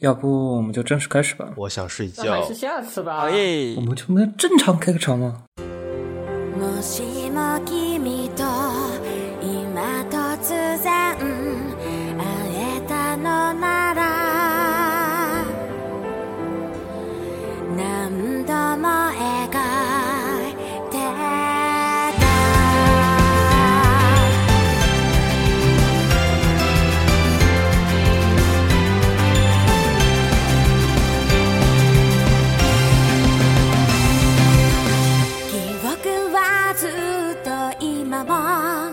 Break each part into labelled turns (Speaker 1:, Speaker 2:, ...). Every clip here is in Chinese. Speaker 1: 要不我们就正式开始吧？
Speaker 2: 我想睡
Speaker 3: 那还
Speaker 2: 觉
Speaker 3: 是。下次吧。
Speaker 2: 哎，
Speaker 1: 我们就没有正常开个场吗？
Speaker 4: もしも君と今突然会えたのなら何度も描いてた記憶はずっと今も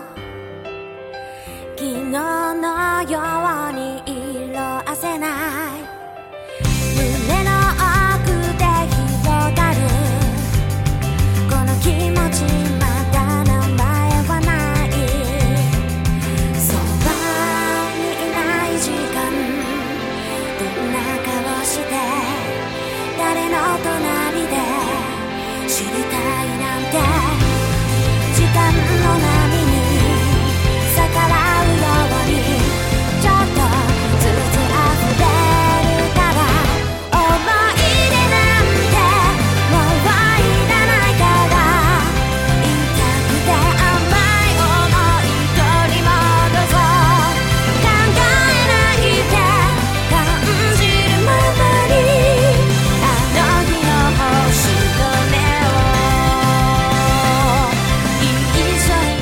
Speaker 4: 昨日のように色褪せない胸の奥で広がるこの気持ちまだ名前はないそばにいない時間どんな顔して誰の隣で知りたいなんて時間の波に逆らうようにちょっとずつ溢れるから思い出なんてもういらないから痛くて甘い思い取り戻そう考えないで感じるままにあの日の星と目を一緒に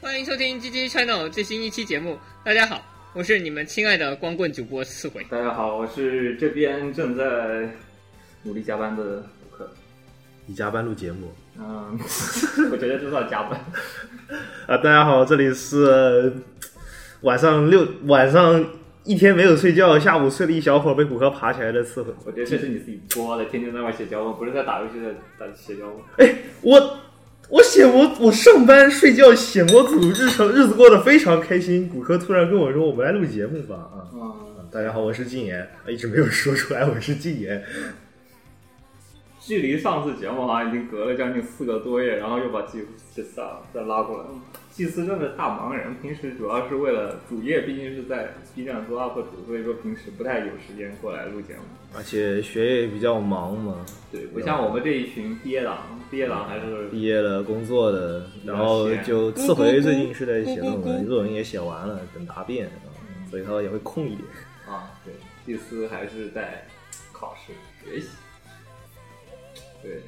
Speaker 5: 欢迎收听 GG Channel 最新一期节目。大家好，我是你们亲爱的光棍主播刺回。
Speaker 6: 大家好，我是这边正在努力加班的顾客。
Speaker 2: 你加班录节目
Speaker 6: 嗯， 我觉得这算加班。
Speaker 2: 啊？大家好，这里是呃晚上六晚上一天没有睡觉，下午睡了一小会儿，被骨科爬起来的刺回。
Speaker 6: 我觉得这是你自己播的，天天在外写脚本，不是在打游戏在打写脚本。
Speaker 2: 哎，我我写我我上班睡觉写模组，日常日子过得非常开心。骨科突然跟我说，我们来录节目吧啊！
Speaker 3: 哦
Speaker 6: 嗯，
Speaker 2: 大家好，我是禁言，啊一直没有说出来我是禁言。
Speaker 6: 距离上次节目好像已经隔了将近四个多月，然后又把祭祭司啊再拉过来。祭司真的大忙人，平时主要是为了主业，毕竟是在 B 站做 UP 主，所以说平时不太有时间过来录节目。
Speaker 2: 而且学业比较忙嘛，
Speaker 6: 对，不像我们这一群毕业党，毕业党还是
Speaker 2: 毕业了工作的，然后就次回最近是在写论文，论文也写完了，等答辩，啊所以他也会空一点。
Speaker 6: 啊，对，第四还是在考试学习。对，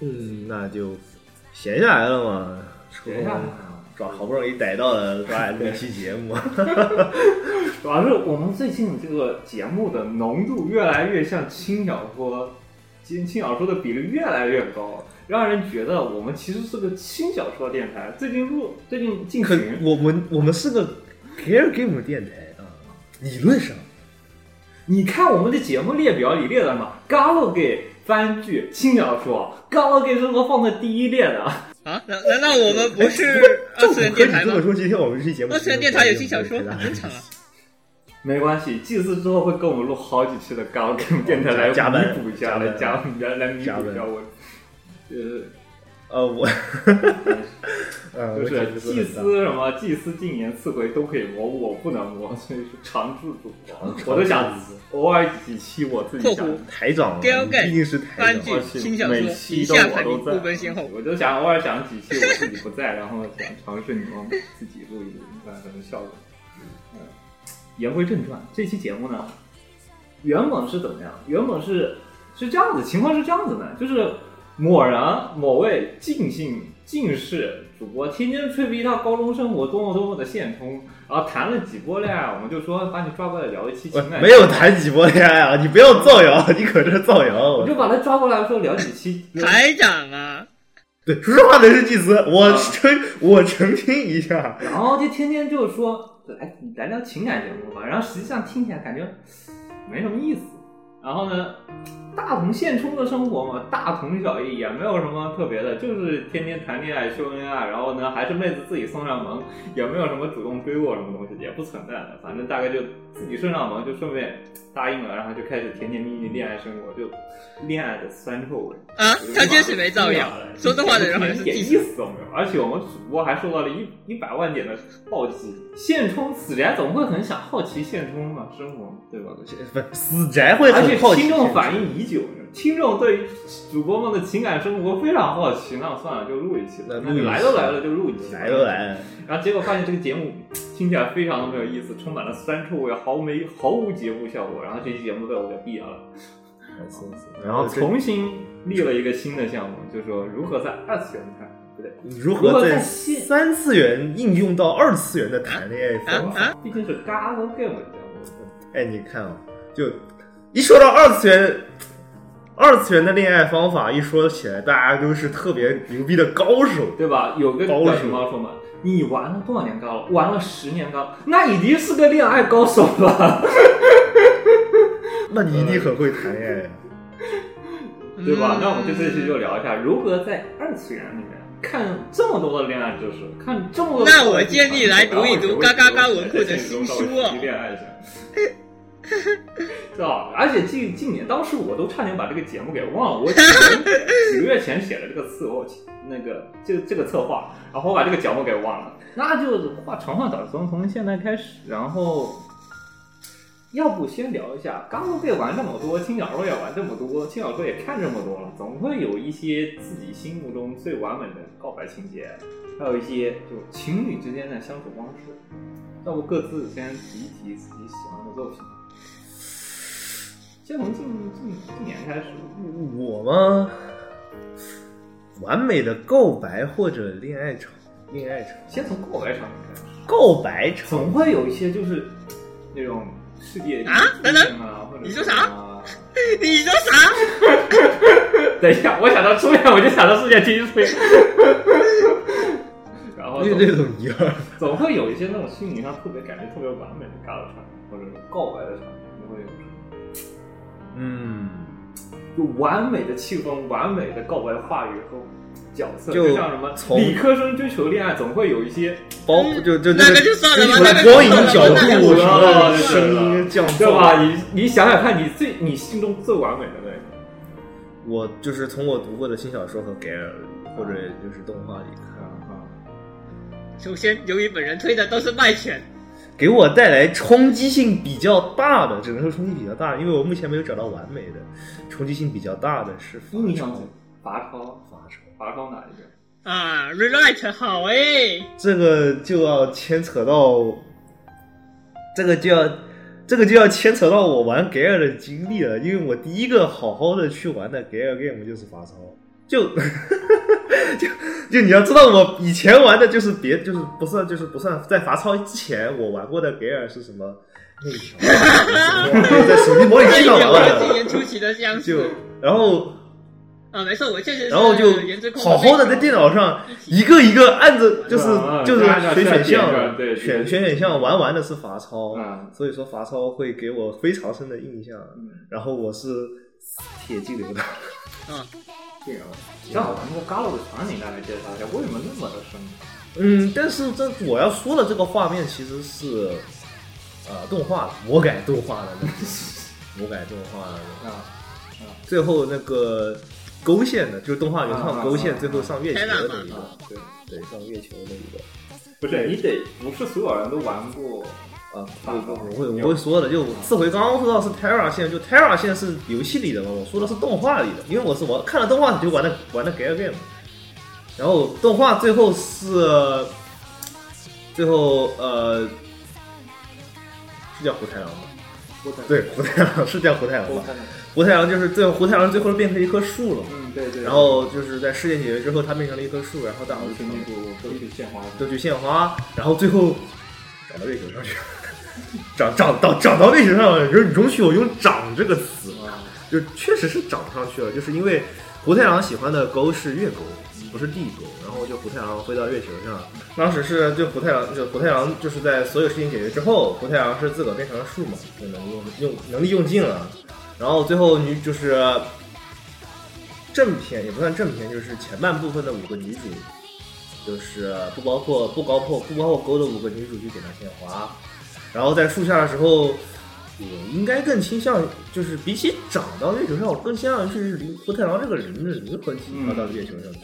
Speaker 2: 嗯，那就闲下来了嘛，抽
Speaker 6: 闲下来
Speaker 2: 空抓好不容易逮到了，抓来录一期节 目。
Speaker 6: 主要是我们最近这个节目的浓度越来越像轻小说，轻轻小说的比例越来越高，让人觉得我们其实是个轻小说电台。最近入，最近进
Speaker 2: 可
Speaker 6: 群，
Speaker 2: 我们我们是个 care game 电台啊，理论上
Speaker 6: 你看我们的节目列表里列的嘛 g a l o g a 番剧、轻小说 g a l o g a 是我放在第一列的。
Speaker 5: 啊，难难道我们不是
Speaker 2: 照
Speaker 5: 二次元
Speaker 2: 骨科
Speaker 5: 电
Speaker 2: 你
Speaker 5: 台
Speaker 2: 这
Speaker 5: 吗
Speaker 2: 么？说，今天我们这期节目
Speaker 5: 二次元电台有
Speaker 2: 其实没有
Speaker 5: 轻小说，
Speaker 2: 太大
Speaker 5: 很
Speaker 2: 的
Speaker 5: 正常啊。
Speaker 6: 没关系，祭祀之后会跟我们录好几期的高跟电台来
Speaker 2: 加
Speaker 6: 弥
Speaker 2: 班
Speaker 6: 补一下，
Speaker 2: 加班
Speaker 6: 来加来来弥
Speaker 2: 加
Speaker 6: 补一
Speaker 2: 班
Speaker 6: 下我。呃，
Speaker 2: 呃， 我，呃，
Speaker 6: 就
Speaker 2: 我
Speaker 6: 是
Speaker 2: 只
Speaker 6: 祭
Speaker 2: 是
Speaker 6: 司什么祭司禁言次回都可以摸，我不能摸，所以是常驻主播。我都想偶尔几期我自己想
Speaker 5: 括，弧
Speaker 2: 台长嘛，
Speaker 5: Girl
Speaker 2: 你
Speaker 5: Gang
Speaker 2: 毕竟是台
Speaker 5: 番
Speaker 2: 长
Speaker 5: 剧
Speaker 2: 嘛。
Speaker 5: 轻小
Speaker 6: 每
Speaker 5: 说
Speaker 6: 期
Speaker 5: 以
Speaker 6: 都
Speaker 5: 下排
Speaker 6: 我
Speaker 5: 名
Speaker 6: 都在
Speaker 5: 不分先后。
Speaker 6: 我就想偶尔想几期我自己不在，然后想尝试你们自己录一录，看什么效果。嗯，言归正传，这期节目呢，原本是怎么样？原本是是这样子，情况是这样子的，就是某人某位尽兴近视主播天天吹逼他高中生活多么多么的现充，然后谈了几波恋爱，我们就说把你抓过来聊一期
Speaker 2: 我
Speaker 6: 情感，
Speaker 2: 呃没有谈几波恋爱啊！你不要造谣，你可这是造
Speaker 6: 我
Speaker 2: 谣。
Speaker 6: 就把他抓过来说聊 几期，
Speaker 5: 台长啊，
Speaker 2: 对，说实话的是祭司，我
Speaker 6: 啊
Speaker 2: 澄、我澄清一下，
Speaker 6: 然后就天天就说来来聊情感节目吧，然后实际上听起来感觉没什么意思。然后呢，大同现充的生活嘛，大同小异，也没有什么特别的，就是天天谈恋爱、秀恩爱，然后呢还是妹子自己送上门，也没有什么主动追过什么东西，也不存在的，反正大概就自己送上门，就顺便答应了，然后就开始甜甜蜜蜜恋爱生活，就恋爱的酸臭味。
Speaker 5: 啊，他确实没造
Speaker 6: 哎
Speaker 5: 谣，说这话的人好像是
Speaker 6: 一点
Speaker 5: 记
Speaker 6: 意
Speaker 5: 者。
Speaker 6: 思都没有。而且我们主播还受到了一一百万点的暴击。现充死宅总会很想好奇现充嘛生活，对吧？
Speaker 2: 不是死宅会
Speaker 6: 而且
Speaker 2: 很好奇，
Speaker 6: 听众反应已久，听众对于主播们的情感生活非常好奇。那算了，就录一期吧。
Speaker 2: 那
Speaker 6: 那
Speaker 2: 录一
Speaker 6: 就
Speaker 2: 期
Speaker 6: 来都来了，就录一期。
Speaker 2: 来都。来了，
Speaker 6: 然后结果发现这个节目听起来非常的没有意思，充满了酸臭味，毫没毫无节目效果。然后这期节目被我给毙掉了。
Speaker 2: 哎然后从
Speaker 6: 重新立了一个新的项目，就说如何在二次元看，不对，
Speaker 2: 如
Speaker 6: 如
Speaker 2: 何
Speaker 6: 何在
Speaker 2: 在
Speaker 6: 现
Speaker 2: 三次元应用到二次元的谈恋爱方法？
Speaker 6: 啊毕竟是 g a l game 的项目。
Speaker 2: 哎，你看啊，就一说到二次元，二次元的恋爱方法一说起来，大家都是特别牛逼的高手。
Speaker 6: 对吧？有个
Speaker 2: 高
Speaker 6: 叫什
Speaker 2: 手
Speaker 6: 么说嘛，你玩了多少年高了？玩了十年高，那已经是个恋爱高手了，
Speaker 2: 那你一定很会谈恋爱啊呀。
Speaker 6: 对吧？
Speaker 5: 嗯
Speaker 6: 那我们就这期就聊一下如何在二次元里面看这么多的恋爱知识，看这么多的。
Speaker 5: 那我建 议来读一读嘎嘎嘎文库的新书哦
Speaker 6: 然后我就会在现实中稍微学习恋 爱一下。知道，而且近近年，当时我都差点把这个节目给忘了。我几 年几个月前写的这个策，我那个这这个策划，然后我把这个节目给忘了。那就话长话短说，从现在开始，然后要不先聊一下，刚刚被玩这么多，轻小说也玩这么多，轻小说也看这么多了，总会有一些自己心目中最完美的告白情节，还有一些就情侣之间的相处方式。要不各自先提一提自己喜欢的作品。先从近近近年开始，
Speaker 2: 我吗？完美的告白或者恋爱场，恋爱场，
Speaker 6: 先从告白场景开始，
Speaker 2: 告白场
Speaker 6: 总会有一些就是那种世界
Speaker 5: 啊等等
Speaker 6: 啊，或者
Speaker 5: 你说
Speaker 6: 什
Speaker 5: 啥
Speaker 6: 么啊？
Speaker 5: 你说啥？
Speaker 6: 等一下，我想到初恋，我就想到世界第 一初恋。然后
Speaker 2: 绿
Speaker 6: 总
Speaker 2: 这种一样。
Speaker 6: 总会有一些那种心理上特别感觉特别完美的尬的场景，或者是告白的场景，就会有
Speaker 2: 嗯，
Speaker 6: 有完美的气氛、完美的告白话语和角色，
Speaker 2: 就
Speaker 6: 就像什么
Speaker 2: 从
Speaker 6: 理科生追求恋爱，总会有一些
Speaker 2: 包就就
Speaker 5: 嗯那个就算了吧那个就
Speaker 2: 光影
Speaker 5: 算了吧
Speaker 2: 角度
Speaker 5: 那
Speaker 6: 个就
Speaker 2: 什
Speaker 6: 算了
Speaker 2: 么声音降
Speaker 6: 对
Speaker 2: 噪
Speaker 6: 吧？你你想想看，你最你心中最完美的那个，
Speaker 2: 我就是从我读过的新小说和 g a l 或者就是动画里看，
Speaker 5: 首先，由于本人推的都是麦犬，
Speaker 2: 给我带来冲击性比较大的，只能说冲击比较大，因为我目前没有找到完美的，冲击性比较大的是法
Speaker 6: 印象
Speaker 2: 超
Speaker 6: 中，拔超，
Speaker 2: 法超
Speaker 6: 拔超哪一个？
Speaker 5: 啊，Relight 好诶，
Speaker 2: 这个就要牵扯到，这个就要。这个就要牵扯到我玩 g a l 的经历了，因为我第一个好好的去玩的 g a l game 就是法超，就 就就你要知道，我以前玩的就是别就是不算就是不算在罚抄之前，我玩过的 g a r 是什么内调啊，什么我在手机模拟
Speaker 5: 这一
Speaker 2: 器
Speaker 5: 点
Speaker 2: 上玩
Speaker 5: 我和今
Speaker 2: 的，
Speaker 5: 年出奇的相
Speaker 2: 就
Speaker 5: 似
Speaker 2: 然后
Speaker 5: 啊，没错，我确实是
Speaker 2: 然后就
Speaker 5: 颜值控
Speaker 2: 好好的在电脑上一个一个按着就是
Speaker 6: 啊
Speaker 2: 就是
Speaker 6: 按照
Speaker 2: 选选
Speaker 6: 按照
Speaker 2: 项
Speaker 6: 对
Speaker 2: 选选选项玩完的是罚抄，
Speaker 6: 嗯
Speaker 2: 所以说罚抄会给我非常深的印象。
Speaker 6: 嗯，
Speaker 2: 然后我是铁激流的，
Speaker 5: 啊，
Speaker 6: 这个正好把那个 g a l 的场景大概介绍一下，为什么那么的深？
Speaker 2: 嗯，但是这我要说的这个画面其实是，呃，动画的魔改动画的那 种，魔改动画的那种，
Speaker 6: 啊，
Speaker 2: 最后那个勾线的，就是动画原创勾
Speaker 6: 啊啊
Speaker 2: 线，
Speaker 6: 啊
Speaker 2: 最后上月球的那一
Speaker 5: 天
Speaker 2: 个，
Speaker 6: 对，
Speaker 2: 对，上月球的一个，
Speaker 6: 不是你得不是所有人都玩过，
Speaker 2: 啊，
Speaker 6: 啊
Speaker 2: 不不，我会我
Speaker 6: 有
Speaker 2: 会说的，就我次回刚刚说到是 Terra 线，就 Terra 线是游戏里的嘛，我说的是动画里的，因为我是玩看了动画就玩的玩的 Gal Game，然后动画最后是最后呃是叫胡太郎吗？
Speaker 6: 我感觉
Speaker 2: 对，胡太郎是叫胡太郎
Speaker 6: 我
Speaker 2: 吧？
Speaker 6: 看看，
Speaker 2: 胡太郎就是最后胡太郎最后变成一棵树了嘛，
Speaker 6: 嗯，对对，
Speaker 2: 然后就是在世界解决之后，他变成了一棵树，然后大伙就
Speaker 6: 去
Speaker 2: 成
Speaker 6: 那个歌曲献花，
Speaker 2: 都去献花，然后最后长到月球上去，长长到长到月球上了。就是容许我用“长”这个词，
Speaker 6: 啊，
Speaker 2: 就确实是长上去了，就是因为胡太郎喜欢的沟是月沟，不是地沟，然后就胡太郎飞到月球上。当时是就胡太郎，就胡太郎就是在所有事情解决之后，胡太郎是自个儿变成了树嘛，就能用用能力用尽了。然后最后女就是正片也不算正片，就是前半部分的五个女主，就是不包括不包括不包括勾的五个女主去给她献花，然后在树下的时候。我应该更倾向，就是比起长到月球上，我更倾向于是灵波太郎这个人的灵魂体飘到月球上去，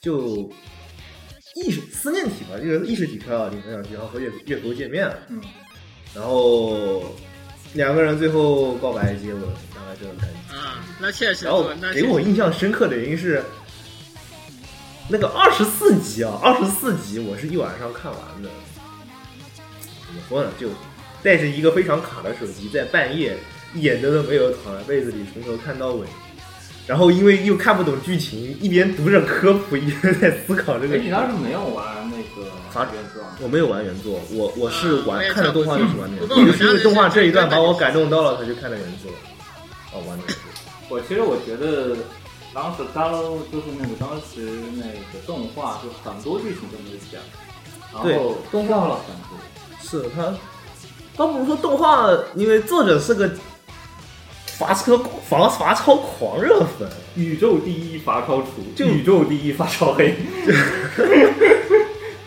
Speaker 2: 就意识思念体吧，这个意识体飘到月球上去，然后和月月球见面，
Speaker 6: 嗯，
Speaker 2: 然后两个人最后告白接吻，大概这种感觉。
Speaker 5: 啊，那确实，
Speaker 2: 然后
Speaker 5: 那确
Speaker 2: 给
Speaker 5: 实
Speaker 2: 我印象深刻的原因是，那个二十四集啊，二十四集我是一晚上看完的。怎么说呢？就带着一个非常卡的手机，在半夜一点灯都没有，躺在被子里从头看到尾。然后因为又看不懂剧情，一边读着科普，一边在思考这
Speaker 6: 哎，
Speaker 2: 个。
Speaker 6: 你当时没有玩那个
Speaker 2: 发
Speaker 6: 原是吧？
Speaker 2: 我没有玩原作，我我是
Speaker 5: 啊我
Speaker 2: 玩
Speaker 5: 也
Speaker 2: 看了动画就是玩
Speaker 5: 不
Speaker 2: 原
Speaker 5: 过
Speaker 2: 作，
Speaker 5: 我
Speaker 2: 就是因为动画这一段
Speaker 5: 当时
Speaker 2: 把
Speaker 5: 是
Speaker 2: 我感动到了，才去看的原作。哦，玩的原作。
Speaker 6: 我其实我觉得当时 g a l 就是那个当时那个动画，就很多剧情都没有讲，
Speaker 2: 对
Speaker 6: 然后动画了很多。
Speaker 2: 是他，倒不如说动画，因为作者是个罚车罚罚超狂热粉，
Speaker 6: 宇宙第一罚抄厨，
Speaker 2: 就
Speaker 6: 宇宙第一罚抄黑，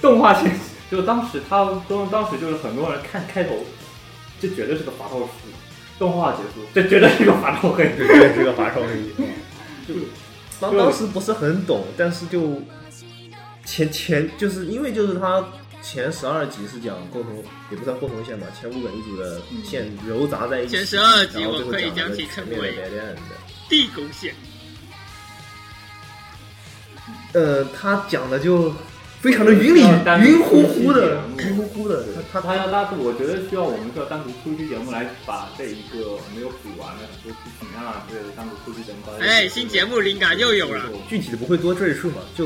Speaker 6: 动画片就当时他当当时就是很多人看开头，这绝对是个罚抄厨，动画结束，这绝对是个罚抄黑。
Speaker 2: 对这个罚超黑。
Speaker 6: 就
Speaker 2: 当当时不是很懂，但是就前前就是因为就是他前十二集是讲共同，也不算共同线吧，前五个女主的线糅杂在一起。
Speaker 5: 前12集
Speaker 2: 然后最后
Speaker 5: 我可以
Speaker 2: 讲
Speaker 5: 将
Speaker 2: 了
Speaker 5: 其
Speaker 2: 前
Speaker 5: 称
Speaker 2: 面的
Speaker 5: 为
Speaker 2: dead end。
Speaker 5: 地狗血，
Speaker 2: 呃，他讲的就非常的云里
Speaker 6: 单
Speaker 2: 云乎乎的，
Speaker 6: 单
Speaker 2: 云乎乎的，他
Speaker 6: 他要单独，我觉得需要我们需要单独出一期节目来把这一个没有补完的很多剧情啊之类的单独出一期节目。
Speaker 5: 哎，新节目灵感又有了。。
Speaker 2: 具体的不会多赘述嘛，就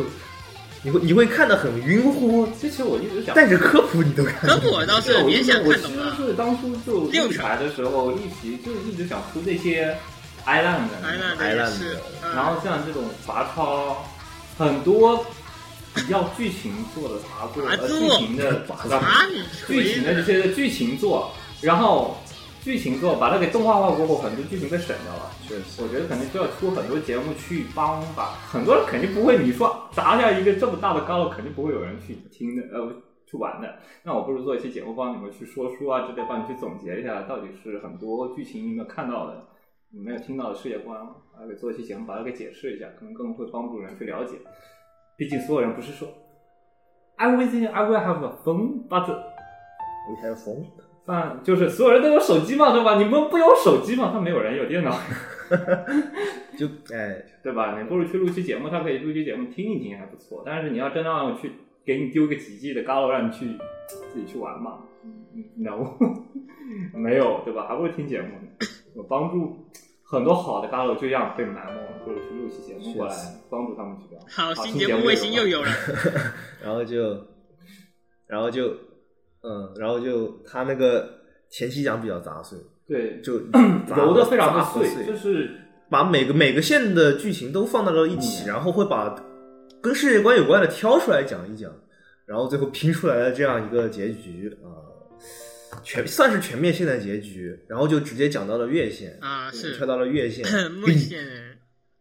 Speaker 2: 你会你会看得很晕乎，
Speaker 6: 其实我一直想，
Speaker 2: 带着科普你都看
Speaker 5: 可
Speaker 2: 得
Speaker 5: 不，
Speaker 2: 懂。
Speaker 5: 我倒是
Speaker 6: 对，我
Speaker 5: 勉强
Speaker 6: 我
Speaker 5: 看
Speaker 6: 其
Speaker 5: 懂
Speaker 6: 实
Speaker 5: 了。
Speaker 6: 是当初就
Speaker 5: 六
Speaker 6: 立
Speaker 5: 成
Speaker 6: 牌的时候，一起就一直想出这些 island，的
Speaker 5: 来了，
Speaker 2: 来
Speaker 5: 也
Speaker 2: 了
Speaker 5: 是，嗯
Speaker 6: 然后像这种罚抄，很多比较剧情做的罚做，
Speaker 5: 罚
Speaker 6: 呃，
Speaker 5: 做
Speaker 6: 剧情的罚
Speaker 5: 啊，你
Speaker 6: 剧情的这
Speaker 5: 锤
Speaker 6: 些剧情做，然后剧情做把它给动画化过后，很多剧情被省掉了。
Speaker 2: 确实，
Speaker 6: 我觉得肯定需要出很多节目去帮把很多人肯定不会，你说砸下一个这么大的高楼，肯定不会有人去听的，呃，去玩的。那我不如做一期节目，帮你们去说书啊之类，帮你去总结一下，到底是很多剧情你没有看到的，你没有听到的世界观，啊，给做一期节目把它给解释一下，可能更会帮助人去了解。毕竟所有人不是说 everything I will have a phone but
Speaker 2: 我还有冯，
Speaker 6: 啊，就是所有人都有手机嘛，对吧？你们不有手机吗？他没有人有电脑，
Speaker 2: 就哎，
Speaker 6: 对吧？你不如去录期节目，他可以录期节目听一听还不错。但是你要真让我去给你丢个几 G 的 g a 让你去自己去玩嘛嗯？No，没有，对吧？还不如听节目呢，有帮助很多好的 g a 就这样被埋没了，不如去录期节目过来
Speaker 2: 确
Speaker 6: 帮助他们去聊。
Speaker 5: 好，
Speaker 6: 好
Speaker 5: 新节目卫星又有了，
Speaker 2: 然后就，然后就，嗯，然后就他那个前期讲比较杂碎，
Speaker 6: 对，
Speaker 2: 就
Speaker 6: 揉的非常的
Speaker 2: 杂杂
Speaker 6: 碎，就是
Speaker 2: 把每个每个线的剧情都放到了一起，
Speaker 6: 嗯
Speaker 2: 然后会把跟世界观有关的挑出来讲一讲，然后最后拼出来的这样一个结局啊、全算是全面性的结局，然后就直接讲到了月线
Speaker 5: 啊是
Speaker 2: 跳到了月 线，
Speaker 5: 目前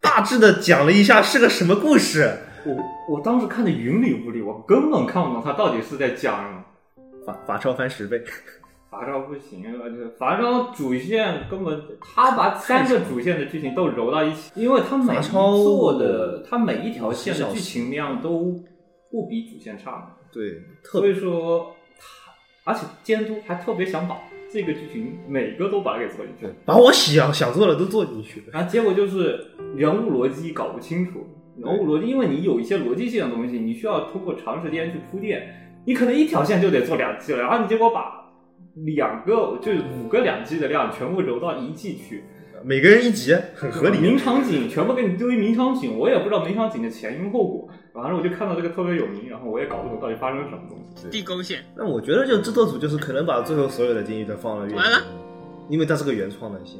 Speaker 2: 大致的讲了一下是个什么故事，
Speaker 6: 我我当时看的云里雾里，我根本看不懂他到底是在讲什么。
Speaker 2: 法法超翻十倍，
Speaker 6: 伐招不行，啊而且伐招主线根本他把三个主线的剧情都揉到一起，因为他每一
Speaker 2: 伐招
Speaker 6: 做的他每一条线的剧情量都不比主线差，
Speaker 2: 对，特
Speaker 6: 所
Speaker 2: 别
Speaker 6: 以说他而且监督还特别想把这个剧情每个都把它给做进去，
Speaker 2: 把我想 想做的都做进去了，
Speaker 6: 然后结果就是人物逻辑搞不清楚，人物逻辑，因为你有一些逻辑性的东西，你需要通过长时间去铺垫，你可能一条线就得做两季了，然后你结果把两个就是五个两季的量全部揉到一季去，
Speaker 2: 每个人一集，很合理
Speaker 5: 嗯
Speaker 6: 名。场景全部给你丢一名场景，我也不知道名场景的前因后果，反正我就看到这个特别有名，然后我也搞不懂到底发生了什么东 西。
Speaker 5: 地沟线，
Speaker 2: 那我觉得就制作组就是可能把最后所有的监狱都放了月
Speaker 5: 完
Speaker 2: 线
Speaker 5: 了，
Speaker 2: 因为它是个原创的线。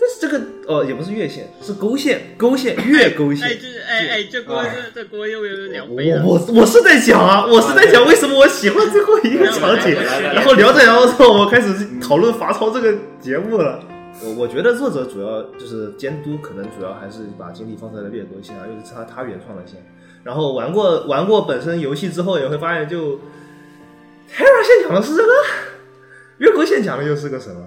Speaker 2: 但是这个呃也不是月线，是勾线，勾线月勾线
Speaker 5: 哎。这哎哎这锅这这锅又有点
Speaker 2: 我
Speaker 5: 飞了，
Speaker 2: 我我是在讲啊，我是在讲为什么我喜欢最后一个场景，
Speaker 5: 来来来来
Speaker 2: 然后聊着聊着，我开始讨论罚抄这个节目了。我我觉得作者主要就是监督，可能主要还是把精力放在了猎狗线啊上，又是他他原创的线。然后玩过玩过本身游戏之后，也会发现就 Terra 线讲的是这个，越国线讲的又是个什么，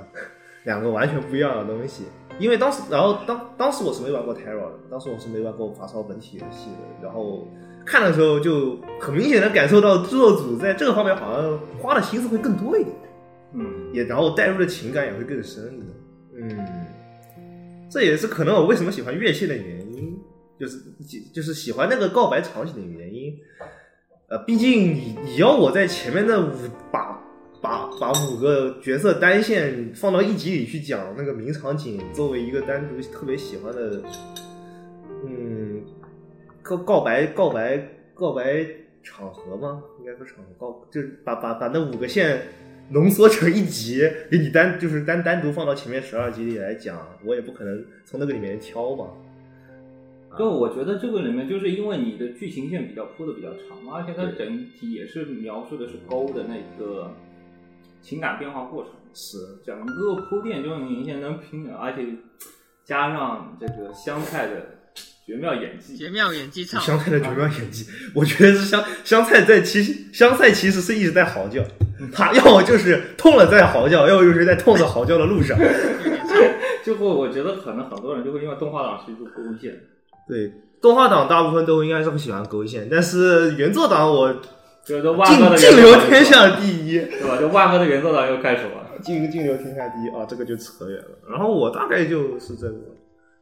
Speaker 2: 两个完全不一样的东西。因为当时，然后当当时我是没玩过 Terra 的，当时我是没玩过发烧本体的系列，然后看的时候就很明显的感受到制作组在这个方面好像花的心思会更多一点。
Speaker 6: 嗯，
Speaker 2: 也然后带入的情感也会更深一点。嗯，这也是可能我为什么喜欢乐器的原因，就是就是喜欢那个告白场景的原因。呃，毕竟你你要我在前面的五把把把五个角色单线放到一集里去讲，那个名场景作为一个单独特别喜欢的，嗯，告告白告白告白场合吗？应该说场合告，就是把把把那五个线浓缩成一集，给你单就是单单独放到前面十二集里来讲，我也不可能从那个里面挑嘛。
Speaker 6: 就我觉得这个里面，就是因为你的剧情线比较铺的比较长嘛，而且它
Speaker 2: 对
Speaker 6: 整体也是描述的是沟的那个情感变化过程，
Speaker 2: 是，
Speaker 6: 整个铺垫就是你明显能拼的，而且加上这个香菜的绝妙演技
Speaker 5: 绝，妙演技唱，
Speaker 2: 香菜的绝妙演技，我觉得是香香菜在其实香菜其实是一直在嚎叫，嗯他要么就是痛了在嚎叫，要么就是在痛着嚎叫的路上。
Speaker 5: 有点唱
Speaker 6: 就会我觉得可能很多人就会因为动画党是一部勾线，
Speaker 2: 对，动画党大部分都应该是会喜欢勾线，但是原作党我
Speaker 6: 就是说万恶
Speaker 2: 尽
Speaker 6: 的
Speaker 2: 尽
Speaker 6: 原作
Speaker 2: 留
Speaker 6: 党
Speaker 2: 天下第一。
Speaker 6: 对吧？就万恶的原作党又开始了。
Speaker 2: 净净流天下第一啊，这个就扯远了。然后我大概就是这个，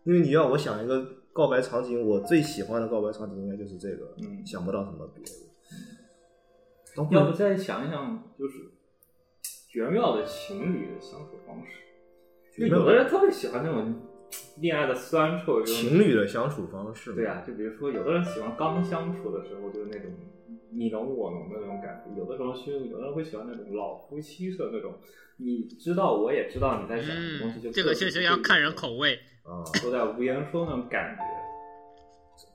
Speaker 2: 因为你要我想一个告白场景，我最喜欢的告白场景应该就是这个，
Speaker 6: 嗯
Speaker 2: 想不到什么别的。然
Speaker 6: 要不
Speaker 2: 后
Speaker 6: 再想一想，就是绝妙的情侣的相处方式。就
Speaker 2: 绝妙的
Speaker 6: 有的人特别喜欢那种恋爱的酸臭，就是
Speaker 2: 情侣的相处方式，
Speaker 6: 对，啊，就比如说有的人喜欢刚相处的时候就是那种你侬我侬的那种感觉，有的时候是有的人会喜欢那种老夫妻式的那种，你知道我也知道你在想什么东西，就
Speaker 5: 嗯，这个确实要看人口，味。
Speaker 2: 啊，
Speaker 6: 都在无言说那种感觉。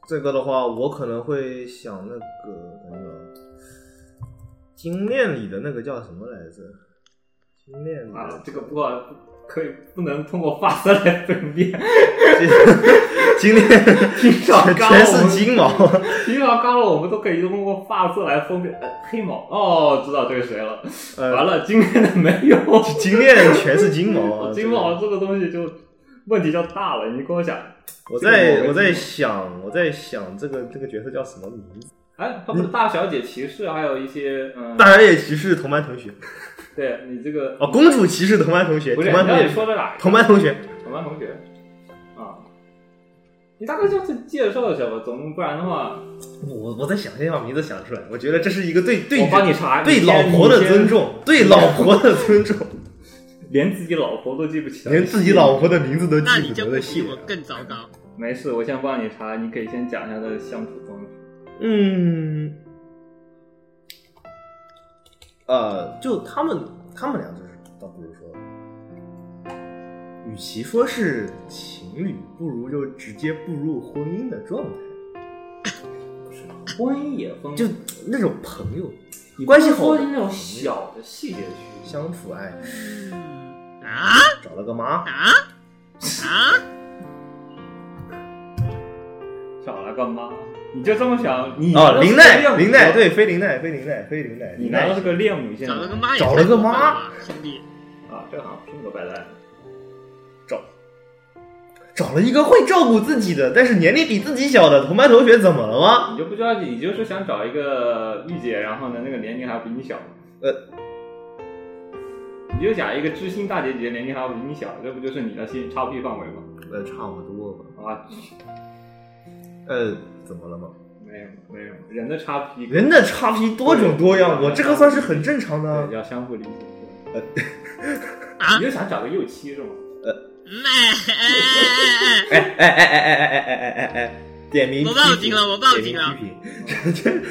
Speaker 2: 这个的话，我可能会想那个那个金链里的那个叫什么来着？金链里的、
Speaker 6: 啊，这个不可以不能通过发色来分辨，
Speaker 2: 金 链，
Speaker 6: 听上纲
Speaker 2: 全
Speaker 6: 我
Speaker 2: 是
Speaker 6: 们啊
Speaker 2: 金毛。
Speaker 6: 平常刚了，我们都可以通过发色来分辨。呃黑毛哦，知道这个谁了。
Speaker 2: 呃
Speaker 6: 完了，今天的没有。
Speaker 2: 金链全是金毛 啊！
Speaker 6: 金毛这个东西就问题就大了。你跟我讲，
Speaker 2: 我
Speaker 6: 这
Speaker 2: 在
Speaker 6: 个
Speaker 2: 我
Speaker 6: 我没
Speaker 2: 在
Speaker 6: 听过
Speaker 2: 想，我在想这个这个角色叫什么名字？
Speaker 6: 哎，他不是大小姐骑士，还有一些嗯，
Speaker 2: 大小姐骑士同班同学
Speaker 6: 对你这个
Speaker 2: 哦，公主骑士同班同学，
Speaker 6: 不
Speaker 2: 同
Speaker 6: 是，
Speaker 2: 班
Speaker 6: 你
Speaker 2: 同
Speaker 6: 到底
Speaker 2: 学，
Speaker 6: 说的哪一个？
Speaker 2: 同班同学，
Speaker 6: 同班同学啊，你大概就是介绍一下吧，总不然的话，
Speaker 2: 我我在想先把名字想出来，我觉得这是一个对对
Speaker 6: 我帮你查。
Speaker 2: 对
Speaker 6: 你
Speaker 2: 老
Speaker 6: 先
Speaker 2: 婆的尊，
Speaker 6: 你
Speaker 2: 重，对老婆的尊 重，
Speaker 6: 先连自己老婆都记不起来，
Speaker 2: 连自己老婆的名字都
Speaker 5: 那
Speaker 2: 记
Speaker 5: 你
Speaker 2: 不
Speaker 5: 这
Speaker 2: 得
Speaker 5: 不
Speaker 2: 的
Speaker 5: 比
Speaker 2: 戏
Speaker 5: 我。更糟糕。
Speaker 6: 没事，我先帮你查，你可以先讲一下他的相处方式。
Speaker 2: 嗯，呃，就他们他们俩就是，倒不如说，与其说是情侣，不如就直接步入婚姻的状态。
Speaker 6: 婚姻也分，
Speaker 2: 就那种朋友
Speaker 6: 你
Speaker 2: 关系好
Speaker 6: 不能说那种小的细节去。
Speaker 2: 相处，哎，
Speaker 5: 啊
Speaker 2: 找了个妈，
Speaker 5: 啊啊！
Speaker 6: 找了个妈，你就这么想？你
Speaker 2: 哦，林奈，
Speaker 6: 恋
Speaker 2: 林奈，，对，非林奈，非林奈，非林奈，
Speaker 6: 你
Speaker 2: 林
Speaker 6: 难
Speaker 2: 奈
Speaker 6: 道是个恋母线
Speaker 5: 找
Speaker 6: 吗？
Speaker 5: 了个妈也
Speaker 2: 找
Speaker 5: 太
Speaker 2: 了个
Speaker 5: 过分
Speaker 2: 妈
Speaker 5: 了吧，兄弟，
Speaker 6: 啊，这好像拼个白烂。
Speaker 2: 找找了一个会照顾自己的，但是年龄比自己小的同班同学，怎么了吗？
Speaker 6: 你就不知道，你就是想找一个御姐，然后呢，那个年龄还比你小。
Speaker 2: 呃，
Speaker 6: 你就想一个知心大姐姐，年龄还要比你小，这不就是你的心差距范围吗？
Speaker 2: 呃，差不多吧。
Speaker 6: 啊，
Speaker 2: 呃，怎么了吗？
Speaker 6: 没有没有，人的差距
Speaker 2: 人的差评多种多样，我这个算是很正常的啊
Speaker 6: 对。要相互理解。
Speaker 2: 呃
Speaker 6: 对
Speaker 5: 啊
Speaker 6: 你就想找个幼妻是吗？
Speaker 5: 嗯哎哎哎哎
Speaker 2: 哎哎哎哎
Speaker 5: 哎！
Speaker 2: 哎哎哎哎哎哎！点名
Speaker 5: 我
Speaker 2: 批
Speaker 5: 报
Speaker 2: 评
Speaker 5: 警了我报
Speaker 2: 点名
Speaker 5: 警了
Speaker 2: 批评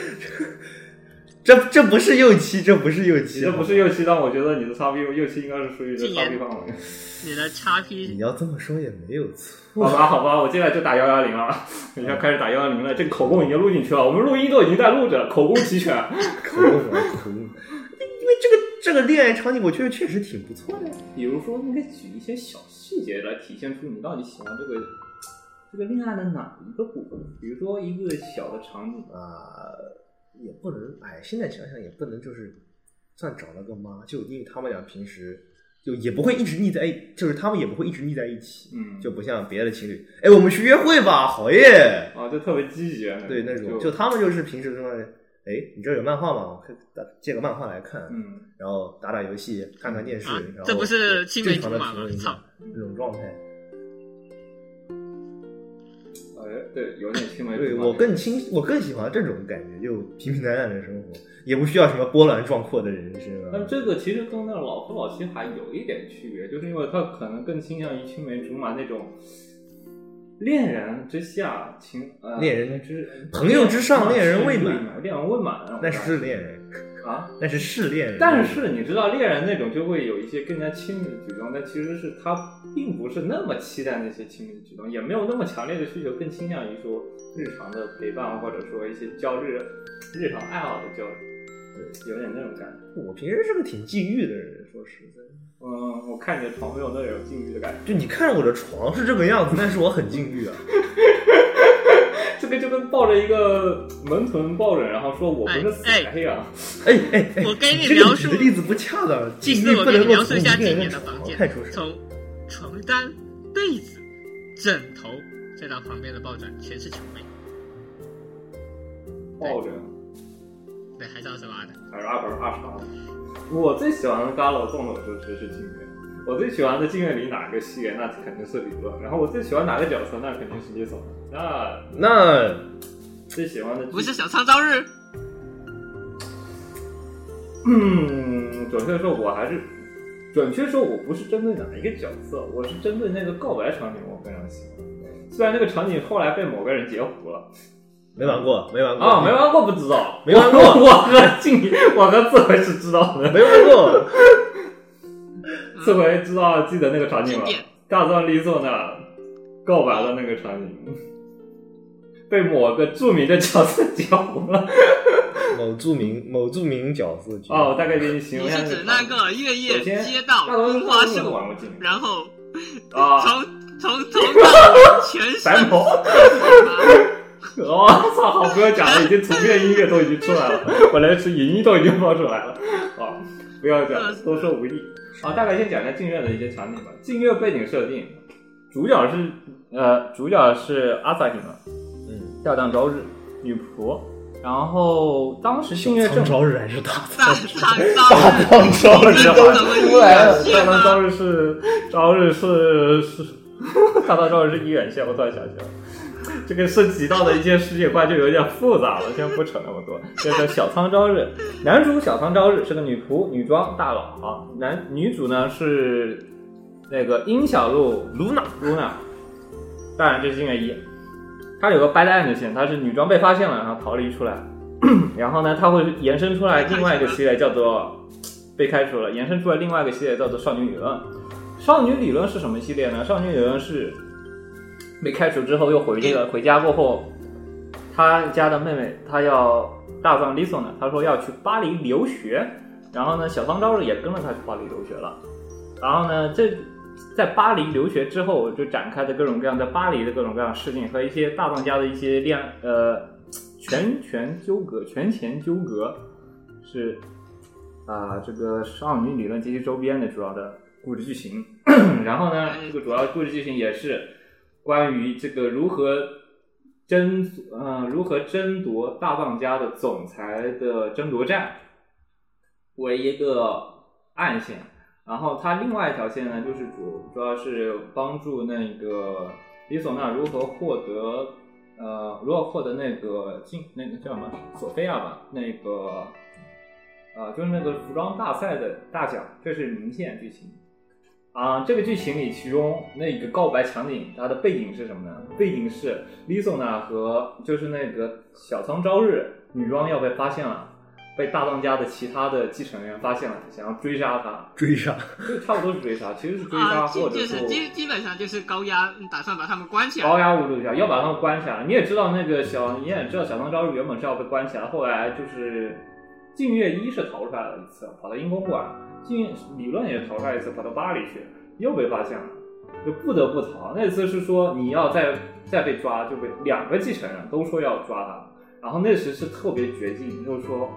Speaker 2: 这这这不是右期，这不是右期，啊
Speaker 6: 你这不是幼妻，但我觉得你的差 P 幼妻应该是属于这
Speaker 5: 禁
Speaker 6: 差
Speaker 5: 言
Speaker 6: P 范围。
Speaker 5: 你的叉
Speaker 2: 你
Speaker 5: P
Speaker 2: 要这么说也没有错。
Speaker 6: 好吧，好吧，我进来就打幺幺零了， 等一下开始打幺幺零了。这个口供已 经录进去了，我们录音都已经在录着，口供齐全。
Speaker 2: 口误，口误。因为这个这个恋爱场景我觉得确实挺不错的呀。
Speaker 6: 比如说，应该举一些小细节来体现出你到底喜欢这个这个恋爱的哪一个部分。比如说一个小的场景，
Speaker 2: 啊、也不能，哎，现在想想也不能就是算找了个妈，就因为他们俩平时就也不会一直腻在一，就是他们也不会一直腻在一起，
Speaker 6: 嗯，
Speaker 2: 就不像别的情侣，哎，我们去约会吧，好耶，
Speaker 6: 啊，就特别积极啊，
Speaker 2: 对那种，就
Speaker 6: 就
Speaker 2: 他们就是平时说，哎，你这儿有漫画吗？我看借个漫画来看，
Speaker 6: 嗯，
Speaker 2: 然后打打游戏，看看电视，
Speaker 5: 啊
Speaker 2: 然后
Speaker 5: 这不是青梅
Speaker 2: 正常的
Speaker 5: 竹马
Speaker 2: 评论
Speaker 5: 吗
Speaker 2: 一下
Speaker 5: 操
Speaker 2: 这种状态。
Speaker 6: 哎，对，有点青梅
Speaker 2: 对
Speaker 6: 竹马
Speaker 2: 我更倾，我更喜欢这种感觉，就平平淡淡的生活，也不需要什么波澜壮阔的人生啊。
Speaker 6: 但这个其实跟那老夫老妻还有一点区别，就是因为他可能更倾向于青梅竹马那种恋人之下情，呃，
Speaker 2: 恋人
Speaker 6: 之啊
Speaker 2: 朋友之上恋人未满
Speaker 6: 满，恋人未满那种
Speaker 2: 那
Speaker 6: 感觉，
Speaker 2: 是恋人，
Speaker 6: 啊。
Speaker 2: 那是是恋人。
Speaker 6: 但是你知道，恋人那种就会有一些更加亲密的举动，但其实是他并不是那么期待那些亲密的举动，也没有那么强烈的需求，更倾向于说日常的陪伴，或者说一些交日日常爱好的交流，对，有点那种感觉。
Speaker 2: 我平时是个挺禁欲的人，说实在，
Speaker 6: 嗯，我看你的床没有那种禁欲的感觉，
Speaker 2: 就你看我的床是这个样子，但是我很禁欲啊。
Speaker 6: 这个就跟抱着一个门臀抱着，然后说我不是死
Speaker 5: 哎
Speaker 6: 黑啊，
Speaker 2: 哎哎哎，
Speaker 5: 我给你
Speaker 2: 这
Speaker 5: 描
Speaker 2: 个
Speaker 5: 述
Speaker 2: 你的例子不恰当，禁
Speaker 5: 其
Speaker 2: 欲
Speaker 5: 实我
Speaker 2: 不
Speaker 5: 给
Speaker 2: 能
Speaker 5: 你
Speaker 2: 够
Speaker 5: 描述
Speaker 2: 从
Speaker 5: 一
Speaker 2: 一
Speaker 5: 下
Speaker 2: 个
Speaker 5: 经
Speaker 2: 人
Speaker 5: 典
Speaker 2: 的
Speaker 5: 的房
Speaker 2: 床
Speaker 5: 间
Speaker 2: 看出，什么。
Speaker 5: 从床单、被子、枕头，再到旁边的抱枕，全是球妹，
Speaker 6: 抱着
Speaker 5: 对，还是二十八的。
Speaker 6: 还是阿本阿长。我最喜欢的 g a l 动手术是是静月，我最喜欢的静月里哪个系列，那肯定是理论。然后我最喜欢哪个角色，那肯定是李总。那
Speaker 2: 那
Speaker 6: 最喜欢的剧
Speaker 5: 不是，小苍朝日，
Speaker 6: 嗯，准确地说我还是，准确地说我不是针对哪一个角色，我是针对那个告白场景，我非常喜欢。虽然那个场景后来被某个人截胡了，
Speaker 2: 没玩过，没玩过
Speaker 6: 啊，没 玩过不知道，
Speaker 2: 没玩过
Speaker 6: 我我和静，我和刺回是知道的，
Speaker 2: 没玩过。
Speaker 6: 刺回知道记得那个场景
Speaker 5: 嗯经
Speaker 6: 吗？
Speaker 5: 典。
Speaker 6: 大壮利索的告白的那个场景，被某个著名的角色截胡了。
Speaker 2: 某著名某著名角色剧
Speaker 6: 哦，我大概给你形容
Speaker 5: 你
Speaker 6: 一下
Speaker 5: 是指那
Speaker 6: 场景
Speaker 5: 个月夜
Speaker 6: 首先
Speaker 5: 街道
Speaker 6: 大壮利
Speaker 5: 樱
Speaker 6: 索
Speaker 5: 花
Speaker 6: 是
Speaker 5: 树，
Speaker 6: 玩过镜
Speaker 5: 然后
Speaker 6: 啊，
Speaker 5: 从从 头到尾全是
Speaker 6: 白毛。 哦，操！好不要讲了，已经图片、音乐都已经出来了，我连是影音都已经放出来了。 啊，不要讲，多说无益。啊，大概先讲一下静月的一些场景吧。静月背景设定，主角是呃，主角是阿萨提嘛，
Speaker 2: 嗯，
Speaker 6: 吊荡朝日女仆。然后当时静月正
Speaker 2: 苍朝日还是大
Speaker 5: 啊 大 苍朝
Speaker 2: 大苍朝日
Speaker 5: 日，你
Speaker 6: 知
Speaker 5: 们
Speaker 6: 道
Speaker 5: 怎
Speaker 6: 吧
Speaker 5: 么
Speaker 6: 出来了，
Speaker 5: 一
Speaker 6: 大
Speaker 5: 吗
Speaker 6: 唐朝日是朝日是是，大唐朝日是一元县，我突然想起来了。这个涉及到的一些世界观就有点复杂了，先不扯那么多。这个小仓朝日，男主小仓朝日是个女仆，女装大佬啊。男女主呢是那个樱小路
Speaker 2: 露娜，
Speaker 6: Luna，当然这是因为一，她有个 bad end 线，她是女装被发现了，然后逃离出来，然后呢，她会延伸出来另外一个系列叫做被开除了，延伸出来另外一个系列叫做少女理论。少女理论是什么系列呢？少女理论是被开除之后又回这个回家过后，她家的妹妹她要大葬 Lisa 呢，她说要去巴黎留学，然后呢，小方朝日也跟着她去巴黎留学了。然后呢，这在巴黎留学之后，就展开的各种各样在巴黎的各种各样的事情和一些大藏家的一些恋呃权权纠葛、权钱纠葛，是啊、这个少女理论及其周边的主要的故事剧情。 然后呢，这个主要故事剧情也是关于这个如何争呃如何争夺大藏家的总裁的争夺战为一个暗线。然后它另外一条线呢，就是主主要是帮助那个李索纳如何获得，呃，如何获得那个进那个叫什么索菲亚吧，那个，呃，就是那个服装大赛的大奖，这是明线剧情。啊，这个剧情里，其中那个告白场景，它的背景是什么呢？背景是 Lisa 呢和就是那个小仓朝日女装要被发现了，被大当家的其他的继承人发现了，想要追杀她。
Speaker 2: 追上
Speaker 6: 就差不多是追杀，其实是追杀、
Speaker 5: 啊，
Speaker 6: 或
Speaker 5: 就
Speaker 6: 者
Speaker 5: 就是
Speaker 6: 说
Speaker 5: 基基本上就是高压，嗯打算把他们关起来。
Speaker 6: 高压物质下，要把他嗯们关起来。你也知道那个小，你也知道小唐朝日原本是要被关起来，后来就是净月一是逃出来了一次，跑到英国布尔；净理论也逃出来一次，跑到巴黎去，又被发现了，就不得不逃。那次是说你要再再被抓，就被两个继承人都说要抓他，然后那时是特别绝境，就是说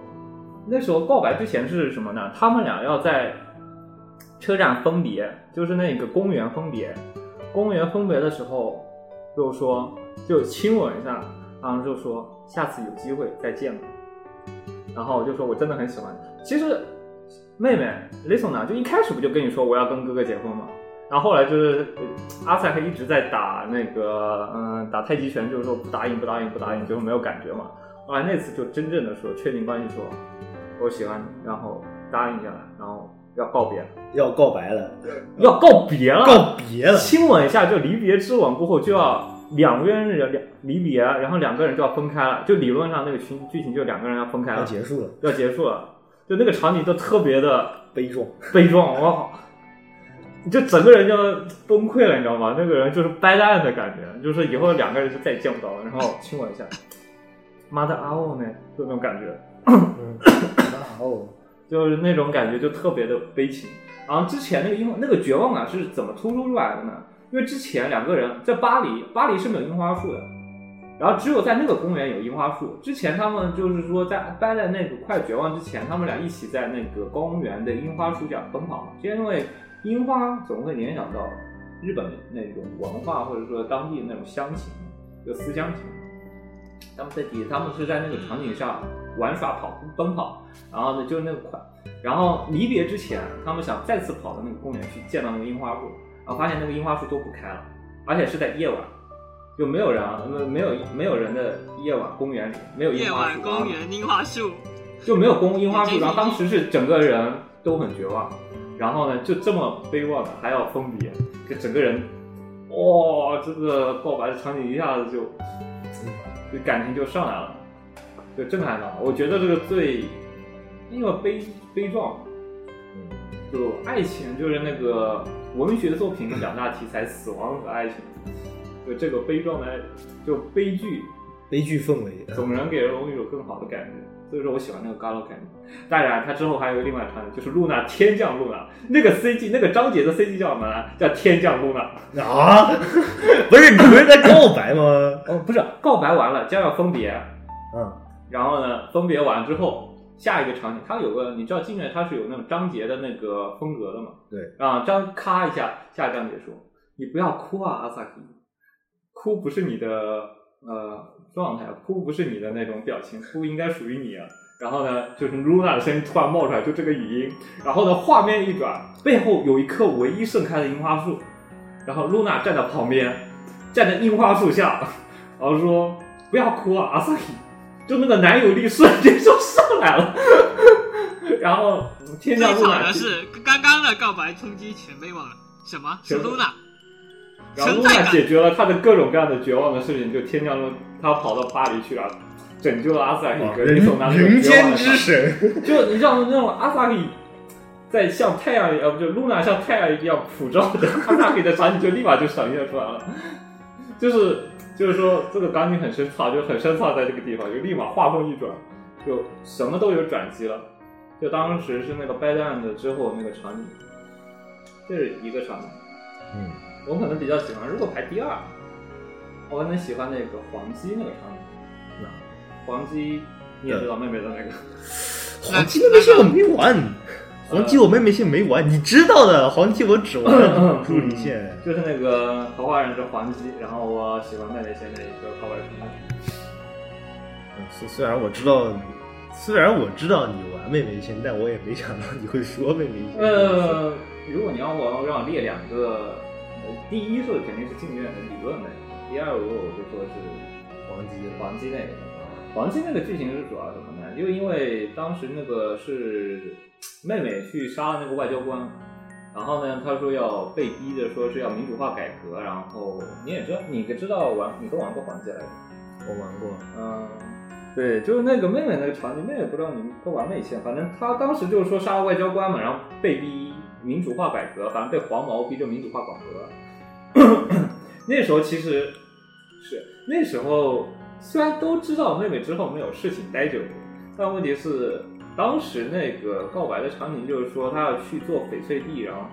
Speaker 6: 那时候告白之前是什么呢？他们俩要在车站分别，就是那个公园分别。公园分别的时候，就说就亲吻一下，然后就说下次有机会再见吧。然后我就说我真的很喜欢你。其实妹妹 Listen 呢，就一开始不就跟你说我要跟哥哥结婚吗？然后后来就是呃阿塞还一直在打那个嗯打太极拳，就是说不答应不答应不答应，就是没有感觉嘛。后来那次就真正的说确定关系说，我喜欢你，然后答应下来，然后要告别了，
Speaker 2: 要告白了，
Speaker 6: 要告别了，
Speaker 2: 告别 了，
Speaker 6: 亲吻一下就离别之吻过后就要两个人两离别，然后两个人就要分开了，就理论上那个剧剧情就两个人要分开
Speaker 2: 要
Speaker 6: 了，
Speaker 2: 结束了，
Speaker 6: 要结束了，就那个场景都特别的
Speaker 2: 悲壮。
Speaker 6: 悲壮，我靠，你就整个人就崩溃了，你知道吗？那个人就是掰烂的感觉，就是以后两个人就再也见不到了，然后亲吻一下，妈的啊哦呢，就那种感觉。
Speaker 2: 嗯 哇哦，
Speaker 6: 就是那种感觉就特别的悲情。然后之前那个樱花那个绝望感啊是怎么突出出来的呢？因为之前两个人在巴黎，巴黎是没有樱花树的，然后只有在那个公园有樱花树。之前他们就是说在待在那个快绝望之前，他们俩一起在那个公园的樱花树下奔跑，就因为樱花总会联想到日本那种文化或者说当地那种乡情，就思乡情。他们在底，他们是在那个场景下玩耍、跑步、奔跑，然后呢，就是那个快，然后离别之前，他们想再次跑到那个公园去见到那个樱花树，然后发现那个樱花树都不开了，而且是在夜晚，就没有人啊，没没有没有人的夜晚公园里没有樱
Speaker 5: 夜
Speaker 6: 花树，啊
Speaker 5: 晚公园樱花树，
Speaker 6: 就没有公樱花树，然后当时是整个人哦都很绝望，然后呢就这么悲望的还要分别，就整个人，哇、这个告白的场景一下子就，就感情就上来了，就震撼到了。我觉得这个最，因为悲悲壮，嗯就爱情就是那个文学作品的两大题材，死亡和爱情，就这个悲壮的爱，就悲剧
Speaker 2: 悲剧氛围，
Speaker 6: 总能给人一种更好的感觉。所以说我喜欢那个 Galo 感觉。当然，它之后还有一个另外一场景，就是露娜天降露娜那个 CG 那个章节的 CG 叫什么呢？叫天降露娜。
Speaker 2: 啊， 不是你不是在告白吗？
Speaker 6: 哦，不是，告白完了将要分别，
Speaker 2: 嗯，
Speaker 6: 然后呢，分别完之后，下一个场景，它有个你知道静月它是有那种章节的那个风格的嘛？
Speaker 2: 对。
Speaker 6: 啊，章咔一下，下一章节说：“你不要哭啊，阿萨克，哭不是你的呃状态，哭不是你的那种表情，哭应该属于你啊。”然后呢，就是露娜的声音突然冒出来，就这个语音。然后呢，画面一转，背后有一棵唯一盛开的樱花树，然后露娜站在旁边，站在樱花树下，然后说：“不要哭啊，阿萨克。”就那个男友力瞬间就上来了，然后天
Speaker 5: 最
Speaker 6: 降露
Speaker 5: 惨
Speaker 6: 娜
Speaker 5: 的是刚刚的告白冲击全被忘了，什么是
Speaker 6: 全部
Speaker 5: Luna？
Speaker 6: 然后露
Speaker 5: 存在
Speaker 6: 娜
Speaker 5: 感
Speaker 6: 解决了他的各种各样的绝望的事情，就天降露，他跑到巴黎去了，拯救了阿萨克和
Speaker 2: 人
Speaker 6: 伊索娜
Speaker 2: 人间之，神，
Speaker 6: 就你像那种阿萨克在像太阳一样，呃就露娜像太阳一样普照的 阿萨克的场景，就立马就闪现出来了，就是就是说这个钢琴很深藏，就很深藏在这个地方，就立马画风一转，就什么都有转机了。就当时是那个掰蛋的之后那个场景，这是一个场景。
Speaker 2: 嗯，
Speaker 6: 我可能比较喜欢，如果排第二，我可能喜欢那个黄鸡那个场景。黄鸡你也知道妹妹的那个，
Speaker 2: 黄鸡那边线我没玩，黄鸡我妹妹线没玩，你知道的，黄鸡我只
Speaker 6: 嗯
Speaker 2: 玩助理线，
Speaker 6: 就是那个桃花人之黄鸡，然后我喜欢妹妹线的一个告白场景。
Speaker 2: 虽虽然我知道。虽然我知道你玩妹妹线，但我也没想到你会说妹妹线。
Speaker 6: 呃，如果你要我让我列两个，呃第一是肯定是静院的理论那个，第二如果我就说是
Speaker 2: 黄鸡了
Speaker 6: 黄鸡那个。黄鸡那个剧情是主要是什么呢？就因为当时那个是妹妹去杀了那个外交官，然后呢，他说要被逼着说是要民主化改革，然后你也知道，你知道玩，你都玩过黄鸡来着？
Speaker 2: 我玩过，
Speaker 6: 嗯，对，就是那个妹妹那个场景，妹妹不知道你们都玩没线，反正她当时就是说杀了外交官嘛，然后被逼民主化改革，反正被黄毛逼着民主化改革。 那时候其实是那时候虽然都知道妹妹之后没有事情待久，但问题是当时那个告白的场景就是说他要去做翡翠帝，然后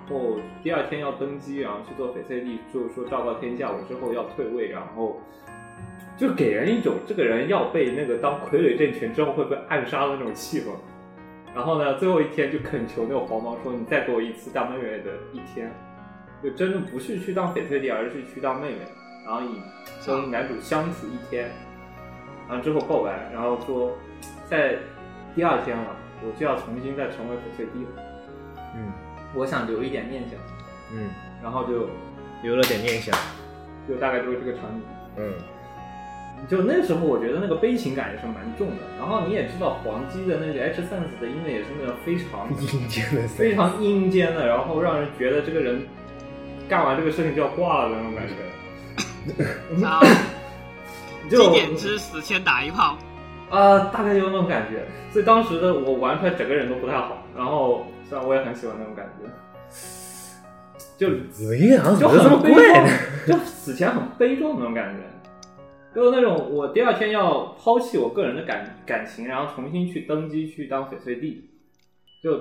Speaker 6: 第二天要登基，然后去做翡翠帝，就是说昭告天下，我之后要退位，然后就给人一种这个人要被那个当傀儡政权之后会被暗杀的那种气氛。然后呢，最后一天就恳求那个黄毛说：“你再给我一次当妹妹的一天。”就真的不是去当翡翠帝，而是去当妹妹，然后以跟男主相处一天，然后之后告白，然后说在第二天了，我就要重新再成为翡翠帝了，
Speaker 2: 嗯
Speaker 6: 我想留一点念想，
Speaker 2: 嗯，
Speaker 6: 然后就
Speaker 2: 留了点念想，
Speaker 6: 就大概就是这个场景。
Speaker 2: 嗯
Speaker 6: 就那时候，我觉得那个悲情感也是蛮重的。然后你也知道，黄鸡的那个 H sense 的音乐也是那种非 常
Speaker 2: 阴间的
Speaker 6: 非常阴间的，然后让人觉得这个人干完这个事情就要挂了的那种感觉。
Speaker 5: 啊，
Speaker 6: 就
Speaker 5: 几点之死先打一炮，
Speaker 6: 啊，大概就那种感觉。所以当时的我玩出来，整个人都不太好。然后虽然我也很喜欢那种感觉，就
Speaker 2: 有一个好像
Speaker 6: 就
Speaker 2: 怎么这么
Speaker 6: 很悲
Speaker 2: 怪
Speaker 6: 壮
Speaker 2: 呢？，
Speaker 6: 就死前很悲壮的那种感觉，就是那种我第二天要抛弃我个人的感感情，然后重新去登基去当翡翠帝。就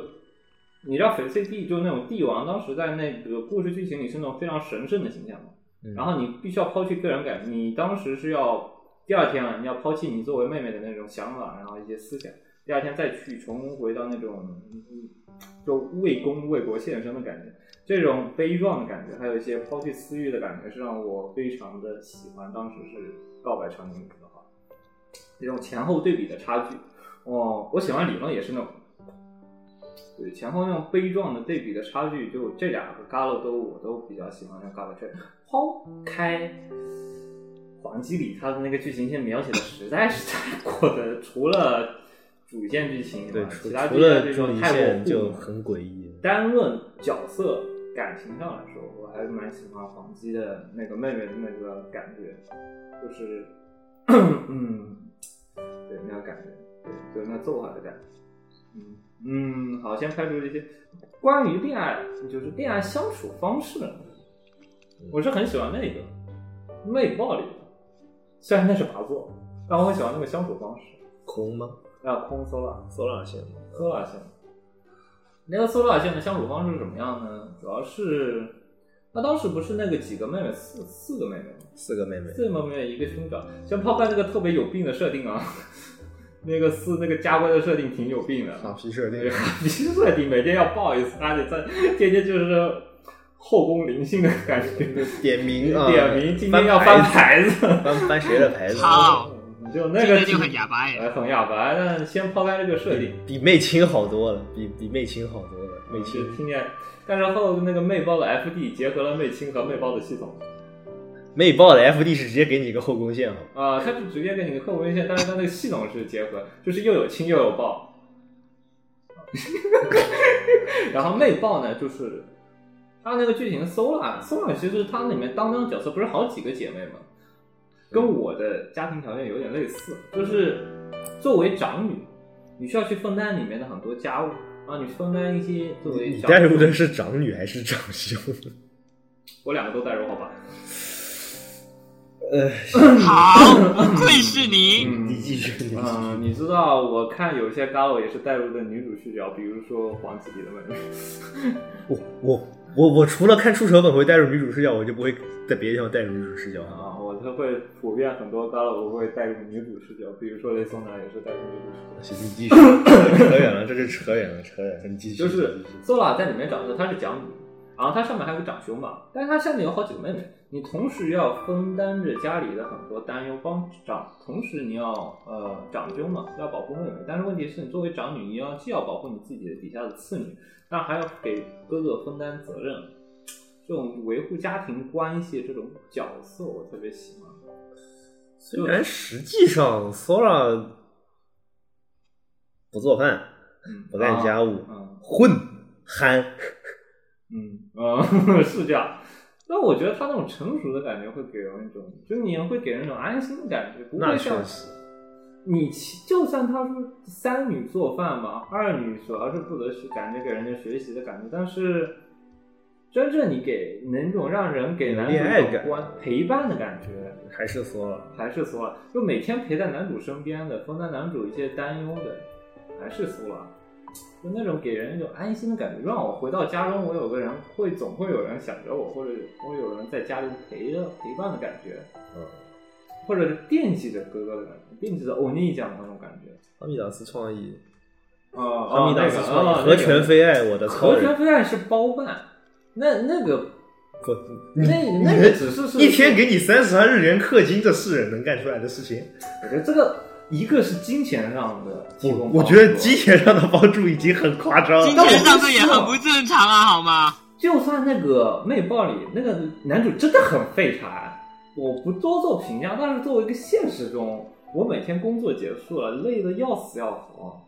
Speaker 6: 你知道翡翠帝就那种帝王，当时在那个故事剧情里是那种非常神圣的形象嘛。
Speaker 2: 嗯
Speaker 6: 然后你必须要抛弃个人感情，你当时是要第二天啊，你要抛弃你作为妹妹的那种想法，然后一些思想，第二天再去重回到那种嗯就为公为国献身的感觉，这种悲壮的感觉，还有一些抛弃私欲的感觉，是让我非常的喜欢。当时是告白场景里的话，这种前后对比的差距，哦，我喜欢理论也是那种。对前后那种悲壮的对比的差距，就这两个 g a l 都我都比较喜欢那 g a l 这抛开黄基里他的那个剧情线描写的实在是太过的，除了主线剧情以
Speaker 2: 对，
Speaker 6: 外，
Speaker 2: 除
Speaker 6: 其他
Speaker 2: 除
Speaker 6: 剧情
Speaker 2: 了
Speaker 6: 这
Speaker 2: 朱
Speaker 6: 种
Speaker 2: 一
Speaker 6: 太过
Speaker 2: 线
Speaker 6: 糊
Speaker 2: 就
Speaker 6: 弄了
Speaker 2: 很诡异。
Speaker 6: 单论角色感情上来说，我还是蛮喜欢黄鸡的那个妹妹的那个感觉，就是 嗯，对那个感觉，对就是那揍他的感觉，嗯嗯，好，先排除这些。关于恋爱，就是恋爱相处方式，我是很喜欢那个魅暴力的，虽然那是拔座，但我很喜欢那个相处方式。
Speaker 2: 空吗？
Speaker 6: 啊，空搜了。
Speaker 2: 索朗线
Speaker 6: 苏拉线。那个苏拉线的相处方式是什么样呢？主要是，他当时不是那个几个妹妹，四四个妹妹吗？
Speaker 2: 四个妹妹，
Speaker 6: 四个妹妹一个兄长，先抛开那个特别有病的设定啊， 那个四那个家规的设定挺有病的，
Speaker 2: 好皮设
Speaker 6: 对
Speaker 2: 定，
Speaker 6: 必须设定每天要抱一次，而且在天天就是后宫灵性的感觉，
Speaker 2: 点名啊，
Speaker 6: 点名今天要翻
Speaker 2: 翻
Speaker 6: 牌子，
Speaker 2: 子，翻翻谁的牌子？
Speaker 5: 操，
Speaker 6: 你 就那
Speaker 5: 哦今
Speaker 6: 个
Speaker 5: 天就很哑巴
Speaker 6: 哎
Speaker 5: 耶。
Speaker 6: 很哑巴。但先抛开这个设定，
Speaker 2: 比媚青好多了，比比媚青好多了，媚
Speaker 6: 美
Speaker 2: 青
Speaker 6: 青听见，但是后那个魅包的 FD 结合了魅青和魅包的系统
Speaker 2: 媚豹的 FD 是直接给你一个后宫线哈，
Speaker 6: 啊，它是直接给你个客户文献，但是它那个系统是结合，就是又有青又有豹。 然后魅豹呢，就是它那个剧情 Sola，Sola 其实它里面当当角色不是好几个姐妹吗？跟我的家庭条件有点类似，就是作为长女，你需要去分担里面的很多家务，然后你分担一些作为
Speaker 2: 你
Speaker 6: 长女
Speaker 2: 带入的是长女还是长兄？
Speaker 6: 我两个都带入好吧？
Speaker 2: 呃，
Speaker 5: 好，愧是你。
Speaker 6: 嗯
Speaker 2: 你继续，你继续
Speaker 6: 嗯，你知道，我看有些 GALO 也是带入的女主视角，比如说黄子里的妹妹。
Speaker 2: 我我我我除了看出手本会带入女主视角，我就不会在别的地方带入女主视角啊。
Speaker 6: 啊，我就会普遍很多 GALO 我会带入女主视角，比如说雷松达也是带入女主视角。
Speaker 2: 行你继续，扯远了，这就扯远了，扯远了，你继续。
Speaker 6: 就是
Speaker 2: 继续
Speaker 6: Sola 在里面长的她是长女，然后她上面还有个长兄嘛，但是她下面有好几个妹妹，你同时要分担着家里的很多担忧，帮长，同时你要呃长兄嘛要保护妹妹，但是问题是你作为长女，你要既要保护你自己的底下的次女，但还要给哥哥分担责任，这种维护家庭关系这种角色我特别喜欢。
Speaker 2: 虽然实际上 Sora 不做饭、
Speaker 6: 嗯，
Speaker 2: 不干家务、
Speaker 6: 嗯
Speaker 2: 混憨，
Speaker 6: 嗯嗯， 是这样。但我觉得他那种成熟的感觉会给人一种，就你会给人一种安心的感觉，不
Speaker 2: 那
Speaker 6: 会
Speaker 2: 确
Speaker 6: 像
Speaker 2: 实。
Speaker 6: 你其就算他说三女做饭吧，二女主要是负责学，感觉给人家学习的感觉，但是真正你给那种让人给男主
Speaker 2: 恋爱
Speaker 6: 一种
Speaker 2: 感
Speaker 6: 关陪伴的感觉，
Speaker 2: 还是 Sora。
Speaker 6: 还是苏拉，就每天陪在男主身边的，分担男主一些担忧的，还是苏拉。就那种给人一种安心的感觉，让我回到家中，我有个人会总会有人想着我，或者会有人在家里陪着陪伴的感觉，
Speaker 2: 嗯，
Speaker 6: 或者是惦记着哥哥的感觉，惦记着欧尼酱的那种感觉。
Speaker 2: 阿米达斯创意，哦
Speaker 6: 啊，
Speaker 2: 阿米达斯创意，
Speaker 6: 啊，
Speaker 2: 和全非爱我的超
Speaker 6: 和
Speaker 2: 人
Speaker 6: 全，非爱是包办，那那个
Speaker 2: 不，
Speaker 6: 那那个只是是
Speaker 2: 一天给你三十万日元氪金，这是人能干出来的事情？
Speaker 6: 我觉得这个一个是金钱上的提供帮助，
Speaker 2: 我觉得金钱上的帮助已经很夸
Speaker 6: 嗯
Speaker 2: 张
Speaker 5: 金
Speaker 2: 了。
Speaker 5: 钱上的也很不正常啊，好吗？
Speaker 6: 就算那个《魅爆》里那个男主真的很废柴，我不多做评价，但是作为一个现实中，我每天工作结束了，累得要死要活，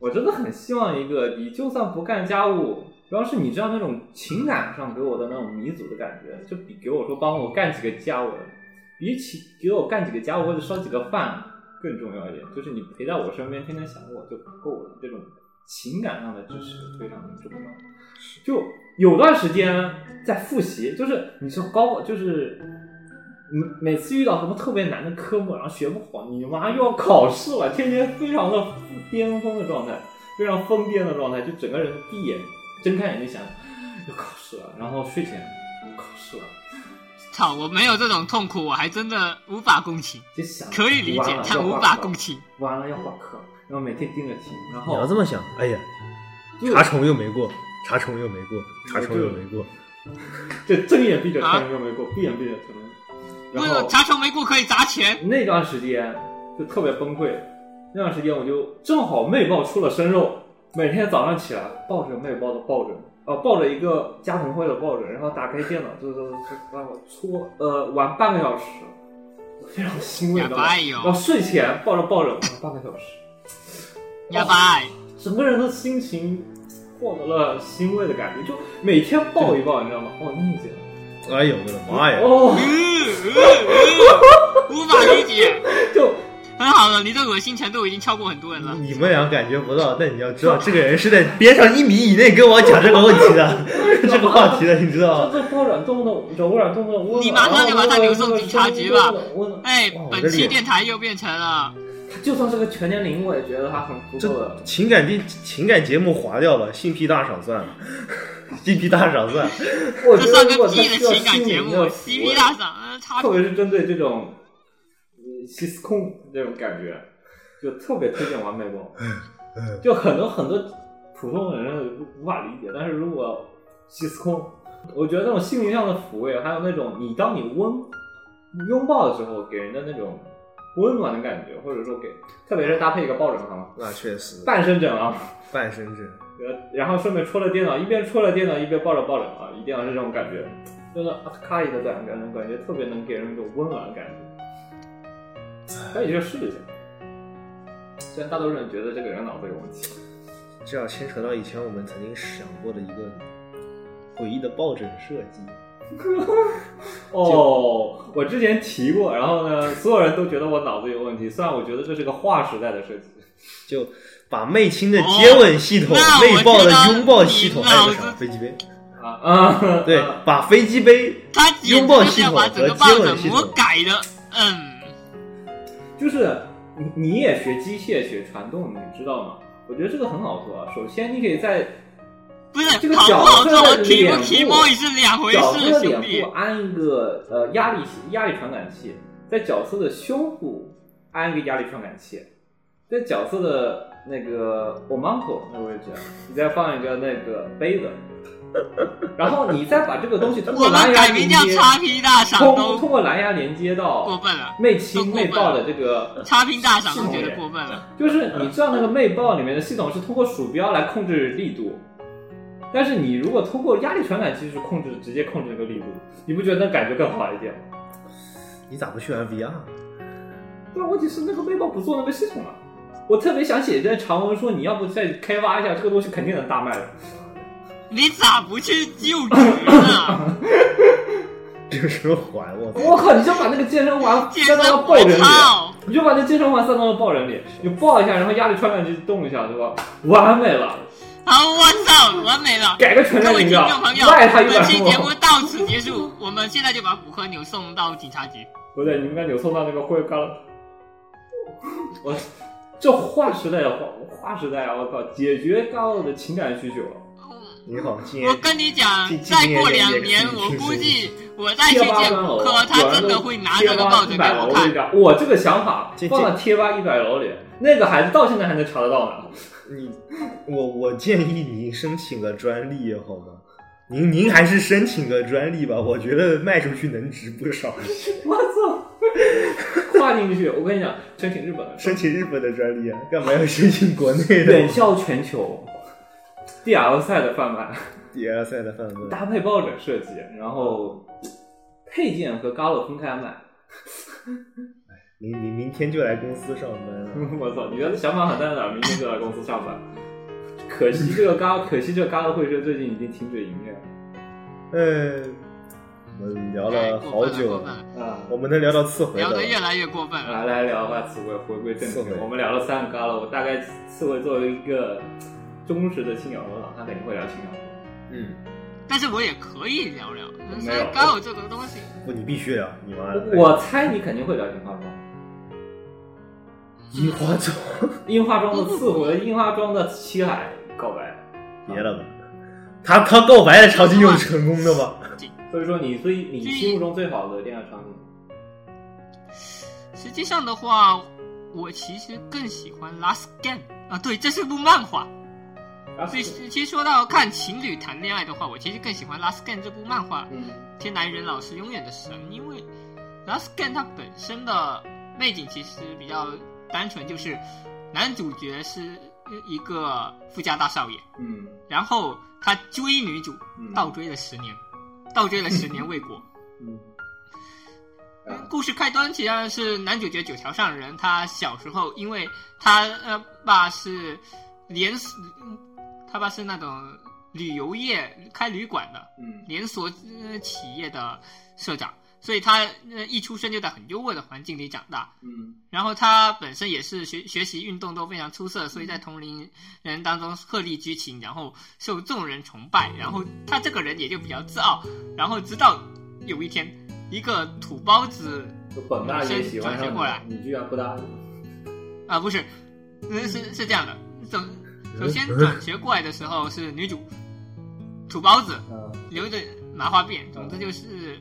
Speaker 6: 我真的很希望一个你就算不干家务，主要是你知道那种情感上给我的那种弥足的感觉，就比给我说帮我干几个家务，比起给我干几个家务或者烧几个饭更重要一点，就是你陪在我身边，天天想我就够了，这种情感上的支持非常重要。就有段时间在复习，就是你说高，就是你每次遇到什么特别难的科目，然后学不好，你妈又要考试了，天天非常的巅峰的状态，非常疯癫的状态，就整个人闭眼睁开眼睛想要考试了，然后睡前又考试了，
Speaker 5: 操，我没有这种痛苦，我还真的无法共情，
Speaker 6: 就想
Speaker 5: 可以理解
Speaker 6: 完，了
Speaker 5: 但
Speaker 6: 要
Speaker 5: 无
Speaker 6: 挂
Speaker 5: 法
Speaker 6: 科
Speaker 5: 共情。
Speaker 6: 完了要挂科，然后每天盯着题，然
Speaker 2: 你
Speaker 6: 后
Speaker 2: 要这么想，哎呀，
Speaker 6: 哦就
Speaker 2: 查重又没过，查重又没过，查重又没过，
Speaker 6: 就睁眼闭着
Speaker 5: 啊
Speaker 6: 全都没过，闭眼闭着全没过，然
Speaker 5: 为
Speaker 6: 后
Speaker 5: 了查穷没过可以砸钱，
Speaker 6: 那段时间就特别崩溃，那段时间我就正好妹报出了生肉，每天早上起来抱着妹报的抱枕，呃，抱着一个家庭会的抱枕，然后打开电脑，就就就让我搓呃玩半个小时，非常欣慰
Speaker 5: 哑
Speaker 6: 的，
Speaker 5: 巴
Speaker 6: 然后
Speaker 5: 哟，
Speaker 6: 睡前抱着抱枕玩半个小时，
Speaker 5: 哑巴。哎
Speaker 6: 整个人的心情获得了欣慰的感觉，就每天抱一抱，你知道吗？哦，那一节，
Speaker 2: 哎呦我的妈呀！
Speaker 6: 哦，
Speaker 5: 嗯嗯嗯无法理解。
Speaker 6: 就
Speaker 5: 很好了，你的恶心程度已经超过很多人了。
Speaker 2: 你们俩感觉不到，但你要知道，这个人是在边上一米以内跟我讲这个问题 的， 这个话题的，你知道
Speaker 6: 就
Speaker 2: 吗？
Speaker 6: 这包软动不动柔软动不动温
Speaker 5: 你马上就把他留送警察局吧
Speaker 6: 温暖
Speaker 5: 哎
Speaker 2: 哇，我的
Speaker 5: 本期
Speaker 2: 脸
Speaker 5: 电台又变成了
Speaker 6: 就算是个全年龄，我也觉得他很足够
Speaker 2: 这
Speaker 6: 的。
Speaker 2: 情感电情感节目划掉了，性癖大赏算了， 性癖大赏算了，
Speaker 6: 我
Speaker 5: 这
Speaker 6: 觉
Speaker 5: 算
Speaker 6: 得如
Speaker 5: 个
Speaker 6: 果他
Speaker 5: 屁
Speaker 6: 需要
Speaker 5: 的情感
Speaker 6: 心
Speaker 5: 节
Speaker 6: 灵
Speaker 5: 目
Speaker 6: 的抚慰
Speaker 5: ，CP 大赏，呃插
Speaker 6: 特别是针对这种嗯西斯控这种感觉，就特别推荐完美包。就很多很多普通人无法理解，但是如果西斯控，我觉得那种心灵上的抚慰，还有那种你当你温拥抱的时候给人的那种温暖的感觉，或者说给，特别是搭配一个抱枕哈，
Speaker 2: 那确实
Speaker 6: 半身枕啊。
Speaker 2: 半身枕，
Speaker 6: 呃，然后顺便戳了电脑，一边戳了电脑，一边抱着抱着啊，一定要是这种感觉，真的啊咔一的感觉，感觉特别能给人一种温暖的感觉。可以去试一下，虽然大多数人觉得这个人脑子有问题，
Speaker 2: 这要牵扯到以前我们曾经想过的一个诡异的抱枕设计。
Speaker 6: 哦，我之前提过，然后呢，所有人都觉得我脑子有问题，虽然我觉得这是个划时代的设计，
Speaker 2: 就把媚亲的接吻系统、
Speaker 5: 哦那我
Speaker 2: 媚抱的拥抱系统，
Speaker 5: 知道
Speaker 2: 还
Speaker 5: 了
Speaker 2: 有个啥飞机杯？
Speaker 6: 啊啊，
Speaker 2: 对
Speaker 6: 啊，
Speaker 2: 把飞机杯
Speaker 5: 他简
Speaker 2: 拥抱
Speaker 5: 直是
Speaker 2: 系
Speaker 5: 要
Speaker 2: 统
Speaker 5: 把整
Speaker 2: 和
Speaker 5: 个抱
Speaker 2: 接吻
Speaker 5: 枕
Speaker 2: 系
Speaker 5: 魔
Speaker 2: 统，
Speaker 5: 改的。嗯，
Speaker 6: 就是你你也学机械学传动，你知道吗？我觉得这个很好做啊。首先，你可以在
Speaker 5: 不是
Speaker 6: 这个
Speaker 5: 好不
Speaker 6: 角
Speaker 5: 好
Speaker 6: 色
Speaker 5: 做和
Speaker 6: 的
Speaker 5: key
Speaker 6: 脸
Speaker 5: 不
Speaker 6: 部
Speaker 5: key boy 是两回
Speaker 6: 角色
Speaker 5: 事，
Speaker 6: 脸
Speaker 5: 兄弟
Speaker 6: 部。安一个呃压力压力传感器，在角色的胸部安一个压力传感器，在角色的那个 o m a n c o 那个位置，你再放一个那个杯子，然后你再把这个东西通
Speaker 5: 我
Speaker 6: 过蓝
Speaker 5: 们
Speaker 6: 牙
Speaker 5: 改名
Speaker 6: 连
Speaker 5: 叫
Speaker 6: 接，
Speaker 5: 叉 P 大赏
Speaker 6: 通
Speaker 5: 都
Speaker 6: 通过蓝牙连接
Speaker 5: 过
Speaker 6: 到
Speaker 5: 分了，
Speaker 6: 魅
Speaker 5: 都
Speaker 6: 亲
Speaker 5: 过分
Speaker 6: 魅
Speaker 5: 了
Speaker 6: 豹的这个
Speaker 5: 叉 P 大赏都觉得过分 了。
Speaker 6: 就是你知道那个魅豹里面的系统是通过鼠标来控制力度，但是你如果通过压力传感器是控制直接控制这个力度，你不觉得那感觉更好一点吗？
Speaker 2: 你咋不去玩 VR？
Speaker 6: 但问题是那个魅豹不做那个系统啊。我特别想写一段长文说，你要不再开发一下这个东西，肯定能大卖的。
Speaker 5: 你咋不去就职 呢？
Speaker 2: 这时候还我操！
Speaker 6: 我靠，你就把那个健身环
Speaker 5: 健
Speaker 6: 塞
Speaker 5: 身
Speaker 6: 到那个抱
Speaker 5: 我
Speaker 6: 枕里，
Speaker 5: 操！
Speaker 6: 你就把那健身环塞到那个抱枕里，你抱一下，然后压力传感器动一下，对吧？完美了，
Speaker 5: 好，我操，完美了。
Speaker 6: 改个全
Speaker 5: 各
Speaker 6: 身
Speaker 5: 位
Speaker 6: 形
Speaker 5: 听
Speaker 6: 象
Speaker 5: 众朋，友，
Speaker 6: 卖他一
Speaker 5: 本
Speaker 6: 百
Speaker 5: 期节目
Speaker 6: 多。
Speaker 5: 到此结束，我们现在就把骨科牛送到警察局。
Speaker 6: 不对，你应该扭送到那个灰缸了。我这划时代的划划时代啊！我靠，解决大佬的情感需求啊了。
Speaker 2: 你好，今年
Speaker 5: 我跟你讲
Speaker 2: 今，
Speaker 5: 再过
Speaker 2: 今
Speaker 5: 两
Speaker 2: 年
Speaker 5: 年
Speaker 2: 也可以，
Speaker 5: 我
Speaker 2: 去
Speaker 5: 估
Speaker 2: 世
Speaker 5: 计我再去
Speaker 6: 贴吧
Speaker 5: 见
Speaker 6: 三
Speaker 5: 骨
Speaker 6: 楼，啊
Speaker 5: 科，他真的会拿这个报纸
Speaker 6: 一
Speaker 5: 给
Speaker 6: 百楼，
Speaker 5: 我
Speaker 6: 我跟你
Speaker 5: 看。
Speaker 6: 讲，我这个想法
Speaker 2: 这这
Speaker 6: 放到贴吧一百楼里，那个孩子到现在还能查得到 呢。
Speaker 2: 你我我建议您申请个专利好吗？您您还是申请个专利吧，我觉得卖出去能值不少。
Speaker 6: 我操！ 跨进去，我跟你讲，申请日本的，
Speaker 2: 申请日本的专利啊，干嘛要申请国内的
Speaker 6: 远销全球，DL 赛的贩卖，
Speaker 2: DL 赛的范围？
Speaker 6: 搭配抱枕设计，然后配件和 Galo 分开卖。
Speaker 2: 明明明天就来公司上班了。
Speaker 6: 我操，你的想法很大胆，明天就来公司上班。可惜这个嘎， 可惜这个嘎的会社最近已经停止营业了
Speaker 2: 嗯，我们聊
Speaker 5: 哎
Speaker 2: 了好
Speaker 5: 过分
Speaker 2: 久
Speaker 5: 过，分了
Speaker 6: 啊
Speaker 2: 我们能聊到次回
Speaker 5: 聊
Speaker 2: 的
Speaker 5: 得越
Speaker 2: 了。
Speaker 5: 来越过分了。
Speaker 6: 来啊来聊吧，刺猬回归正
Speaker 2: 刺
Speaker 6: 题
Speaker 2: 猬。
Speaker 6: 我们聊了三个嘎了，我大概刺猬作为一个忠实的青鸟罗党，他肯定会聊青鸟罗。
Speaker 2: 嗯，
Speaker 5: 但是我也可以聊聊，所
Speaker 6: 没
Speaker 5: 以
Speaker 6: 有
Speaker 5: 刚好这个东西，
Speaker 2: 不，你必须聊，你妈的。
Speaker 6: 我猜你肯定会聊樱花庄，
Speaker 2: 樱花庄，
Speaker 6: 樱花庄的刺猬，樱花庄的七海告白。
Speaker 2: 别了吧。他他告白的场景有成功的吗？
Speaker 6: 所以说你最你心目中最好的恋爱场景，
Speaker 5: 实际上的话，我其实更喜欢《Last Game》啊，对，这是部漫画。
Speaker 6: 啊
Speaker 5: 所以其实说到看情侣谈恋爱的话，我其实更喜欢《Last Game》这部漫画。
Speaker 6: 嗯，
Speaker 5: 天南人老师永远的神，因为《Last Game》它本身的背景其实比较单纯，就是男主角是一个富家大少爷，
Speaker 6: 嗯
Speaker 5: 然后他追女主，
Speaker 6: 嗯，
Speaker 5: 倒追了十年，倒追了十年未果。
Speaker 6: 嗯，啊
Speaker 5: 故事开端其实是男主角九条上人，他小时候因为他呃爸是连锁，嗯他爸是那种旅游业开旅馆的，
Speaker 6: 嗯
Speaker 5: 连锁呃企业的社长，所以他呃一出生就在很优渥的环境里长大。
Speaker 6: 嗯
Speaker 5: 然后他本身也是学学习运动都非常出色，所以在同龄人当中鹤立鸡群，然后受众人崇拜。然后他这个人也就比较自傲。然后直到有一天，一个土包子
Speaker 6: 就本大爷喜欢上
Speaker 5: 转身过来
Speaker 6: 你，你居然不答应，
Speaker 5: 啊，不是，嗯是是这样的，首首先转学过来的时候是女主土包子，
Speaker 6: 啊，
Speaker 5: 留着麻花辫，总之就是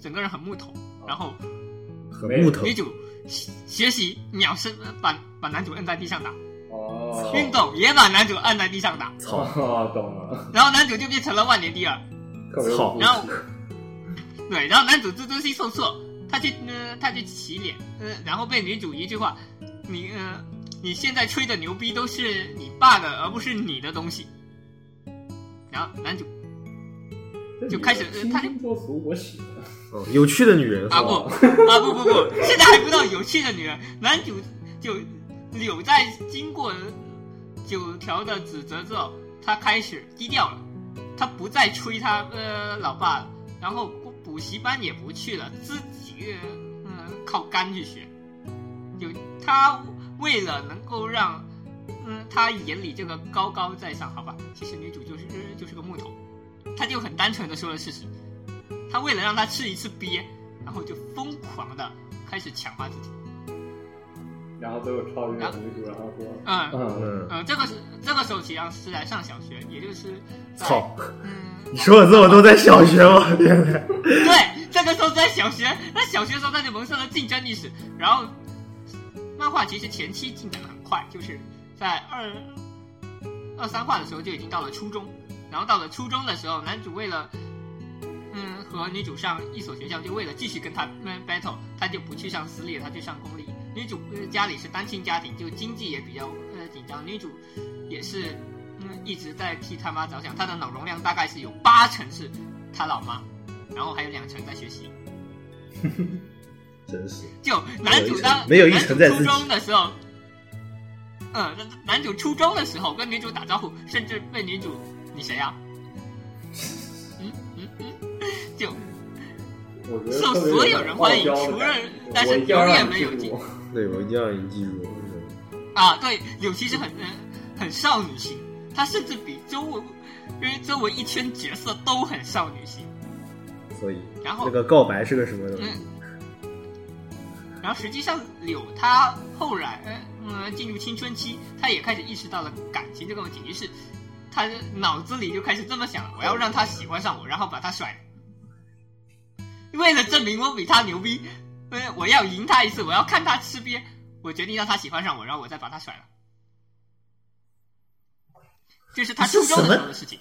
Speaker 5: 整个人很木头。
Speaker 6: 哦
Speaker 5: 然后
Speaker 2: 很木头
Speaker 5: 女，主学学习秒身把把男主摁在地上打，
Speaker 6: 哦，
Speaker 5: 运动也把男主摁在地上打，
Speaker 2: 操，
Speaker 6: 哦，哦懂了，
Speaker 5: 然后男主就变成了万年第二。
Speaker 6: 特别
Speaker 2: 操
Speaker 6: 无辜
Speaker 5: 然后，对，然后男主自尊心受挫，他去，呃，他去洗脸，呃，然后被女主一句话，你，呃，你现在吹的牛逼都是你爸的，而不是你的东西。然后男主就开始
Speaker 6: 这女的
Speaker 5: 他就
Speaker 6: 清新脱俗，我喜欢。
Speaker 2: 哦有趣的女人
Speaker 5: 啊
Speaker 2: 是
Speaker 5: 不
Speaker 2: 吧？
Speaker 5: 啊不不不，现在还不到有趣的女人，男主就柳在经过九条的指责之后，他开始低调了，他不再吹他呃老爸了，然后补补习班也不去了，自己嗯、呃靠肝去学，有他为了能够让嗯他眼里这个高高在上，好吧，其实女主就是呃就是个木头，他就很单纯的说了事实，他为了让他吃一次鳖。然后就疯狂的开始强化自己。
Speaker 6: 然后最后超越了女主，然后说，
Speaker 5: 嗯
Speaker 6: 嗯，
Speaker 2: 嗯，
Speaker 5: 呃，这个是这个时候其实是在上小学，也就是在
Speaker 2: 操，
Speaker 5: 嗯，
Speaker 2: 你说的这么多在小学吗？ 原来，
Speaker 5: 对，这个时候在小学，那小学的时候他就萌生了竞争意识。然后漫画其实前期进展得很快，就是在二二三话的时候就已经到了初中，然后到了初中的时候，男主为了嗯和女主上一所学校，就为了继续跟他们 battle，他就不去上私立，他去上公立。女主呃家里是单亲家庭，就经济也比较呃紧张，女主也是嗯一直在替他妈着想，她的脑容量大概是有八成是她老妈。然后还有两层在学习。
Speaker 2: 真是
Speaker 5: 就男主当
Speaker 2: 没有一
Speaker 5: 男
Speaker 2: 层
Speaker 5: 主
Speaker 2: 没有一层在自
Speaker 5: 初
Speaker 2: 己
Speaker 5: 中的时候，嗯，男男主初中的时候跟女主打招呼，甚至被女主你谁 啊？嗯嗯嗯，就
Speaker 6: 我觉得
Speaker 5: 受
Speaker 6: 特别
Speaker 5: 所有人欢迎
Speaker 6: 傲娇的
Speaker 5: 除了
Speaker 6: 感觉
Speaker 5: 但是
Speaker 6: 我一定要
Speaker 5: 永远
Speaker 6: 让你
Speaker 5: 没有
Speaker 6: 记住
Speaker 5: 进
Speaker 6: 我
Speaker 2: 对我一定要让你记住。
Speaker 5: 啊，对，柳七是很嗯很少女心，她甚至比周围因为周围一圈角色都很少女心。
Speaker 2: 所以
Speaker 5: 然后
Speaker 2: 那个告白是个什么东西？
Speaker 5: 嗯，然后实际上柳她后来嗯进入青春期，她也开始意识到了感情这个问题，于是她脑子里就开始这么想了：我要让他喜欢上我，然后把他甩了。为了证明我比他牛逼，呃，我要赢他一次，我要看他吃瘪。我决定让他喜欢上我，然后我再把他甩了。这是他初中的时候的事情。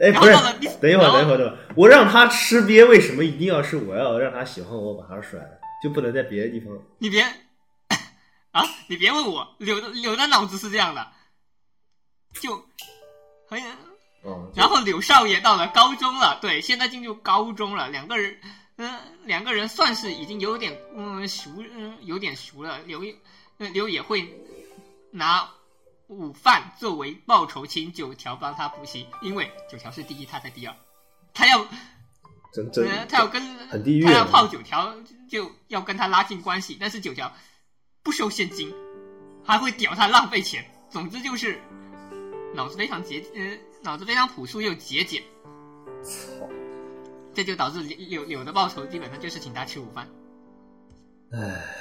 Speaker 2: 哎，
Speaker 5: 然
Speaker 2: 不
Speaker 5: 后
Speaker 2: 是
Speaker 5: 到，了第，
Speaker 2: 等一会儿，
Speaker 5: 然后
Speaker 2: 等一会儿，等一会儿，我让他吃瘪，为什么一定要是我要让他喜欢我，把他甩了，就不能在别的地方？
Speaker 5: 你别啊，你别问我，柳的柳的脑子是这样的，就很。
Speaker 2: 哦，
Speaker 5: 然后柳少爷到了高中了，对，现在进入高中了，两个人，嗯、两个人算是已经有点嗯熟，嗯、有点熟了。柳也，呃柳也会拿午饭作为报酬，请九条帮他补习，因为九条是第一，他在第二，他要
Speaker 2: 真真
Speaker 5: 呃，他要跟
Speaker 2: 很地狱
Speaker 5: 他要
Speaker 2: 啊
Speaker 5: 泡九条，就要跟他拉近关系，但是九条不收现金，还会屌他浪费钱。总之就是脑子非常节，呃，脑子非常朴素又节俭，
Speaker 2: 操，
Speaker 5: 这就导致柳柳柳的报酬基本上就是请他吃午饭，
Speaker 2: 哎，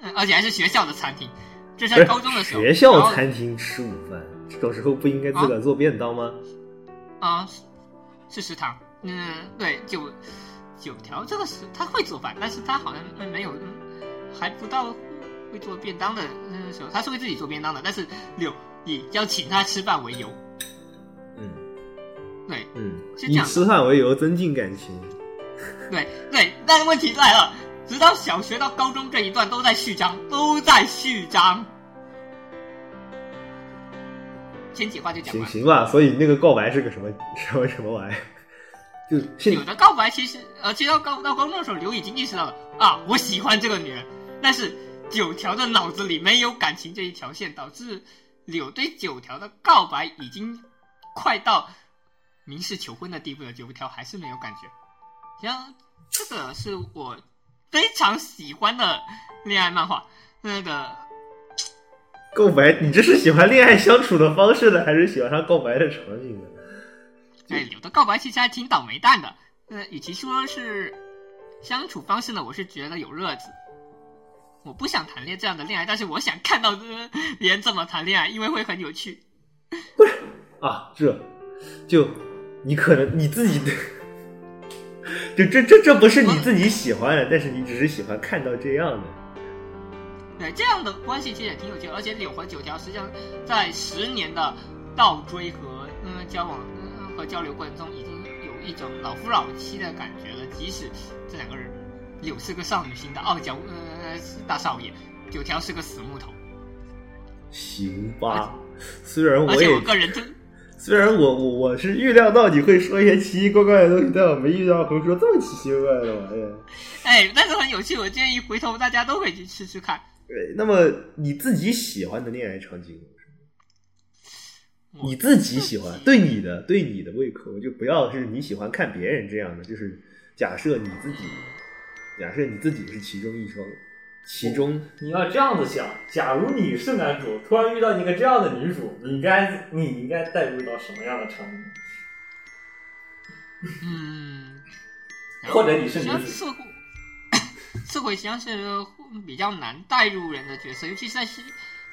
Speaker 5: 嗯而且还是学校的餐厅。这是
Speaker 2: 不
Speaker 5: 在
Speaker 2: 是
Speaker 5: 高中的时候，
Speaker 2: 学校
Speaker 5: 然后
Speaker 2: 餐厅吃午饭，这种时候不应该自个儿做便当吗？
Speaker 5: 啊、是是食堂。嗯，对，九九条这个是他会做饭，但是他好像嗯没有，嗯还不到会做便当的嗯时候，他是会自己做便当的，但是柳以要请他吃饭为由，
Speaker 2: 嗯
Speaker 5: 对
Speaker 2: 嗯，
Speaker 5: 是这
Speaker 2: 以
Speaker 5: 样的
Speaker 2: 吃饭为由增进感情，
Speaker 5: 对对，但问题来了，直到小学到高中这一段都在序章，都在序章。前几话就讲
Speaker 2: 行
Speaker 5: 完了。
Speaker 2: 行吧。所以那个告白是个什么什么什么玩意儿？ 就现
Speaker 5: 有的告白其实，呃，其实到高到高中的时候，刘已经意识到了啊，我喜欢这个女人，但是九条的脑子里没有感情这一条线，导致柳对九条的告白已经快到明示求婚的地步了，九条还是没有感觉。然后这个是我非常喜欢的恋爱漫画，那个
Speaker 2: 告白，你这是喜欢恋爱相处的方式呢，还是喜欢上告白的场景呢？
Speaker 5: 哎，柳的告白其实还挺倒霉蛋的。呃，与其说是相处方式呢，我是觉得有乐子。我不想谈恋这样的恋爱，但是我想看到呃别人这么谈恋爱，因为会很有趣。
Speaker 2: 啊，这就你可能你自己的，就这这这不是你自己喜欢的，但是你只是喜欢看到这样的。
Speaker 5: 对，这样的关系其实也挺有趣的。而且柳和九条实际上在十年的倒追和嗯交往嗯和交流过程中，已经有一种老夫老妻的感觉了。即使这两个人，柳是个少女心的傲娇呃大少爷，九条是个死木头。
Speaker 2: 行吧，虽然
Speaker 5: 而
Speaker 2: 我
Speaker 5: 且
Speaker 2: 也
Speaker 5: 我个人真。
Speaker 2: 虽然我我我是预料到你会说一些奇奇怪怪的东西，但我没预料到会说这么奇奇怪怪的玩意儿。
Speaker 5: 哎，但是很有趣，我建议回头大家都可以去吃吃看。
Speaker 2: 对，那么你自己喜欢的恋爱场景，
Speaker 5: 我
Speaker 2: 你自己喜欢，对你的对你的胃口，就不要是你喜欢看别人这样的，就是假设你自己，假设你自己是其中一双，其中
Speaker 3: 你要这样子想，假如你是男主，突然遇到一个这样的女主，你应该你应该带入到什么样的场景？
Speaker 5: 嗯，
Speaker 3: 或者你是
Speaker 5: 实际
Speaker 3: 女主，
Speaker 5: 上刺回刺回实际上是比较难带入人的角色，尤其是在是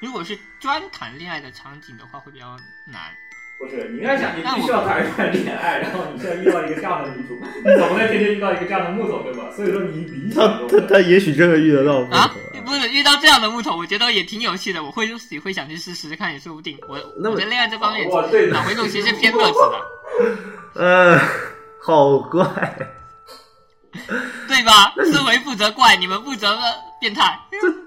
Speaker 5: 如果是专谈恋爱的场景的话，会比较难。
Speaker 3: 不是，你应该想你必须要谈一段恋爱，然后你现在遇到一个这样的女主，你总不能天天遇到一个这样的木头对吧？所以说你理
Speaker 2: 他
Speaker 3: 想中
Speaker 2: 他
Speaker 3: 的
Speaker 2: 他也许真的遇得到木头
Speaker 5: 啊，不是遇到这样的木头，我觉得也挺有趣的，我会自己会想去试试看，也说不定。我
Speaker 2: 那么啊
Speaker 5: 我在恋爱这方面
Speaker 3: 哇对，的
Speaker 5: 脑回路其实偏乐子 的，
Speaker 2: 嗯、好怪，
Speaker 5: 对吧？思维负责怪，你们负责变态，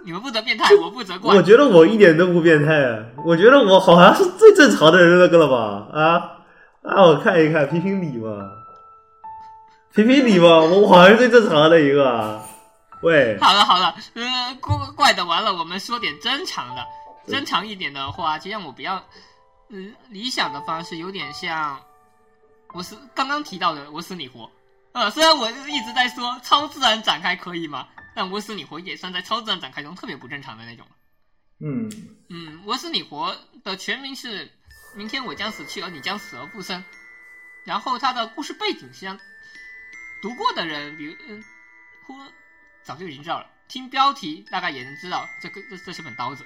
Speaker 5: 你们负责变态，我负责怪
Speaker 2: 我。觉得我一点都不变态啊，我觉得我好像是最正常的人那个了吧？啊啊，我看一看，评评理嘛，评评理嘛，我我好像是最正常的一个啊，喂，
Speaker 5: 好了好了，呃，怪怪的完了，我们说点正常的，正常一点的话，就让我比较，嗯、理想的方式有点像，我是刚刚提到的我死你活，呃，虽然我一直在说超自然展开可以吗？但我死你活也算在超自然展开中特别不正常的那种。
Speaker 6: 嗯，
Speaker 5: 嗯，我死你活的全名是“明天我将死去，而你将死而复生”。然后它的故呃事背景实际上，读过的人，比如嗯，或早就已经知道了。听标题大概也能知道这个这这是本刀子。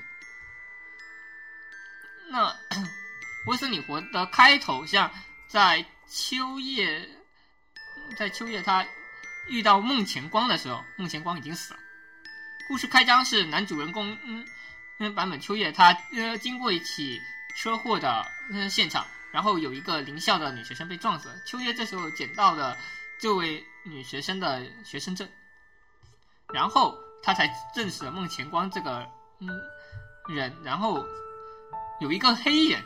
Speaker 5: 那呃我死你活的开头，像在秋叶，在秋叶他遇到孟前光的时候，孟前光已经死了。故事开张是男主人公嗯嗯版本秋叶他呃经过一起车祸的嗯现场，然后有一个林校的女学生被撞死了，秋叶这时候捡到了这位女学生的学生证，然后他才认识了孟前光这个嗯人，然后有一个黑衣人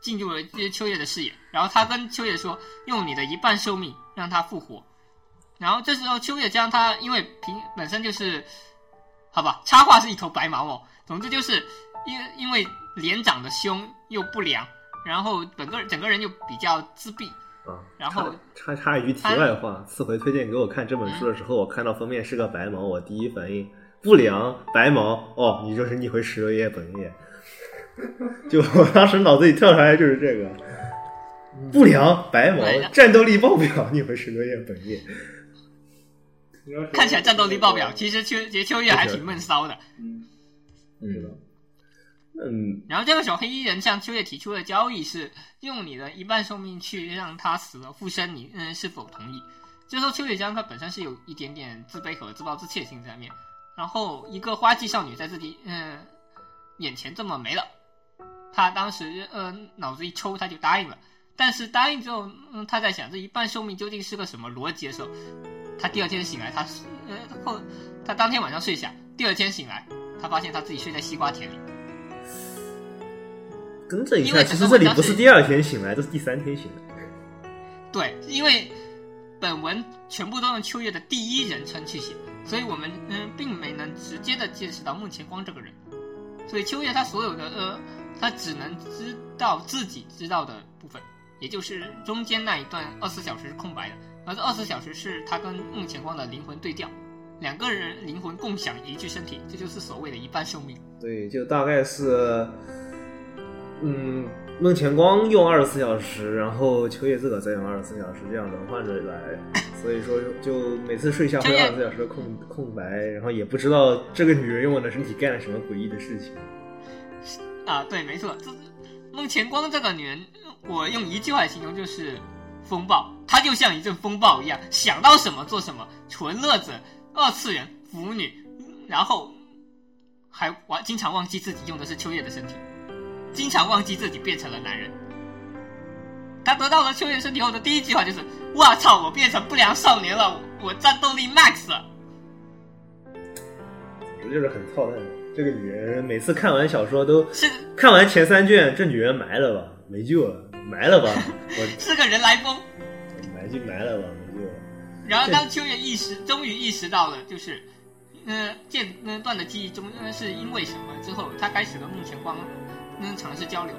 Speaker 5: 进入了秋叶的视野，然后他跟秋叶说：“用你的一半寿命让他复活。”然后这时候秋叶将他，因为平本身就是，好吧，插画是一头白毛哦。总之就是因因为脸长得凶又不良，然后整个整个人又比较自闭，
Speaker 2: 啊，
Speaker 5: 然后
Speaker 2: 插插一句题外话，次回推荐给我看这本书的时候，我看到封面是个白毛，我第一反应不良白毛，哦，你就是逆回十六叶本叶，就我当时脑子里跳出来就是这个。不良白毛
Speaker 5: 对的，
Speaker 2: 战斗力爆表，逆回十六叶本叶，
Speaker 6: 你要
Speaker 5: 看起来战斗力爆表，其实秋其实秋叶还挺闷骚的。
Speaker 6: 嗯，
Speaker 2: 嗯嗯，
Speaker 5: 然后这个时候，黑衣人向秋叶提出的交易是用你的一半寿命去让他死了附身你，嗯，是否同意？这时候秋叶江他本身是有一点点自卑和自暴自弃的心在面，然后一个花季少女在自己嗯眼前这么没了，他当时呃脑子一抽他就答应了，但是答应之后，嗯，他在想这一半寿命究竟是个什么逻辑的时候，他第二天醒来，他是呃后他当天晚上睡下，第二天醒来，他发现他自己睡在西瓜田里。
Speaker 2: 更正一
Speaker 5: 因为
Speaker 2: 下，其实这里不是第二天醒来，这是第三天醒来。
Speaker 5: 对，因为本文全部都用秋叶的第一人称去写，所以我们嗯、并没能直接的见识到孟前光这个人。所以秋叶他所有的呃，他只能知道自己知道的部分，也就是中间那一段二十四小时是空白的，而这二十四小时是他跟孟前光的灵魂对调，两个人灵魂共享一具身体，这就是所谓的一半寿命。
Speaker 2: 对，就大概是，嗯，孟前光用二十四小时，然后秋叶自个再用二十四小时，这样轮换着来。所以说，就每次睡下会
Speaker 5: 秋叶
Speaker 2: 二十四小时的空空白，然后也不知道这个女人用我的身体干了什么诡异的事情。
Speaker 5: 啊，对，没错，这孟前光这个女人，我用一句话来形容就是风暴，她就像一阵风暴一样，想到什么做什么，纯乐子，二次元腐女，然后还忘经常忘记自己用的是秋叶的身体，经常忘记自己变成了男人。她得到了秋叶身体后的第一句话就是：“哇操，我变成不良少年了，我我战斗力 max 了。”
Speaker 2: 这就是很操蛋的。这个女人每次看完小说都
Speaker 5: 是
Speaker 2: 看完前三卷，这女人埋了吧，没救了，埋了吧，我
Speaker 5: 是个人来疯。
Speaker 2: 埋就埋了吧，没救了。
Speaker 5: 然后当秋叶意识，终于意识到了，就是，呃，间那段的记忆中，呃，是因为什么之后，他开始跟孟前光，嗯、尝试交流，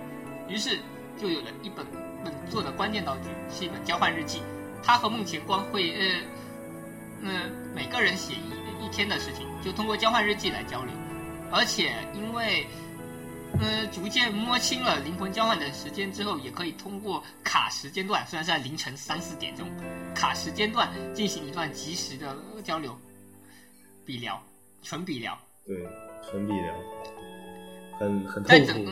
Speaker 5: 于是就有了一本本作的关键道具，是一本交换日记。他和孟前光会，呃，呃，每个人写一一天的事情，就通过交换日记来交流。而且因为，呃，逐渐摸清了灵魂交换的时间之后，也可以通过卡时间段，虽然是在凌晨三四点钟，卡时间段进行一段及时的交流，笔聊，纯笔聊。
Speaker 2: 对，纯笔聊，很很
Speaker 5: 在
Speaker 2: 痛
Speaker 5: 整
Speaker 2: 苦
Speaker 5: 个。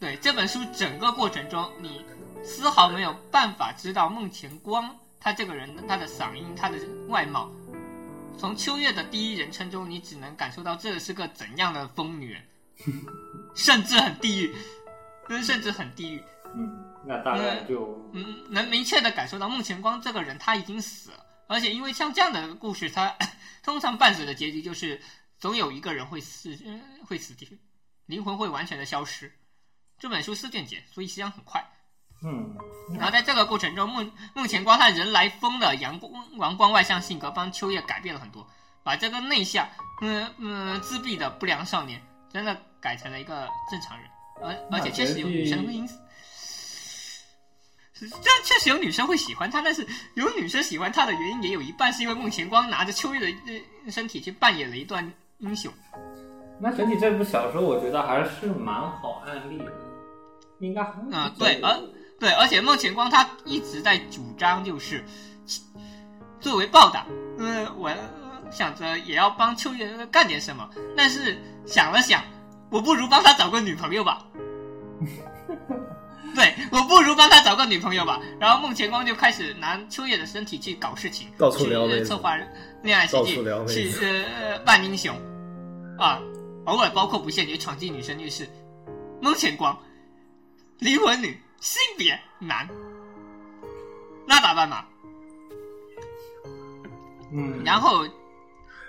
Speaker 5: 对这本书整个过程中，你丝毫没有办法知道孟前光他这个人、他的嗓音、他的外貌。从秋月的第一人称中，你只能感受到这是个怎样的疯女人，甚至很地狱，嗯，甚至很地狱。
Speaker 6: 嗯，那大概就
Speaker 5: 嗯，能明确的感受到孟前光这个人他已经死了，而且因为像这样的故事，它 通常伴随的结局就是总有一个人会死，呃会死去，灵魂会完全的消失。这本书四卷结，所以实际上很快。
Speaker 6: 嗯，
Speaker 5: 然后在这个过程中，孟孟前光他人来疯的阳光阳光外向性格帮秋叶改变了很多，把这个内向、嗯嗯自闭的不良少年，真的改成了一个正常人，而而且确实有女生会因此，这确实有女生会喜欢他，但是有女生喜欢他的原因也有一半是因为孟前光拿着秋叶的呃身体去扮演了一段英雄。
Speaker 6: 那整体这部小说我觉得还是蛮好案例的，应该很
Speaker 5: 嗯对而对，而且孟前光他一直在主张就是，作为报答，嗯、我想着也要帮秋叶呃干点什么，但是想了想，我不如帮他找个女朋友吧。对，我不如帮他找个女朋友吧。然后孟前光就开始拿秋叶的身体去搞事情，
Speaker 2: 到处撩妹
Speaker 5: 去
Speaker 2: 子
Speaker 5: 策划恋爱
Speaker 2: 到
Speaker 5: 实
Speaker 2: 处
Speaker 5: 际
Speaker 2: 撩妹，
Speaker 5: 去
Speaker 2: 子
Speaker 5: 呃扮英雄啊，偶尔包括不限于闯进女生浴室。孟前光，离婚女，性别男，那咋办嘛？
Speaker 6: 嗯，
Speaker 5: 然后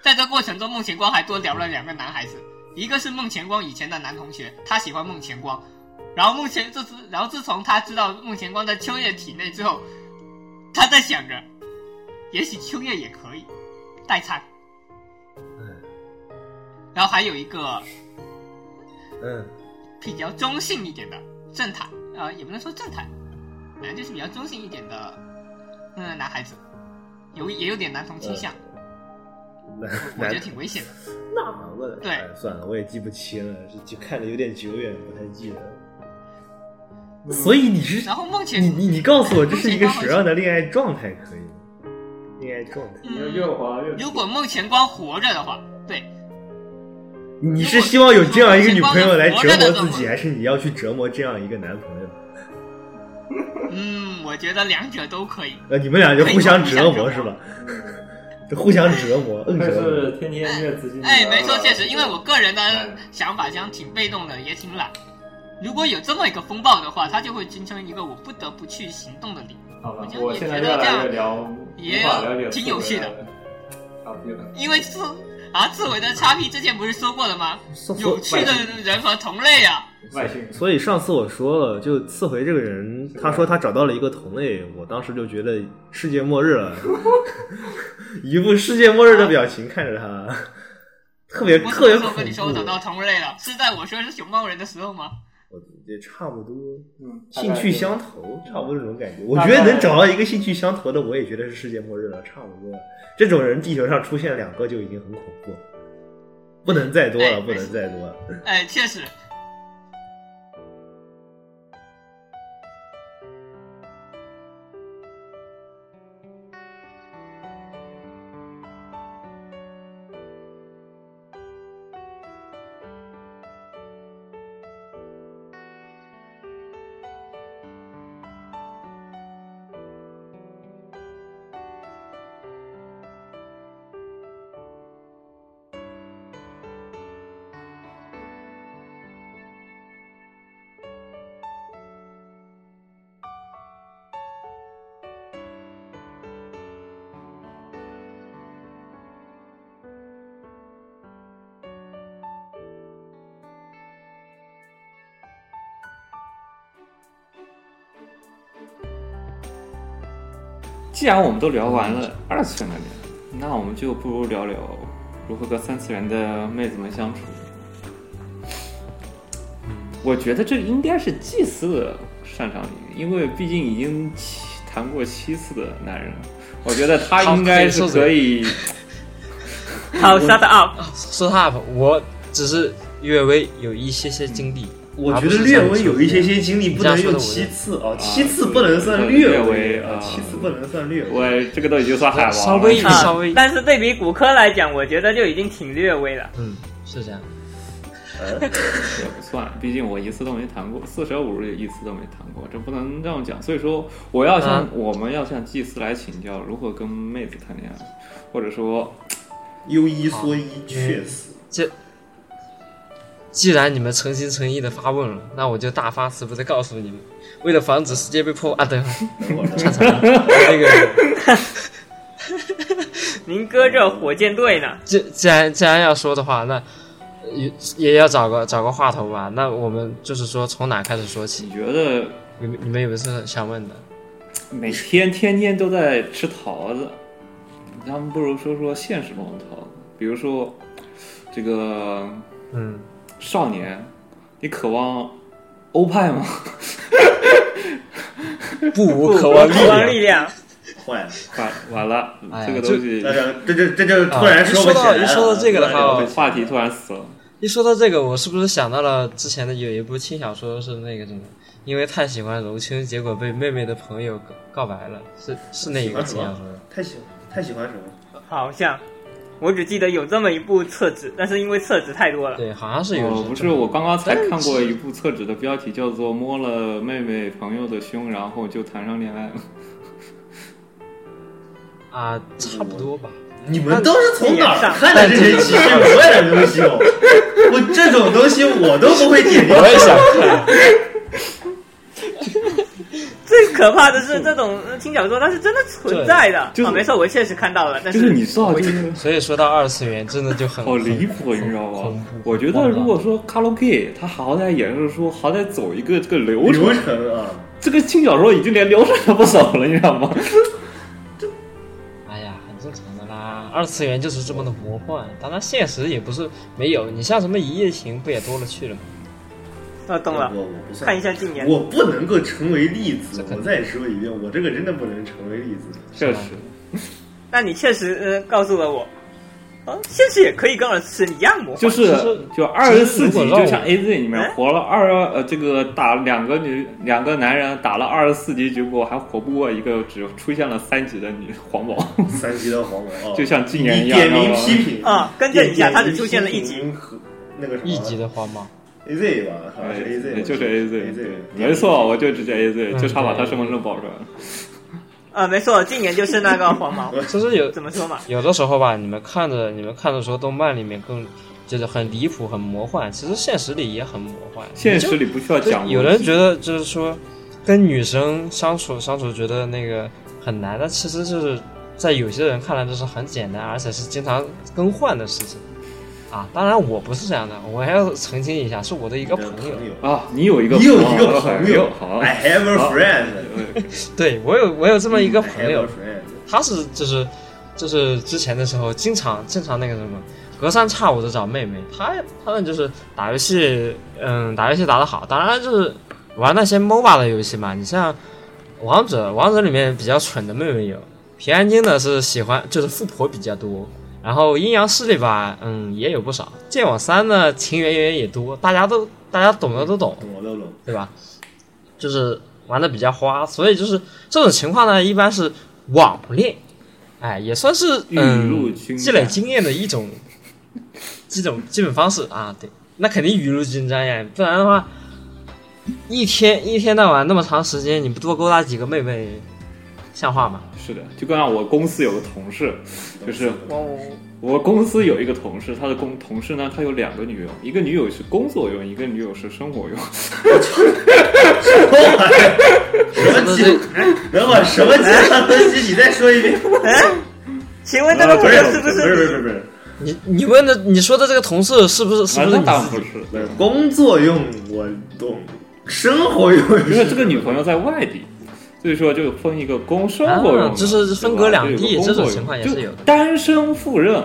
Speaker 5: 在这过程中，孟前光还多聊了两个男孩子，一个是孟前光以前的男同学，他喜欢孟前光。然后孟前这次，然后自从他知道孟前光在秋叶体内之后，他在想着，也许秋叶也可以代餐。然后还有一个
Speaker 2: 嗯，
Speaker 5: 比较中性一点的正太，呃，也不能说正太，反正就是比较中性一点的，嗯、男孩子，有也有点男同倾向，
Speaker 2: 男
Speaker 5: 我觉得
Speaker 2: 呃男
Speaker 5: 挺危险的。
Speaker 2: 那哪个的？
Speaker 5: 对
Speaker 2: 哎，算了，我也记不清了，就看着有点久远，不太记得。
Speaker 6: 嗯
Speaker 2: 所以你是
Speaker 5: 然后孟前
Speaker 2: 你你你告诉我这是一个什么样的恋爱状态可以吗？恋爱状态，
Speaker 6: 你又又滑又
Speaker 5: 嗯如果孟前光活着的话，对，
Speaker 2: 你是希望有这样一个女朋友来折磨自己，还是你要去折磨这样一个男朋友？
Speaker 5: 嗯，我觉得两者都可以。
Speaker 2: 呃，你们俩就互相折磨是吧？ 就互相折磨，硬
Speaker 6: 但
Speaker 2: 折磨。
Speaker 6: 是天天越
Speaker 2: 嗯
Speaker 6: 自信。
Speaker 5: 哎，没错，确实，因为我个人的想法上挺被动的，也挺懒。如果有这么一个风暴的话，它就会形成一个我不得不去行动的理由。
Speaker 6: 好吧
Speaker 5: 我觉，得
Speaker 6: 我
Speaker 5: 也
Speaker 6: 现在
Speaker 5: 觉
Speaker 6: 越
Speaker 5: 得这
Speaker 6: 来
Speaker 5: 样
Speaker 6: 越聊
Speaker 5: 也
Speaker 6: 无法了解
Speaker 5: 挺有趣的
Speaker 6: 刺猬了，差不多了。
Speaker 5: 因为刺啊，刺猬的叉 P 之前不是说过了吗？
Speaker 2: 所
Speaker 5: 有趣的人和同类啊，
Speaker 6: 外星人，
Speaker 2: 所以上次我说了，就刺回这个人，他说他找到了一个同类，我当时就觉得世界末日 了，一副世界末日的表情看着他，特别
Speaker 5: 不是
Speaker 2: 特别
Speaker 5: 那时
Speaker 2: 恐
Speaker 5: 候
Speaker 2: 怖
Speaker 5: 跟你。说我找到同类了，是在我说是熊猫人的时候吗？
Speaker 2: 我也差不多，
Speaker 6: 嗯，
Speaker 2: 兴趣相投，差不多这种感觉。我
Speaker 6: 大
Speaker 2: 觉
Speaker 6: 概
Speaker 2: 得能找到一个兴趣相投的，我也觉得是世界末日了，差不多。这种人地球上出现两个就已经很恐怖了，不能再多
Speaker 5: 哎
Speaker 2: 了，不能再多了。
Speaker 5: 哎，确实，
Speaker 6: 既然我们都聊完了二次元的恋爱，那我们就不如聊聊如何和三次元的妹子们相处。我觉得这应该是祭司的擅长领域，因为毕竟已经七谈过七次的男人了，我觉得他应该是可以。
Speaker 5: 好，shut up。
Speaker 7: Shut up！我只是略微有一些些经历，
Speaker 2: 我
Speaker 7: 而
Speaker 2: 觉
Speaker 7: 不
Speaker 2: 得
Speaker 7: 是
Speaker 2: 略
Speaker 7: 像你
Speaker 2: 微
Speaker 7: 说
Speaker 2: 有
Speaker 7: 的
Speaker 2: 一些
Speaker 7: 那样
Speaker 2: 些经历不
Speaker 7: 你这样
Speaker 2: 能
Speaker 7: 说
Speaker 2: 用
Speaker 7: 的我
Speaker 2: 七
Speaker 7: 就
Speaker 2: 次哦，
Speaker 6: 啊
Speaker 2: 七次不能算
Speaker 6: 对
Speaker 2: 略
Speaker 6: 略微
Speaker 2: 啊，
Speaker 6: 啊
Speaker 2: 七次不能算略微。
Speaker 6: 我这个都已经算海王了，
Speaker 7: 稍微
Speaker 5: 啊
Speaker 7: 稍微，
Speaker 5: 但是对比骨科来讲，我觉得就已经挺略微了。
Speaker 7: 嗯，是这样。
Speaker 6: 也不算，毕竟我一次都没谈过，四舍五入也一次都没谈过，这不能这样讲。所以说，我要向、
Speaker 7: 啊
Speaker 6: 我们要向祭司来请教如何跟妹子谈恋爱，或者说，
Speaker 2: 优一说一，
Speaker 7: 嗯
Speaker 2: 确实。
Speaker 7: 既然你们诚心诚意的发问了，那我就大发慈悲的告诉你们，为了防止世界被破啊，等会 儿，上场了，那个，
Speaker 5: 您哥这火箭队呢？
Speaker 7: 既既然既然要说的话，那也也要找个找个话头吧。那我们就是说从哪开始说
Speaker 6: 你
Speaker 7: 起？
Speaker 6: 觉得
Speaker 7: 你们你们有没有是想问的？
Speaker 6: 每天天天都在吃桃子，咱们不如说说现实中的桃子，比如说这个
Speaker 7: 嗯，
Speaker 6: 少年，你渴望欧派吗？
Speaker 7: 不无可望力
Speaker 5: 光
Speaker 7: 量。
Speaker 5: 力量，
Speaker 2: 坏了，
Speaker 6: 完完了
Speaker 7: 哎，呀
Speaker 6: 这个东西
Speaker 2: 但是这就这就突然说不起来了。
Speaker 7: 一啊说到一说到这个的
Speaker 2: 突然
Speaker 7: 话
Speaker 6: 这个话题突然死了。
Speaker 7: 一说到这个，我是不是想到了之前的有一部轻小说是那个什么？因为太喜欢柔青，结果被妹妹的朋友告告白了，是是那一个轻小说。
Speaker 2: 太喜太喜欢什么？
Speaker 5: 好像我只记得有这么一部厕纸，但是因为厕纸太多了，
Speaker 7: 对，好像是有
Speaker 6: 哦，
Speaker 7: 人
Speaker 6: 不是，我刚刚才看过一部厕纸的标题叫做“摸了妹妹朋友的胸，然后就谈上恋爱了
Speaker 7: 啊，差不多吧。
Speaker 2: 你们都是从哪儿看的这些奇奇怪怪的东西哦？我这种东西我都不会点
Speaker 7: 我
Speaker 2: 评。
Speaker 7: 也想看，
Speaker 5: 最可怕的是这种呃轻小说它是真的存在的。
Speaker 6: 对就是
Speaker 5: 啊，没错，我确实看到了，”。但
Speaker 6: 就是你知道， 就是
Speaker 7: 所以说到二次元真的就很
Speaker 6: 好离
Speaker 7: 很
Speaker 6: 谱，你知道
Speaker 7: 恐
Speaker 6: 吗
Speaker 7: 怖？
Speaker 6: 我觉得如果说卡拉 OK，它好歹也是说好歹走一个这个流
Speaker 2: 流
Speaker 6: 程，
Speaker 2: 程啊，
Speaker 6: 这个轻小说已经连流程都不走了，你知道吗？
Speaker 7: 哎呀，很正常的啦。二次元就是这么的魔幻，当然现实也不是没有。你像什么一夜情不也多了去了吗？
Speaker 5: 啊，懂了，
Speaker 2: 我我不算
Speaker 5: 看一下禁言。
Speaker 2: 我不能够成为例子
Speaker 7: 这，个
Speaker 2: 我再说一遍，我这个真的不能成为例子。
Speaker 6: 确
Speaker 7: 吧
Speaker 6: 实，
Speaker 5: 那你确实呃告诉了我，啊，现实也可以跟二次元一样魔幻。
Speaker 6: 就是
Speaker 7: 实
Speaker 6: 就二十四集，
Speaker 7: 如果让
Speaker 6: 就
Speaker 7: 我
Speaker 6: 像 A Z 里面
Speaker 5: 哎
Speaker 6: 活了二呃这个打两个女两个男人打了二十四集，结果还活不过一个只出现了三集的女黄毛，
Speaker 2: 三级的黄毛，哦
Speaker 6: 就像禁言
Speaker 2: 你
Speaker 6: 一样。
Speaker 2: 点名
Speaker 6: 然后
Speaker 2: 批评
Speaker 5: 啊更正一下
Speaker 2: 点名
Speaker 5: 他只出现了一集
Speaker 2: 批评和那个什么
Speaker 7: 一级的花猫，
Speaker 2: A Z 吧，好像是 A
Speaker 6: 哎
Speaker 2: Z，
Speaker 6: 就是 A Z，
Speaker 2: A Z，
Speaker 6: 没错，我就直接 A Z，
Speaker 7: 嗯
Speaker 6: 就差把他身份证报出来了。
Speaker 5: 啊，没错，禁言就是那个黄毛，
Speaker 7: 其实有
Speaker 5: 怎么说嘛？
Speaker 7: 有的时候吧，你们看着你们看的时候，动漫里面更就是很离谱、很魔幻，其实现实里也很魔幻。
Speaker 6: 现实里不需要
Speaker 7: 就
Speaker 6: 讲逻辑，
Speaker 7: 有人觉得就是说，跟女生相处相处觉得那个很难，但其实就是在有些人看来就是很简单，而且是经常更换的事情。啊，当然我不是这样的，我还要澄清一下，是我的一个
Speaker 2: 你的
Speaker 7: 朋友。
Speaker 2: 友，
Speaker 6: 啊，你有一个
Speaker 2: 你有
Speaker 6: 朋
Speaker 2: 一个朋友哎
Speaker 6: 好，
Speaker 2: ，I have a
Speaker 6: 好
Speaker 2: friend，
Speaker 7: 对我有我有这么一个朋
Speaker 2: I have
Speaker 7: 友
Speaker 2: a，friend，
Speaker 7: 他是就是就是之前的时候，经常经常那个什么，隔三差五的找妹妹。他他们就是打游戏，嗯，打游戏打得好，当然就是玩那些 MOBA 的游戏嘛。你像王者，王者里面比较蠢的妹妹有，平安京的是喜欢就是富婆比较多。然后阴阳师里吧，嗯，也有不少。剑网三呢，情缘缘也多，大家都大家懂的都懂。
Speaker 2: 懂我都懂。
Speaker 7: 对吧？就是玩的比较花，所以就是这种情况呢，一般是网恋，哎，也算是
Speaker 6: 雨露
Speaker 7: 嗯
Speaker 6: 均沾
Speaker 7: 积累经验的一种这种基本方式啊。对，那肯定雨露均沾呀，不然的话，一天一天到晚那么长时间，你不多勾搭几个妹妹，像话吗？
Speaker 6: 是的，就跟像我公司有个同事，就是
Speaker 5: 哦，
Speaker 6: 我公司有一个同事，他的公同事呢，他有两个女友，一个女友是工作用，一个女友是生活用。
Speaker 2: 什么 鸡？等会儿什么鸡蛋东西？你再说一遍。
Speaker 5: 请问这个
Speaker 2: 啊不
Speaker 5: 朋
Speaker 2: 是
Speaker 5: 友
Speaker 2: 不
Speaker 5: 是
Speaker 2: 是不
Speaker 5: 不
Speaker 2: 是不
Speaker 5: 是
Speaker 2: 是不是
Speaker 7: 你你问的你说的这个同事是不是是不是
Speaker 6: 那
Speaker 7: 你
Speaker 6: 当然
Speaker 7: 自
Speaker 6: 不
Speaker 7: 己？
Speaker 6: 是，
Speaker 2: 不是工作用我懂，生活用
Speaker 6: 因为这个女朋友在外地，所以说就分一个公生活用的，
Speaker 7: 啊就是分隔两地
Speaker 6: 对吧就有个工作
Speaker 7: 这
Speaker 6: 用
Speaker 7: 种情况也是有的
Speaker 6: 就单身赴任，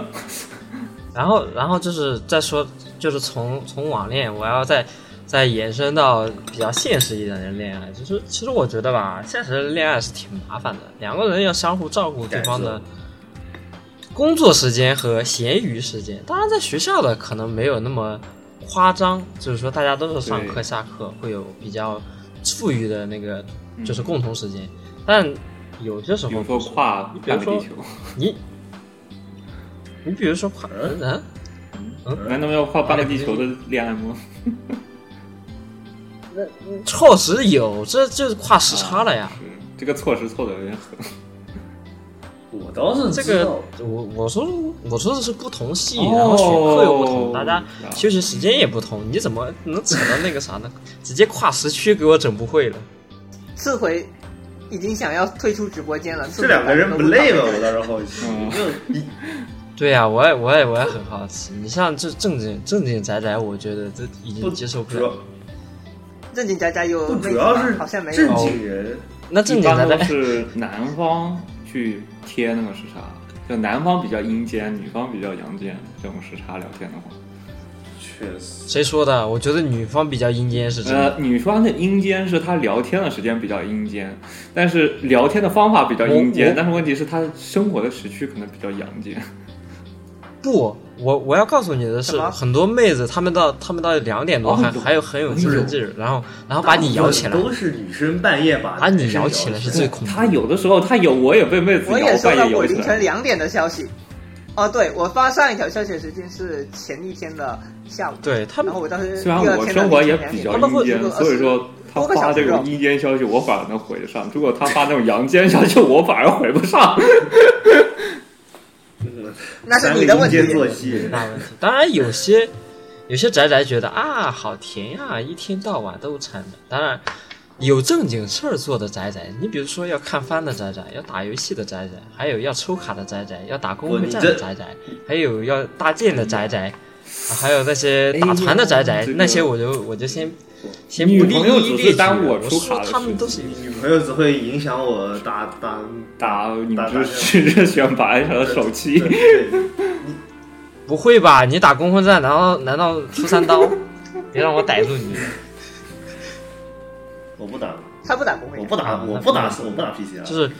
Speaker 7: 然后，然后就是再说，就是从从网恋，我要再再延伸到比较现实一点的恋爱。就是其实我觉得吧，现实的恋爱是挺麻烦的，两个人要相互照顾对方的工作时间和闲余时间。当然，在学校的可能没有那么夸张，就是说大家都是上课
Speaker 6: 对
Speaker 7: 下课会有比较富裕的那个
Speaker 6: 嗯
Speaker 7: 就是共同时间，但有些时
Speaker 6: 比
Speaker 7: 候
Speaker 6: 如说
Speaker 7: 不是
Speaker 6: 跨
Speaker 7: 比
Speaker 6: 半
Speaker 7: 如
Speaker 6: 个
Speaker 7: 说
Speaker 6: 地球，
Speaker 7: 你你比如说跨嗯。
Speaker 6: 难道要跨半个地球的恋爱吗？
Speaker 7: 确实有，这就是跨时差了呀。
Speaker 6: 是这个措施错的有点 狠。
Speaker 2: 我倒
Speaker 6: 嗯
Speaker 2: 是
Speaker 7: 这
Speaker 2: 知
Speaker 7: 个
Speaker 2: 道
Speaker 7: 我我说我说的是不同系，
Speaker 6: 哦
Speaker 7: 然后学科又不同，大家
Speaker 6: 知道
Speaker 7: 休息时间也不同，你怎么能扯到那个啥呢？ 直接跨时区给我整不会了。
Speaker 5: 次回已经想要退出直播间了。
Speaker 2: 这两个人不累吗？我倒是好奇，
Speaker 6: 嗯
Speaker 2: 就一
Speaker 7: 对呀、我也我也我也很好奇。你像这正经正经宅宅，我觉得这已
Speaker 2: 不
Speaker 7: 经接受不
Speaker 2: 主要
Speaker 7: 了。
Speaker 5: 正经宅宅有
Speaker 2: 不
Speaker 5: 妹
Speaker 2: 主
Speaker 5: 子
Speaker 2: 要
Speaker 5: 吗
Speaker 2: 是
Speaker 5: 好像没有
Speaker 2: 正。经人，
Speaker 7: 那正
Speaker 6: 一
Speaker 7: 经
Speaker 6: 般
Speaker 7: 宅
Speaker 6: 都
Speaker 7: 宅，
Speaker 6: 是男方去贴那个时差，就男方比较阴间，女方比较阳间，这种时差聊天的话，
Speaker 2: 确实
Speaker 7: 谁说的？我觉得女方比较阴间是真的。
Speaker 6: 呃，女方的阴间是她聊天的时间比较阴间，但是聊天的方法比较阴
Speaker 7: 我
Speaker 6: 间
Speaker 7: 我，
Speaker 6: 但是问题是她生活的时区可能比较阳间。
Speaker 7: 不，我我要告诉你的是
Speaker 5: 什，么
Speaker 7: 很多妹子她们到她们到两点多
Speaker 6: 哦
Speaker 7: 还
Speaker 6: 有
Speaker 7: 还有很有精神劲儿，然后然后把你摇起来，
Speaker 2: 都是女生半夜把
Speaker 7: 把你
Speaker 2: 男生
Speaker 7: 摇起来是最恐怖
Speaker 6: 她有的时候她有，我也被妹子
Speaker 5: 我
Speaker 6: 摇
Speaker 5: 也收
Speaker 6: 半
Speaker 5: 到
Speaker 6: 夜
Speaker 5: 过
Speaker 6: 摇起
Speaker 5: 凌晨
Speaker 6: 来。
Speaker 5: 两点的消息，哦，对，我发上一条消息的时间是前一天的下午。
Speaker 7: 对他
Speaker 5: 然
Speaker 7: 们
Speaker 5: 后我当时
Speaker 8: 虽然
Speaker 5: 第二
Speaker 8: 我
Speaker 5: 天的
Speaker 8: 生活
Speaker 5: 凌
Speaker 8: 也
Speaker 5: 晨两
Speaker 8: 比
Speaker 5: 点
Speaker 8: 较
Speaker 5: 他们会
Speaker 8: 阴
Speaker 5: 有
Speaker 8: 间
Speaker 5: 一个，
Speaker 8: 所以说他
Speaker 5: 多个
Speaker 8: 发
Speaker 5: 小
Speaker 8: 这
Speaker 5: 时
Speaker 8: 种
Speaker 5: 哦
Speaker 8: 阴间消息，我反而能回得上；如果他发那种阳间消息，我反而回不上。
Speaker 5: 那是你的问题。
Speaker 2: 三个阴间作息，
Speaker 7: 大问题。当然有些有些宅宅觉得啊，好甜呀、一天到晚都缠着。当然有正经事儿做的宅宅，你比如说要看番的宅宅，要打游戏的宅宅，还有要抽卡的宅宅，要打工会战的宅宅，还有要搭建的宅宅。啊还有那些打团的宅宅，
Speaker 8: 哎这个
Speaker 7: 那些我就我就先先
Speaker 8: 女
Speaker 7: 不列
Speaker 8: 朋友
Speaker 7: 一列
Speaker 8: 只是
Speaker 7: 举
Speaker 8: 耽误我
Speaker 7: 我
Speaker 8: 出
Speaker 7: 说
Speaker 8: 卡的
Speaker 7: 他们
Speaker 8: 时
Speaker 7: 都是
Speaker 8: 间
Speaker 2: 女朋友只会影响我打打
Speaker 8: 打你
Speaker 2: 打
Speaker 8: 就
Speaker 2: 打
Speaker 8: 是选拔一下手气
Speaker 2: 对，对
Speaker 7: 不会吧？你打工会战，难道难道出三 刀？别让我逮住你！
Speaker 2: 我不打，
Speaker 5: 他不打工会
Speaker 2: 我
Speaker 5: 战，
Speaker 2: 不打，
Speaker 7: 啊
Speaker 2: 我不打
Speaker 7: 那，
Speaker 2: 我不打 PC 啊，
Speaker 7: 就是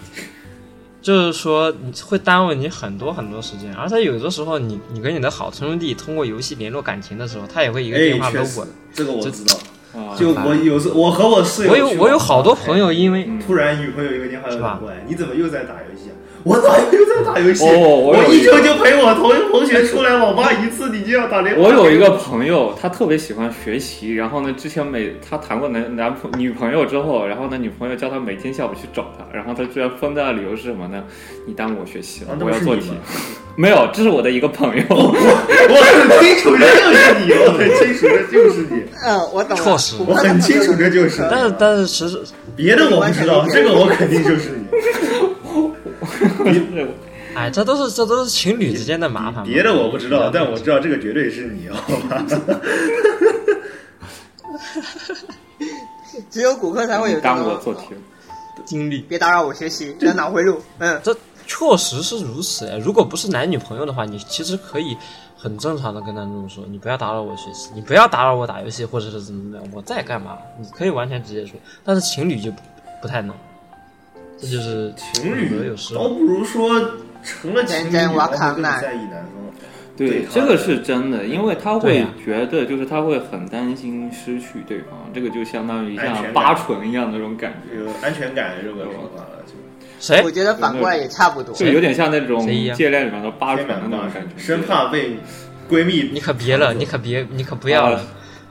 Speaker 7: 就是说你会耽误你很多很多时间，而且有的时候你你跟你的好兄弟通过游戏联络感情的时候，他也会一个电话
Speaker 2: 哎，
Speaker 7: 搂
Speaker 2: 确实
Speaker 7: 过来。，
Speaker 2: 这个我知道。
Speaker 8: 啊，
Speaker 2: 就我有时我和我室友，
Speaker 7: 我有我有好多朋友，因为
Speaker 8: 嗯
Speaker 2: 突然女朋友一个电话
Speaker 7: 是
Speaker 2: 就打
Speaker 7: 吧
Speaker 2: 过来，你怎么又在打游戏啊？我哪有又在打游戏？啊
Speaker 8: 哦我
Speaker 2: 我
Speaker 8: 有
Speaker 2: 一
Speaker 8: 一个
Speaker 2: 周就陪我同同学出来网吧一次，你就要打电话。
Speaker 8: 我有一个朋友，他特别喜欢学习，然后呢，之前每他谈过男男朋女朋友之后，然后呢，女朋友叫他每天下午去找他，然后他居然疯掉的理由是什么呢？你耽误我学习了
Speaker 2: 啊，，那
Speaker 8: 我
Speaker 2: 不
Speaker 8: 要
Speaker 2: 是
Speaker 8: 做
Speaker 2: 你
Speaker 8: 题
Speaker 2: 吗。？
Speaker 8: 没有，这是我的一个朋友，
Speaker 2: 我很清楚这就是你，我很清楚这就是你，
Speaker 5: 嗯，我懂了。
Speaker 7: 确实
Speaker 5: 我
Speaker 2: 我很清楚这就是你。
Speaker 7: 但是但是实质，
Speaker 2: 别的我不知道，这个我肯定就是你。
Speaker 7: 哎，这都是这都是情侣之间的麻烦嘛。
Speaker 2: 别的我不知道，但我知道这个绝对是你， 好吧？
Speaker 5: 只有骨科才会有这
Speaker 8: 耽误我
Speaker 5: 种
Speaker 8: 做题。
Speaker 7: 经历，
Speaker 5: 别打扰我学习，人脑回路。嗯，
Speaker 7: 这确实是如此呀。如果不是男女朋友的话，你其实可以很正常的跟他这么说，你不要打扰我学习，你不要打扰我打游戏，或者是怎么怎么样，我在干嘛？你可以完全直接说。但是情侣就不不太能，这就是
Speaker 2: 情
Speaker 7: 有得
Speaker 2: 侣
Speaker 7: 有失。
Speaker 2: 倒不如说成了情
Speaker 5: 人
Speaker 2: 侣，
Speaker 5: 间
Speaker 2: 我
Speaker 5: 瓦
Speaker 2: 会
Speaker 5: 坎
Speaker 2: 更
Speaker 5: 纳
Speaker 2: 在意男方。对
Speaker 8: 对，这个是真的，因为他
Speaker 7: 对
Speaker 8: 会
Speaker 7: 呀
Speaker 8: 觉得，就是他会很担心失去对方，这个就相当于
Speaker 2: 安全
Speaker 8: 像
Speaker 2: 感
Speaker 8: 八纯一样的那种感觉，
Speaker 2: 有安全感这个说法了，就
Speaker 7: 谁
Speaker 5: 我？觉得反过来也差不多。
Speaker 8: 就有点像那种
Speaker 7: 谁一样
Speaker 8: 戒恋里面的八
Speaker 2: 天
Speaker 8: 纯的
Speaker 2: 然
Speaker 8: 那种
Speaker 2: 吧
Speaker 8: 感，觉，
Speaker 2: 生怕被闺蜜
Speaker 7: 你可别了，你可别，你可不要了
Speaker 8: 啊。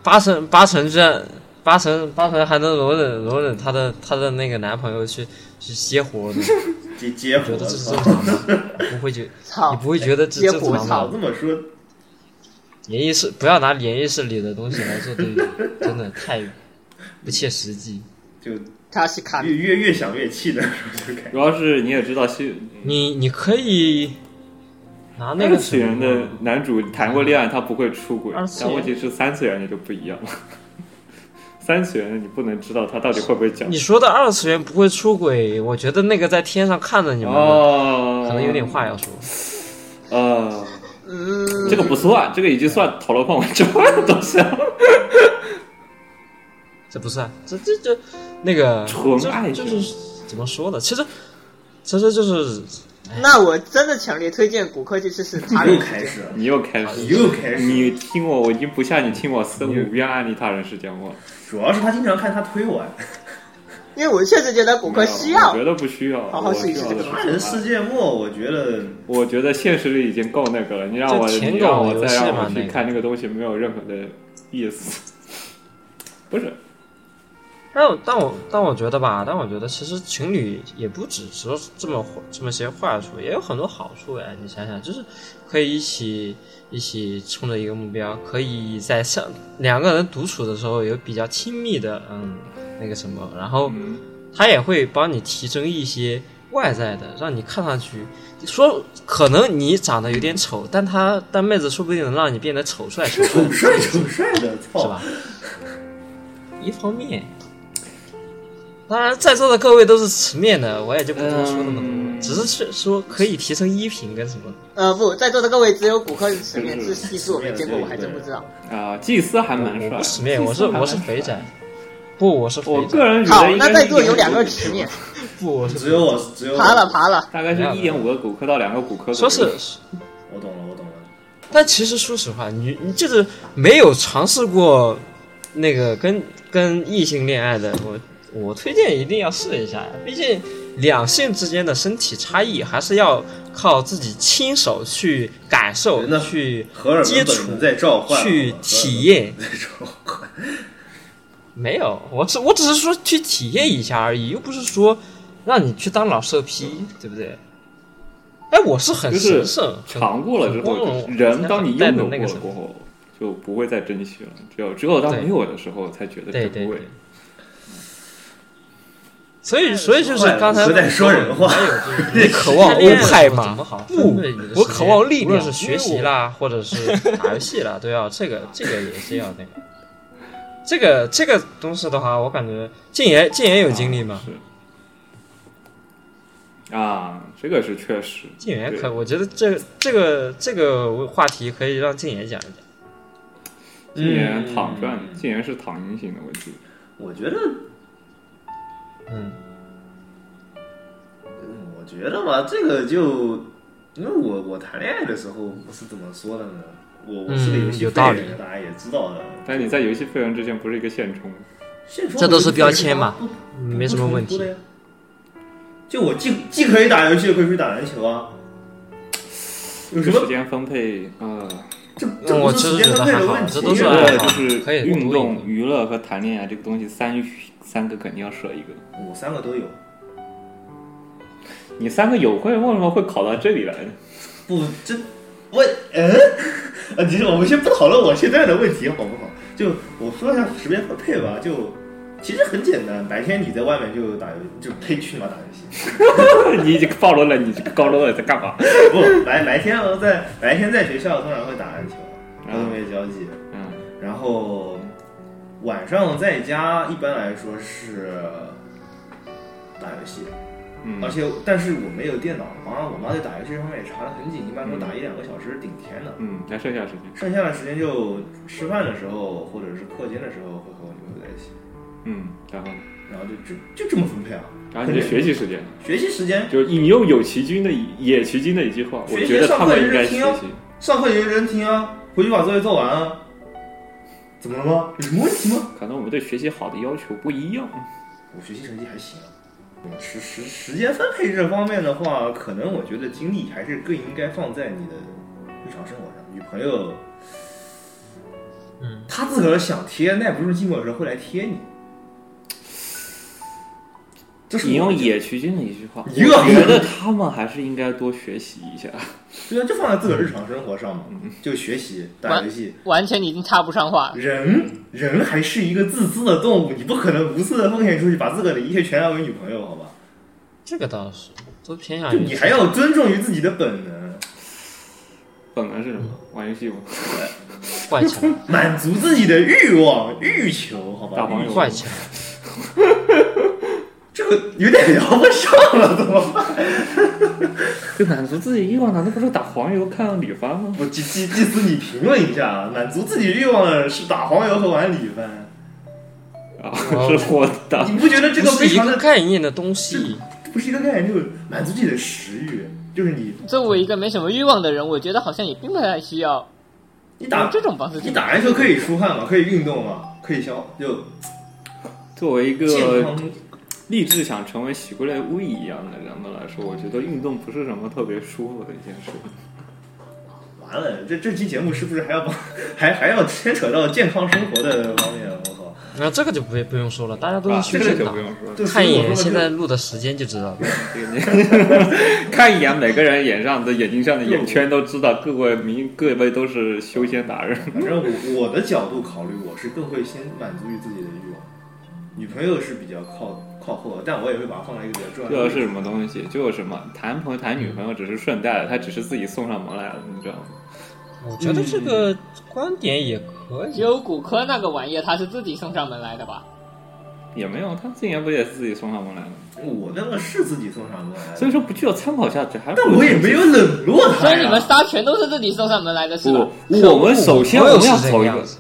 Speaker 7: 八成八成居然八成八成还能容忍容忍她的她的那个男朋友去去接活呢？
Speaker 2: 结结
Speaker 7: 你觉
Speaker 2: 婚
Speaker 7: 得这是
Speaker 2: 是
Speaker 7: 正
Speaker 2: 吧？
Speaker 7: 常吗？不会觉，
Speaker 5: 操
Speaker 7: 你不会觉得这
Speaker 5: 接
Speaker 7: 正
Speaker 5: 活
Speaker 7: 常
Speaker 2: 早
Speaker 7: 吗？
Speaker 2: 这么说，
Speaker 7: 演艺室不要拿演艺室里的东西来做对比，真的太不切实际。
Speaker 2: 就
Speaker 5: 他是卡
Speaker 2: 越越越想越气的时候就感觉。
Speaker 8: 主要是你也知道西
Speaker 7: 你你可以拿那
Speaker 8: 二
Speaker 7: 个嗯
Speaker 8: 次
Speaker 7: 什
Speaker 8: 元
Speaker 7: 么
Speaker 8: 的男主谈过恋爱，他不会出轨
Speaker 7: 二，次
Speaker 8: 但
Speaker 7: 元
Speaker 8: 问题是三次元的就不一样了。 三次元的你不能知道他到底会不会讲
Speaker 7: 你说的二次元不会出轨，我觉得那个在天上看着你们的，
Speaker 8: 哦，
Speaker 7: 可能有点话要说。
Speaker 8: 呃，
Speaker 5: 嗯，
Speaker 8: 这个不算，这个已经算讨论范围之外的东西了。
Speaker 7: 这不算，这这这那个
Speaker 8: 纯
Speaker 7: 这
Speaker 8: 爱
Speaker 7: 就
Speaker 8: 情
Speaker 7: 是怎么说呢？其实其实就是
Speaker 5: 那我真的强烈推荐骨科去试试他人
Speaker 2: 又
Speaker 5: 世
Speaker 2: 开
Speaker 5: 界。
Speaker 2: 始了，
Speaker 8: 你又开
Speaker 2: 你
Speaker 8: 始，
Speaker 2: 又开始了。
Speaker 8: 你听我，我已经不像你听我四五遍案例他人事件过了。
Speaker 2: 主要是他经常看他推我，
Speaker 5: 因为我确实觉得骨科需
Speaker 8: 我
Speaker 5: 要
Speaker 8: 觉得不需要。
Speaker 5: 好好
Speaker 8: 我
Speaker 5: 试一
Speaker 8: 需
Speaker 5: 试
Speaker 8: 要
Speaker 5: 这
Speaker 8: 的
Speaker 5: 个
Speaker 8: 是
Speaker 5: 东
Speaker 2: 他
Speaker 8: 什么
Speaker 2: 人世界末，我觉得
Speaker 8: 我觉得现实里已经够那个了，你让我，
Speaker 7: 就舔
Speaker 8: 你
Speaker 7: 狗
Speaker 8: 让我
Speaker 7: 游
Speaker 8: 再
Speaker 7: 戏
Speaker 8: 让
Speaker 7: 嘛
Speaker 8: 我
Speaker 7: 那
Speaker 8: 去
Speaker 7: 个
Speaker 8: 看这个东西，没有任何的意思。 不是，
Speaker 7: 但我但我但我觉得吧，但我觉得其实情侣也不只是这么这么些坏处，也有很多好处哎。你想想，就是可以一起一起冲着一个目标，可以在上两个人独处的时候有比较亲密的嗯那个什么，然后
Speaker 8: 嗯
Speaker 7: 他也会帮你提升一些外在的，让你看上去说可能你长得有点丑，但他但妹子说不定能让你变得丑帅丑帅
Speaker 2: 丑帅丑帅的，
Speaker 7: 是
Speaker 2: 操
Speaker 7: 吧！？一方面，当然在座的各位都是直面的，我也就不多说那么多，
Speaker 8: 嗯
Speaker 7: 只是是说可以提升衣品跟什么。
Speaker 5: 呃不，在座的各位只有骨科是十面，这系数我没见过，我还真不知道。
Speaker 8: 啊，祭司还蛮
Speaker 7: 我
Speaker 8: 帅。
Speaker 7: 不直面，我
Speaker 8: 祭司
Speaker 7: 是
Speaker 8: 还蛮
Speaker 7: 我是
Speaker 8: 帅
Speaker 7: 肥。宅，不，我是肥
Speaker 8: 我
Speaker 7: 宅，
Speaker 8: 个人觉
Speaker 5: 好
Speaker 8: 得，应该
Speaker 5: 那
Speaker 8: 是
Speaker 5: 在座有两个
Speaker 8: 1.5
Speaker 5: 十面，
Speaker 7: 不，我是
Speaker 2: 只有我，只有我
Speaker 5: 爬了，爬了，
Speaker 8: 大概是一点五个骨科到两个骨科左
Speaker 7: 说
Speaker 8: 右。
Speaker 7: 是。
Speaker 2: 我懂了，我懂了。
Speaker 7: 但其实说实话，你你就是没有尝试过那个跟跟异性恋爱的，我我推荐一定要试一下呀。毕竟两性之间的身体差异还是要靠自己亲手去感受
Speaker 2: 人呢、
Speaker 7: 去
Speaker 2: 荷尔蒙
Speaker 7: 接
Speaker 2: 本
Speaker 7: 触
Speaker 2: 能、在召唤，
Speaker 7: 去
Speaker 2: 好吧
Speaker 7: 体验。
Speaker 2: 荷尔蒙本能在召唤。
Speaker 7: 没有，我只我只是说去体验一下而已，又不是说让你去当老色批，对不对？哎，我是很
Speaker 8: 就是
Speaker 7: 神圣，很
Speaker 8: 尝过了之后，
Speaker 7: 光荣
Speaker 8: 就是人当你拥有过
Speaker 7: 那个
Speaker 8: 了
Speaker 7: 什么
Speaker 8: 过后，就不会再珍惜了。只有只有当
Speaker 7: 对
Speaker 8: 没有的时候，才觉得
Speaker 7: 对
Speaker 8: 珍
Speaker 7: 对
Speaker 8: 贵啊
Speaker 7: 对。。所以，所以哎就是刚才
Speaker 2: 不在说人话，
Speaker 7: 你渴望欧派嘛？
Speaker 9: 不
Speaker 7: 不，我渴望力量，
Speaker 9: 无
Speaker 7: 无
Speaker 9: 论
Speaker 7: 论
Speaker 9: 是
Speaker 7: 是
Speaker 9: 学
Speaker 7: 学
Speaker 9: 习
Speaker 7: 习
Speaker 9: 啦，
Speaker 7: 啦， 或者是打游戏啦，都要这个，这个也是要那个。这个这个东西的话，我感觉静言静言有经历吗？
Speaker 8: 是啊，这个是确实。
Speaker 7: 静言
Speaker 8: 对
Speaker 7: 可，我觉得这个这个这个话题可以让静言讲一讲。
Speaker 8: 禁言躺赚，禁言是躺赢型的问题。
Speaker 2: 我觉得，
Speaker 7: 嗯，
Speaker 2: 我觉得吧，这个就因为我我谈恋爱的时候我是怎么说的呢？我我是个游
Speaker 7: 嗯
Speaker 2: 戏
Speaker 7: 有
Speaker 2: 废
Speaker 7: 道理
Speaker 2: 人，大家也知道的。
Speaker 8: 但你在游戏废人之前不是一个现充，
Speaker 2: 现实中
Speaker 7: 这都是
Speaker 2: 我就
Speaker 7: 标签嘛
Speaker 2: 不
Speaker 7: 没什么问题
Speaker 2: 不冲突的呀就我既既可以打游戏，又可以去打篮球啊。有什
Speaker 8: 这时
Speaker 2: 么？
Speaker 8: 间分配呃，
Speaker 2: 这
Speaker 7: 嗯
Speaker 2: 这不
Speaker 7: 我其
Speaker 2: 是时
Speaker 7: 实
Speaker 2: 间分
Speaker 7: 觉得
Speaker 2: 配
Speaker 7: 还
Speaker 2: 的
Speaker 7: 好
Speaker 2: 问题，
Speaker 7: 这
Speaker 8: 我
Speaker 7: 都是
Speaker 8: 觉
Speaker 7: 爱
Speaker 2: 啊
Speaker 8: 得
Speaker 7: 好
Speaker 8: 就是
Speaker 7: 可以
Speaker 8: 运
Speaker 7: 多一
Speaker 8: 动、
Speaker 7: 个
Speaker 8: 娱乐和谈恋爱这个东西，三三个肯定要舍一个。
Speaker 2: 我三个都有。
Speaker 8: 你三个有会，为什么会考到这里来呢？
Speaker 2: 不，这我嗯，啊，你我们先不讨论我现在的问题好不好？就我说一下时间分配吧，就其实很简单，白天你在外面就打游，就呸，去你妈打游戏！
Speaker 8: 你已经暴露了，你这个高露了在干嘛？
Speaker 2: 不，白白天我在白天在学校通常会打篮球，和
Speaker 7: 啊
Speaker 2: 同学交际，
Speaker 8: 嗯，
Speaker 2: 然后晚上在家一般来说是打游戏，而且但是我没有电脑，我妈我妈对打游戏方面也查的很紧，一般都打一两个小时顶天的。
Speaker 8: 嗯，来剩下时间，
Speaker 2: 剩下的时间就吃饭的时候，或者是课间的时候会和我女朋友在一起，
Speaker 8: 嗯，然后，
Speaker 2: 然后就就就这么分配啊。
Speaker 8: 然后你的学习时间，
Speaker 2: 学习时间，
Speaker 8: 就是引用有其君的野其君的一句话，我
Speaker 2: 学习
Speaker 8: 觉得他们应该
Speaker 2: 上课
Speaker 8: 学
Speaker 2: 也是
Speaker 8: 习。
Speaker 2: 上课也有人听啊，回去把作业做完啊。怎么了吗？有什么问题吗？
Speaker 8: 可能我们对学习好的要求不一样。
Speaker 2: 我学习成绩还行啊。嗯时时时间分配这方面的话，可能我觉得精力还是更应该放在你的日常生活上。女朋友，
Speaker 7: 嗯，
Speaker 2: 她自个儿想贴，耐不住寂寞的时候会来贴你。这是我
Speaker 8: 引用
Speaker 2: 觉得
Speaker 8: 野崎君的一句 话，我
Speaker 2: 一个
Speaker 8: 觉得他们还是应该多学习一下。
Speaker 2: 对啊，就放在自个儿日常生活上嘛，
Speaker 8: 嗯
Speaker 2: 就学习、打游戏。
Speaker 5: 完全已经插不上话了。
Speaker 8: 嗯
Speaker 2: 人人还是一个自私的动物，你不可能无私的奉献出去，把自个儿的一切全让给女朋友，好吧？
Speaker 7: 这个倒是都偏向
Speaker 2: 就
Speaker 7: 于
Speaker 2: 你还要尊重于自己的本能，
Speaker 8: 本能是什么？
Speaker 7: 嗯
Speaker 8: 玩游戏吗？
Speaker 7: 怪强，
Speaker 2: 满足自己的欲望、欲求，好
Speaker 8: 打
Speaker 2: 吧？
Speaker 8: 网友
Speaker 7: 怪强。
Speaker 2: 这个有点聊不上了，怎么办？
Speaker 8: 就满足自己欲望，难道不是打黄油看李帆吗？
Speaker 2: 我祭祭祭司，你评论一下，啊，满足自己欲望的是打黄油和玩李帆，
Speaker 8: 啊，
Speaker 7: 哦
Speaker 8: 是我打
Speaker 2: 你不觉得这
Speaker 7: 这
Speaker 2: 个
Speaker 7: 是
Speaker 2: 非
Speaker 7: 一
Speaker 2: 常
Speaker 7: 个
Speaker 2: 的
Speaker 7: 概念的东西，
Speaker 2: 不是一个概念？就是满足自己的食欲，就是你
Speaker 5: 作为一个没什么欲望的人，我觉得好像也并不太需要
Speaker 2: 你打
Speaker 5: 用这种方式去
Speaker 2: 你打篮球可以出汗嘛，可以运动嘛，可以消就
Speaker 8: 作为一
Speaker 2: 健
Speaker 8: 个
Speaker 2: 康。
Speaker 8: 立志想成为喜归来乌一样的人们来说，我觉得运动不是什么特别舒服的一件事。
Speaker 2: 完了，这这期节目是不是还要把还还要牵扯到健康生活的方面？我靠，
Speaker 7: 那这个就不不用说了，大家都
Speaker 8: 啊，
Speaker 7: 是
Speaker 8: 这
Speaker 7: 学
Speaker 8: 个
Speaker 7: 生
Speaker 8: 就
Speaker 7: 党
Speaker 8: 不。用说了，
Speaker 2: 对，所
Speaker 7: 看
Speaker 2: 以
Speaker 7: 一
Speaker 2: 我说
Speaker 7: 眼
Speaker 2: 就
Speaker 7: 现在录的时间就知道了。
Speaker 2: 嗯
Speaker 8: 这个你 看一眼每个人眼上的眼睛上的眼圈，都知道各位明各位都是修仙达人。
Speaker 2: 反正我我的角度考虑，我是更会先满足于自己的欲望。女朋友是比较靠靠后的，但我也会把它放在一个比较重要的
Speaker 8: 这个
Speaker 2: 位
Speaker 8: 啊是
Speaker 2: 置。
Speaker 8: 什么东西？就是什么谈朋友谈女朋友只是顺带的，他只是自己送上门来的，你知道吗？
Speaker 7: 我觉得这个观点也可以。
Speaker 5: 只有骨科那个玩意儿，他是自己送上门来的吧？
Speaker 8: 也没有，他自己不也是自己送上门来的吗？
Speaker 2: 我那个是自己送上门来的，
Speaker 8: 所以说不具有参考价值，还是
Speaker 2: 但我也没有冷落他
Speaker 5: 所
Speaker 8: 哎
Speaker 5: 以
Speaker 2: 呀
Speaker 5: 你们仨全都是自己送上门来的是吧
Speaker 8: 不？，我们首先
Speaker 7: 我
Speaker 8: 我
Speaker 7: 有
Speaker 8: 们要
Speaker 7: 是这
Speaker 8: 走
Speaker 7: 个
Speaker 8: 一
Speaker 7: 样
Speaker 8: 个，
Speaker 7: 子，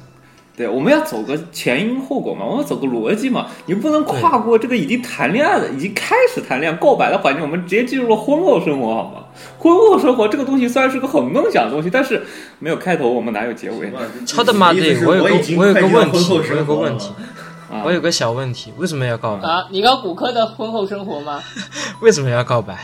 Speaker 8: 对，我们要走个前因后果嘛，我们要走个逻辑嘛，你不能跨过这个已经谈恋爱的、已经开始谈恋爱告白的环节，我们直接进入了婚后生活，好吗？婚后生活这个东西虽然是个很梦想的东西，但是没有开头，我们哪有结尾呢？
Speaker 7: 他的妈的
Speaker 2: 你意思是
Speaker 7: 我有个
Speaker 2: 已经
Speaker 7: 我有个
Speaker 2: 快进入
Speaker 7: 问题
Speaker 2: 婚后生
Speaker 7: 我有个
Speaker 2: 活了
Speaker 7: 问题
Speaker 8: 啊
Speaker 7: 我，有个小问题，为什么要告白？
Speaker 5: 啊，你搞骨科的婚后生活吗？
Speaker 7: 为什么要告白？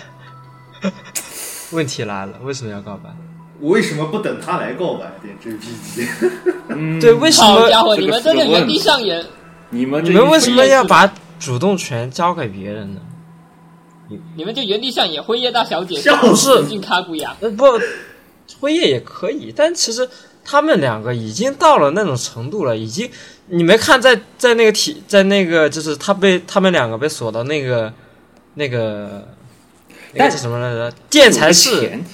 Speaker 7: 问题来了，为什么要告白？
Speaker 2: 我为什么不等他来告白？点 JPG，
Speaker 8: 嗯，
Speaker 7: 对，为什
Speaker 5: 好
Speaker 7: 么
Speaker 5: 哦家伙，
Speaker 8: 这
Speaker 5: 你
Speaker 8: 个
Speaker 5: 们
Speaker 8: 是
Speaker 5: 真的
Speaker 8: 个问
Speaker 5: 原地
Speaker 8: 题
Speaker 5: 上演，
Speaker 8: 你们
Speaker 7: 你
Speaker 8: 这
Speaker 7: 们
Speaker 8: 一
Speaker 7: 为什
Speaker 8: 说
Speaker 7: 么要把主动权交给别人呢？
Speaker 5: 你们就原地上演辉夜大小姐
Speaker 2: 笑
Speaker 7: 死
Speaker 5: 进卡古雅，
Speaker 7: 呃，不，辉夜也可以，但其实他们两个已经到了那种程度了，已经你没看在在那个体在那个就是他被他们两个被锁到那个那个那
Speaker 8: 但
Speaker 7: 个叫什么来着电
Speaker 8: 才
Speaker 7: 材室
Speaker 8: 前提？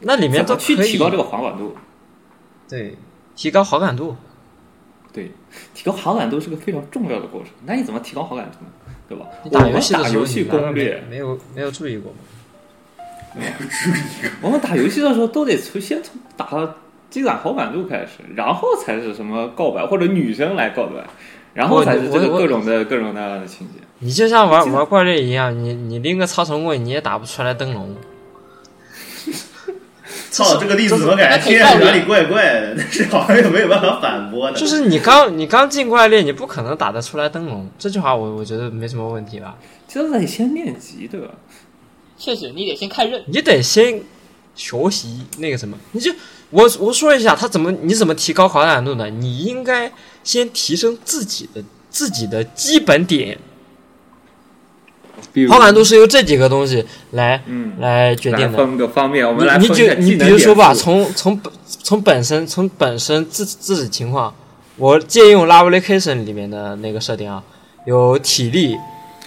Speaker 7: 那里面都
Speaker 8: 怎么去
Speaker 7: 可以
Speaker 8: 提高这个好感度？
Speaker 7: 对提高好感度，
Speaker 8: 对，提高好感度是个非常重要的过程。那你怎么提高好感度呢？对吧？
Speaker 7: 你打
Speaker 8: 我们
Speaker 7: 游戏的
Speaker 8: 打
Speaker 7: 时候
Speaker 8: 游
Speaker 7: 你
Speaker 8: 戏
Speaker 7: 难道
Speaker 8: 攻略，
Speaker 7: 没没有没有注意过吗？
Speaker 8: 我们打游戏的时候都得从先从打到积攒好感度开始，然后才是什么告白或者女生来告白，然后才是这个
Speaker 7: 我我
Speaker 8: 各种的各种那样的情节。
Speaker 7: 你就像玩玩怪猎一样，你你拎个超神棍你也打不出来灯笼。
Speaker 2: 操，这个例子怎么感觉听上去哪里怪怪的？但是好像又没有办法反驳呢。
Speaker 7: 就是你刚你刚进怪猎，你不可能打得出来灯笼。这句话我我觉得没什么问题吧。
Speaker 8: 这得先练级，对吧？
Speaker 5: 确实你得先看刃，
Speaker 7: 你得先学习那个什么，你就我我说一下，他怎么你怎么提高好感度呢？你应该先提升自己的自己的基本点，
Speaker 8: 比如
Speaker 7: 好感度，是由这几个东西来
Speaker 8: 嗯，
Speaker 7: 来决
Speaker 8: 来
Speaker 7: 定的。
Speaker 8: 分个方面，我们来
Speaker 7: 你你
Speaker 8: 分一
Speaker 7: 就
Speaker 8: 下技
Speaker 7: 你
Speaker 8: 能
Speaker 7: 比如说吧，
Speaker 8: 点数
Speaker 7: 从从本从本身从本身自自己情况，我借用 Lovecation 里面的那个设定啊，有体力，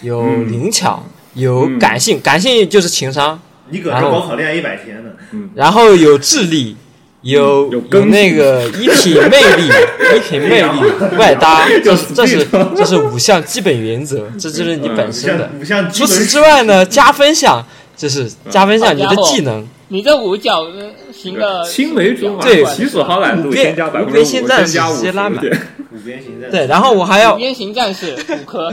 Speaker 7: 有
Speaker 8: 嗯
Speaker 7: 灵巧，有
Speaker 8: 嗯
Speaker 7: 感性，感性就是情商，
Speaker 2: 你搁这高考练一百天呢，
Speaker 7: 然后有智力，有、
Speaker 8: 嗯有更
Speaker 7: 那个一品魅力，一品魅 力外搭，这是这是这是五项基本原则，这嗯就是
Speaker 8: 嗯
Speaker 7: 你本
Speaker 2: 五
Speaker 7: 身的。
Speaker 2: 项五项基
Speaker 7: 除
Speaker 2: 本
Speaker 7: 此之外呢，加分项就是加分项，
Speaker 5: 嗯
Speaker 7: 你的技能
Speaker 5: 你这五角呃行个
Speaker 8: 青梅竹马，
Speaker 7: 对
Speaker 8: 其所好感度
Speaker 7: 五边
Speaker 8: 先加百分
Speaker 7: 五
Speaker 8: 之五，
Speaker 7: 边形战
Speaker 8: 先
Speaker 7: 士
Speaker 8: 加五
Speaker 7: 直接
Speaker 8: 十
Speaker 7: 拉满
Speaker 8: 点。
Speaker 2: 五边形战士
Speaker 7: 对，然后我还要
Speaker 5: 边形战士五 颗，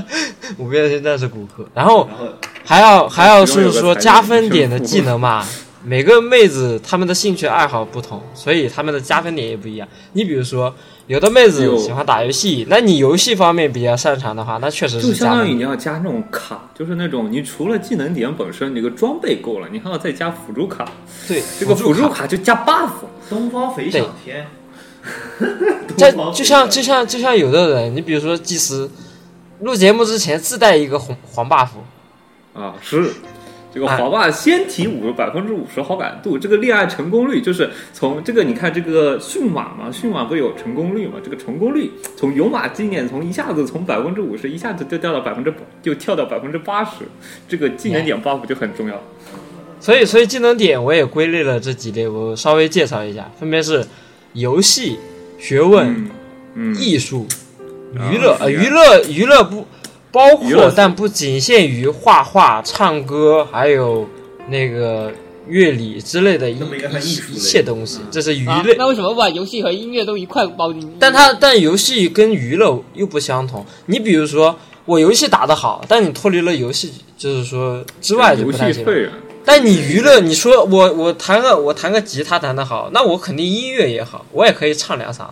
Speaker 7: 五边形战士骨科，然后
Speaker 2: 然后
Speaker 7: 还要还要是
Speaker 8: 其中有
Speaker 7: 说
Speaker 8: 个才
Speaker 7: 加
Speaker 8: 女
Speaker 7: 分
Speaker 8: 生
Speaker 7: 点的
Speaker 8: 服
Speaker 7: 技能 嘛，每个妹子她们的兴趣爱好不同，所以她们的加分点也不一样。你比如说，有的妹子
Speaker 8: 有
Speaker 7: 喜欢打游戏，那你游戏方面比较擅长的话，那确实
Speaker 8: 就是相
Speaker 7: 加
Speaker 8: 当于
Speaker 7: 分
Speaker 8: 你。要加那种卡，就是那种你除了技能点本身，你这个装备够了，你还要再加辅助卡。
Speaker 7: 对，
Speaker 8: 这个辅助
Speaker 7: 助，
Speaker 8: 卡就加 buff，
Speaker 2: 东方肥想天，
Speaker 7: 这
Speaker 2: 东方
Speaker 7: 就
Speaker 2: 肥
Speaker 7: 像
Speaker 2: 想
Speaker 7: 就像就像有的人，你比如说祭司，录节目之前自带一个红黄 buff，
Speaker 8: 啊，是哎这个华霸先提五百分之五十好感度，这个恋爱成功率就是从这个你看这个驯马嘛，驯马不是有成功率嘛？这个啊成功率从有马经验从一下子从百分之五十一下子就掉到百分之就跳到百分之八十，这个技能点 buff 就很重要。
Speaker 7: 所以，所以技能点我也归类了这几类，我稍微介绍一下，分别是游戏、学问、
Speaker 8: 嗯嗯，
Speaker 7: 艺术、娱
Speaker 8: 啊
Speaker 7: 乐，
Speaker 8: 是
Speaker 7: 呃，
Speaker 8: 这样
Speaker 7: 娱乐娱乐不包
Speaker 8: 娱乐
Speaker 7: 括，
Speaker 8: 是
Speaker 7: 但不仅限于画画、唱歌，还有那个乐理之类的一
Speaker 2: 那么应该算艺术
Speaker 7: 一
Speaker 2: 类
Speaker 7: 切东西，这是娱
Speaker 5: 啊
Speaker 7: 乐。
Speaker 5: 那为什么不把游戏和音乐都一块包进去？
Speaker 7: 但它但游戏跟娱乐又不相同。你比如说，我游戏打得好，但你脱离了游戏，就是说之外就
Speaker 8: 游
Speaker 7: 不
Speaker 8: 戏啊
Speaker 7: 太行了。
Speaker 8: 会员。
Speaker 7: 但你娱乐，你说我我弹个我弹个吉他弹得好，那我肯定音乐也好，我也可以唱两嗓子，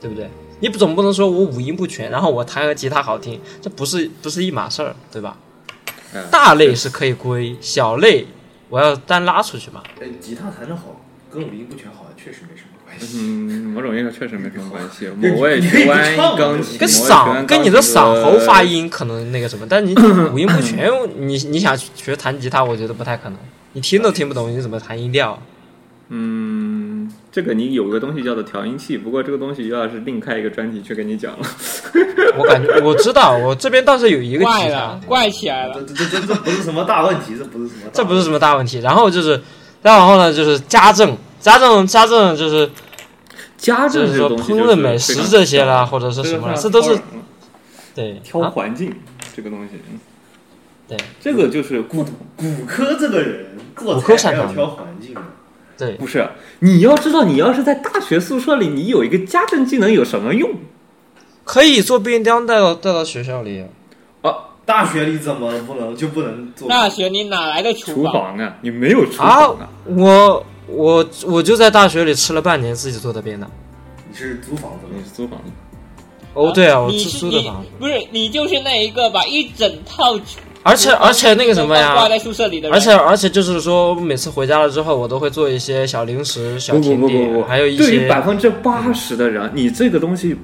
Speaker 7: 对不对？你不总不能说我五音不全，然后我弹个吉他好听，这不是不是一码事儿，对吧？
Speaker 8: 嗯
Speaker 7: 大类是可以归，小类我要单拉出去嘛。
Speaker 2: 哎，吉他弹得好，跟五音不全好像确实没什么关系。
Speaker 8: 嗯，某种意义上确实没什么关系。某位端钢琴，
Speaker 7: 跟
Speaker 8: 某位
Speaker 7: 嗓
Speaker 8: 端
Speaker 7: 跟你的
Speaker 8: 钢琴
Speaker 7: 嗓喉发音可能那个什么，但你五音不全，你你想学弹吉他，我觉得不太可能。你听都听不懂，你怎么弹音调？
Speaker 8: 嗯，这个你有个东西叫做调音器，不过这个东西又要是另开一个专题去跟 你讲了。
Speaker 7: 我感觉我知道，我这边倒是有啊一个
Speaker 5: 怪
Speaker 7: 吉他
Speaker 5: 了，，怪起来了
Speaker 2: 哎这。这这这不是什么大问题，这不是什么大问题，
Speaker 7: 这不是什么大问题。然后就是，再往后呢就是家政，家政家政就是
Speaker 8: 家
Speaker 7: 就
Speaker 8: 政
Speaker 7: 是
Speaker 8: 这
Speaker 7: 说
Speaker 8: 个东西
Speaker 7: 烹
Speaker 8: 就
Speaker 7: 饪
Speaker 8: 是
Speaker 7: 美
Speaker 8: 非
Speaker 7: 食
Speaker 8: 常
Speaker 7: 这些啦，或者是
Speaker 8: 这
Speaker 7: 什么啦，
Speaker 8: 非常
Speaker 7: 这都是
Speaker 8: 挑人
Speaker 7: 对
Speaker 8: 挑
Speaker 7: 啊
Speaker 8: 环境这个东西。嗯
Speaker 7: 对
Speaker 8: 这个就是孤独，
Speaker 2: 骨科这个人做
Speaker 7: 骨科
Speaker 2: 菜还
Speaker 7: 擅
Speaker 2: 要
Speaker 7: 长
Speaker 2: 挑环境啊的，
Speaker 7: 对
Speaker 8: 不是？啊你要知道，你要是在大学宿舍里，你有一个家政技能有什么用
Speaker 7: 可以做便当带到带到学校里。
Speaker 8: 啊？
Speaker 2: 大学里怎么不能就不能做？
Speaker 5: 大学你哪来的厨
Speaker 8: 厨房啊，你没有厨
Speaker 7: 啊
Speaker 8: 房啊？，
Speaker 7: 我我我就在大学里吃了半年自己做的便当。
Speaker 2: 你是租房子
Speaker 8: 你
Speaker 2: 吗？
Speaker 8: 是租房
Speaker 7: 哦，对啊，我
Speaker 5: 你
Speaker 7: 出
Speaker 5: 是
Speaker 7: 租的
Speaker 5: 你
Speaker 7: 房子。
Speaker 5: 不是你就是那一个把一整套
Speaker 7: 而且而且那个什么呀
Speaker 5: 都挂在宿舍里的人，
Speaker 7: 而且而且就是说，每次回家了之后，我都会做一些小零食、小
Speaker 8: 不不
Speaker 7: 甜
Speaker 8: 不不
Speaker 7: 点，
Speaker 8: 不，
Speaker 7: 还有一
Speaker 8: 对于百
Speaker 7: 些
Speaker 8: 分之八十的人，你这个东西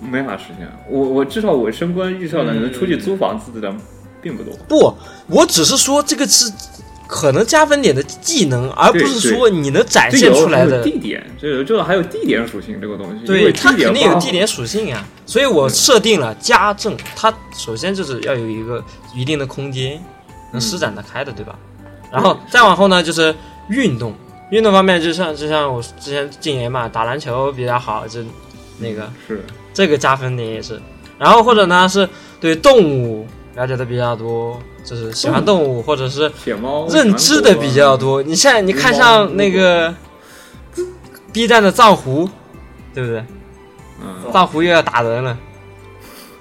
Speaker 8: 没法实现。我我至少我升官遇上的能
Speaker 7: 嗯
Speaker 8: 出去租房子的人并不多。
Speaker 7: 不，我只是说这个是可能加分点的技能，而不
Speaker 8: 对
Speaker 7: 是
Speaker 8: 对
Speaker 7: 说你能展
Speaker 8: 这
Speaker 7: 哎现
Speaker 8: 有
Speaker 7: 出来
Speaker 8: 还有
Speaker 7: 的。
Speaker 8: 地点，这有这还有地点属性这个东西，因
Speaker 7: 对，
Speaker 8: 为
Speaker 7: 它
Speaker 8: 地点
Speaker 7: 肯定有
Speaker 8: 包
Speaker 7: 地点属性呀、所以我设定了家政，它首先就是要有一个一定的空间能施展得开的，对吧？
Speaker 8: 嗯
Speaker 7: 然后再往后呢，就是运动，运动方面就像就像我之前禁言嘛，打篮球比较好，就那个
Speaker 8: 嗯是
Speaker 7: 这个加分点也是。然后或者呢是对动物了解的比较多，就是喜欢动物或者是
Speaker 8: 铁猫
Speaker 7: 认知的比较。多。你现在你看上那个
Speaker 8: 嗯
Speaker 7: B 站的藏狐，对不对？
Speaker 8: 嗯
Speaker 7: 藏狐又要打人了，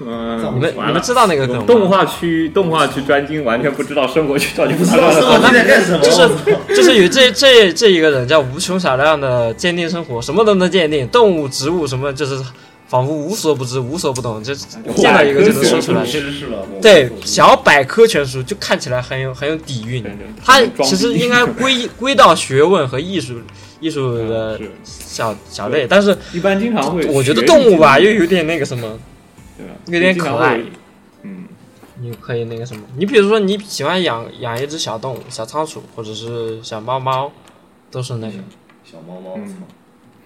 Speaker 8: 嗯，
Speaker 7: 你们你
Speaker 8: 完
Speaker 7: 们
Speaker 8: 了
Speaker 7: 知道那个梗吗？
Speaker 8: 动画区动画区专精，完全不知道生活区到底
Speaker 2: 不 知
Speaker 8: 发生
Speaker 2: 道
Speaker 8: 了
Speaker 2: 生
Speaker 8: 什
Speaker 2: 活
Speaker 8: 么。
Speaker 2: 区在干什么，
Speaker 7: 就是就是有这这这一个人叫无穷小亮的鉴定生活，什么都能鉴定，动物、植物什么就是仿佛无所不知、无所不懂，就是见到一个就能说出来。
Speaker 2: 知识了，我
Speaker 7: 对，小百科全书就看起来很有很有底蕴
Speaker 8: 对对，
Speaker 7: 它
Speaker 8: 很装逼
Speaker 7: 其实应该归归到学问和艺术艺术的
Speaker 8: 嗯是
Speaker 7: 小小类，但是
Speaker 8: 一般经常会，
Speaker 7: 我觉得动物吧又有点那个什么，
Speaker 8: 对吧
Speaker 7: 有点可爱。
Speaker 8: 嗯，
Speaker 7: 你可以那个什么，你比如说你喜欢养养一只小动物，小仓鼠或者是小猫猫，都是那个
Speaker 2: 小猫猫，
Speaker 8: 嗯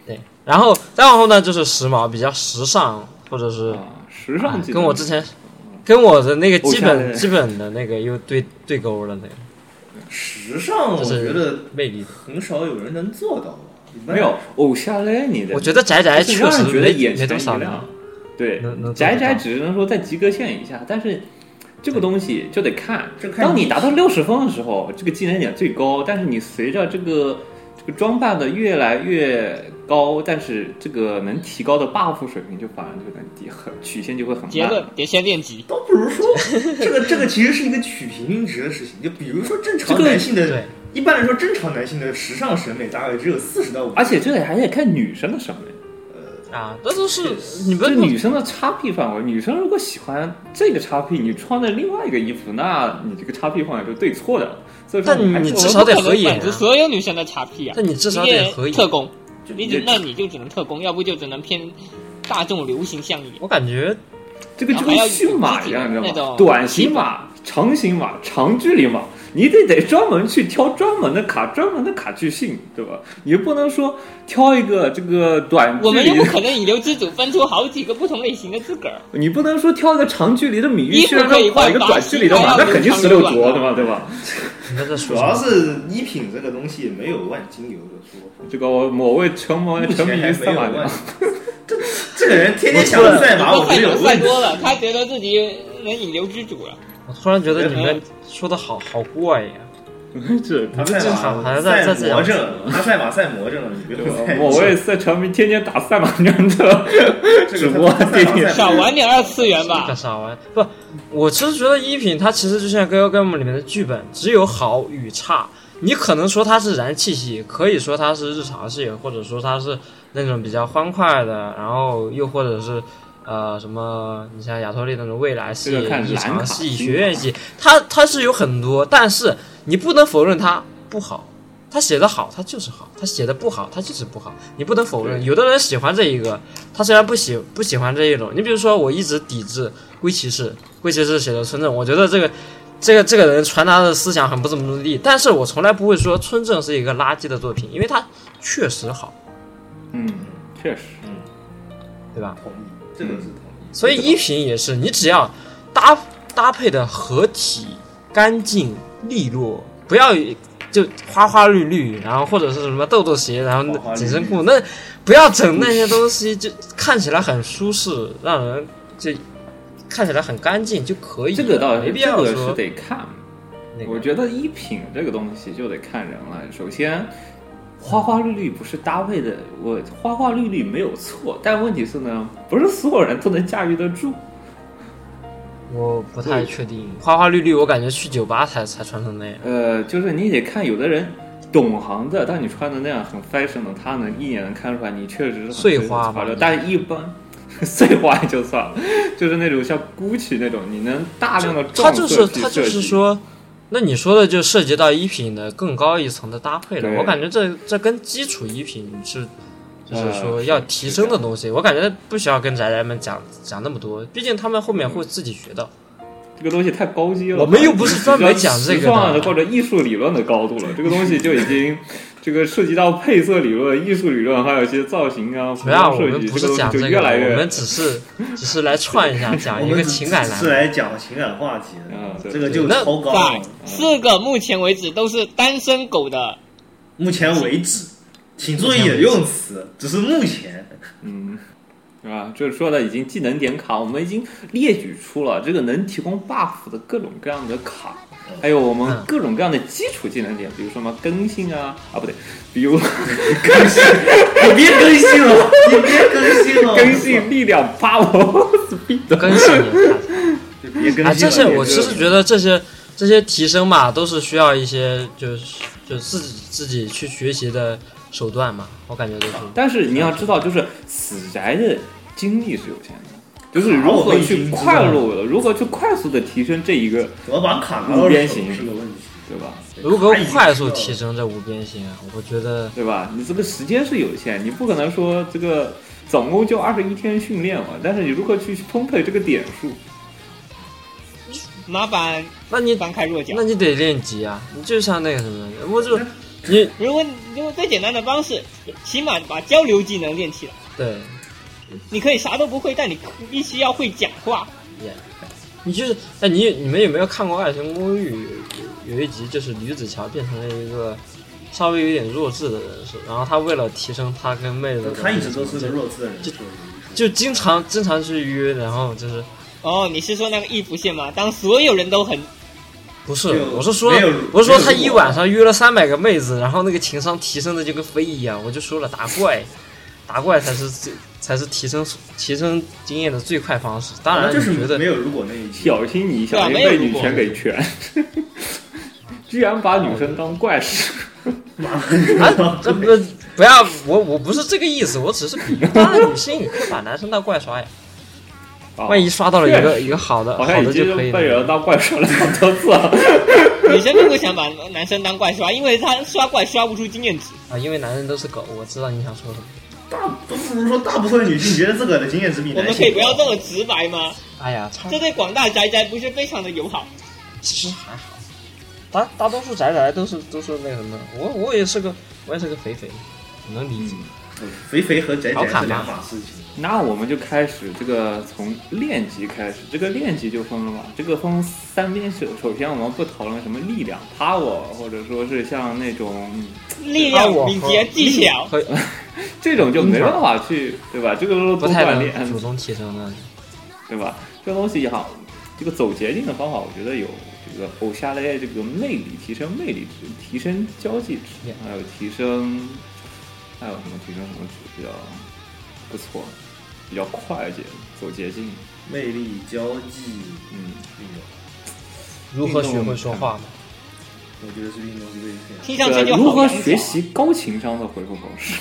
Speaker 7: 对。然后再往后呢，就是时髦，比较时尚，或者是、
Speaker 8: 啊，时尚
Speaker 7: 哎
Speaker 8: 技能
Speaker 7: 跟我之前跟我的那个基
Speaker 8: 偶像
Speaker 7: 本基本的那个又对对勾了那个
Speaker 2: 时尚我
Speaker 7: 就是
Speaker 2: 觉得
Speaker 7: 魅力。
Speaker 2: 很少有人能做到吧，一般
Speaker 8: 没有偶像嘞，你的
Speaker 7: 我觉得宅宅
Speaker 8: 就是
Speaker 7: 确
Speaker 8: 让
Speaker 7: 实
Speaker 8: 人觉得
Speaker 7: 没
Speaker 8: 眼
Speaker 7: 没
Speaker 8: 前
Speaker 7: 多少
Speaker 8: 一
Speaker 7: 人
Speaker 8: 亮。。啊对
Speaker 7: 能能，做
Speaker 8: 宅
Speaker 7: 得
Speaker 8: 宅
Speaker 7: 到
Speaker 8: 只能说在及格线以下，但是这个东西就得看
Speaker 2: 就。看
Speaker 8: 当
Speaker 2: 你
Speaker 8: 你达到六十分的时候，这个技能点最高，但是你随着这个这个装扮的越来越高，但是这个能提高的 buff 水平就反而就能低，很曲线就会很
Speaker 5: 结论
Speaker 8: 慢。
Speaker 7: 啊
Speaker 5: 得先练级。
Speaker 2: 倒不如说这个这个其实是一个取平均值的事情，就比如说正常
Speaker 8: 这个
Speaker 2: 男性的
Speaker 7: 对，
Speaker 2: 一般来说正常男性的时尚审美大概只有四十到五，
Speaker 8: 而且这里还得看女生的审美，
Speaker 7: 啊，那都是你
Speaker 8: 这
Speaker 7: 们
Speaker 8: 女生的叉 P 范围，女生如果喜欢这个叉 P，你穿的另外一个衣服，那你这个叉 P 范围就对错的。所以说
Speaker 7: 但
Speaker 8: 还
Speaker 7: 你
Speaker 8: 是
Speaker 7: 至
Speaker 5: 我
Speaker 7: 少得
Speaker 5: 不可能
Speaker 7: 合眼
Speaker 5: 满足
Speaker 7: 啊
Speaker 5: 所有女生的叉 P 啊
Speaker 7: 那，你至少
Speaker 5: 你也
Speaker 7: 得合影。
Speaker 5: 特工，
Speaker 8: 就
Speaker 5: 你只那你就只能特工，要不就只能偏大众流行向一点。
Speaker 7: 我感觉
Speaker 8: 这个就跟驯马一样，你
Speaker 5: 然后还要有
Speaker 8: 知
Speaker 5: 那
Speaker 8: 道吗
Speaker 5: 种？
Speaker 8: 短型马、长型马、长距离马，你得得专门去挑专门的卡，专门的卡去训，对吧？你不能说挑一个这个短距
Speaker 5: 我们又
Speaker 8: 离
Speaker 5: 不
Speaker 8: 的，
Speaker 5: 可能引流之主分出好几个不同类型的资格，
Speaker 8: 你不能说挑一个长距离的米玉
Speaker 5: 衣服
Speaker 8: 去让他
Speaker 5: 可以
Speaker 8: 跑
Speaker 5: 换
Speaker 8: 一个
Speaker 5: 马
Speaker 8: 短距离的马，
Speaker 5: 还要
Speaker 8: 那肯
Speaker 5: 留
Speaker 8: 定
Speaker 5: 长
Speaker 8: 十六
Speaker 5: 短
Speaker 8: 着，
Speaker 5: 的
Speaker 8: 对吧？对吧？
Speaker 7: 你们在
Speaker 2: 主
Speaker 7: 说什
Speaker 2: 要
Speaker 7: 么？
Speaker 2: 是衣品这个东西没有万金油的说法。
Speaker 8: 这个我某位成魔
Speaker 2: 目前
Speaker 8: 沉迷于
Speaker 2: 还
Speaker 8: 赛
Speaker 2: 没有
Speaker 8: 马
Speaker 2: 万
Speaker 8: 娘
Speaker 2: 金， 这这个人天天想着赛马，我
Speaker 5: 快
Speaker 2: 没有
Speaker 5: 流算
Speaker 2: 问题。
Speaker 5: 多了，他觉得自己能引流之主了。
Speaker 7: 我突然觉得你们说的好好怪呀。
Speaker 8: 是
Speaker 2: 他
Speaker 7: 这
Speaker 2: 赛
Speaker 7: 好好
Speaker 2: 马
Speaker 7: 像在在
Speaker 2: 赛
Speaker 7: 讲
Speaker 2: 魔怔了，他赛马赛魔怔了，你不
Speaker 8: 对啊
Speaker 2: 用
Speaker 8: 吧
Speaker 2: 赛。
Speaker 8: 某位赛沉迷天天打赛马娘的
Speaker 2: 这
Speaker 8: 直
Speaker 2: 个
Speaker 8: 播
Speaker 2: 他赛
Speaker 8: 天
Speaker 2: 马
Speaker 8: 天
Speaker 2: 赛
Speaker 5: 少
Speaker 2: 马
Speaker 5: 玩点二次元
Speaker 7: 干
Speaker 5: 吧，
Speaker 7: 啥玩意？不，我其实觉得一品它其实就像《哥哥 g a 里面的剧本，只有好与差。你可能说它是燃气系，可以说它是日常系，或者说它是那种比较欢快的，然后又或者是呃什么，你像亚托利那种未来系
Speaker 8: 这个、看
Speaker 7: 异
Speaker 8: 蓝
Speaker 7: 常
Speaker 8: 卡
Speaker 7: 系、
Speaker 8: 金卡
Speaker 7: 学院系，它它是有很多，但是你不能否认它不好。他写的好，他就是好；他写的不好，他就是不好。你不能否认，
Speaker 8: 对
Speaker 7: 有的人喜欢这一个，他虽然不喜不喜欢这一种。你比如说，我一直抵制龟骑士，龟骑士写的村正，我觉得这个这个这个人传达的思想很不怎么地，但是我从来不会说村正是一个垃圾的作品，因为他确实好，
Speaker 8: 嗯， 确实，
Speaker 7: 对吧？
Speaker 2: 同意，这个是同意。
Speaker 7: 所以一品也是，你只要搭搭配的合体、干净、利落，不要就花花绿绿，然后或者是什么豆豆鞋，
Speaker 2: 花
Speaker 7: 然
Speaker 2: 花
Speaker 7: 后
Speaker 2: 绿绿
Speaker 7: 紧身裤，那不要整那些东西，就看起来很舒适，让人就看起来很干净就可以了。
Speaker 8: 这个倒
Speaker 7: 哎没
Speaker 8: 是
Speaker 7: 必
Speaker 8: 这
Speaker 7: 要
Speaker 8: 个
Speaker 7: 说
Speaker 8: 是得看。
Speaker 7: 那个
Speaker 8: 我觉得衣品这个东西就得看人了。首先，花花绿绿不是搭配的，我花花绿绿没有错，但问题是呢，不是所有人都能驾驭得住。
Speaker 7: 我不太确定，花花绿绿，我感觉去酒吧才才穿成那样。
Speaker 8: 呃，就是你得看有的人懂行的，但你穿的那样很 fashion 的，他能一眼能看出来你确实是很
Speaker 7: 碎花嘛
Speaker 8: 潮流，但一般 碎坏就算了，就是那种像 GUCCI 那种，你能大量的
Speaker 7: 他
Speaker 8: 撞
Speaker 7: 就
Speaker 8: 色
Speaker 7: 是
Speaker 8: 去
Speaker 7: 他就
Speaker 8: 设
Speaker 7: 是
Speaker 8: 计
Speaker 7: 说，那你说的就涉及到衣品的更高一层的搭配了。
Speaker 8: 对
Speaker 7: 我感觉这这跟基础衣品是，就是
Speaker 8: 呃
Speaker 7: 说要提升的东西，我感觉不需要跟宅宅们讲讲那么多，毕竟他们后面会自己学的。
Speaker 8: 这个东西太高级了。
Speaker 7: 我们又不是专门讲这个的
Speaker 8: 比较时尚或者艺术理论的高度了，这个东西就已经 这个涉及到配色理论、艺术理论，还有一些造型啊、服
Speaker 7: 不要，我
Speaker 8: 装设
Speaker 7: 们
Speaker 8: 计，
Speaker 7: 不是
Speaker 8: 这个东
Speaker 7: 讲
Speaker 8: 西
Speaker 7: 这
Speaker 8: 就
Speaker 7: 个，
Speaker 8: 越来越
Speaker 7: 我们只 是只是来串一下，讲啊一
Speaker 2: 我
Speaker 7: 个
Speaker 2: 们
Speaker 7: 情感
Speaker 2: 只
Speaker 7: 栏
Speaker 2: 是
Speaker 7: 目。
Speaker 2: 来讲情感话题的，
Speaker 8: 啊对
Speaker 2: 这个就
Speaker 7: 对那
Speaker 2: 超高
Speaker 5: 在
Speaker 2: 了。
Speaker 5: 四个目前为止都是单身狗的，
Speaker 2: 目前为止，请注意你的用词，只是目前。
Speaker 8: 嗯，是吧？就是说的已经技能点卡，我们已经列举出了这个能提供 buff 的各种各样的卡，还有我们
Speaker 7: 嗯
Speaker 8: 各种各样的基础技能点，比如说什么更新啊，啊不对，比如
Speaker 2: 你别更新了，你别更新了，
Speaker 8: 更新力量 power speed，
Speaker 7: 更新一下
Speaker 2: 就别更新了。
Speaker 7: 啊，这些我其实
Speaker 2: 得
Speaker 7: 觉得这些这些提升嘛，都是需要一些就是就自己自己去学习的手段嘛，我感觉都是。
Speaker 8: 但是你要知道，就是死宅的精力是有限的。就是如何去快速的，如何去快速的提升这一个，
Speaker 2: 怎么把卡拿到
Speaker 8: 边
Speaker 2: 手
Speaker 8: 形
Speaker 2: 是个问题。
Speaker 8: 对吧？
Speaker 7: 如何快速提升这五边形啊？我觉得
Speaker 8: 对吧？你这个时间是有限，你不可能说这个总共就二十一天训练嘛。但是你如何去分配这个点数？
Speaker 5: 麻烦
Speaker 7: 那你
Speaker 5: 翻开弱角
Speaker 7: 那。你得练级啊，你就像那个什么，我就你
Speaker 5: 如果如果最简单的方式，起码把交流技能练起来。
Speaker 7: 对，
Speaker 5: 你可以啥都不会，但你必须要会讲话。
Speaker 7: 你就是哎，你你们有没有看过《爱情公寓》有有有一集，就是吕子乔变成了一个稍微有点弱智的人设，然后他为了提升他跟妹子的
Speaker 2: 他一直都是个弱智的人
Speaker 7: 就，就经常经常去约，然后就是
Speaker 5: 哦，你是说那个易服线吗？当所有人都很
Speaker 7: 不是
Speaker 2: 就，
Speaker 7: 我是说
Speaker 2: 没有，
Speaker 7: 我是说
Speaker 2: 没有
Speaker 7: 他
Speaker 2: 如果
Speaker 7: 一晚上约了三百个妹子，然后那个情商提升的就跟飞一样，我就说了，打怪，打怪才是最才是提升提升经验的最快方式。当然，
Speaker 2: 就
Speaker 7: 你
Speaker 2: 是
Speaker 7: 觉得
Speaker 2: 没有如果那一期。
Speaker 8: 小心你小心
Speaker 5: 对啊没
Speaker 8: 被
Speaker 5: 有
Speaker 8: 女
Speaker 5: 如果
Speaker 8: 权给圈， 居然把女生当怪事。
Speaker 7: 啊，这不不要我我不是这个意思，我只是比喻，当然女性也可以把男生当怪刷呀，
Speaker 2: 哦
Speaker 8: 啊
Speaker 7: 万一刷到了一
Speaker 8: 确
Speaker 7: 个
Speaker 8: 实
Speaker 7: 一个好的
Speaker 8: 好
Speaker 7: 好
Speaker 8: 像已
Speaker 7: 的
Speaker 8: 经
Speaker 7: 就可以
Speaker 8: 被
Speaker 7: 了。
Speaker 8: 人当怪兽了 很多次了。
Speaker 5: 女生并不想把男生当怪刷，因为他刷怪刷不出经验值。
Speaker 7: 啊，因为男人都是狗，我知道你想说什么。
Speaker 2: 大不如说大部分女性觉得自个的经验值比
Speaker 5: 我
Speaker 2: 男性高。
Speaker 5: 们可以不要这么直白吗？
Speaker 7: 哎呀，差
Speaker 5: 这对广大宅宅不是非常的友好。
Speaker 7: 其实还好，大大多数宅宅都是都是那什么，我我也是个我也是个肥肥，我能理解。
Speaker 2: 肥肥和宅
Speaker 7: 调
Speaker 2: 宅
Speaker 7: 侃
Speaker 2: 是两
Speaker 7: 嘛
Speaker 2: 码事情。
Speaker 8: 那我们就开始这个从练级开始，这个练级就分了嘛，这个分三边首首先我们不讨论什么力量 power，或者说是像那种嗯
Speaker 5: 力
Speaker 7: 啊
Speaker 5: 量、啊敏捷、技巧，
Speaker 7: 和
Speaker 8: 这种就没办法去对吧？这个都
Speaker 7: 不
Speaker 8: 多
Speaker 7: 太
Speaker 8: 锻炼，
Speaker 7: 能主动提升的，
Speaker 8: 对吧？这个东西也好，这个走捷径的方法，我觉得有这个偶像类这个魅力，提升魅力值，提升交际值，还有提升，还有什么提升什么值比较不错，比较快捷，走捷径，
Speaker 2: 魅力、交际、
Speaker 8: 嗯，
Speaker 2: 运动，
Speaker 7: 如何学会说话嘛？
Speaker 2: 我觉得是运动是最重要的。
Speaker 5: 听上去
Speaker 8: 对啊
Speaker 5: 就好
Speaker 8: 如何
Speaker 5: 阳
Speaker 8: 学
Speaker 5: 光。
Speaker 8: 习高情商的回复方式？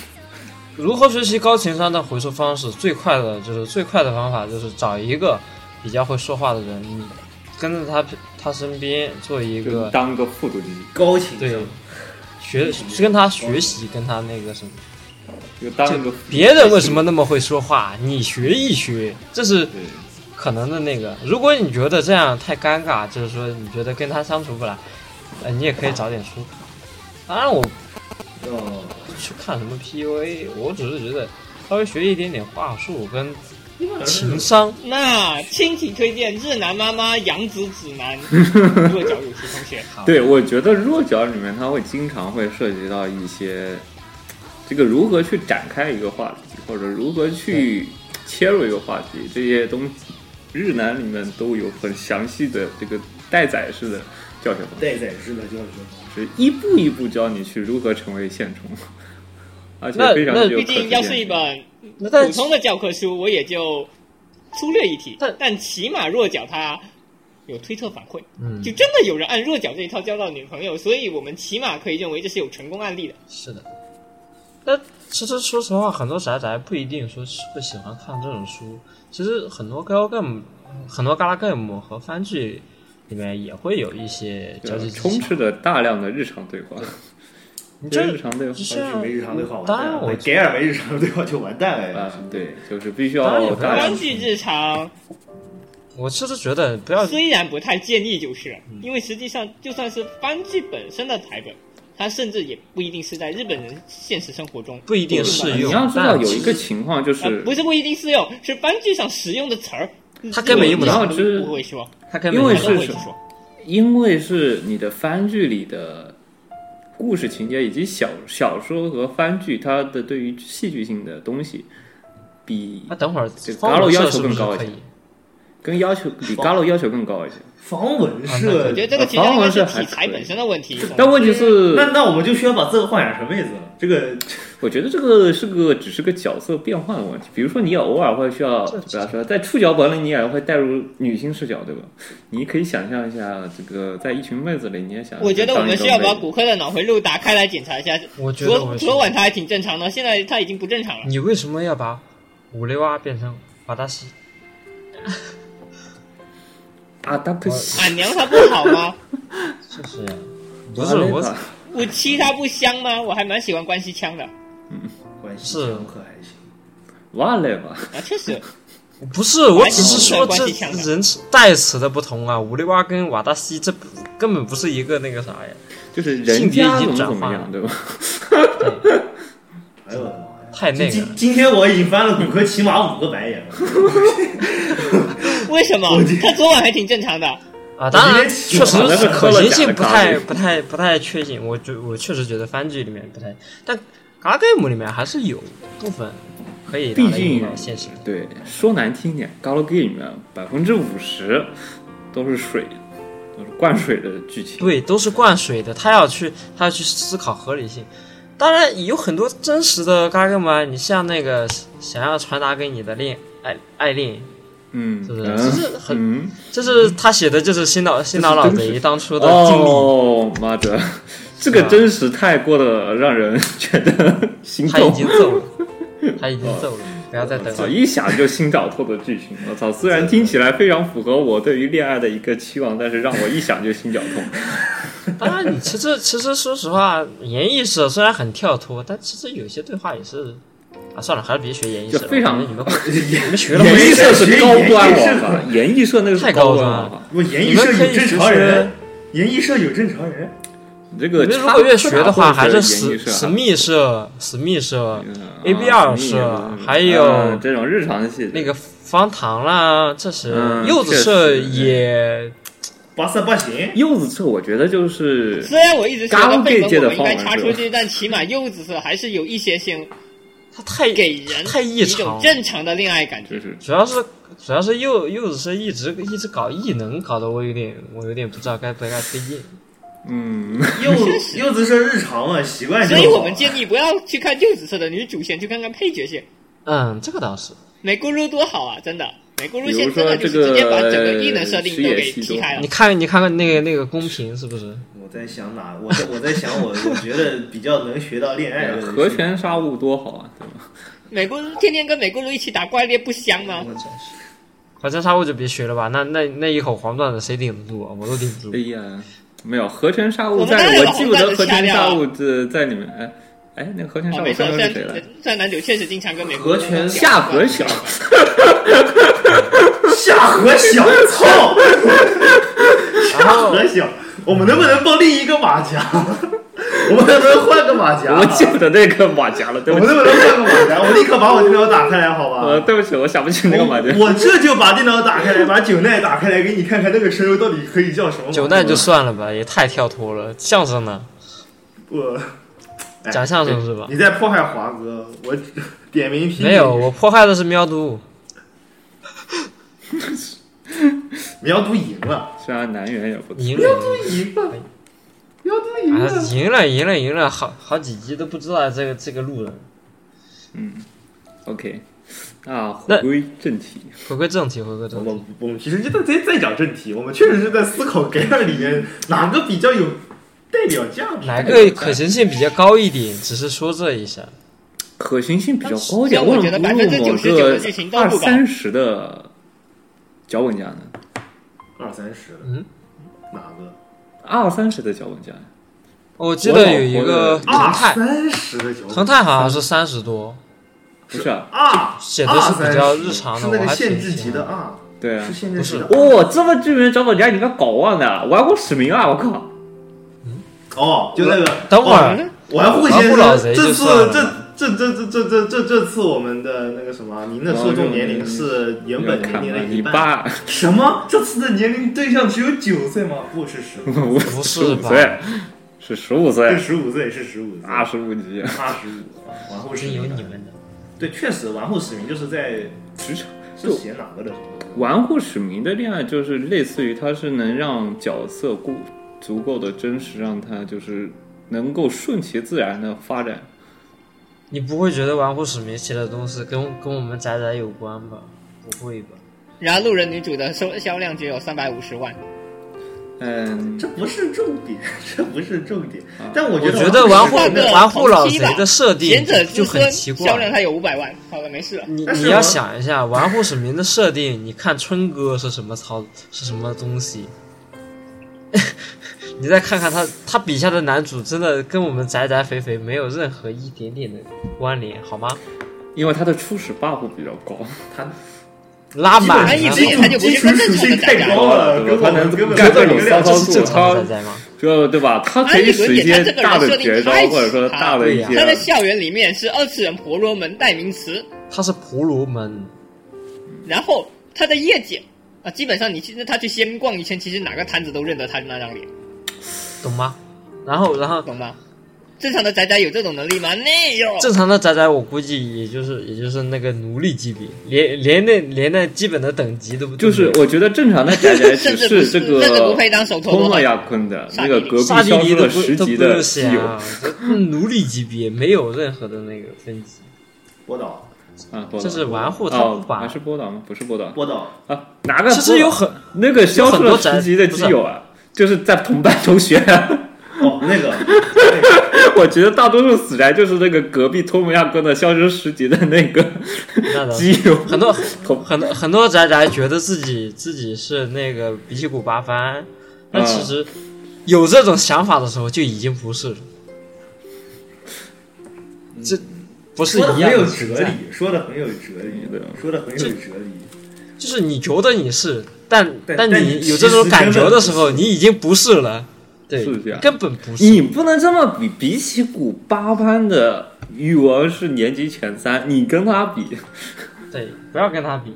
Speaker 7: 如何学习高情商的回收方式？最快的就是最快的方法就是找一个比较会说话的人，你跟着他他身边做一
Speaker 8: 就
Speaker 7: 个
Speaker 8: 当个复读机，
Speaker 2: 高情
Speaker 7: 对
Speaker 2: 商，
Speaker 7: 学跟他学习，跟他那个什么。
Speaker 8: 就当一个
Speaker 7: 别人为什么那么会说话？你学一学，这是
Speaker 8: 对
Speaker 7: 可能的那个。如果你觉得这样太尴尬，就是说你觉得跟他相处不来，呃，你也可以找点书。当然，我不
Speaker 2: 哦，
Speaker 7: 去看什么 PUA，我只是觉得稍微学一点点话术跟情商，
Speaker 5: 那亲情推荐《日男妈妈养子指 南》，弱角有其同学。
Speaker 7: 啊
Speaker 8: 对，我觉得弱角里面它会经常会涉及到一些这个如何去展开一个话题，或者如何去切入一个话题，这些东西日南里面都有很详细的这个带宰式的教学方式，
Speaker 2: 待宰式的就是
Speaker 8: 是一步一步教你去如何成为现充，而且
Speaker 7: 那
Speaker 8: 非常
Speaker 7: 那
Speaker 8: 具有
Speaker 5: 毕
Speaker 8: 可实
Speaker 5: 竟
Speaker 8: 践
Speaker 5: 要是一
Speaker 8: 性
Speaker 5: 本
Speaker 7: 那但
Speaker 5: 普通的教科书，我也就粗略一提。
Speaker 7: 但
Speaker 5: 但起码弱角他有推特反馈，
Speaker 7: 嗯
Speaker 5: 就，真的有人按弱角这一套交到女朋友，所以我们起码可以认为这是有成功案例的。
Speaker 7: 是的。但其实说实话，很多宅宅不一定说是会喜欢看这种书。其实很多 gal game、很多 gal game 和番剧里面也会有一些交际技巧
Speaker 8: 充斥着大量的日常对话，
Speaker 7: 你
Speaker 8: 这
Speaker 7: 这
Speaker 8: 日常对话
Speaker 2: 要
Speaker 7: 就
Speaker 2: 是
Speaker 7: 像
Speaker 2: 没日常对话完蛋
Speaker 7: 当
Speaker 2: 了，
Speaker 7: 然我
Speaker 2: 给尔没日常对话就完蛋了。
Speaker 8: 啊
Speaker 2: 就是，
Speaker 8: 对，就是必须
Speaker 7: 当然
Speaker 8: 要
Speaker 7: 有
Speaker 8: 大量
Speaker 5: 关。系日常
Speaker 7: 我其实觉得不要嗯
Speaker 5: 虽然不太建议，就是了因为实际上就算是番剧本身的台本，它甚至也不一定是在日本人现实生活中
Speaker 7: 不一定适
Speaker 8: 你
Speaker 7: 用，
Speaker 8: 要知道
Speaker 7: 但
Speaker 8: 有一
Speaker 7: 其
Speaker 8: 个
Speaker 7: 实
Speaker 8: 情况就是
Speaker 7: 啊
Speaker 5: 呃，不是不一定适用，是番剧上使用的词儿，
Speaker 7: 他根本用
Speaker 8: 不
Speaker 7: 不
Speaker 8: 到
Speaker 7: 到，
Speaker 5: 你
Speaker 8: 就是
Speaker 5: 不会说，
Speaker 7: 他根
Speaker 8: 因
Speaker 7: 本
Speaker 8: 为
Speaker 5: 他
Speaker 7: 用
Speaker 5: 都
Speaker 7: 不到
Speaker 8: 是
Speaker 5: 会去说。
Speaker 8: 因为是你的番剧里的故事情节以及小小说和番剧，它的对于戏剧性的东西，比
Speaker 7: 那等会儿
Speaker 8: 这个
Speaker 7: 方
Speaker 8: Galo
Speaker 7: 文社
Speaker 8: 要求
Speaker 7: 是不
Speaker 8: 更
Speaker 7: 是
Speaker 8: 高一
Speaker 7: 可
Speaker 8: 些
Speaker 7: 以？
Speaker 8: 跟要求比 Galo 要求更高一些。
Speaker 2: 防蚊
Speaker 7: 啊
Speaker 2: 社
Speaker 5: 我觉，得这个其实应该是题材本身的问题。
Speaker 8: 但问题是，
Speaker 2: 那那我们就需要把这个幻想成妹子了。这个
Speaker 8: 我觉得这个是个只是个角色变换的问题。比如说，你也偶尔会需要，比方说在触角本里，你也会带入女性视角，对吧？你可以想象一下，这个在一群妹子里，你也想。
Speaker 5: 我觉得我们需要把骨
Speaker 8: 古。
Speaker 5: 科的脑回路打开来检查一下。
Speaker 7: 我觉得
Speaker 5: 昨
Speaker 7: 我
Speaker 5: 昨晚他还挺正常的，现在他已经不正常了。
Speaker 7: 你为什么要把五六二变成瓦达西？
Speaker 8: 啊，搭配戏
Speaker 5: 俺娘她不好吗？
Speaker 7: 就是呀，不是我，
Speaker 5: 我妻她不香吗？我还蛮喜欢关西腔的啊，
Speaker 2: 关系
Speaker 7: 是
Speaker 2: 强可还行。
Speaker 8: 哇嘞吧，
Speaker 5: 啊确实，
Speaker 7: 不是我只是
Speaker 5: 我还挺喜欢
Speaker 7: 说这
Speaker 5: 关系强的
Speaker 7: 人代词的不同啊，五六二跟瓦达西这不根本不是一个那个啥呀。
Speaker 8: 就是人
Speaker 7: 性别
Speaker 8: 家
Speaker 7: 已经
Speaker 8: 怎么
Speaker 7: 转
Speaker 8: 怎么
Speaker 7: 化
Speaker 8: 样，
Speaker 7: 了
Speaker 8: 对吧？
Speaker 2: 哎呦我的妈呀！
Speaker 7: 太那个
Speaker 2: 今
Speaker 7: 了，
Speaker 2: 今天我已经翻了骨科起码五个白眼了。
Speaker 5: 为什么
Speaker 2: 我觉得
Speaker 5: 他昨晚还挺正常的？
Speaker 7: 啊！
Speaker 2: 我
Speaker 7: 当
Speaker 2: 今
Speaker 7: 然，
Speaker 2: 天
Speaker 7: 确实
Speaker 8: 我那是
Speaker 7: 可
Speaker 8: 喝
Speaker 7: 行
Speaker 8: 了假的
Speaker 7: 性不
Speaker 8: 咖
Speaker 7: 太
Speaker 8: 啡
Speaker 7: 不太不太确信，我觉我确实觉得番剧里面不太，但 g a game 里面还是有部分可以拿
Speaker 8: 毕
Speaker 7: 来用
Speaker 8: 竟
Speaker 7: 到现实。
Speaker 8: 对，说难听点，Galo Game 里面百分之五十都是水，都是灌水的剧情。
Speaker 7: 对，都是灌水的，他要去他要去思考合理性。当然有很多真实的嘎哥们，你像那个想要传达给你的恋爱爱恋，
Speaker 8: 嗯，
Speaker 7: 是不是
Speaker 8: 嗯
Speaker 7: 这是很
Speaker 8: 嗯
Speaker 7: 就是他写的就是新老新老老
Speaker 8: 真
Speaker 7: 贼
Speaker 8: 实
Speaker 7: 当初的经历，
Speaker 8: 哦，妈的，
Speaker 7: 啊
Speaker 8: 这个真实太过的让人觉得心
Speaker 7: 他已
Speaker 8: 痛
Speaker 7: 经。揍了， 他已经揍了，不要再等
Speaker 8: 操！
Speaker 7: 了。
Speaker 8: 一想就心绞透的剧情，我操！虽然听起来非常符合我对于恋爱的一个期望，但是让我一想就心绞 痛。
Speaker 7: 当然，你其实其实说实话，演艺社虽然很跳脱，但其实有些对话也是。啊，算了，还是别学演艺社了。
Speaker 8: 就非常
Speaker 7: 我觉 得你们会你们学了
Speaker 8: 演
Speaker 7: 会
Speaker 8: 艺社是高端，
Speaker 2: 演艺社
Speaker 8: 我操！演艺社那个是
Speaker 7: 啊太
Speaker 8: 高
Speaker 7: 高
Speaker 8: 端
Speaker 7: 端
Speaker 8: 啊我
Speaker 7: 了
Speaker 8: 操！
Speaker 2: 我研
Speaker 7: 你
Speaker 2: 一
Speaker 7: 们
Speaker 2: 社
Speaker 7: 可
Speaker 2: 有
Speaker 7: 以学
Speaker 2: 正常
Speaker 7: 学
Speaker 2: 人，研一社有正常人。
Speaker 8: 你这个
Speaker 7: 你们如
Speaker 8: 插
Speaker 7: 果越
Speaker 8: 科
Speaker 7: 学
Speaker 8: 打
Speaker 7: 的话，
Speaker 8: 诨
Speaker 7: 还
Speaker 8: 的
Speaker 7: 是
Speaker 8: 演艺
Speaker 7: 史
Speaker 8: 社
Speaker 7: 史
Speaker 8: 啊
Speaker 7: 密社、史密社、A B
Speaker 8: 啊
Speaker 7: 二
Speaker 8: 史密
Speaker 7: 社
Speaker 8: 嗯，
Speaker 7: 还有
Speaker 8: 嗯这种日常系
Speaker 7: 那个方糖啦，这是
Speaker 8: 嗯
Speaker 7: 柚子
Speaker 8: 确
Speaker 7: 社
Speaker 8: 实
Speaker 7: 也
Speaker 2: 八三八 行，
Speaker 8: 柚子社，我觉得就是
Speaker 5: 虽然我一直觉得背
Speaker 8: 嘎嘣这届
Speaker 5: 本
Speaker 8: 的
Speaker 5: 我们应该
Speaker 8: 方文
Speaker 5: 插
Speaker 8: 是
Speaker 5: 出
Speaker 8: 吧
Speaker 5: 去，但起码柚子色还是有一些些
Speaker 7: 它太
Speaker 5: 给人
Speaker 7: 太
Speaker 5: 一
Speaker 7: 异
Speaker 5: 种
Speaker 7: 常，
Speaker 5: 正常的恋爱感觉
Speaker 8: 就。是
Speaker 7: 主要是主要是柚柚子社一直一直搞异能，搞得我有点我有点不知道该不该推荐。
Speaker 8: 嗯，
Speaker 2: 柚柚子社日常嘛，习惯就
Speaker 5: 所
Speaker 2: 好。
Speaker 5: 以我们建议不要去看柚子色的女主线，去看看配角线。
Speaker 7: 嗯，这个倒是，
Speaker 5: 美咕噜多好啊，真的。美咕噜
Speaker 8: 比如
Speaker 5: 线真
Speaker 8: 说
Speaker 5: 的就
Speaker 8: 这
Speaker 5: 是直接把整个
Speaker 8: 个
Speaker 5: 异能设定都给
Speaker 8: 视野系
Speaker 5: 踢开了
Speaker 7: 你。看你看看那个那个公屏是不是？
Speaker 2: 我在想哪？我在我在想我，我觉得比较能学到恋爱
Speaker 7: 哎
Speaker 2: 的人
Speaker 8: 和弦杀物多好啊，对吧？
Speaker 5: 美咕噜天天跟美咕噜一起打怪猎不香吗？哦
Speaker 7: 火箭杀我就别学了吧，那那那一口黄段子谁顶得住啊？我都顶不住
Speaker 8: 哎。呀，没有合成杀物
Speaker 5: 我们
Speaker 8: 在
Speaker 5: 当，然
Speaker 8: 我
Speaker 5: 有
Speaker 8: 记不得合
Speaker 5: 红蛋的
Speaker 8: 成
Speaker 5: 掐
Speaker 8: 杀
Speaker 5: 掉
Speaker 8: 物这在里面，哎哎，那个合成杀
Speaker 5: 哦，
Speaker 8: 物
Speaker 5: 没错，
Speaker 8: 刚
Speaker 5: 虽
Speaker 8: 刚是谁
Speaker 5: 然
Speaker 8: 来？
Speaker 5: 虽然男主确实经常跟美
Speaker 2: 和
Speaker 5: 国
Speaker 2: 权
Speaker 8: 夏河小，
Speaker 2: 下河小，操！
Speaker 7: 然后
Speaker 2: 和小，我们能不能帮另一个马甲？我们能不能换个马甲？
Speaker 8: 我记不得那个马甲了，对
Speaker 2: 我
Speaker 8: 不
Speaker 2: 们
Speaker 8: 起
Speaker 2: 能，不 能换个马甲？我立刻把我电脑打开来，好吧？
Speaker 8: 呃，对不起，我想不起那个马甲。
Speaker 2: 我我这就把电脑打开来，把九奈打开来，给你看看那个声优到底可以叫什么马甲。
Speaker 7: 九难就算了吧，也太跳脱了。相声呢？
Speaker 2: 我，哎
Speaker 7: 讲相声是吧？
Speaker 2: 你在迫害华哥，我点名批评。
Speaker 7: 没有，我迫害的是喵都。
Speaker 2: 苗都赢了，
Speaker 8: 虽然南园也不错，
Speaker 7: 赢了，
Speaker 2: 赢了，苗都赢
Speaker 7: 啊
Speaker 2: 了。，
Speaker 7: 赢了，赢了，赢了，好好几集都不知道这个这个路人。
Speaker 8: 嗯，OK，那回
Speaker 7: 那
Speaker 8: 归正题，
Speaker 7: 回归正题，回归正
Speaker 2: 我
Speaker 7: 题。
Speaker 2: 们我们其实就在在在讲正题，我们确实是在思考 g a m 里面哪个比较有代表价值。
Speaker 7: 哪个可行性比较高一点？只是说这一下，
Speaker 8: 可行性比较高一点，
Speaker 5: 我
Speaker 8: 为
Speaker 5: 觉
Speaker 8: 什
Speaker 5: 得
Speaker 8: 么不用
Speaker 5: 99%
Speaker 8: 某
Speaker 5: 的剧情
Speaker 8: 个
Speaker 5: 都
Speaker 8: 二
Speaker 5: 不高
Speaker 8: 三十的脚本家呢？
Speaker 2: 二三十的，
Speaker 7: 嗯，
Speaker 2: 哪个？
Speaker 8: 二三十的脚本家，
Speaker 7: 哦我记得有一个
Speaker 8: 我
Speaker 7: 腾
Speaker 2: 二
Speaker 7: 泰，
Speaker 2: 啊三十的九，
Speaker 7: 腾泰好像是三十多，
Speaker 8: 不是啊？
Speaker 2: 啊，
Speaker 7: 写的是比较日常
Speaker 2: 是
Speaker 7: 的，
Speaker 2: 那
Speaker 7: 我
Speaker 2: 个
Speaker 7: 还
Speaker 2: 限
Speaker 7: 挺
Speaker 2: 制级
Speaker 7: 喜
Speaker 2: 的
Speaker 7: 欢。
Speaker 2: 啊，
Speaker 8: 对啊
Speaker 2: 是，限制级的啊。
Speaker 8: 哇、这么知名的脚本家，你该搞忘了，玩过使命啊！我靠，
Speaker 2: 哦，就那个，
Speaker 7: 等会
Speaker 2: 哦
Speaker 7: 儿，
Speaker 2: 玩户先
Speaker 7: 玩户老
Speaker 2: 生，
Speaker 7: 贼
Speaker 2: 这
Speaker 7: 就
Speaker 2: 次
Speaker 7: 算了
Speaker 2: 这这这这这这这这次我们的那个什么，您的受众年龄是原本年
Speaker 8: 看
Speaker 2: 龄
Speaker 8: 了
Speaker 2: 的
Speaker 8: 你
Speaker 2: 一半。
Speaker 8: 爸，
Speaker 2: 什么？这次的年龄对象只有九岁吗？不是十，
Speaker 8: 不
Speaker 7: 不
Speaker 8: 十
Speaker 7: 是
Speaker 8: 五
Speaker 7: 吧
Speaker 8: 岁，是十五
Speaker 2: 是
Speaker 8: 岁，
Speaker 2: 十五岁，是十五岁，
Speaker 8: 二十五级，
Speaker 2: 八十五。玩户使
Speaker 7: 真有你
Speaker 2: 命，
Speaker 7: 们的，
Speaker 2: 对，确实玩户使命就是在
Speaker 8: 职场
Speaker 2: 是写哪个的时候？
Speaker 8: 玩户使命的恋爱就是类似于，它是能让角色够足够的真实，让它就是能够顺其自然的发展。
Speaker 7: 你不会觉得玩忽使命写的东西跟跟我们宅宅有关吧？不会吧？
Speaker 5: 然后路人女主的收销量只有三百五十万，
Speaker 8: 嗯，
Speaker 2: 这不是重点， 这不是重点
Speaker 8: 啊。
Speaker 2: 但我
Speaker 7: 我
Speaker 2: 觉得
Speaker 7: 觉得
Speaker 2: 玩
Speaker 7: 玩忽
Speaker 5: 户使命
Speaker 7: 玩忽老贼的设定
Speaker 5: 贤者
Speaker 7: 就
Speaker 5: 之
Speaker 7: 很
Speaker 5: 孙
Speaker 7: 奇
Speaker 5: 销量
Speaker 7: 怪。
Speaker 5: 它有五百万。好了，没事了。
Speaker 7: 你
Speaker 2: 但是
Speaker 7: 你要
Speaker 2: 我
Speaker 7: 想一下，玩忽使命的设定，你看春哥是什么操是什么东西， 你再看看他他笔下的男主，真的跟我们宅宅肥肥没有任何一点点的关联，好吗？
Speaker 8: 因为它的初始 buff 比较高，
Speaker 7: 拉满
Speaker 5: 他
Speaker 7: 了，
Speaker 5: 一直以为他就不
Speaker 2: 基
Speaker 5: 是
Speaker 2: 础
Speaker 5: 个正
Speaker 2: 属
Speaker 5: 常
Speaker 2: 性
Speaker 5: 的宅
Speaker 2: 太
Speaker 5: 宅，
Speaker 2: 高了，
Speaker 8: 对
Speaker 2: 跟
Speaker 8: 吧
Speaker 2: 我们
Speaker 8: 他能
Speaker 2: 根本
Speaker 8: 干
Speaker 2: 干
Speaker 8: 这
Speaker 2: 这种
Speaker 8: 种
Speaker 2: 骚操
Speaker 7: 这
Speaker 8: 骚操作
Speaker 7: 是
Speaker 2: 作。
Speaker 7: 正常的宅宅吗？
Speaker 8: 就对吧？它可以使一些大的绝招，或者说大的一
Speaker 7: 对啊
Speaker 8: 些
Speaker 5: 他的校园里面是二次元婆罗门代名词，
Speaker 7: 他是婆罗门，
Speaker 5: 然后他的业绩啊，基本上你去他去先逛一圈，其实哪个摊子都认得他那张脸，
Speaker 7: 懂吗？然后，然后
Speaker 5: 懂吗？正常的宅宅有这种能力吗？没有。
Speaker 7: 正常的宅宅，我估计也就是也就是那个奴隶级别，连连那连那基本的等级都不
Speaker 8: 就是我觉得正常的宅宅只
Speaker 5: 甚 至不
Speaker 8: 是这个
Speaker 5: 甚至不配当手头
Speaker 8: 托
Speaker 5: 罗
Speaker 8: 诺
Speaker 5: 汉。
Speaker 8: 亚坤的那个隔壁
Speaker 7: 沙地
Speaker 8: 消
Speaker 7: 尼
Speaker 8: 失
Speaker 7: 都
Speaker 8: 了
Speaker 7: 不
Speaker 8: 十
Speaker 7: 都
Speaker 8: 级
Speaker 7: 不
Speaker 8: 的
Speaker 7: 用
Speaker 8: 基
Speaker 7: 想
Speaker 8: 友
Speaker 7: 啊，就奴隶级别没有任何的那个分级，
Speaker 2: 波导，
Speaker 8: 啊，波导
Speaker 7: 这是玩户他不
Speaker 8: 哦，
Speaker 7: 把
Speaker 8: 还是波导吗？不是波导
Speaker 2: 波导，
Speaker 8: 啊，哪个波导？
Speaker 7: 其实有很
Speaker 8: 那个消
Speaker 7: 有
Speaker 8: 失了
Speaker 7: 很多宅
Speaker 8: 十级的基友啊，就是在同班同学、啊。
Speaker 2: 哦，那个，
Speaker 8: 我觉得大多数死宅就是那个隔壁托姆亚哥的消失十级的那个
Speaker 7: 那倒
Speaker 8: 基
Speaker 7: 是
Speaker 8: 友，
Speaker 7: 嗯很 多
Speaker 8: 同
Speaker 7: 很多很多宅宅觉得自己自己是那个鼻涕骨八番，但
Speaker 8: 嗯
Speaker 7: 其实有这种想法的时候就已经不是了，
Speaker 8: 嗯
Speaker 7: 这不是一
Speaker 2: 说的
Speaker 7: 样
Speaker 2: 很有
Speaker 7: 的
Speaker 2: 哲
Speaker 7: 存在。
Speaker 2: 理，说的很有哲理
Speaker 8: 对，啊
Speaker 2: 说的很有哲理。
Speaker 7: 就是你觉得你是，但
Speaker 2: 但但你
Speaker 7: 你有这种感觉的时
Speaker 2: 其实根本不是
Speaker 7: 候，你已经不是了，对，
Speaker 8: 是这样
Speaker 7: 根本不是。
Speaker 8: 你不能这么比，比起古巴班的语文是年级前三，你跟他比，
Speaker 7: 对，不要跟他比，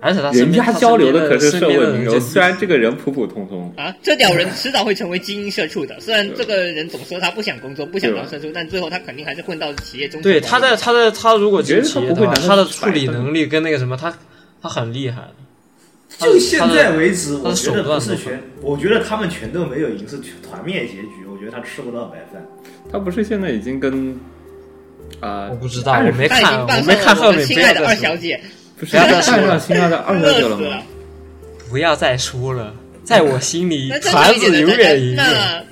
Speaker 7: 而且他身
Speaker 8: 人
Speaker 7: 边
Speaker 8: 家交流
Speaker 7: 的
Speaker 8: 可是
Speaker 7: 身
Speaker 8: 社
Speaker 7: 边
Speaker 8: 会
Speaker 7: 的
Speaker 8: 名
Speaker 7: 人
Speaker 8: 流，
Speaker 7: 就
Speaker 8: 虽然这个人普普通通，
Speaker 5: 啊，这屌人迟早会成为精英社畜的。虽然
Speaker 8: 对
Speaker 5: 这个人总说他不想工作，不想
Speaker 8: 对吧
Speaker 5: 当社畜，但最后他肯定还是混到企业中。
Speaker 7: 对他在他在他如果进企业的话，
Speaker 8: 我觉
Speaker 7: 他
Speaker 8: 得他不会拿
Speaker 7: 的
Speaker 8: 到
Speaker 7: 处理能力跟那个什么，他他很厉害的。
Speaker 8: 嗯
Speaker 7: 他的
Speaker 2: 就现在为止，
Speaker 7: 他的
Speaker 2: 我觉得
Speaker 7: 手段
Speaker 2: 不是
Speaker 7: 都
Speaker 2: 全，我觉得他们全都没有赢，是团灭结局。我觉得他吃不到白饭。
Speaker 8: 他不是现在已经跟啊、
Speaker 7: 我不知道，
Speaker 8: 暗
Speaker 7: 我
Speaker 8: 示
Speaker 7: 没
Speaker 5: 他已
Speaker 7: 看，
Speaker 5: 经傍
Speaker 7: 没
Speaker 5: 上
Speaker 7: 看
Speaker 5: 了
Speaker 7: 后
Speaker 5: 我
Speaker 7: 面，
Speaker 5: 们
Speaker 7: 不
Speaker 5: 亲
Speaker 7: 要
Speaker 5: 爱的
Speaker 7: 再
Speaker 5: 二
Speaker 7: 说
Speaker 5: 小
Speaker 7: 了，
Speaker 5: 姐，
Speaker 8: 不是要上上新二的二小
Speaker 5: 乐
Speaker 8: 姐了
Speaker 5: 死
Speaker 8: 吗
Speaker 5: 了？。
Speaker 7: 不要再说了，在我心里
Speaker 5: 那，正常
Speaker 7: 团
Speaker 5: 一点
Speaker 7: 子
Speaker 5: 的
Speaker 7: 永
Speaker 5: 宅宅，
Speaker 7: 远赢了，
Speaker 5: 那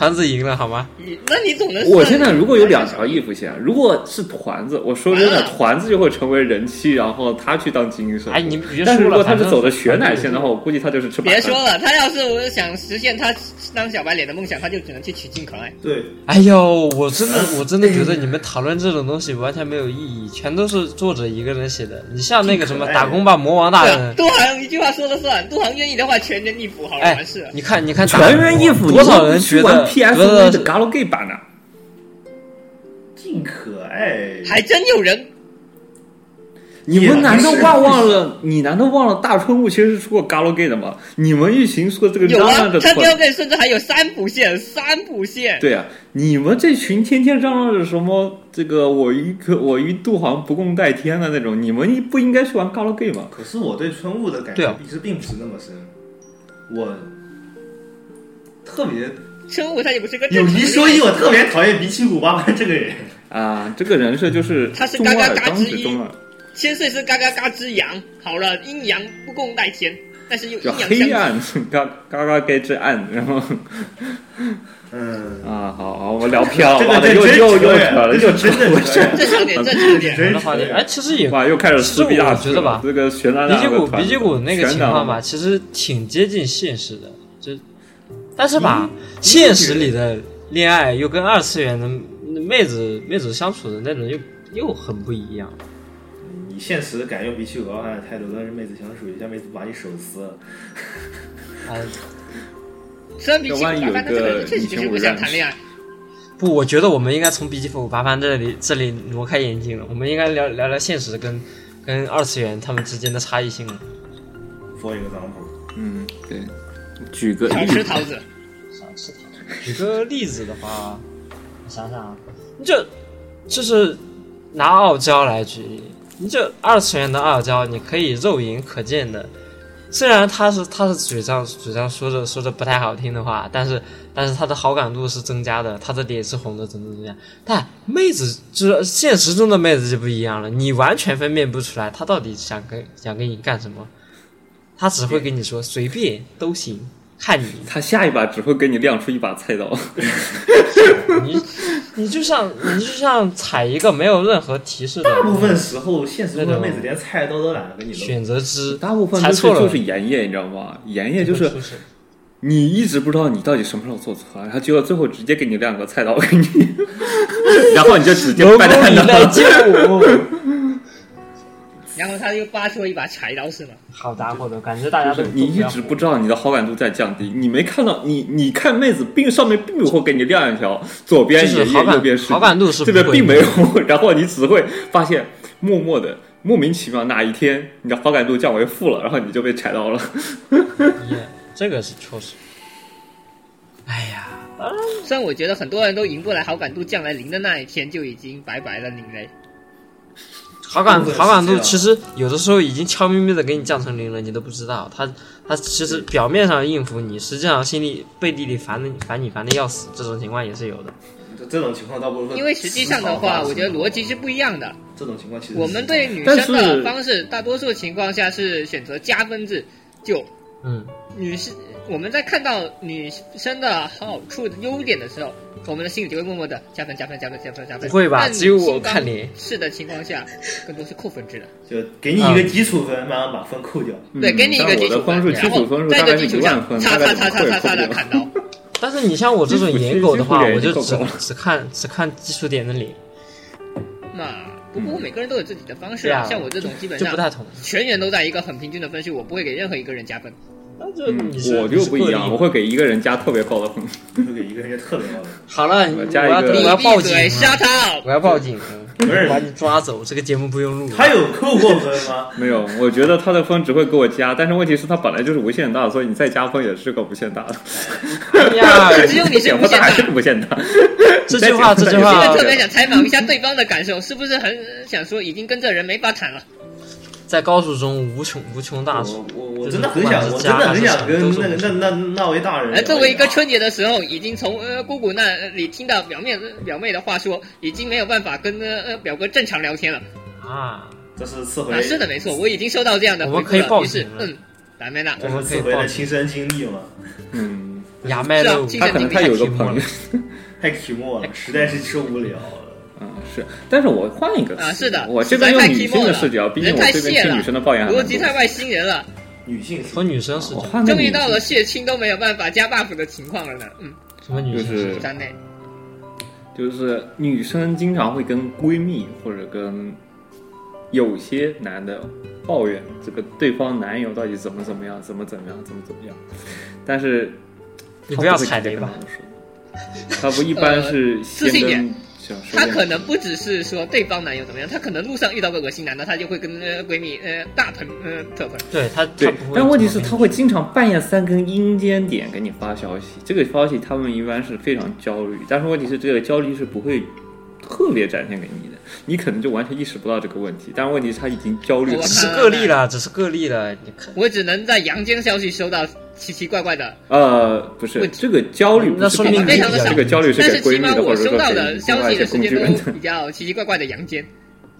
Speaker 7: 团子赢了，好吗？
Speaker 5: 你那你总能
Speaker 8: 我
Speaker 5: 算
Speaker 8: 现在如果有两条衣服线，如果是团子，我说真的，团子就会成为人气，然后他去当精英社畜。
Speaker 7: 哎，你别
Speaker 8: 但是
Speaker 7: 说
Speaker 8: 如
Speaker 7: 了，
Speaker 8: 果他是走的
Speaker 7: 学
Speaker 8: 雪奶线的话，我估计他就是吃白
Speaker 5: 别
Speaker 8: 饭。
Speaker 5: 说了，他要是想实现他当小白脸的梦想，他就只能去取经可爱。
Speaker 2: 对，
Speaker 7: 哎呦，我 真的，我真的觉得你们讨论这种东西完全没有意义，全都是作者一个人写的。你像那个什么
Speaker 2: 挺可
Speaker 7: 《
Speaker 8: 哎
Speaker 2: 爱的
Speaker 7: 打工吧魔王大
Speaker 5: 对
Speaker 7: 人
Speaker 5: 啊，》，杜航一句话说了算，杜航愿意的话全人一服好了，
Speaker 7: 哎
Speaker 5: 完事了，。
Speaker 7: 你看，你看，
Speaker 8: 全员一服，
Speaker 7: 多少人觉
Speaker 8: 玩
Speaker 7: 得
Speaker 8: PSV 的 Galgame 版呢？
Speaker 2: 尽可爱。
Speaker 5: 还真有人
Speaker 8: 你们难道忘忘了？你难道忘了大春物其实是出过 Galgame 的吗？你们一群说这个
Speaker 5: 有
Speaker 8: 嚷嚷
Speaker 5: 啊
Speaker 8: 着，
Speaker 5: 他
Speaker 8: 错
Speaker 5: 标配甚至还有三补线，三补线。
Speaker 8: 对啊，你们这群天天嚷嚷着什么这个我与可我与杜航不共戴天的那种，你们不应该去玩 Galgame 吗？
Speaker 2: 可是我对春雾的感
Speaker 7: 对
Speaker 2: 觉
Speaker 7: 啊
Speaker 2: 其实并不是那么深，我特别
Speaker 5: 生物他也不是个
Speaker 2: 有
Speaker 5: 正常
Speaker 2: 一
Speaker 5: 人
Speaker 2: 说一，我特别讨厌比起古巴巴这个人。
Speaker 8: 啊，这个人设就是
Speaker 5: 嗯他是
Speaker 8: 中
Speaker 5: 嘎嘎
Speaker 8: 二，
Speaker 5: 嘎
Speaker 8: 当
Speaker 5: 之
Speaker 8: 时
Speaker 5: 一
Speaker 8: 中二，
Speaker 5: 千岁是嘎嘎嘎之阳，好了，阴阳不共戴天，但是又
Speaker 8: 叫
Speaker 5: 阴阳
Speaker 8: 黑
Speaker 5: 相
Speaker 8: 暗嘎嘎嘎该之暗，然后
Speaker 2: 嗯
Speaker 8: 啊，好好，我聊偏 了，
Speaker 2: 这个
Speaker 8: 完了
Speaker 2: 这
Speaker 8: 又
Speaker 2: 真
Speaker 8: 又
Speaker 2: 扯
Speaker 8: 又
Speaker 2: 远
Speaker 8: 扯了，
Speaker 2: 这是
Speaker 8: 又扯
Speaker 2: 真的
Speaker 8: 回
Speaker 2: 扯
Speaker 8: 去
Speaker 2: 远
Speaker 8: 了。
Speaker 5: 正常点，正常点。
Speaker 2: 真
Speaker 7: 的话题，
Speaker 2: 扯
Speaker 7: 哎，其实也
Speaker 8: 哇，又开始撕逼大
Speaker 7: 其实我觉得吧
Speaker 8: 这个悬崖
Speaker 7: 鼻
Speaker 8: 大
Speaker 7: 脊
Speaker 8: 的
Speaker 7: 骨
Speaker 8: 团
Speaker 7: 鼻脊骨那个
Speaker 8: 全
Speaker 7: 情
Speaker 8: 倒
Speaker 7: 况吧，
Speaker 8: 了
Speaker 7: 其实挺接近现实的，就但是吧，
Speaker 8: 嗯
Speaker 7: 现实里的恋爱又跟二次元的妹子妹子相处的那种又又很不一样。
Speaker 2: 你现实敢用比起高傲的态度跟妹子相处，一下妹子把你手撕了，
Speaker 7: 啊、
Speaker 5: 虽然比起麻烦，但这个人确实就是不想谈恋爱。
Speaker 7: 不，我觉得我们应该从笔记本八番这里这里挪开眼睛了，我们应该聊聊聊现实跟跟二次元他们之间的差异性了。
Speaker 2: for example，
Speaker 8: 嗯，对，举个
Speaker 5: 少
Speaker 8: 例
Speaker 5: 吃
Speaker 8: 子，
Speaker 5: 桃子，
Speaker 7: 举个例子的话，我想想啊，你就就是拿傲娇来举例，你就二次元的傲娇，你可以肉眼可见的。虽然他是他是嘴上嘴上说着说着不太好听的话，但是但是他的好感度是增加的，他的脸是红的，怎么怎么样？但妹子就是现实中的妹子就不一样了，你完全分辨不出来她到底想跟想跟你干什么，她只会跟你说随便都行，看你。
Speaker 8: 他下一把只会给你亮出一把菜刀。
Speaker 7: 你你就像你就像踩一个没有任何提示的
Speaker 2: 大部分时候现实中的妹子连菜刀都懒得跟你弄。
Speaker 7: 选择之，
Speaker 8: 大部分
Speaker 7: 猜
Speaker 8: 都是
Speaker 7: 错了
Speaker 8: 就是盐业，你知道吗？盐业就是你一直不知道你到底什么时候做错，然后结果最后直接给你亮个菜刀 给你，然后你就直接
Speaker 7: 龙宫
Speaker 8: 掰烂
Speaker 7: 你 来
Speaker 8: 了。
Speaker 7: 接我，
Speaker 5: 然后他又发出一把柴刀，是吗？
Speaker 7: 好家伙的感觉，大家
Speaker 8: 就
Speaker 7: 都
Speaker 8: 是你一直不知道你的好感度在降低，你没看到你你看妹子并上面并没有会给你亮一条，左边
Speaker 7: 就是
Speaker 8: 爷
Speaker 7: 好
Speaker 8: 爷
Speaker 7: 感
Speaker 8: 右边是
Speaker 7: 好感度是
Speaker 8: 这边
Speaker 7: 不会
Speaker 8: 并没有， 然后你只会发现默默的莫名其妙哪一天你的好感度降为负了，然后你就被踩到了。
Speaker 7: 耶这个是确实。哎呀，
Speaker 5: 虽然我觉得很多人都赢不来好感度降来零的那一天就已经拜拜了您嘞。
Speaker 7: 好感
Speaker 2: 不可
Speaker 7: 好感
Speaker 2: 思
Speaker 7: 度
Speaker 2: 议啊
Speaker 7: 其实有的时候已经悄咪咪的给你降成零了，你都不知道。他他其实表面上应付你，实际上心里背地里烦的烦你烦的要死，这种情况也是有的。
Speaker 2: 这这种情况倒不如
Speaker 8: 呃
Speaker 2: 说，
Speaker 5: 因为实际上的话，我觉得逻辑是不一样的。
Speaker 8: 嗯
Speaker 2: 这种情况其实
Speaker 5: 我们对女
Speaker 8: 但
Speaker 5: 生
Speaker 8: 是
Speaker 5: 的方式，大多数情况下是选择加分制，就
Speaker 7: 嗯，
Speaker 5: 女士，我们在看到女生的好处、优点的时候，我们的心里就会默默的加分、加分、加分、加分、加
Speaker 7: 不
Speaker 5: 分。
Speaker 7: 会吧
Speaker 5: 但
Speaker 7: 只有我
Speaker 5: 女性方
Speaker 7: 看脸
Speaker 5: 是的情况下，更多是扣分制的。
Speaker 2: 就给你一个基础分，慢慢把分扣掉。
Speaker 5: 对，
Speaker 8: 嗯
Speaker 5: 给你一个
Speaker 8: 但
Speaker 5: 基
Speaker 8: 我的
Speaker 5: 础
Speaker 8: 分数，基
Speaker 5: 然
Speaker 8: 础
Speaker 5: 后
Speaker 8: 分数
Speaker 5: 在
Speaker 8: 大
Speaker 5: 这
Speaker 8: 概
Speaker 5: 基
Speaker 8: 是
Speaker 5: 础
Speaker 8: 一万
Speaker 5: 上，
Speaker 8: 分，
Speaker 5: 擦
Speaker 8: 大概
Speaker 5: 擦
Speaker 8: 是
Speaker 5: 擦擦
Speaker 8: 会
Speaker 5: 擦擦的
Speaker 8: 扣
Speaker 5: 砍刀。
Speaker 7: 但是你像我这种颜狗的话，我就只只看只看基础点的脸，
Speaker 5: 那不过每个人都有自己的方式
Speaker 7: 嗯对啊
Speaker 5: 啊，像我这种基本
Speaker 7: 就不
Speaker 5: 上
Speaker 7: 太同。
Speaker 5: 全员都在一个很平均的分数，我不会给任何一个人加分。
Speaker 7: 那就你是、
Speaker 8: 嗯，我就不一样，我会给一个人加特别高的 分。
Speaker 2: 就给一个人特别高的，
Speaker 7: 好了，
Speaker 8: 我
Speaker 7: 我
Speaker 8: 加一
Speaker 7: 要
Speaker 8: 个
Speaker 7: 我
Speaker 5: 你
Speaker 7: 要报
Speaker 5: 闭
Speaker 7: 警
Speaker 5: 嘴
Speaker 7: 了，
Speaker 5: ，shut up！
Speaker 7: 我要报警了，啊
Speaker 2: 不是
Speaker 7: 我把你抓走，这个节目不用录了。
Speaker 2: 他有扣过分 吗？
Speaker 8: 没有，我觉得他的分只会给我加，但是问题是他本来就是无限大，所以你再加分也是个无限大的。
Speaker 7: 哎呀，
Speaker 5: 只有你是
Speaker 8: 减
Speaker 5: 无
Speaker 8: 不
Speaker 5: 限
Speaker 8: 大还是
Speaker 5: 大。
Speaker 8: 无限 大？
Speaker 7: 这句话这句
Speaker 5: 现
Speaker 7: 话
Speaker 5: 在特别想采访一下对方的感受，是不是很想说已经跟这人没法谈了？
Speaker 7: 在高速中无穷无穷大
Speaker 2: 我
Speaker 7: 数，
Speaker 2: 我我真的很想，我真的很想跟那个那那那位大人。
Speaker 5: 而哎作为一个春节的时候，已经从呃姑姑那里听到表面表妹的话说，已经没有办法跟呃呃表哥正常聊天了。
Speaker 8: 哦
Speaker 7: 啊！
Speaker 2: 这是次回
Speaker 5: 啊，，是的，没错，我已经收到这样的
Speaker 7: 我
Speaker 5: 回
Speaker 7: 们
Speaker 5: 复
Speaker 7: 可以报
Speaker 5: 了。于是
Speaker 7: 警，了
Speaker 5: 嗯，达梅娜，
Speaker 2: 这是次回的亲身经历嘛，
Speaker 8: 嗯，
Speaker 7: 牙麦的
Speaker 5: 是啊
Speaker 8: 他可能他有一个朋友，
Speaker 2: 太寂寞了，实在是受不了了。
Speaker 8: 嗯是，但是我换一个
Speaker 5: 啊是的
Speaker 8: 我这边用女性的视角，毕竟我这边听女生的抱怨还
Speaker 5: 逻
Speaker 8: 蛮
Speaker 5: 辑
Speaker 8: 多
Speaker 5: 太。外星人了，
Speaker 2: 女性
Speaker 7: 和女生视
Speaker 8: 我
Speaker 7: 角，
Speaker 8: 换个
Speaker 5: 终
Speaker 8: 女
Speaker 5: 于
Speaker 8: 性
Speaker 5: 到了血清都没有办法加 buff 的情况了呢。嗯，
Speaker 7: 什么女
Speaker 8: 就
Speaker 7: 生视
Speaker 8: 是
Speaker 7: 角？
Speaker 5: 站内，
Speaker 8: 就是女生经常会跟闺蜜或者跟有些男的抱怨这个对方男友到底怎么怎么样，怎么怎么样，怎么怎么样，但是
Speaker 7: 你不要踩雷吧？
Speaker 8: 他不一般是
Speaker 5: 呃自信
Speaker 8: 先
Speaker 5: 点
Speaker 8: 跟小时
Speaker 5: 她
Speaker 8: 候
Speaker 5: 可能不只是说对方男友怎么样，她可能路上遇到个恶心男的，她就会跟呃闺蜜呃大喷呃特喷。
Speaker 7: 对他，他
Speaker 8: 对
Speaker 7: 不，会
Speaker 8: 但问题是
Speaker 7: 怎么
Speaker 8: 他会经常半夜三更阴间点给你发消息，这个消息他们一般是非常焦虑，但是问题是这个焦虑是不会特别展现给你的，你可能就完全意识不到这个问题，但问题是他已经焦虑
Speaker 5: 我
Speaker 8: 很
Speaker 7: 只
Speaker 5: 看
Speaker 7: 是个例了，只是个例了，你看。
Speaker 5: 我只能在阳间消息收到奇奇怪怪的，
Speaker 8: 呃，不是
Speaker 5: 问
Speaker 8: 这个焦虑不
Speaker 7: 那
Speaker 8: 是
Speaker 7: 说
Speaker 8: 给
Speaker 7: 明
Speaker 8: 你
Speaker 5: 非常
Speaker 8: 的，
Speaker 5: 的少
Speaker 8: 这个焦虑
Speaker 5: 但
Speaker 8: 给
Speaker 5: 是
Speaker 8: 闺
Speaker 5: 起
Speaker 8: 蜜
Speaker 5: 码
Speaker 8: 的，或
Speaker 5: 我
Speaker 8: 者说
Speaker 5: 收
Speaker 8: 给
Speaker 5: 到的
Speaker 8: 另
Speaker 5: 消
Speaker 8: 外
Speaker 5: 息
Speaker 8: 一些
Speaker 5: 的时
Speaker 8: 工具
Speaker 5: 间
Speaker 8: 人的
Speaker 5: 都。比较奇奇怪怪的阳间。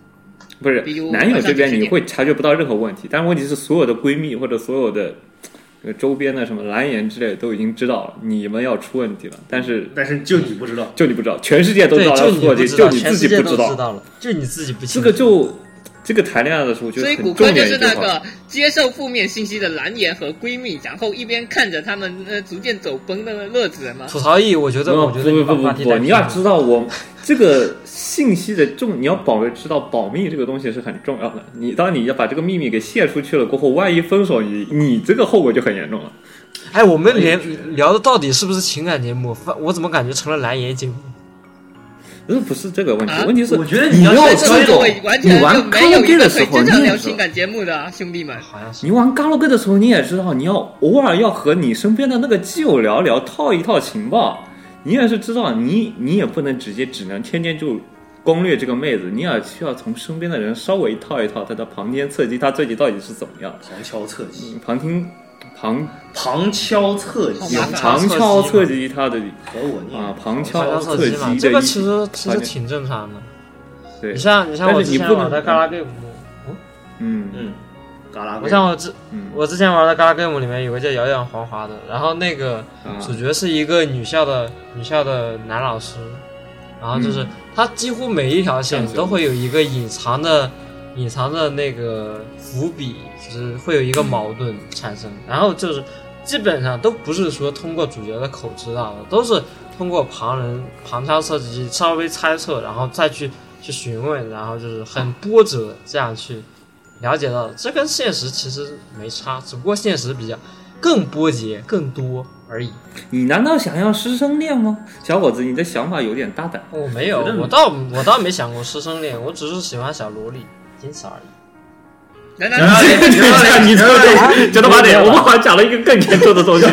Speaker 8: 不是
Speaker 5: 比如
Speaker 8: 男友
Speaker 5: 晚上
Speaker 8: 这边
Speaker 5: 几
Speaker 8: 你
Speaker 5: 点
Speaker 8: 会察觉不到任何问题，但问题是所有的闺蜜或者所有的这个周边的什么蓝颜之类的都已经知道了，你们要出问题了，但是
Speaker 2: 但是就你不知道，
Speaker 8: 就你不知道，全世界都知
Speaker 7: 对，
Speaker 8: 道要
Speaker 7: 就
Speaker 8: 出
Speaker 7: 你不
Speaker 8: 问题，
Speaker 7: 知道，
Speaker 8: 就你
Speaker 7: 全
Speaker 8: 自
Speaker 7: 世
Speaker 8: 己
Speaker 7: 界
Speaker 8: 不
Speaker 7: 都
Speaker 8: 知道。
Speaker 7: 道了，就你自己不
Speaker 8: 这
Speaker 7: 清楚。
Speaker 8: 个就这个谈恋爱的时候，我觉得
Speaker 5: 所以
Speaker 8: 很
Speaker 5: 骨
Speaker 8: 重
Speaker 5: 科就
Speaker 8: 点一
Speaker 5: 是
Speaker 8: 句
Speaker 5: 那
Speaker 8: 话
Speaker 5: 个，接受负面信息的蓝颜和闺蜜，然后一边看着他们呃逐渐走崩的乐子人吗？
Speaker 7: 吐槽意，我觉得，我
Speaker 8: 不
Speaker 7: 觉得你
Speaker 8: 不
Speaker 7: 把
Speaker 8: 不
Speaker 7: 话
Speaker 8: 不
Speaker 7: 题
Speaker 8: 不，
Speaker 7: 带
Speaker 8: 你要
Speaker 7: 偏
Speaker 8: 知道我这个信息的重，你要保知道保密这个东西是很重要的。你当你要把这个秘密给泄出去了过后，万一分手，你你这个后果就很严重了。
Speaker 7: 了哎，我们连聊的到底是不是情感节目？反我怎么感觉成了蓝颜节目？
Speaker 8: 那不是这个问题，
Speaker 5: 啊
Speaker 8: 问题是
Speaker 2: 我觉得
Speaker 8: 你
Speaker 2: 你要
Speaker 8: 要
Speaker 2: 是
Speaker 5: 这
Speaker 8: 知
Speaker 5: 个
Speaker 8: 道
Speaker 5: 各位完全
Speaker 8: 哦你玩
Speaker 5: 就
Speaker 8: 卡
Speaker 5: 没
Speaker 8: 拉
Speaker 5: 有
Speaker 8: OK
Speaker 5: 一
Speaker 8: 的
Speaker 5: 个
Speaker 8: 时
Speaker 5: 可以
Speaker 8: 候，
Speaker 5: 真
Speaker 8: 你
Speaker 5: 正
Speaker 8: 也
Speaker 5: 聊
Speaker 8: 知
Speaker 5: 情
Speaker 8: 道。
Speaker 5: 感节目的啊，兄弟们。
Speaker 7: 好像是
Speaker 8: 你玩 g a l 的时候，你也知道，你要偶尔要和你身边的那个基友聊聊，套一套情报。你也是知道，你你也不能直接只能天天就攻略这个妹子，你也需要从身边的人稍微套一套她的旁边侧击，她最近到底是怎么样的。
Speaker 2: 旁敲侧击，
Speaker 8: 嗯旁听旁
Speaker 2: 旁敲侧
Speaker 5: 嗯好
Speaker 2: 击
Speaker 5: 麻烦
Speaker 8: 旁敲侧击她的
Speaker 2: 和我念
Speaker 8: 啊，旁
Speaker 7: 好
Speaker 8: 敲
Speaker 7: 像手
Speaker 8: 侧
Speaker 7: 机
Speaker 8: 击的
Speaker 7: 嘛
Speaker 8: 一，
Speaker 7: 这个其实其
Speaker 8: 好
Speaker 7: 实
Speaker 8: 像
Speaker 7: 挺正常的。
Speaker 8: 对
Speaker 7: 你，像你像
Speaker 8: 但
Speaker 7: 我
Speaker 8: 是
Speaker 7: 之
Speaker 8: 你
Speaker 7: 前
Speaker 8: 不
Speaker 7: 玩
Speaker 8: 能
Speaker 7: 的《嘎啦 game》，
Speaker 8: 嗯
Speaker 2: 嗯，嘎啦
Speaker 7: 我
Speaker 2: 个，
Speaker 7: 像我之
Speaker 8: 嗯，
Speaker 7: 我之前玩的《嘎啦 game》里面有个叫摇摇黄华的，然后那个
Speaker 8: 啊
Speaker 7: 主角是一个女校的女校的男老师，然后就是
Speaker 8: 嗯
Speaker 7: 他几乎每一条线
Speaker 8: 这样子
Speaker 7: 都会有一个隐藏的、隐藏的那个伏笔，就是会有一个矛盾产生，然后就是基本上都不是说通过主角的口知道的，都是通过旁人旁敲侧击稍微猜测，然后再去去询问，然后就是很波折这样去了解到的，这跟现实其实没差，只不过现实比较更波折更多而已。
Speaker 8: 你难道想要师生恋吗，小伙子？你的想法有点大胆。
Speaker 7: 我没有，
Speaker 8: 觉得
Speaker 7: 我倒我倒没想过师生恋，我只是喜欢小萝莉，仅此而已。
Speaker 5: 然后
Speaker 8: 你这样，你这样，觉得妈的，我们好像讲了一个更严重的东西。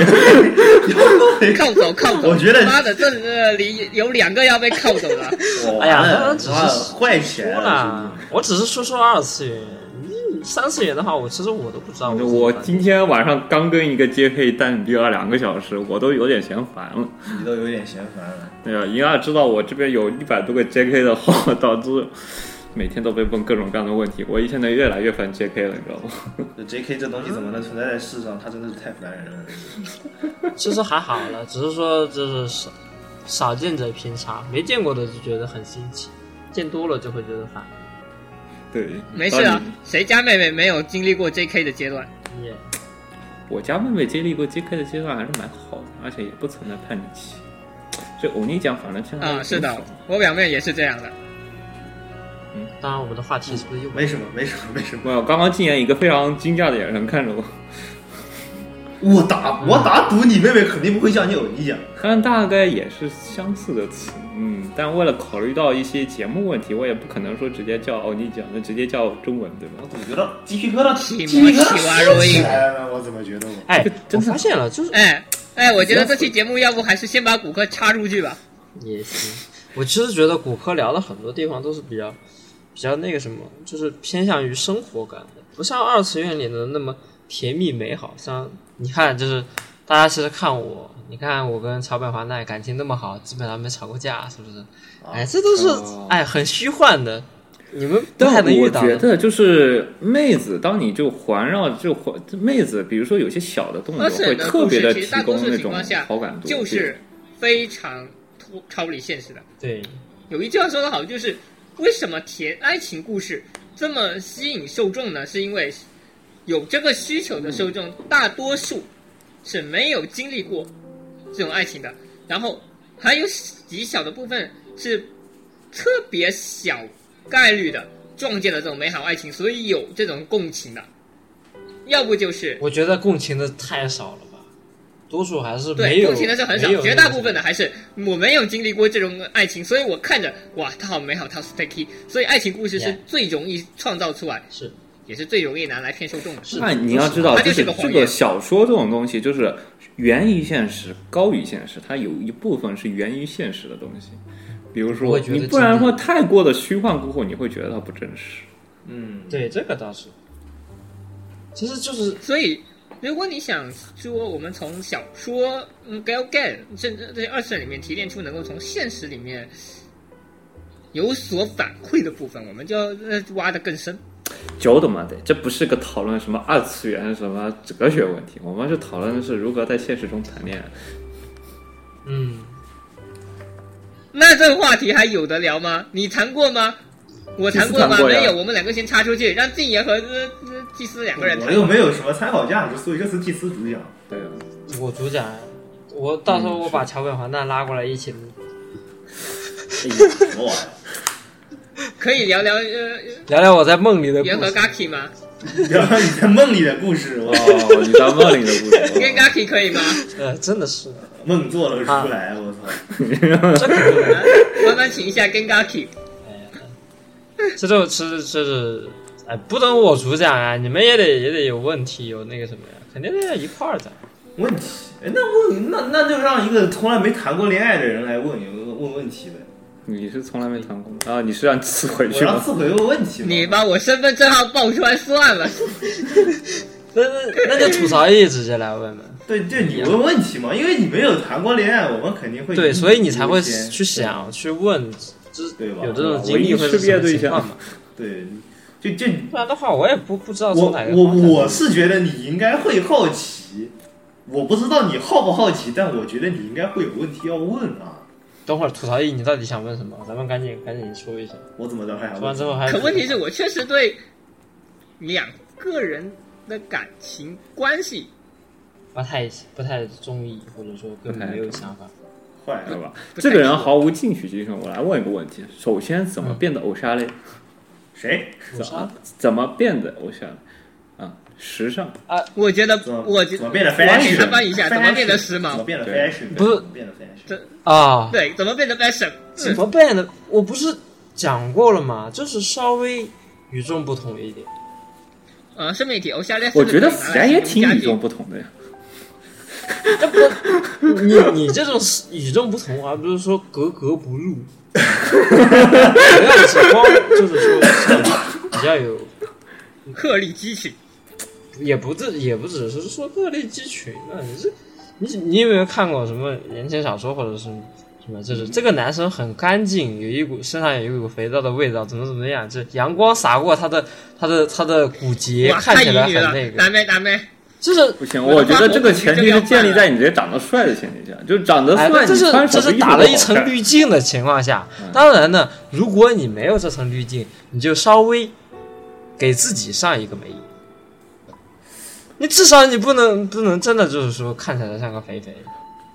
Speaker 5: 靠走靠走，
Speaker 2: 我觉得
Speaker 5: 妈的，这这里有两个要被靠走啊了。
Speaker 2: 我
Speaker 7: 哎呀
Speaker 2: 完
Speaker 7: 他
Speaker 2: 了
Speaker 7: 只是
Speaker 2: 完了坏起来
Speaker 7: 说
Speaker 2: 了
Speaker 7: 了，，我只是说说二次元，你三次元的话，我其实我都不知道我自己
Speaker 8: 我
Speaker 7: 玩
Speaker 8: 今天晚上刚跟一个 JK 单比了两个小时，我都有点嫌烦了。
Speaker 2: 兄弟你都有点嫌烦了。
Speaker 8: 对吧？你要知道我这边有一百多个 JK 的号，导致每天都被问各种各样的问题。我现在越来越烦 JK 了，你知道吗？
Speaker 2: 这 J.K. 这东西怎么能存在在世上？它真的是太烦人了。
Speaker 7: 其实还好了，只是说就是少少见者偏差，没见过的就觉得很新奇，见多了就会觉得烦。
Speaker 8: 对，
Speaker 5: 没事啊
Speaker 8: 当你，
Speaker 5: 谁家妹妹没有经历过 J.K. 的阶段？
Speaker 7: 也
Speaker 8: 我家妹妹经历过 JK 的阶段还是蛮好的，而且也不存在叛逆期。这欧尼酱反正现在
Speaker 5: 啊，是的
Speaker 8: 挺爽，
Speaker 5: 我表妹也是这样的。
Speaker 7: 当然，我们的话题是不是又
Speaker 2: 没什么，没什么，没什么。
Speaker 8: 没有，刚刚竟然以一个非常惊讶的眼神看着我，
Speaker 2: 我打我打赌，你妹妹肯定不会像你偶一样。
Speaker 8: 但大概也是相似的词，嗯，但为了考虑到一些节目问题，我也不可能说直接叫欧哦尼酱，那直接叫中文对吧
Speaker 2: 我？怎么觉得鸡皮疙瘩
Speaker 5: 起
Speaker 2: 鸡皮疙瘩
Speaker 5: 鸡皮疙瘩
Speaker 2: 竖起来了呢？我怎么觉得我？
Speaker 7: 哎，
Speaker 8: 真
Speaker 7: 我
Speaker 8: 的
Speaker 7: 发现了，就是
Speaker 5: 哎哎，我觉得这期节目要不还是先把骨科插入去吧。
Speaker 7: 也行。我其实觉得骨科聊的很多地方都是比较比较那个什么，就是偏向于生活感的，不像二次元里的那么甜蜜美好。像你看，就是大家其实看我，你看我跟桥本环奈感情那么好，基本上没吵过架，是不是？哎，这都是、哎很虚幻的，你们不太
Speaker 8: 哦但
Speaker 7: 能
Speaker 8: 我
Speaker 7: 遇到
Speaker 8: 觉
Speaker 7: 的。
Speaker 8: 得就是妹子，当你就环绕就环妹子，比如说有些小的动作
Speaker 5: 而且
Speaker 8: 会
Speaker 5: 呢，
Speaker 8: 特
Speaker 5: 故
Speaker 8: 别
Speaker 5: 事
Speaker 8: 的
Speaker 5: 其
Speaker 8: 提
Speaker 5: 实大多
Speaker 8: 供
Speaker 5: 数
Speaker 8: 那
Speaker 5: 情
Speaker 8: 种
Speaker 5: 况下
Speaker 8: 好感度，
Speaker 5: 就是非常脱超离现实的。
Speaker 7: 对，
Speaker 5: 有一句话说得好，就是为什么甜爱情故事这么吸引受众呢？是因为有这个需求的受众，大多数是没有经历过这种爱情的，然后还有极小的部分是特别小概率的撞见了这种美好爱情，所以有这种共情的。要不就是
Speaker 7: 我觉得共情的太少了吧，多数还是没
Speaker 5: 对，
Speaker 7: 有
Speaker 5: 共情的是很少
Speaker 7: 没有，
Speaker 5: 绝
Speaker 7: 那
Speaker 5: 大
Speaker 7: 个
Speaker 5: 部分的还是我没有经历过这种爱情，所以我看着哇，它好美好，它好 sticky，所以爱情故事是
Speaker 7: Yeah
Speaker 5: 最容易创造出来，
Speaker 7: 是
Speaker 5: 也是最容易拿来骗受众的。
Speaker 8: 那哎你要知道，
Speaker 5: 它
Speaker 8: 就
Speaker 5: 就是
Speaker 8: 是
Speaker 5: 个
Speaker 8: 这
Speaker 5: 谎
Speaker 8: 个
Speaker 5: 言
Speaker 8: 小说这种东西，就是源于现实，高于现实，它有一部分是源于现实的东西。比如
Speaker 7: 我
Speaker 8: 说，
Speaker 7: 觉得
Speaker 8: 你不然的
Speaker 7: 真
Speaker 8: 话
Speaker 7: 的
Speaker 8: 太过的虚幻过后，你会觉得它不真实。
Speaker 2: 嗯，
Speaker 7: 对这个倒是，其实就是
Speaker 5: 所以，如果你想说我们从小说、嗯 g a l g a n 甚至这些二次元里面提炼出能够从现实里面有所反馈的部分，我们就要呃挖得更深。
Speaker 8: 久的嘛得，这不是个讨论什么二次元什么哲学问题，我们是讨论的是如何在现实中谈恋爱。
Speaker 7: 嗯，
Speaker 10: 那这个话题还有得聊吗？你谈过吗？我谈过
Speaker 8: 祭司
Speaker 10: 吗？
Speaker 8: 谈过呀
Speaker 10: 没有，我们两个先插出去，让静言和呃呃祭司两个人
Speaker 2: 我
Speaker 10: 谈。
Speaker 2: 又没有什么参考价值，所以这次祭司主讲。
Speaker 8: 对啊，
Speaker 7: 我主讲，我到时候我把桥本环奈拉过来一起录。
Speaker 2: 哎呀，什么玩意儿？
Speaker 10: 可以聊聊呃
Speaker 7: 聊聊我在梦里的故
Speaker 10: 元和
Speaker 7: 事。
Speaker 10: Gaki 吗？
Speaker 2: 聊聊你在梦里的故事，哇，
Speaker 8: 哦，你在梦里的故事。
Speaker 10: 跟 Gaki 可以吗？
Speaker 7: 呃，真的是，
Speaker 2: 梦做了出来，我操！
Speaker 7: 这肯定的。
Speaker 10: 麻烦请一下跟 Gaki。
Speaker 7: 这就这这是，哎，不能我主讲啊，你们也得也得有问题，有那个什么呀，肯定得一块儿讲。
Speaker 2: 问题，哎那问那那就让一个从来没谈过恋爱的人来问问问问题呗，
Speaker 8: 你是从来没谈过吗？啊，你是让刺回
Speaker 2: 我
Speaker 8: 去
Speaker 2: 让
Speaker 8: 吗？
Speaker 2: 自回问问题嘛。
Speaker 10: 你把我身份证号报出来算 了。
Speaker 7: 那那那就吐槽一直接来问嘛。
Speaker 2: 对对，你问问题嘛，因为你没有谈过恋爱，我们肯定会
Speaker 7: 对，所以你才会
Speaker 2: 先
Speaker 7: 去想去问，这
Speaker 2: 对吧
Speaker 7: 有这种经历会是
Speaker 8: 唯一识
Speaker 7: 什
Speaker 8: 别
Speaker 7: 么
Speaker 8: 对
Speaker 7: 情况
Speaker 8: 象
Speaker 7: 嘛？
Speaker 2: 对，就就
Speaker 7: 不然的话，我也不不知道
Speaker 2: 我
Speaker 7: 从哪个
Speaker 2: 我
Speaker 7: 方向
Speaker 2: 我是觉得你应该会好奇，我不知道你好不好奇，但我觉得你应该会有问题要问啊。
Speaker 7: 等会儿吐槽一，你到底想问什么？咱们赶紧赶紧说一下，
Speaker 2: 我怎么着还想
Speaker 7: 说完之
Speaker 2: 问？
Speaker 7: 后还
Speaker 10: 可问题是我确实对两个人的感情关系
Speaker 7: 不太不太中意，或者说根本没有想法。
Speaker 2: 坏
Speaker 8: 对
Speaker 2: 了，
Speaker 8: 吧？
Speaker 10: 不
Speaker 8: 这个人
Speaker 10: 太熟
Speaker 8: 毫无进取精神。我来问一个问题：首先，怎么变得偶像嘞？
Speaker 2: 谁？
Speaker 7: 我
Speaker 8: 怎
Speaker 7: 啥
Speaker 8: 么怎么变得偶像嘞？啊，时尚。
Speaker 10: 我觉得
Speaker 2: 怎么
Speaker 10: 我觉
Speaker 2: 怎么变得
Speaker 10: 我给
Speaker 2: fashion？
Speaker 10: 他翻译一下，怎么变得
Speaker 2: Fashion，
Speaker 10: 时
Speaker 2: 怎么
Speaker 10: 髦？
Speaker 2: 变得
Speaker 8: 对
Speaker 2: fashion？
Speaker 7: 不是
Speaker 2: 怎么变得 fashion？
Speaker 10: 这
Speaker 7: 啊？
Speaker 10: 对，怎么变得 fashion？
Speaker 7: 怎么变的？我不是讲过了吗？就是稍微与众不同一点。
Speaker 10: 呃，生命体偶像恋，
Speaker 8: 我觉得咱也挺与众不同的呀。
Speaker 7: 你你这种是与众不同，而不是说格格不入。不要只光就是说比较有，
Speaker 10: 鹤立鸡群。
Speaker 7: 也不是也不只是说鹤立鸡群啊。你这你你有没有看过什么言情小说或者是什么？就是这个男生很干净，有一股身上有一股肥皂的味道，怎么怎么样？这阳光洒过他的他的他的骨节，
Speaker 10: 哇，
Speaker 7: 看
Speaker 10: 太
Speaker 7: 起
Speaker 10: 淫
Speaker 7: 来
Speaker 10: 女
Speaker 7: 很
Speaker 10: 了
Speaker 7: 那，个，
Speaker 10: 男妹男妹，
Speaker 7: 就是
Speaker 8: 不行，
Speaker 10: 我的
Speaker 8: 我觉
Speaker 10: 话
Speaker 8: 得
Speaker 10: 我
Speaker 8: 这个
Speaker 10: 已经
Speaker 8: 前
Speaker 10: 这
Speaker 8: 提
Speaker 10: 样
Speaker 8: 是建
Speaker 10: 办
Speaker 8: 立
Speaker 10: 了
Speaker 8: 在你这长得帅的前提下，就是长得
Speaker 7: 哎，
Speaker 8: 帅，
Speaker 7: 这
Speaker 8: 你
Speaker 7: 是
Speaker 8: 穿
Speaker 7: 这
Speaker 8: 什么
Speaker 7: 是
Speaker 8: 衣服
Speaker 7: 打
Speaker 8: 都
Speaker 7: 了一
Speaker 8: 好
Speaker 7: 层
Speaker 8: 看嗯
Speaker 7: 滤镜的情况下，当然呢，如果你没有这层滤镜，你就稍微给自己上一个眉。你至少你不能不能真的就是说看起来像个肥肥，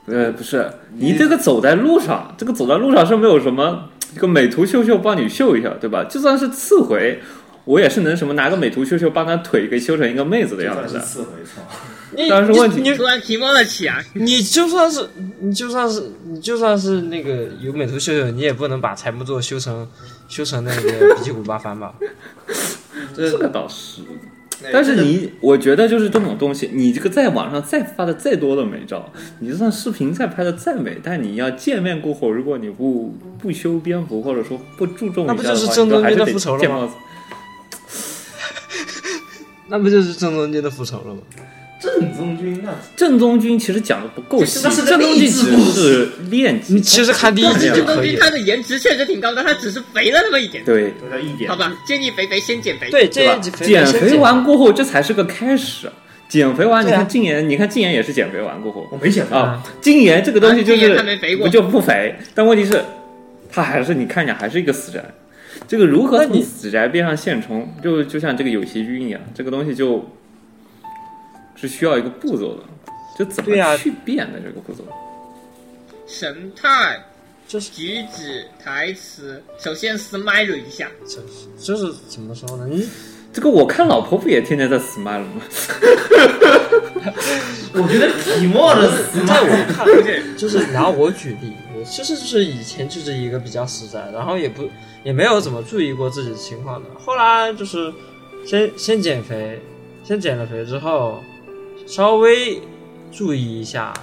Speaker 8: 呃，不是，你这个走在路上，这个走在路上是没有什么这个美图秀秀帮你秀一下，对吧？就算是刺回，我也是能什么拿个美图秀秀把他腿给修成一个妹子的
Speaker 2: 这
Speaker 8: 样
Speaker 2: 算
Speaker 8: 子
Speaker 2: 是
Speaker 8: 的。
Speaker 2: 次回操。
Speaker 7: 你
Speaker 8: 当然是问题
Speaker 7: 你
Speaker 10: 突然提莫了起啊！
Speaker 7: 你你就算是你就算是你就算是那个有美图秀秀，你也不能把柴木座修成修成那个比基古巴帆 吧？
Speaker 8: 这个倒是，但是你，我觉得就是这种东西，你这个在网上再发的再多的美照，你就算视频再拍的再美，但你要见面过后，如果你不不修边幅，或者说不注重一
Speaker 7: 那
Speaker 8: 下
Speaker 7: 不
Speaker 8: 的话，
Speaker 7: 就是
Speaker 8: 你
Speaker 7: 郑
Speaker 8: 都
Speaker 7: 中
Speaker 8: 还
Speaker 7: 基
Speaker 8: 是
Speaker 7: 的
Speaker 8: 得
Speaker 7: 复仇了
Speaker 8: 见
Speaker 7: 吗
Speaker 8: 到
Speaker 7: 那不就是正中间的复仇了吗？
Speaker 2: 郑宗啊军那
Speaker 8: 正宗君其实讲的不够细，
Speaker 2: 这是个
Speaker 8: 正宗君
Speaker 2: 励志
Speaker 8: 只
Speaker 2: 故事
Speaker 8: 是练级，
Speaker 7: 你其实看第一集就
Speaker 10: 郑
Speaker 7: 可
Speaker 10: 东
Speaker 7: 以
Speaker 10: 君
Speaker 7: 了。
Speaker 10: 他的颜值确实挺高的，他只是肥了那么一点。
Speaker 8: 对，
Speaker 2: 都在一点
Speaker 10: 好，吧，建议肥肥先减肥。
Speaker 7: 对，这
Speaker 8: 对吧
Speaker 7: 一集？肥
Speaker 8: 减
Speaker 7: 先
Speaker 8: 肥
Speaker 7: 减
Speaker 8: 完过后，这才是个开始。减肥完，你
Speaker 7: 对啊嗯
Speaker 8: 看禁言，你看禁言也是减肥完过后
Speaker 2: 我没想到，
Speaker 8: 啊。禁言这个东西就
Speaker 10: 啊禁
Speaker 8: 是
Speaker 10: 言他没肥过
Speaker 8: 不就不肥，但问题是，他还是你看着还是一个死宅。这个如何
Speaker 7: 那你
Speaker 8: 从死宅变上现充，就就像这个有邪君一样，这个东西就是需要一个步骤的，就怎
Speaker 7: 对啊
Speaker 8: 么去变的这个步骤。
Speaker 10: 神态、
Speaker 7: 就是
Speaker 10: 举止、台词，首先 smile 一下。
Speaker 7: 就是就是怎么说呢？ 你
Speaker 8: 这个我看老婆不也天天在 smile 吗？
Speaker 2: 我觉得提莫的 死
Speaker 7: 在我看， 就是拿我举例，我就是就是以前就是一个比较实在，然后也不也没有怎么注意过自己的情况的。后来就是先先减肥，先减了肥之后，稍微注意一下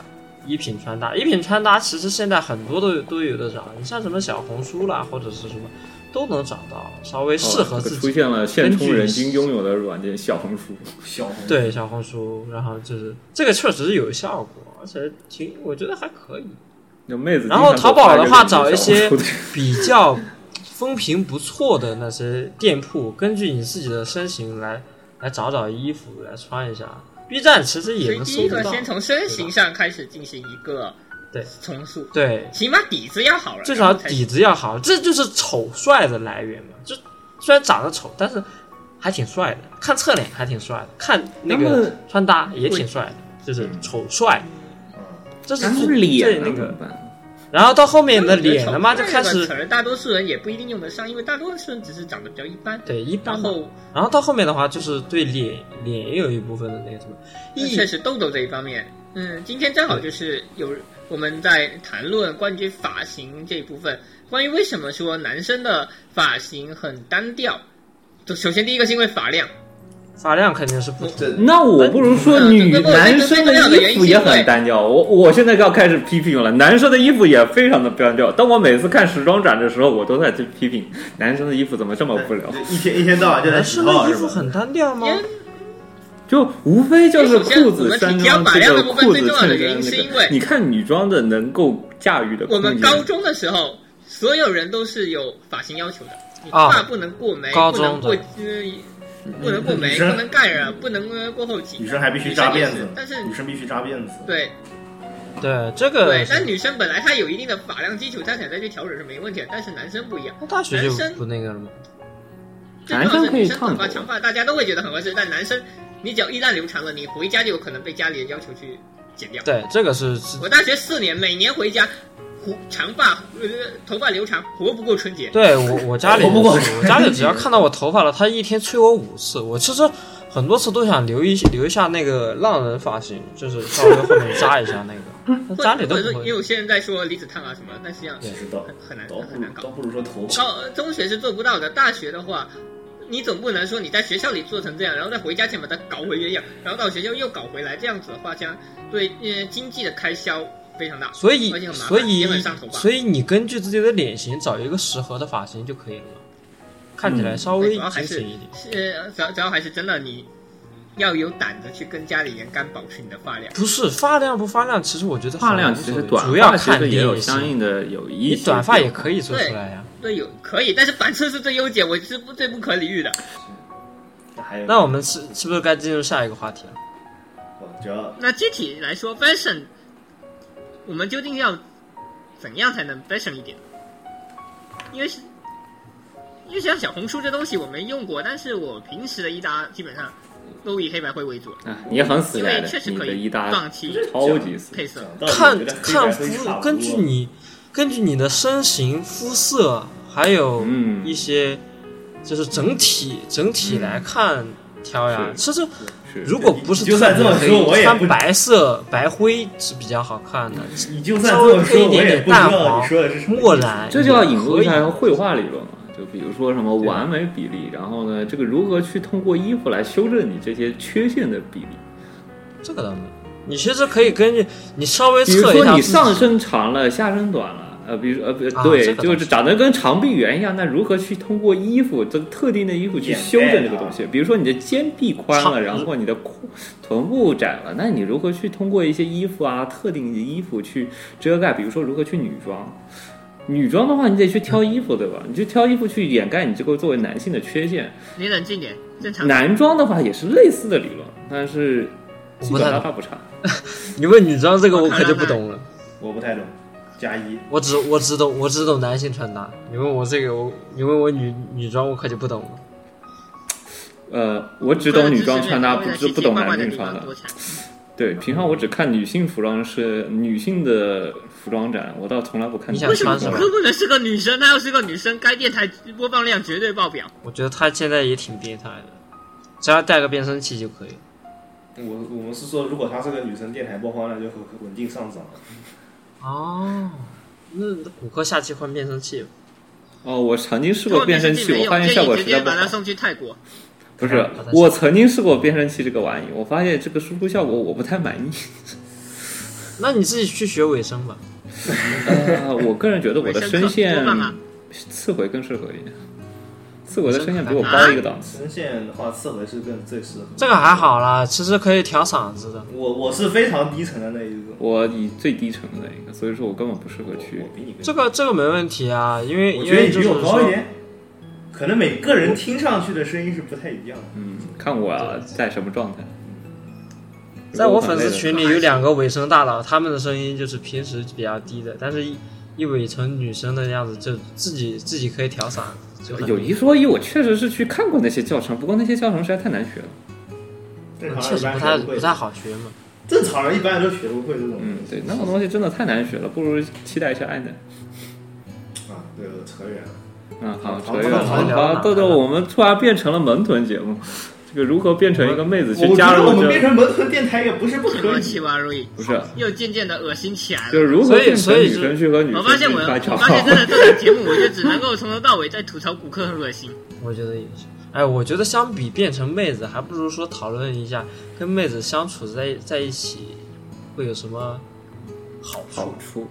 Speaker 7: 衣品穿搭。衣品穿搭其实现在很多都有都有的找，你像什么小红书啦，或者是什么都能找到稍微适合
Speaker 8: 哦这
Speaker 7: 自
Speaker 8: 个
Speaker 7: 己。
Speaker 8: 出现了现
Speaker 7: 根
Speaker 8: 充
Speaker 7: 据
Speaker 8: 人均拥有的软件小红书。
Speaker 2: 小红，
Speaker 7: 对小红书，然后就是这个确实是有效果，而且挺我觉得还可以。
Speaker 8: 就妹子经
Speaker 7: 然
Speaker 8: 常
Speaker 7: 后
Speaker 8: 给我
Speaker 7: 淘宝
Speaker 8: 发
Speaker 7: 的
Speaker 8: 这
Speaker 7: 话，
Speaker 8: 种
Speaker 7: 找一
Speaker 8: 小红
Speaker 7: 些
Speaker 8: 书的
Speaker 7: 比较风评不错的那些店铺，根据你自己的身形来来找找衣服来穿一下。B 站其实
Speaker 5: 所
Speaker 7: 也
Speaker 5: 以
Speaker 7: 能
Speaker 5: 第
Speaker 7: 搜
Speaker 5: 一
Speaker 7: 得
Speaker 5: 个
Speaker 7: 到，
Speaker 5: 先从身形上开始进行一个
Speaker 7: 对
Speaker 5: 重塑，
Speaker 7: 对，
Speaker 5: 起码底子要好了，
Speaker 7: 最
Speaker 5: 然
Speaker 7: 少
Speaker 5: 后才
Speaker 7: 底子要好，这就是丑帅的来源嘛。就虽然长得丑，但是还挺帅的，看侧脸还挺帅的，看那
Speaker 8: 他
Speaker 7: 个
Speaker 8: 们
Speaker 7: 穿搭也挺帅的，就是丑帅。这是啊
Speaker 8: 然后
Speaker 7: 最最
Speaker 8: 嗯
Speaker 7: 那
Speaker 8: 脸呢怎么
Speaker 7: 个，
Speaker 8: 办？
Speaker 7: 然后到后面
Speaker 5: 因为
Speaker 7: 的
Speaker 5: 我觉得
Speaker 7: 脸
Speaker 5: 丑
Speaker 7: 了嘛，
Speaker 5: 这
Speaker 7: 就
Speaker 5: 个
Speaker 7: 开始
Speaker 5: 词儿大多数人也不一定用得上，因为大多数人只是长得比较一般，
Speaker 7: 对一般
Speaker 5: 然
Speaker 7: 嘛。
Speaker 5: 后
Speaker 7: 然后到后面的话，就是对脸脸也有一部分的那个什么
Speaker 5: 那
Speaker 7: 意
Speaker 5: 确实痘痘这一方面，嗯，今天正好就是有我们在谈论关于发型这一部分，关于为什么说男生的发型很单调。就首先第一个是因为发量，
Speaker 7: 发量肯定是不同。
Speaker 8: 那我不如说
Speaker 5: 嗯
Speaker 8: 女
Speaker 5: 对对
Speaker 8: 男生的衣服也很单调。我我现在要开始批评了，男生的衣服也非常的单调。当我每次看时装展的时候，我都在去批评男生的衣服怎么这么无聊，
Speaker 2: 一天一天到晚就在
Speaker 7: 男
Speaker 2: 洗
Speaker 7: 生的
Speaker 2: 号
Speaker 7: 衣
Speaker 2: 是
Speaker 7: 服
Speaker 2: 吧？
Speaker 7: 很单调吗？
Speaker 5: 因为
Speaker 8: 就无非就是
Speaker 5: 首先
Speaker 8: 裤
Speaker 5: 我
Speaker 8: 子、
Speaker 5: 们
Speaker 8: 山
Speaker 5: 提交
Speaker 8: 装
Speaker 5: 把
Speaker 8: 这
Speaker 5: 量的
Speaker 8: 个
Speaker 5: 部分
Speaker 8: 裤
Speaker 5: 最
Speaker 8: 子
Speaker 5: 重要的
Speaker 8: 衬
Speaker 5: 原
Speaker 8: 衫
Speaker 5: 因是
Speaker 8: 那
Speaker 5: 因为
Speaker 8: 个。你看女装的能够驾驭的空
Speaker 5: 我
Speaker 8: 间，
Speaker 5: 们高中的时候，所有人都是有发型要求的，你
Speaker 7: 啊
Speaker 5: 发不能过眉，
Speaker 7: 高
Speaker 5: 不
Speaker 7: 中
Speaker 5: 能过
Speaker 7: 的
Speaker 5: 呃，不能过
Speaker 2: 女
Speaker 5: 眉，不
Speaker 2: 生
Speaker 5: 能盖儿，不能呃过后颈
Speaker 2: 女。生还必须
Speaker 5: 女生
Speaker 2: 扎
Speaker 5: 也
Speaker 2: 辫
Speaker 5: 是
Speaker 2: 子，
Speaker 5: 但是
Speaker 2: 女生必须扎辫子。
Speaker 5: 对
Speaker 7: 对这个
Speaker 5: 对，，但女生本来她有一定的发量基础，她想再去调整是没问题的，但是男生不一样。
Speaker 7: 大学就
Speaker 5: 男生
Speaker 7: 不那个了嘛。
Speaker 5: 最重要是女生短发长发，大家都会觉得很合适，但男生你只要一旦留长了，你回家就有可能被家里的要求去剪掉。
Speaker 7: 对，这个是是
Speaker 5: 我大学四年，每年回家，胡长发呃头发留长，活不过春节。
Speaker 7: 对我我家里
Speaker 2: 我不过
Speaker 7: 也是我家里只要看到我头发了，他一天催我五次。我其实很多次都想留一留一下那个浪人发型，就是稍微后面扎一下那个，但
Speaker 5: 或
Speaker 7: 家里都
Speaker 5: 或者
Speaker 7: 不
Speaker 5: 说也
Speaker 7: 会。
Speaker 5: 有些人在说离子烫啊什么，但实际上
Speaker 2: 其实倒
Speaker 5: 很很难
Speaker 2: 倒不
Speaker 5: 很
Speaker 2: 如
Speaker 5: 难
Speaker 2: 倒
Speaker 5: 搞。
Speaker 2: 不如说头发。
Speaker 5: 高中学是做不到的，大学的话，你总不能说你在学校里做成这样，然后再回家前把它搞回原样，然后到学校又搞回来，这样子的话，将对呃经济的开销非常大。
Speaker 7: 所以
Speaker 5: 而且很麻烦
Speaker 7: 所以
Speaker 5: 也很上头吧
Speaker 7: 所以你根据自己的脸型找一个适合的发型就可以了嘛，看
Speaker 8: 嗯
Speaker 7: 起来稍微
Speaker 5: 主要还
Speaker 7: 精
Speaker 5: 是
Speaker 7: 神一点。
Speaker 5: 是主要主要还是真的你要有胆子去跟家里人干，保持你的发量。
Speaker 7: 不是发量不发量，其实我觉得
Speaker 8: 发量
Speaker 7: 好像
Speaker 8: 其
Speaker 7: 无所
Speaker 8: 实
Speaker 7: 谓
Speaker 8: 短
Speaker 7: 主要
Speaker 8: 发其
Speaker 7: 看
Speaker 8: 实也有
Speaker 7: 脸
Speaker 8: 相
Speaker 7: 型
Speaker 8: 应的有一
Speaker 7: 你
Speaker 8: 些
Speaker 7: 短发也
Speaker 8: 变化
Speaker 7: 可以做出来呀、
Speaker 5: 对，有可以，但是反侧是最优解，我是不最不可理喻的。
Speaker 2: 还有
Speaker 7: 那我们是是不是该进入下一个话题了？
Speaker 2: 只要
Speaker 5: 那具体来说，fashion，我们究竟要怎样才能 fashion 一点？因为是，因为像小红书这东西我没用过，但是我平时的一搭基本上都以黑白灰为主，
Speaker 8: 啊，你也很死
Speaker 5: 因
Speaker 8: 宅
Speaker 5: 为
Speaker 8: 的
Speaker 5: 确，实
Speaker 8: 你
Speaker 5: 可
Speaker 8: 的
Speaker 5: 以
Speaker 8: 一大
Speaker 5: 放弃
Speaker 8: 超级死
Speaker 5: 配色。
Speaker 2: 到
Speaker 7: 看
Speaker 2: 底我觉得黑白灰差
Speaker 7: 看肤，
Speaker 2: 不
Speaker 7: 根
Speaker 2: 多
Speaker 7: 据你根据你的身形、肤色，还有
Speaker 8: 嗯
Speaker 7: 一些就是整体整体来看挑呀。其
Speaker 8: 是
Speaker 7: 实
Speaker 8: 是
Speaker 7: 如果不是
Speaker 2: 就
Speaker 7: 特
Speaker 2: 算这
Speaker 7: 别
Speaker 2: 么说我
Speaker 7: 黑，
Speaker 2: 也
Speaker 7: 穿
Speaker 2: 不
Speaker 7: 白色白灰是比较好看的，
Speaker 2: 你就算
Speaker 7: 稍
Speaker 2: 这
Speaker 7: 微
Speaker 2: 么
Speaker 7: 配
Speaker 2: 说，
Speaker 7: 一
Speaker 2: 我
Speaker 7: 点
Speaker 2: 也
Speaker 7: 点
Speaker 2: 不知
Speaker 7: 淡
Speaker 2: 道
Speaker 7: 黄
Speaker 2: 你说的是什么意思
Speaker 7: 墨蓝，
Speaker 8: 这就要引入
Speaker 7: 可以
Speaker 8: 一下绘画理论嘛，就比如说什么完美比例，然后呢，这个如何去通过衣服来修正你这些缺陷的比例？
Speaker 7: 这个倒没有。你其实可以根据你稍微
Speaker 8: 比如
Speaker 7: 测一
Speaker 8: 说
Speaker 7: 下
Speaker 8: 你
Speaker 7: 自己
Speaker 8: 上身长了，下身短了。呃，比如呃，不
Speaker 7: 啊
Speaker 8: 对，
Speaker 7: 这个倒
Speaker 8: 就是是长得跟长臂猿一样，那如何去通过衣服这特定的衣服去修正这个东西？
Speaker 7: 啊
Speaker 8: 比如说你的肩臂宽了，
Speaker 7: 长
Speaker 8: 然后你的裤臀部窄了，那你如何去通过一些衣服啊，特定的衣服去遮盖？比如说如何去女装？女装的话，你得去挑衣服，对吧？你就挑衣服去掩盖你这个作为男性的缺陷。
Speaker 5: 你冷静点，正
Speaker 7: 嗯
Speaker 5: 常。
Speaker 8: 男装的话也是类似的理论，但是
Speaker 7: 我
Speaker 8: 基
Speaker 7: 不
Speaker 8: 本
Speaker 7: 太
Speaker 8: 上
Speaker 7: 懂
Speaker 8: 大不差。
Speaker 7: 你问女装这个
Speaker 5: 我
Speaker 7: 我
Speaker 5: 看
Speaker 7: 可就
Speaker 5: 到
Speaker 7: 不
Speaker 5: 那
Speaker 7: 懂了。
Speaker 2: 我不太懂。加一，
Speaker 7: 我只我只懂我只懂男性穿搭，你问我这个我你问我女女装我可就不懂了。
Speaker 8: 呃，我只懂女装穿搭，
Speaker 5: 或
Speaker 8: 不
Speaker 5: 者
Speaker 8: 知
Speaker 5: 是
Speaker 8: 不懂
Speaker 5: 慢慢
Speaker 8: 男
Speaker 5: 地地
Speaker 8: 性穿
Speaker 5: 方
Speaker 8: 搭。
Speaker 5: 多起来
Speaker 8: 对，平常我只看女性服装是女性的服装展，我倒从来不看。
Speaker 7: 你想
Speaker 5: 为什么骨
Speaker 7: 穿什么
Speaker 5: 科不能是个女生？她要是个女生，该电台播放量绝对爆表。
Speaker 7: 我觉得他现在也挺变态的，只要带个变声器就可以。
Speaker 2: 我我们是说，如果她是个女生，电台播放量就很稳定上涨。
Speaker 7: 哦，那骨科下期换变声器吧。
Speaker 8: 哦，我曾经试
Speaker 5: 如
Speaker 8: 过
Speaker 5: 果
Speaker 8: 变声
Speaker 5: 电视
Speaker 8: 器，
Speaker 5: 剧没
Speaker 8: 我
Speaker 5: 有
Speaker 8: 发现
Speaker 5: 建
Speaker 8: 效
Speaker 5: 议
Speaker 8: 果
Speaker 5: 直
Speaker 8: 实
Speaker 5: 接
Speaker 8: 在不
Speaker 5: 把她
Speaker 8: 好。
Speaker 5: 送去泰国。
Speaker 8: 不是
Speaker 7: 把它，
Speaker 8: 我曾经试过变声器这个玩意，我发现这个输出效果我不太满 意。
Speaker 7: 那你自己去学尾声吧。
Speaker 8: 呃，我个人觉得我的声
Speaker 5: 尾声可
Speaker 8: 线
Speaker 5: 多棒啊
Speaker 8: 刺回更适合一点。刺猬的声线比我高一个档次。
Speaker 2: 声线的话，刺回是更最适合。
Speaker 7: 这个还好啦，其实可以调嗓子的。
Speaker 2: 我我是非常低沉的那一种，
Speaker 8: 我以最低沉的那一个，所以说我根本不适合去
Speaker 2: 我比你更
Speaker 7: 这个这个没问题啊，因为
Speaker 2: 我
Speaker 7: 因
Speaker 2: 觉得
Speaker 7: 为
Speaker 2: 你
Speaker 7: 就
Speaker 2: 比
Speaker 7: 是
Speaker 2: 我高一
Speaker 7: 说，
Speaker 2: 点，可能每个人听上去的声音是不太一样的。
Speaker 8: 嗯，看我啊在什么状态。
Speaker 7: 在我粉丝群里有两个尾声大佬，他们的声音就是平时比较低的，但是一一尾成女生的样子，就自己自己可以调嗓子，就很
Speaker 8: 有一说一，我确实是去看过那些教程，不过那些教程实在太难学了。
Speaker 2: 正常
Speaker 7: 嗯确
Speaker 2: 人一般
Speaker 7: 实不太
Speaker 2: 学不
Speaker 7: 不
Speaker 2: 会
Speaker 7: 太好学嘛。
Speaker 2: 正常人一般都学不会这种东西。
Speaker 8: 嗯，对，那种东西真的太难学了，不如期待一下爱奶。
Speaker 2: 啊，对，我扯远了。
Speaker 8: 嗯，好，
Speaker 2: 好
Speaker 8: 扯远
Speaker 2: 好好
Speaker 8: 了。好，豆豆，我们突然变成了门豚节目，这个如何变成一个妹子去
Speaker 2: 我
Speaker 8: 加
Speaker 2: 觉得
Speaker 8: 入
Speaker 2: 我们变
Speaker 8: 这？
Speaker 2: 成门豚电台也不是不
Speaker 5: 什么
Speaker 2: 可以。
Speaker 5: 奇瓦瑞
Speaker 8: 不是，
Speaker 5: 又渐渐的恶心起来
Speaker 8: 就是
Speaker 5: 了。
Speaker 8: 如何变成女生去和女
Speaker 5: 我
Speaker 8: 生
Speaker 5: 发现我，
Speaker 8: 去发
Speaker 5: 我
Speaker 8: 交
Speaker 5: 发现真的这个节目，我就只能够从头到尾在吐槽骨科很恶 心。
Speaker 7: 我觉得也是。哎，我觉得相比变成妹子，还不如说讨论一下跟妹子相处在在一起会有什么好处
Speaker 8: 好。处。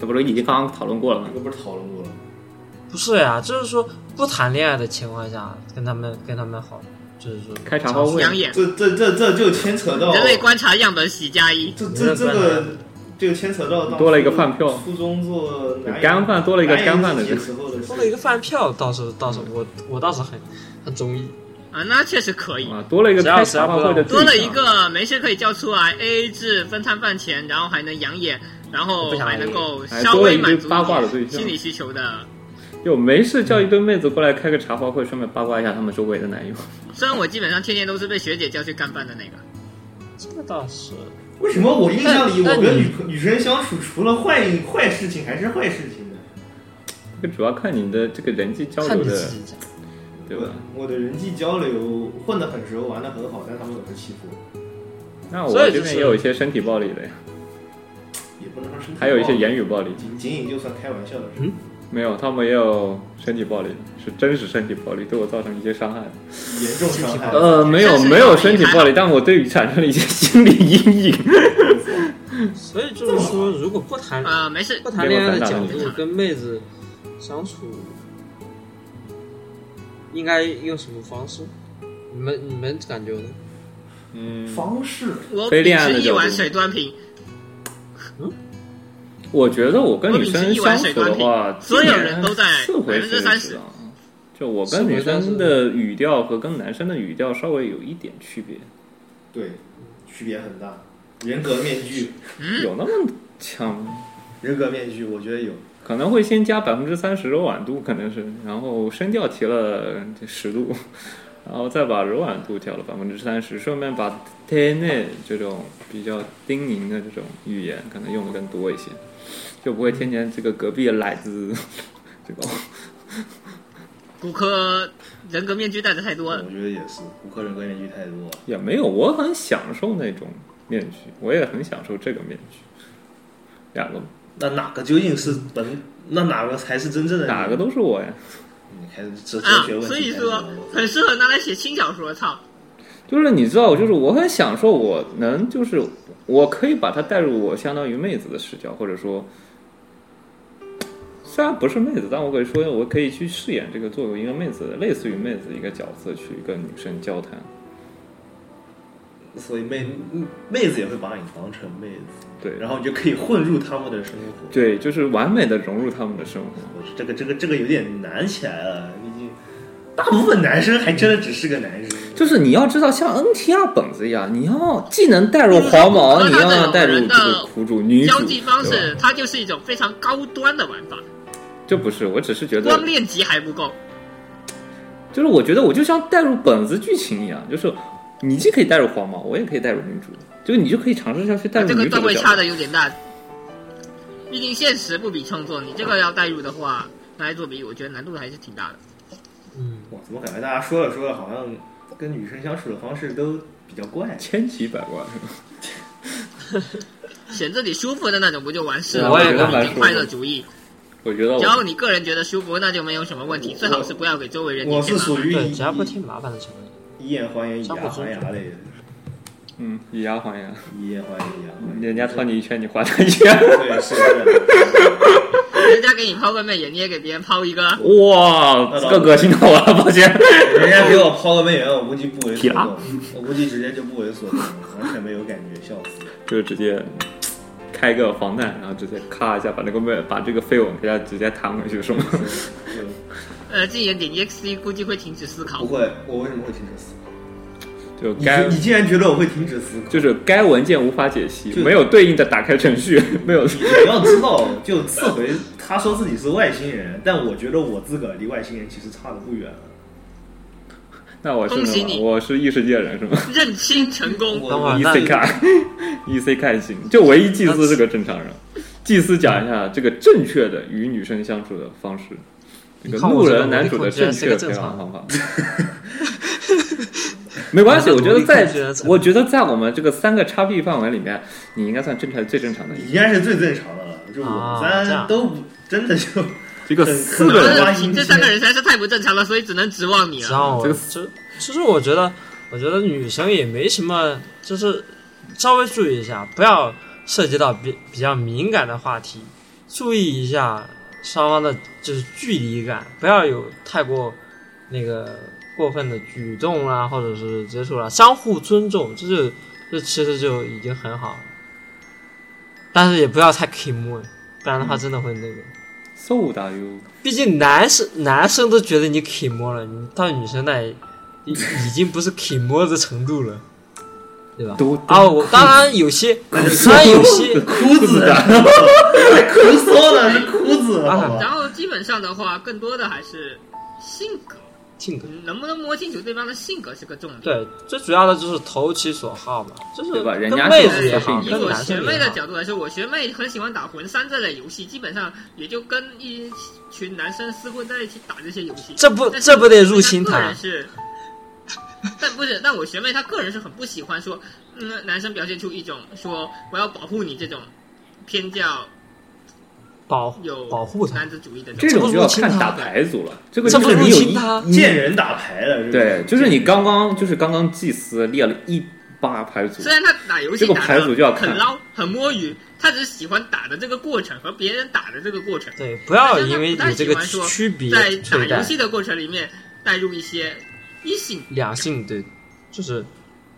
Speaker 8: 这不是已经刚刚讨论过了吗
Speaker 2: 这？个不是讨论过了吗？
Speaker 7: 不是呀，就是说不谈恋爱的情况下，跟他们跟他们好，就是说
Speaker 8: 开茶话会
Speaker 5: 养眼，
Speaker 2: 这这这这就牵扯到
Speaker 5: 人类观察样本喜加一。
Speaker 2: 这这这个就牵扯到当初
Speaker 8: 多了一个饭票
Speaker 2: 初中做男
Speaker 8: 干饭多了一个干饭的
Speaker 2: 男友之间时候的事
Speaker 7: 多了一个饭票，倒是倒是我我倒是很很中意。
Speaker 5: 啊，那确实可以，
Speaker 8: 啊，多了一个
Speaker 7: 只要
Speaker 8: 开
Speaker 7: 只要
Speaker 8: 茶话
Speaker 7: 不
Speaker 8: 会的
Speaker 7: 让
Speaker 8: 对
Speaker 5: 多
Speaker 8: 象
Speaker 5: 了一个没事可以叫出来 AA 制分摊饭钱，然后还能养眼，然后还能够稍微满足
Speaker 8: 哎还多了一堆八卦的对
Speaker 5: 你
Speaker 8: 象
Speaker 5: 心理需求的。
Speaker 8: 有没事叫一堆妹子过来开个茶话会，顺便八卦一下他们周围的男友。
Speaker 5: 虽然我基本上天天都是被学姐叫去干饭的那个，
Speaker 7: 这个倒是，
Speaker 2: 为什么我印象里
Speaker 7: 但
Speaker 2: 我
Speaker 7: 但
Speaker 2: 跟
Speaker 7: 你
Speaker 2: 女朋女生相处，除了坏坏事情还是坏事情呢？
Speaker 8: 这个主要看你的这个人际交
Speaker 7: 看
Speaker 8: 流
Speaker 7: 你
Speaker 8: 的，
Speaker 7: 自己讲。
Speaker 8: 对吧？
Speaker 2: 我的人际交流混得很熟，玩得很好，但他们总是欺负我，
Speaker 8: 那我
Speaker 7: 所以就
Speaker 8: 这
Speaker 7: 是
Speaker 8: 边也有一些身体暴力的呀，
Speaker 2: 也不能说是
Speaker 8: 还有一些言语暴力。
Speaker 2: 仅仅仅就算开玩笑的事。
Speaker 8: 没有，他们也有身体暴力，是真实身体暴力，对我造成一些伤害。
Speaker 2: 严重伤害。
Speaker 8: 呃，没有
Speaker 5: 身体暴力
Speaker 8: 没有身体暴力，但我对你产生了一些心理阴影。
Speaker 7: 所以就是说，如果不谈
Speaker 5: 啊、没事
Speaker 7: 不，谈恋爱的角度跟妹子相处，应该用什么方式？你们你们感觉呢？
Speaker 8: 嗯，
Speaker 2: 方式
Speaker 5: 我
Speaker 8: 非
Speaker 5: 秉
Speaker 8: 恋爱的
Speaker 5: 持一碗
Speaker 8: 角度
Speaker 5: 水端平，
Speaker 8: 我觉得我跟女生相处的话，
Speaker 5: 所有人都在
Speaker 8: 四回是
Speaker 5: 30%
Speaker 8: 就我跟女生的语调和跟男生的语调稍微有一点区别，
Speaker 2: 对，区别很大。人格面具，
Speaker 8: 有那么强吗？
Speaker 2: 人格面具，我觉得有。
Speaker 8: 可能会先加百分之三十柔软度，可能是，然后声调提了十度，然后再把柔软度调了百分之三十，顺便把 t e n 这种比较叮咛的这种语言可能用的更多一些，就不会天天这个隔壁的奶子 这种。
Speaker 5: 骨科人格面具戴的太多了。
Speaker 2: 我觉得也是，骨科人格面具太多了。
Speaker 8: 也没有，我很享受那种面具，我也很享受这个面具，两个
Speaker 2: 那哪个究竟是本？那哪个才是真正的你
Speaker 8: 哪个？都是我呀。
Speaker 2: 你开始哲哲
Speaker 5: 啊
Speaker 2: 学问，题。
Speaker 5: 所以说
Speaker 2: 开始了
Speaker 5: 很适合拿来写轻小说。操，
Speaker 8: 就是你知道，就是我很享受，我能就是我可以把它带入我相当于妹子的视角，或者说，虽然不是妹子，但我可以说我可以去饰演这个作为一个妹子，类似于妹子一个角色去跟女生交谈。
Speaker 2: 所以妹妹子也会把你当成妹子，
Speaker 8: 对，
Speaker 2: 然
Speaker 8: 后
Speaker 2: 后你就可以混入他们的生活。
Speaker 8: 对，就是完美的融入他们的生活。
Speaker 2: 我这个这个这个有点难起来了，毕竟大部分男生还真的只是个男生。
Speaker 8: 就是你要知道，像 NTR 本子一样，你要既能带入黄毛，
Speaker 5: 嗯
Speaker 8: 你
Speaker 5: 那
Speaker 8: 要
Speaker 5: 种
Speaker 8: 带入
Speaker 5: 人
Speaker 8: 这
Speaker 5: 的
Speaker 8: 个苦主女主，
Speaker 5: 交际方
Speaker 8: 对
Speaker 5: 式
Speaker 8: 吧
Speaker 5: 它就是一种非常高端的玩法，
Speaker 8: 这不是，我只是觉得
Speaker 5: 光练级还不够。
Speaker 8: 就是我觉得我就像带入本子剧情一样，就是你既可以带入黄毛，我也可以带入女主，就是你就可以尝试一下去带入
Speaker 5: 啊这个
Speaker 8: 女主
Speaker 5: 段位
Speaker 8: 角
Speaker 5: 差的有点大，毕竟现实不比创作，你这个要代入的话，拿来做比喻，我觉得难度还是挺大的。
Speaker 7: 嗯，
Speaker 2: 哇，怎么感觉大家说了说了，好像跟女生相处的方式都比较怪？
Speaker 8: 千奇百怪。
Speaker 5: 选自己舒服的那种不就完事了？
Speaker 8: 我也
Speaker 5: 吗？
Speaker 8: 刚才说的哦
Speaker 5: 快乐主义，
Speaker 8: 我觉得
Speaker 5: 只
Speaker 8: 我
Speaker 5: 要你个人觉得舒服，那就没有什么问题。
Speaker 2: 我
Speaker 5: 最好是不要给周围人
Speaker 2: 我
Speaker 5: 影
Speaker 2: 是
Speaker 5: 响。
Speaker 2: 属于
Speaker 7: 对，
Speaker 2: 以
Speaker 7: 只要不添麻烦的情况下，
Speaker 2: 以眼还眼，以牙还牙类的，
Speaker 8: 嗯，以牙还牙，
Speaker 2: 以眼还眼，以牙还眼。
Speaker 8: 人家掏你一圈，你还他一圈。
Speaker 2: 对，是这样。
Speaker 5: 人家给你抛个媚眼，你也给别人抛一个，
Speaker 8: 哇，这个恶心到我了，抱歉。
Speaker 2: 人家给我抛个媚眼，我估计不为所
Speaker 8: 皮拉
Speaker 2: 动，我估计直接就不为所动了，完全没有感觉，笑死。
Speaker 8: 就直接开个防弹，然后直接咔一下把那个妹把这个飞吻给他直接弹回去，是吗？
Speaker 5: 呃，这一点点 EXE 估计会停止思考
Speaker 2: 不。会，我为什么会停止思考？
Speaker 8: 就
Speaker 2: 你
Speaker 8: 该
Speaker 2: 你竟然觉得我会停止思考？
Speaker 8: 就是该文件无法解析，
Speaker 2: 就
Speaker 8: 没有对应的打开程序， 没有
Speaker 2: 你要知道，就次回他说自己是外星人，但我觉得我自个儿离外星人其实差的不远了。
Speaker 8: 那我是
Speaker 5: 恭喜
Speaker 8: 什么？
Speaker 5: 你
Speaker 8: 我是异世界人是吗
Speaker 5: 认清成功，
Speaker 2: 我
Speaker 7: 等会儿
Speaker 8: ？E
Speaker 7: 那
Speaker 8: C 看 ，E C 看行，就唯一祭司是个正常人。祭司讲一下这个正确的与女生相处的方式，这个
Speaker 7: 你看
Speaker 8: 路
Speaker 7: 我这个
Speaker 8: 人男主的正确
Speaker 7: 我立刻居
Speaker 8: 培
Speaker 7: 然是个正常
Speaker 8: 养方法。没关 系，我觉得
Speaker 7: 我
Speaker 8: 在
Speaker 7: 立刻居然是，
Speaker 8: 我觉得在我们这个三个叉 P 范围里面，你应该算正常最正常的一个
Speaker 2: 你应该是最正常的了，就我
Speaker 7: 啊
Speaker 2: 们
Speaker 7: 这
Speaker 2: 三
Speaker 7: 样
Speaker 2: 都不真的 就
Speaker 8: 这个
Speaker 2: 很
Speaker 8: 四
Speaker 2: 可
Speaker 8: 个人
Speaker 2: 能
Speaker 5: 这呃这三个人实在是太不正常了，所以只能指望你
Speaker 7: 只
Speaker 5: 了。
Speaker 7: 要我
Speaker 8: 啊这
Speaker 7: 就
Speaker 8: 个
Speaker 7: 其实我觉得，我觉得女生也没什么，就是稍微注意一下，不要涉及到比比较敏感的话题，注意一下双方的就是距离感，不要有太过那个过分的举动啊，或者是接触啊，相互尊重，这就这其实就已经很好了。但是也不要太 k i m 不然的话真的会那个。
Speaker 8: so 大 U，
Speaker 7: 毕竟男生男生都觉得你 k 摸了，你到女生那里已已经不是 k 摸的程度了，对吧？
Speaker 8: 都
Speaker 7: 啊，我当然有些， 当然有些
Speaker 2: 哭子的， 哭说了是哭子，好吧？
Speaker 5: 然后基本上的话，更多的还是性格，嗯
Speaker 7: 性格，
Speaker 5: 能不能摸清楚对方的性格是个重点。
Speaker 7: 对，最主要的就是投其所好嘛，就是
Speaker 8: 对吧人
Speaker 7: 跟
Speaker 8: 家
Speaker 7: 妹
Speaker 8: 是
Speaker 7: 子也好，
Speaker 8: 是
Speaker 5: 呃以
Speaker 7: 跟
Speaker 5: 我
Speaker 7: 男
Speaker 5: 学
Speaker 7: 生
Speaker 5: 妹
Speaker 7: 也
Speaker 5: 的
Speaker 7: 好，
Speaker 5: 角度来说，我学妹很喜欢打魂三这类游戏，基本上也就跟一群男生厮混在一起打这些游戏。
Speaker 7: 这不
Speaker 5: 但是
Speaker 7: 这不得入侵
Speaker 5: 她个
Speaker 7: 他
Speaker 5: 人？是，但不是，但我学妹她个人是很不喜欢说，嗯，男生表现出一种说我要保护你这种偏较
Speaker 7: 保
Speaker 5: 有
Speaker 7: 保护他
Speaker 5: 男，子主义的
Speaker 8: 这
Speaker 5: 这种。
Speaker 8: 种就要看打牌组了，这个
Speaker 7: 这
Speaker 8: 就
Speaker 7: 不
Speaker 8: 是
Speaker 7: 入
Speaker 8: 你有
Speaker 7: 侵
Speaker 8: 一
Speaker 7: 他？
Speaker 2: 见人打牌了，是吧
Speaker 8: 对，就是你刚刚就是刚刚祭司列了一把牌组
Speaker 5: 虽，然他打游戏
Speaker 8: 这个
Speaker 5: 打
Speaker 8: 牌
Speaker 5: 得
Speaker 8: 组就要看
Speaker 5: 很捞很摸鱼，他只是喜欢打的这个过程和别人打的这个过程。
Speaker 7: 对，不要因为有这个
Speaker 5: 但是他不太喜欢说
Speaker 7: 区别
Speaker 5: 在打
Speaker 7: 对
Speaker 5: 游
Speaker 7: 待
Speaker 5: 戏的过程里面带入一些异性，
Speaker 7: 两性对，就是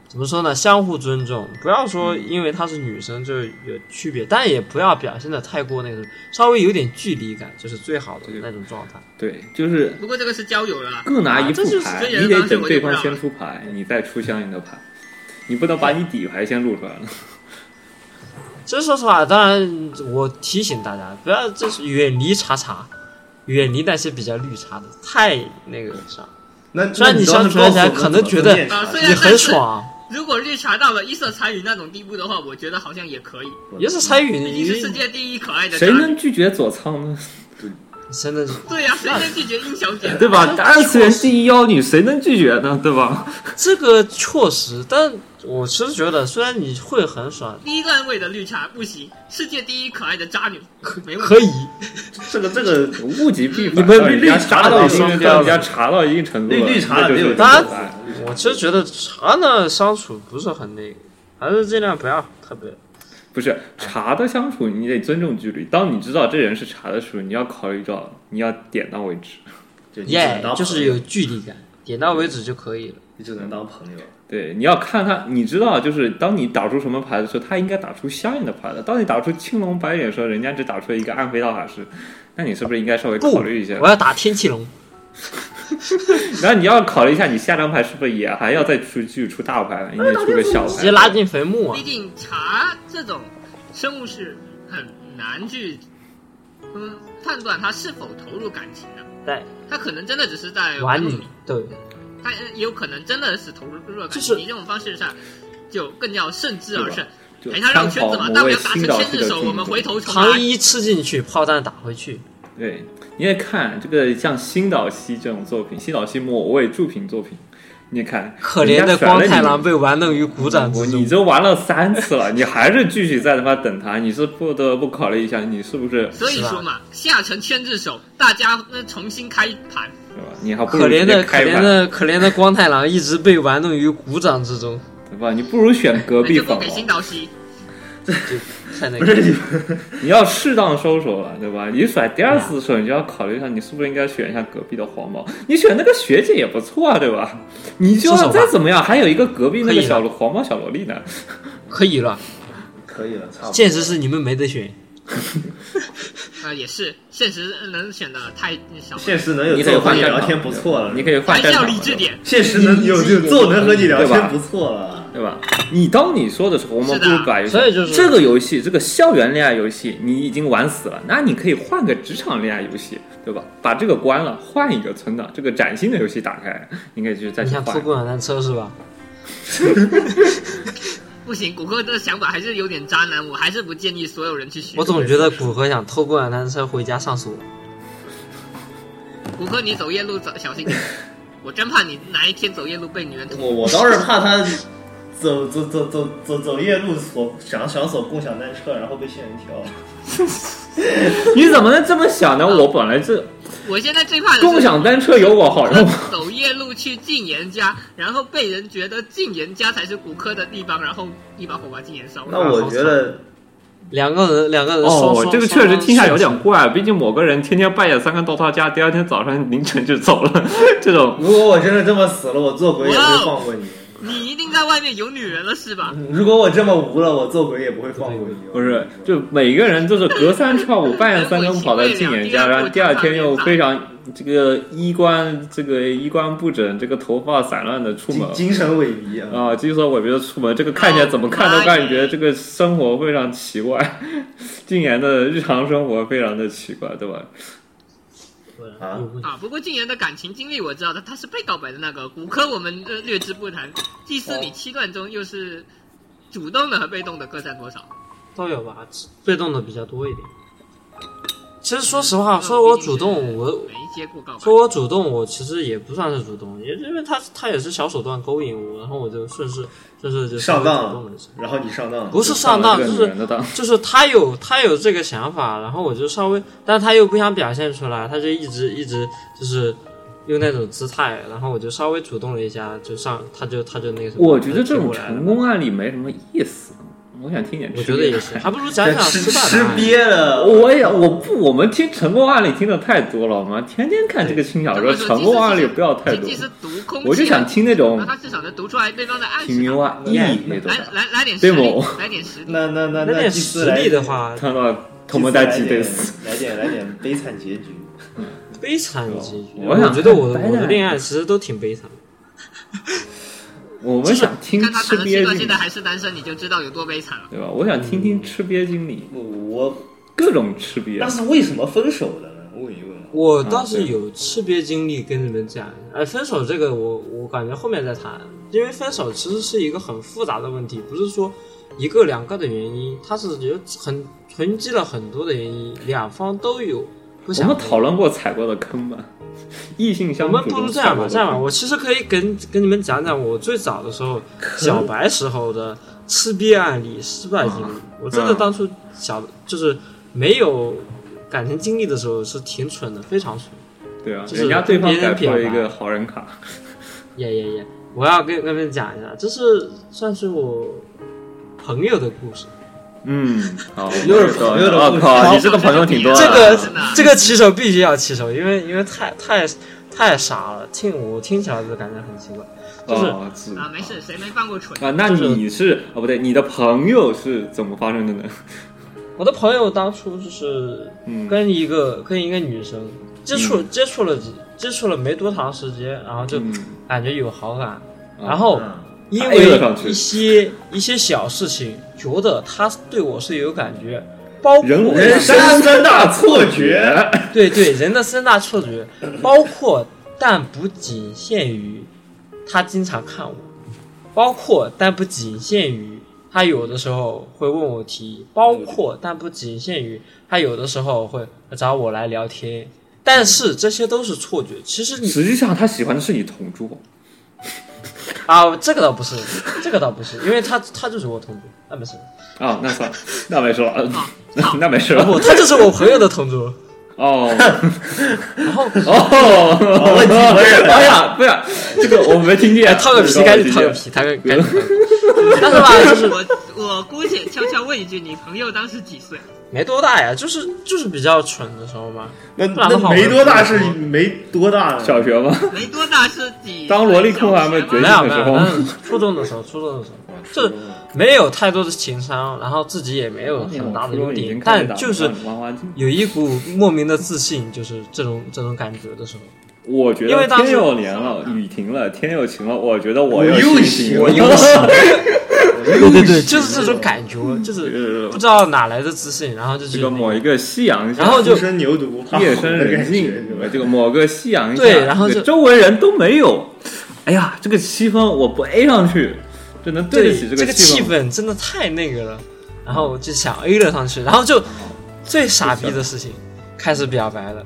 Speaker 7: 怎么说呢，相互尊重，不要说
Speaker 5: 嗯
Speaker 7: 因为她是女生就有区别，但也不要表现的太过那个，稍微有点距离感，就是最好的那种状态。
Speaker 8: 对，就是
Speaker 5: 不过这个是交友了。
Speaker 8: 各拿一
Speaker 7: 啊这就是
Speaker 8: 副牌，
Speaker 5: 虽然
Speaker 8: 你得
Speaker 5: 当时
Speaker 8: 等
Speaker 5: 我
Speaker 8: 对
Speaker 5: 也不
Speaker 8: 方
Speaker 5: 让
Speaker 8: 先出牌，你再出相应的牌，你不能把你底牌先露出来了。
Speaker 7: 其实说实话，当然我提醒大家，不要就是远离茶茶，远离那些比较绿茶的，太那个啥，
Speaker 2: 那
Speaker 7: 虽然
Speaker 2: 那
Speaker 7: 你
Speaker 2: 你当时
Speaker 7: 像说起来
Speaker 2: 告诉我们
Speaker 7: 可能
Speaker 2: 怎么
Speaker 7: 觉得
Speaker 2: 念茶
Speaker 5: 啊虽
Speaker 2: 的
Speaker 5: 然
Speaker 7: 也很爽。啊
Speaker 5: 如果绿茶到了一色彩羽那种地步的话，我觉得好像也可以，
Speaker 7: 也是参与，
Speaker 5: 毕竟是世界第一可爱的渣
Speaker 8: 谁
Speaker 5: 女。
Speaker 8: 能拒绝左仓呢？
Speaker 7: 真的是
Speaker 5: 对呀、谁能拒绝殷小姐？
Speaker 8: 对吧？二次元第一妖女，谁能拒绝呢？对吧？
Speaker 7: 这个确实，但我其实觉得，虽然你会很爽，
Speaker 5: 第一段位的绿茶不行，世界第一可爱的渣女没问题。
Speaker 7: 可以，
Speaker 2: 这个这个
Speaker 8: 物极必
Speaker 7: 你
Speaker 8: 反，
Speaker 7: 们
Speaker 8: 让人
Speaker 7: 绿
Speaker 8: 家
Speaker 7: 茶
Speaker 8: 查到
Speaker 7: 都
Speaker 8: 已经啊
Speaker 7: 双标
Speaker 8: 让
Speaker 7: 了
Speaker 8: 人家查到一定程度
Speaker 2: 绿
Speaker 8: 了，
Speaker 2: 绿茶
Speaker 8: 那就
Speaker 2: 没有
Speaker 8: 是
Speaker 7: 大
Speaker 2: 大
Speaker 7: 家我其实觉得茶呢相处不是很那个，还是尽量不要特别。
Speaker 8: 不是茶的相处，你得尊重距离。当你知道这人是茶的时候，你要考虑到，你要点到为止。
Speaker 2: 就你只能
Speaker 7: 耶、
Speaker 2: 当
Speaker 7: 就是
Speaker 2: 朋友
Speaker 7: 有距离感，点到为止就可以了。
Speaker 2: 你只能当朋友。
Speaker 8: 对，你要看他，你知道，就是当你打出什么牌的时候，他应该打出相应的牌的。当你打出青龙白眼的时候，人家只打出一个暗黑大法师，那你是不是应该稍微
Speaker 7: 不
Speaker 8: 考虑一下，
Speaker 7: 我？要打天气龙。
Speaker 8: 然后你要考虑一下，你下张牌是不是也还要再出去出大牌，应该出个小牌。
Speaker 7: 直接拉进坟墓啊
Speaker 5: 毕！竟茶这种生物是很难去嗯判断他是否投入感情的，
Speaker 7: 对，
Speaker 5: 他可能真的只是在
Speaker 7: 玩
Speaker 5: 弄
Speaker 7: 你，对，
Speaker 5: 他也有可能真的是投入了感情。
Speaker 7: 就是
Speaker 5: 你这种方式上，就更要慎之而慎。
Speaker 8: 就
Speaker 5: 陪他绕圈子嘛，
Speaker 8: 参
Speaker 5: 大不
Speaker 8: 考某位
Speaker 5: 了打成
Speaker 8: 新导
Speaker 5: 千
Speaker 8: 师
Speaker 5: 字
Speaker 8: 的
Speaker 5: 手，我们
Speaker 8: 注意
Speaker 5: 回头重
Speaker 7: 糖
Speaker 5: 来。
Speaker 7: 衣吃进去，炮弹打回去。
Speaker 8: 对，你也看这个像新岛西这种作品，新岛西某位著名作品，你也看
Speaker 7: 可怜的
Speaker 8: 人家甩了
Speaker 7: 光
Speaker 8: 你
Speaker 7: 太郎被玩弄于鼓掌
Speaker 8: 我
Speaker 7: 之
Speaker 8: 你
Speaker 7: 中。
Speaker 8: 都玩了三次了，你还是继续在他妈等他，你是不得不考虑一下，你是不是
Speaker 5: 所以说嘛，下成千字手，大家那重新开盘。
Speaker 8: 是吧？你还不如
Speaker 7: 可怜
Speaker 8: 直接
Speaker 7: 的可
Speaker 8: 开
Speaker 7: 怜
Speaker 8: 吧，
Speaker 7: 的可怜的光太郎一直被玩弄于鼓掌之中。
Speaker 8: 对吧？你不如选隔
Speaker 5: 哎
Speaker 8: 壁
Speaker 5: 这波
Speaker 8: 粉
Speaker 5: 给新
Speaker 8: 王，
Speaker 5: 岛西，
Speaker 2: 这
Speaker 7: 就太那
Speaker 8: 不
Speaker 7: 个
Speaker 8: 是你，你要适当收手了，对吧？你甩第二次的时候，你就要考虑一下，你是不是应该选一下隔壁的黄毛？你选那个学姐也不错啊，对吧？你就
Speaker 7: 收手
Speaker 8: 要
Speaker 7: 吧
Speaker 8: 再怎么样，还有一个隔壁那
Speaker 7: 可
Speaker 8: 个
Speaker 7: 以了
Speaker 8: 小黄毛小萝莉呢。
Speaker 7: 可以了，
Speaker 2: 可以了，差不多。
Speaker 7: 现实是你们没得选。
Speaker 10: 啊，也是，现实能选的太少了，
Speaker 2: 现实能有
Speaker 8: 你
Speaker 2: 这
Speaker 8: 可以
Speaker 2: 个和啊
Speaker 8: 换
Speaker 2: 你
Speaker 8: 战
Speaker 2: 聊
Speaker 8: 场
Speaker 2: 天不错了，
Speaker 8: 你可以换
Speaker 10: 还是
Speaker 8: 战
Speaker 10: 要
Speaker 8: 场
Speaker 10: 理
Speaker 8: 了
Speaker 10: 智点。
Speaker 2: 现实能有有做能和你聊
Speaker 8: 对吧
Speaker 2: 天不错了。
Speaker 8: 对吧？你当你说的时候，我们不
Speaker 10: 是
Speaker 8: 如
Speaker 10: 的
Speaker 8: 改一下。
Speaker 7: 所以就是
Speaker 8: 这个游戏，这个校园恋爱游戏，你已经玩死了，那你可以换个职场恋爱游戏，对吧？把这个关了，换一个存档，这个崭新的游戏打开，你可以去再
Speaker 7: 你
Speaker 8: 去
Speaker 7: 想
Speaker 8: 换
Speaker 7: 偷。共享单车是吧？
Speaker 10: 不行，谷歌的想法还是有点渣男，我还是不建议所有人去学。
Speaker 7: 我总觉得骨科想偷共享单车回家上锁。
Speaker 10: 谷歌，你走夜路走小心点，我真怕你哪一天走夜路被女人捅。
Speaker 2: 我我倒是怕他走走走走走走夜路锁想想锁共享单车，然后被仙人跳。
Speaker 8: 你怎么能这么想
Speaker 7: 啊
Speaker 8: 呢？我本来是
Speaker 10: 我现在最怕的是
Speaker 8: 共享单车有我好 用，
Speaker 10: 走夜路去禁言家，然后被人觉得禁言家才是骨科的地方，然后一把火把禁言烧
Speaker 2: 那
Speaker 10: 了。
Speaker 2: 我觉得
Speaker 7: 两个人，两个人双
Speaker 8: 哦
Speaker 7: 双，
Speaker 8: 这个确实听下有点怪。毕竟某个人天天半夜三更到他家，第二天早上凌晨就走了， 这种
Speaker 2: 如果我真的这么死了，我做鬼也不
Speaker 5: 哦
Speaker 2: 会放过你。
Speaker 10: 你一定在外面有女人了是吧？
Speaker 2: 如果我这么无了，我做鬼也不会放过你。
Speaker 8: 不是，就每个人就是隔三差五、半夜三更跑到静言家，然后第二天又非常这个衣冠这个衣冠不整，这个头发散乱的出门
Speaker 2: 精精神萎靡啊！
Speaker 8: 啊，就是说我觉得出门这个看起来怎么看都感觉这个生活非常奇怪，静言的日常生活非常的奇怪，对吧？
Speaker 2: 啊
Speaker 7: 有问题
Speaker 10: 啊，不过禁言的感情经历我知道的，他是被告白的那个骨科，我们呃略知不谈。第四米七段中又是主动的和被动的各占多少？
Speaker 7: 都有吧，被动的比较多一点。其实说实话，说我主动，我
Speaker 10: 嗯没接过告白。
Speaker 7: 说我主动，我其实也不算是主动，也因为他他也是小手段勾引我，然后我就顺势顺势就稍微
Speaker 2: 上当
Speaker 7: 主动了一下。
Speaker 2: 然后你上当了，
Speaker 7: 不是上
Speaker 8: 上
Speaker 7: 当，
Speaker 8: 了
Speaker 7: 就
Speaker 8: 这个女
Speaker 7: 是
Speaker 8: 人的当，
Speaker 7: 就是他有他有这个想法，然后我就稍微，但是他又不想表现出来，他就一直一直就是用那种姿态，然后我就稍微主动了一下，就上他就他就那个什么，
Speaker 8: 我觉得这
Speaker 7: 他就
Speaker 8: 种
Speaker 7: 过来了
Speaker 8: 成，功案例没什么意思，我想听点。
Speaker 7: 我觉得也是，还不如讲讲
Speaker 2: 吃
Speaker 7: 失败
Speaker 2: 吃
Speaker 7: 的案例。
Speaker 2: 瘪了。
Speaker 8: 我也我不，我们听成功案例听的太多了，我们天天看这个轻小说，成功案例啊不要太多
Speaker 10: 经。济是读空气，
Speaker 8: 我就想听那种
Speaker 10: 那他至少能读出来对方在暗
Speaker 8: 平
Speaker 10: 示
Speaker 8: 民
Speaker 10: 他。
Speaker 8: 化意义那种
Speaker 10: 来，来来点实
Speaker 8: 对
Speaker 10: 力
Speaker 8: 某，
Speaker 10: 来点实力。
Speaker 2: 那那那
Speaker 7: 那
Speaker 2: 那
Speaker 7: 点
Speaker 2: 祭司
Speaker 7: 实
Speaker 2: 来
Speaker 7: 力的，话，
Speaker 8: 看到
Speaker 2: 祭司
Speaker 8: 同门
Speaker 2: 来
Speaker 8: 代际
Speaker 2: 点
Speaker 8: 对死。
Speaker 2: 来点来点悲惨结局。
Speaker 7: 悲惨结局。
Speaker 8: 我想
Speaker 7: 觉得我的
Speaker 8: 看白
Speaker 7: 我的
Speaker 8: 的
Speaker 7: 恋爱其实都挺悲惨的。
Speaker 8: 我们想听
Speaker 10: 看他可
Speaker 8: 吃
Speaker 10: 能
Speaker 8: 瘪
Speaker 10: 是个现
Speaker 8: 经
Speaker 10: 在
Speaker 8: 理，
Speaker 10: 还是单身，你就知道有多悲惨了。
Speaker 8: 对吧？我想听听吃瘪经理，
Speaker 2: 我我
Speaker 8: 各种吃
Speaker 2: 那
Speaker 8: 瘪。
Speaker 2: 是为什么分手的呢？问一问。
Speaker 7: 我倒是有吃瘪经历跟你们讲，哎，分手这个我我感觉后面再谈，因为分手其实是一个很复杂的问题，不是说一个两个的原因，它是有很囤积了很多的原因，两方都有不
Speaker 8: 我
Speaker 7: 想
Speaker 8: 们讨论过踩过的坑吗？异性
Speaker 7: 我
Speaker 8: 相
Speaker 7: 们
Speaker 8: 处
Speaker 7: 不如
Speaker 8: 中
Speaker 7: 这
Speaker 8: 踩
Speaker 7: 样吧，
Speaker 8: 过的坑，
Speaker 7: 这样吧，我其实可以跟跟你们讲讲我最早的时候，小白时候的吃瘪案例、失败经历。我真的当初小就是没有感情经历的时候是挺蠢的，非常蠢。
Speaker 8: 对啊，
Speaker 7: 就是
Speaker 8: 人家对方
Speaker 7: 跟别人
Speaker 8: 改出了一
Speaker 7: 表达
Speaker 8: 个好人卡，
Speaker 7: 耶耶耶！我要跟跟你们讲一下，这是算是我朋友的故事。
Speaker 8: 嗯，好，
Speaker 2: 又是朋友的
Speaker 8: 我
Speaker 2: 故事
Speaker 8: 靠，你这个朋友挺多的。
Speaker 7: 这个
Speaker 10: 真的
Speaker 7: 这个骑手必须要骑手，因为因为太太太傻了，听我听起来就感觉很奇怪。就是
Speaker 8: 哦是
Speaker 10: 啊，没事，谁没犯过蠢？
Speaker 8: 啊，那
Speaker 7: 就是
Speaker 8: 你是哦不对，你的朋友是怎么发生的呢？
Speaker 7: 我的朋友当初就是
Speaker 8: 嗯
Speaker 7: 跟一个、跟一个女生接触、接触了几接触了没多长时间，然后就
Speaker 8: 嗯
Speaker 7: 感觉有好感，
Speaker 8: 啊
Speaker 7: 然后
Speaker 2: 嗯
Speaker 7: 因
Speaker 8: 哎呦我
Speaker 7: 为
Speaker 8: 上去
Speaker 7: 一些一些小事情，觉得她对我是有感觉，包括
Speaker 8: 人
Speaker 2: 人
Speaker 8: 生
Speaker 2: 三大错觉，
Speaker 7: 对对人的三大错觉，包括但不仅限于她经常看我，包括但不仅限于她有的时候会问我提议，包括但不仅限于她有的时候会找我来聊天，但是这些都是错觉。其实你
Speaker 8: 实际上他喜欢的是你同桌，
Speaker 7: 啊，这个倒不是，这个倒不是，因为她她就是我同桌，那没事，
Speaker 8: 啊，那算了，那没事了，那那没事
Speaker 7: 啊
Speaker 8: 了。
Speaker 7: 不，她就是我朋友的同桌。
Speaker 8: 哦
Speaker 7: 然后
Speaker 8: 哦，问题不是，哎呀，不是这个我没听 见，
Speaker 7: 掏个皮，赶紧掏个
Speaker 8: 个
Speaker 7: 皮，掏个赶紧掏个皮。但是吧，就是
Speaker 5: 我我姑且悄悄问一句，你朋友当时几岁？
Speaker 7: 没多大呀，就是就是比较蠢的时候嘛。
Speaker 2: 那
Speaker 7: 不然的
Speaker 2: 那
Speaker 7: 话我
Speaker 2: 没
Speaker 7: 也
Speaker 2: 多大
Speaker 7: 不
Speaker 2: 是
Speaker 7: 知道
Speaker 2: 没多大呢，
Speaker 8: 小学吗？
Speaker 5: 没多大是几？
Speaker 8: 当萝莉控还没
Speaker 5: 没
Speaker 8: 觉
Speaker 7: 没
Speaker 8: 醒
Speaker 7: 有
Speaker 8: 的
Speaker 7: 没
Speaker 8: 时
Speaker 7: 有，
Speaker 8: 候
Speaker 7: 但是初中的时候，初中的时候就是没有太多的情商，然后自己也没有很大的优点，但就是
Speaker 8: 玩玩具。
Speaker 7: 有一股莫名的自信，就是这种这种感觉的时候，
Speaker 8: 我觉
Speaker 7: 因
Speaker 8: 得
Speaker 7: 为当时
Speaker 8: 天佑连了，雨停了，天佑晴了，我觉得我
Speaker 2: 又
Speaker 8: 又
Speaker 2: 行
Speaker 8: 了
Speaker 2: 我
Speaker 7: 又行对对对，就是这种感觉，就
Speaker 8: 对
Speaker 7: 是
Speaker 8: 对
Speaker 7: 不知道哪来的自信，然后就
Speaker 8: 这
Speaker 7: 是
Speaker 8: 个某一个夕阳下，
Speaker 7: 然后就
Speaker 2: 初生牛犊，怕
Speaker 8: 夜
Speaker 2: 虎 的
Speaker 8: 深人
Speaker 2: 感
Speaker 8: 静
Speaker 2: 觉对吧，
Speaker 8: 这个某个夕阳下，
Speaker 7: 对然后
Speaker 8: 这个
Speaker 7: 就
Speaker 8: 周围人都没有。哎呀，这个气氛我不 A 上去，就能对得起
Speaker 7: 这
Speaker 8: 个
Speaker 7: 气
Speaker 8: 气。
Speaker 7: 氛真的太那个了，然后我就想 A 了上去，然后就最傻逼的事情开始表白了，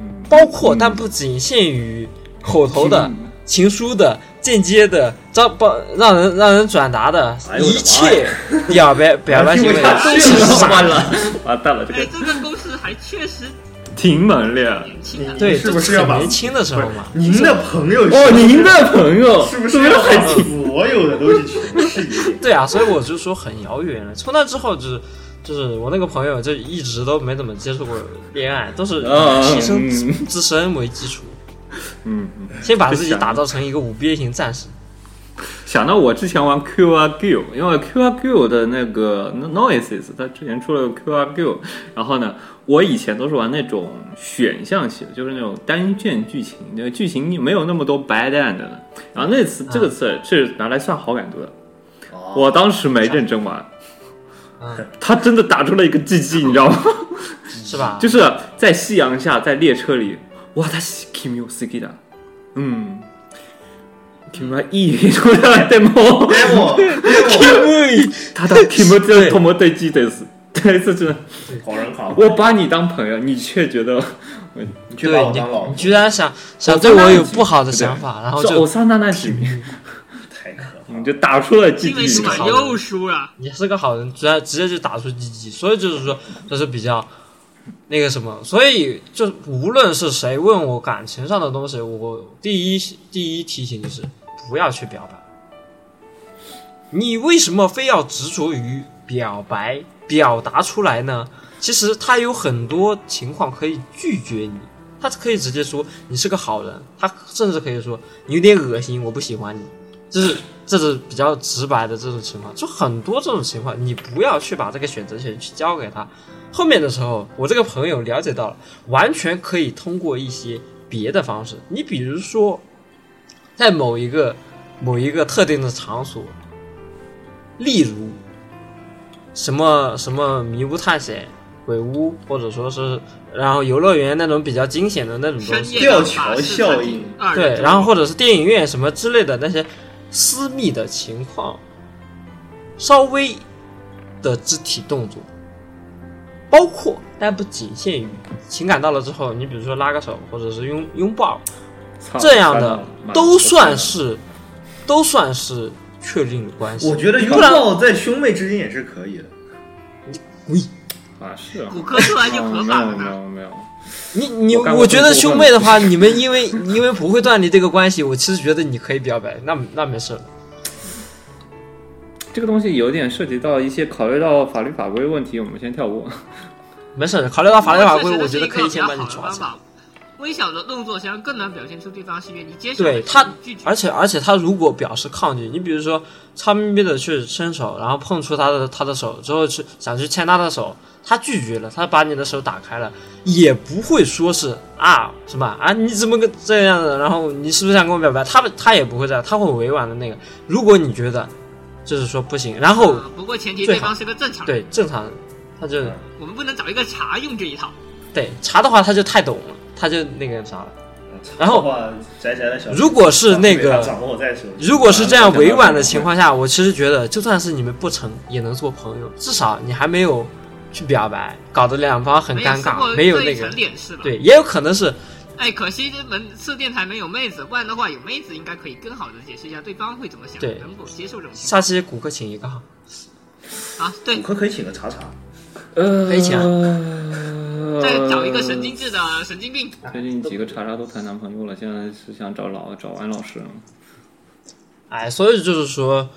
Speaker 8: 嗯
Speaker 7: 包括但不仅限于口头的、
Speaker 2: 嗯
Speaker 7: 情书的、间接的、招包让人让人转达的
Speaker 2: 哎呦我的
Speaker 7: 一
Speaker 2: 妈哎
Speaker 7: 切表白 表白行为都是 傻了，
Speaker 8: 完蛋了，这
Speaker 5: 哎，
Speaker 8: 个
Speaker 5: 这个公式还确实
Speaker 8: 挺猛烈。
Speaker 5: 挺清的。
Speaker 7: 对，
Speaker 2: 是不是
Speaker 7: 就
Speaker 2: 要
Speaker 7: 很
Speaker 2: 把
Speaker 7: 年轻的时候嘛，
Speaker 2: 您的朋友
Speaker 8: 哦，您的朋友
Speaker 2: 是不是
Speaker 8: 怎么
Speaker 2: 要
Speaker 8: 很
Speaker 2: 把所有的东西全是你？
Speaker 7: 对啊，所以我就说很遥远了。从那之后就是。就是我那个朋友，就一直都没怎么接触过恋爱，都是
Speaker 8: 嗯
Speaker 7: 以提升自
Speaker 8: 嗯
Speaker 7: 自身为基础，
Speaker 8: 嗯，嗯
Speaker 7: 先把自己打造成一个五边形战士。
Speaker 8: 想到我之前玩 QRQ，因为 QRQ 的那个 Noises，它之前出了个 QRQ，然后呢，我以前都是玩那种选项型，就是那种单卷剧情，那个剧情没有那么多 bad end 的。然后那次这个次是拿来算好感度的，我当时没认真玩
Speaker 7: 嗯。
Speaker 8: 他真的打出了一个 GG，你知道吗？
Speaker 7: 是吧？
Speaker 8: 就是在夕阳下，在列车里，哇，他 Kimi o s k i 的，嗯，Kimi E 出来的吗？
Speaker 2: 哎我，
Speaker 8: 他 的 Kimi 这多么对击得死， 对是真的。
Speaker 2: 好人卡，
Speaker 8: 我把你当朋友，你却觉得
Speaker 2: 你去把
Speaker 7: 对
Speaker 2: 我
Speaker 7: 你
Speaker 2: 当老，
Speaker 7: 你
Speaker 2: 婆，
Speaker 7: 居然想想对我有不好的想法，然后
Speaker 8: 是偶
Speaker 7: 就嗯
Speaker 8: 像娜娜几，
Speaker 2: 太可怕
Speaker 8: 你就打出了 G
Speaker 5: 因为主。
Speaker 8: G
Speaker 5: 管又输了，
Speaker 7: 你是个好人，直接直接就打出 GG，所以就是说这是比较那个什么，所以就无论是谁问我感情上的东西，我第一第一提醒就是不要去表白。你为什么非要执着于表白表达出来呢？其实他有很多情况可以拒绝你，他可以直接说你是个好人，他甚至可以说你有点恶心，我不喜欢你，就是这是比较直白的这种情况，就很多这种情况，你不要去把这个选择权去交给他。后面的时候，我这个朋友了解到了，完全可以通过一些别的方式，你比如说，在某一个某一个特定的场所，例如什么什么迷雾探险、鬼屋，或者说是然后游乐园那种比较惊险的那种东
Speaker 5: 深
Speaker 7: 西，
Speaker 5: 夜
Speaker 2: 吊
Speaker 5: 的
Speaker 2: 桥
Speaker 5: 法式
Speaker 2: 效
Speaker 5: 餐
Speaker 2: 应
Speaker 5: 厅二人
Speaker 7: 对，然后或者是电影院什么之类的那些私密的情况，稍微的肢体动作，包括但不仅限于情感到了之后，你比如说拉个手或者是拥拥抱
Speaker 8: 操
Speaker 7: 这样
Speaker 8: 算
Speaker 7: 的
Speaker 8: 了，妈
Speaker 7: 都算是都算是确定的关系。
Speaker 2: 我觉得拥
Speaker 7: 不然
Speaker 2: 抱在兄妹之间也是可以的。
Speaker 8: 啊是啊
Speaker 5: 骨科突然就
Speaker 8: 啊
Speaker 5: 合
Speaker 8: 没
Speaker 5: 法
Speaker 8: 有
Speaker 5: 了
Speaker 8: 没
Speaker 5: 呢。
Speaker 8: 有没有，
Speaker 7: 你你
Speaker 8: 我干过
Speaker 7: 我觉得
Speaker 8: 最过
Speaker 7: 兄
Speaker 8: 分
Speaker 7: 妹的话，你们因为因为不会断离这个关系，我其实觉得你可以表白，那那没事儿。
Speaker 8: 这个东西有点涉及到一些考虑到法律法规问题，我们先 跳过。
Speaker 7: 没事儿，考虑到法律法规，
Speaker 5: 确实这
Speaker 7: 我觉
Speaker 5: 是
Speaker 7: 得
Speaker 5: 一
Speaker 7: 可以
Speaker 5: 个
Speaker 7: 先把你
Speaker 5: 比较好
Speaker 7: 抓
Speaker 5: 的
Speaker 7: 起
Speaker 5: 方
Speaker 7: 来。
Speaker 5: 法。微小的动作相更能表现出对方是愿意接受的，啊
Speaker 7: 对他
Speaker 5: 拒绝，
Speaker 7: 而且而且他如果表示抗拒，你比如说悄咪咪的去伸手，然后碰触他的他的手之后去想去牵他的手，他拒绝了，他把你的手打开了，也不会说是啊什么啊你怎么个这样的，然后你是不是想跟我表白？他他也不会这样，他会委婉的那个。如果你觉得就是说不行，然后
Speaker 5: 啊不过前提
Speaker 7: 最
Speaker 5: 对
Speaker 7: 好
Speaker 5: 方是个正常人，
Speaker 7: 对正常，他就
Speaker 5: 我们不能找一个茶用这一套。
Speaker 7: 对查的话他就太懂了，他就那个啥了。 然后
Speaker 2: 插话宅宅的小，
Speaker 7: 如果是那个
Speaker 2: 掌握在手，啊
Speaker 7: 如果是这样委婉的情况下，我其实觉得，就算是你们不成，也能做朋友，至少你还没有去表白，搞得两方很
Speaker 5: 没有
Speaker 7: 尴
Speaker 5: 吃过
Speaker 7: 尬，没有
Speaker 5: 这
Speaker 7: 那
Speaker 5: 一层
Speaker 7: 个。
Speaker 5: 脸是吧？
Speaker 7: 对，，也有可能是
Speaker 5: 哎，可惜这门次电台没有妹子，不然的话有妹子应该可以更好的解释一下对方会怎么想，
Speaker 7: 对
Speaker 5: 能否接受这种情
Speaker 7: 下期骨科请一个哈，
Speaker 5: 况啊？对
Speaker 2: 骨，科可以请个查查，
Speaker 8: 呃，
Speaker 7: 可以请啊。
Speaker 5: 再找一个神经质的神经病，
Speaker 8: 最近几个查查都谈男朋友了，现在是想找老找安老师了。
Speaker 7: 哎，所以就是说，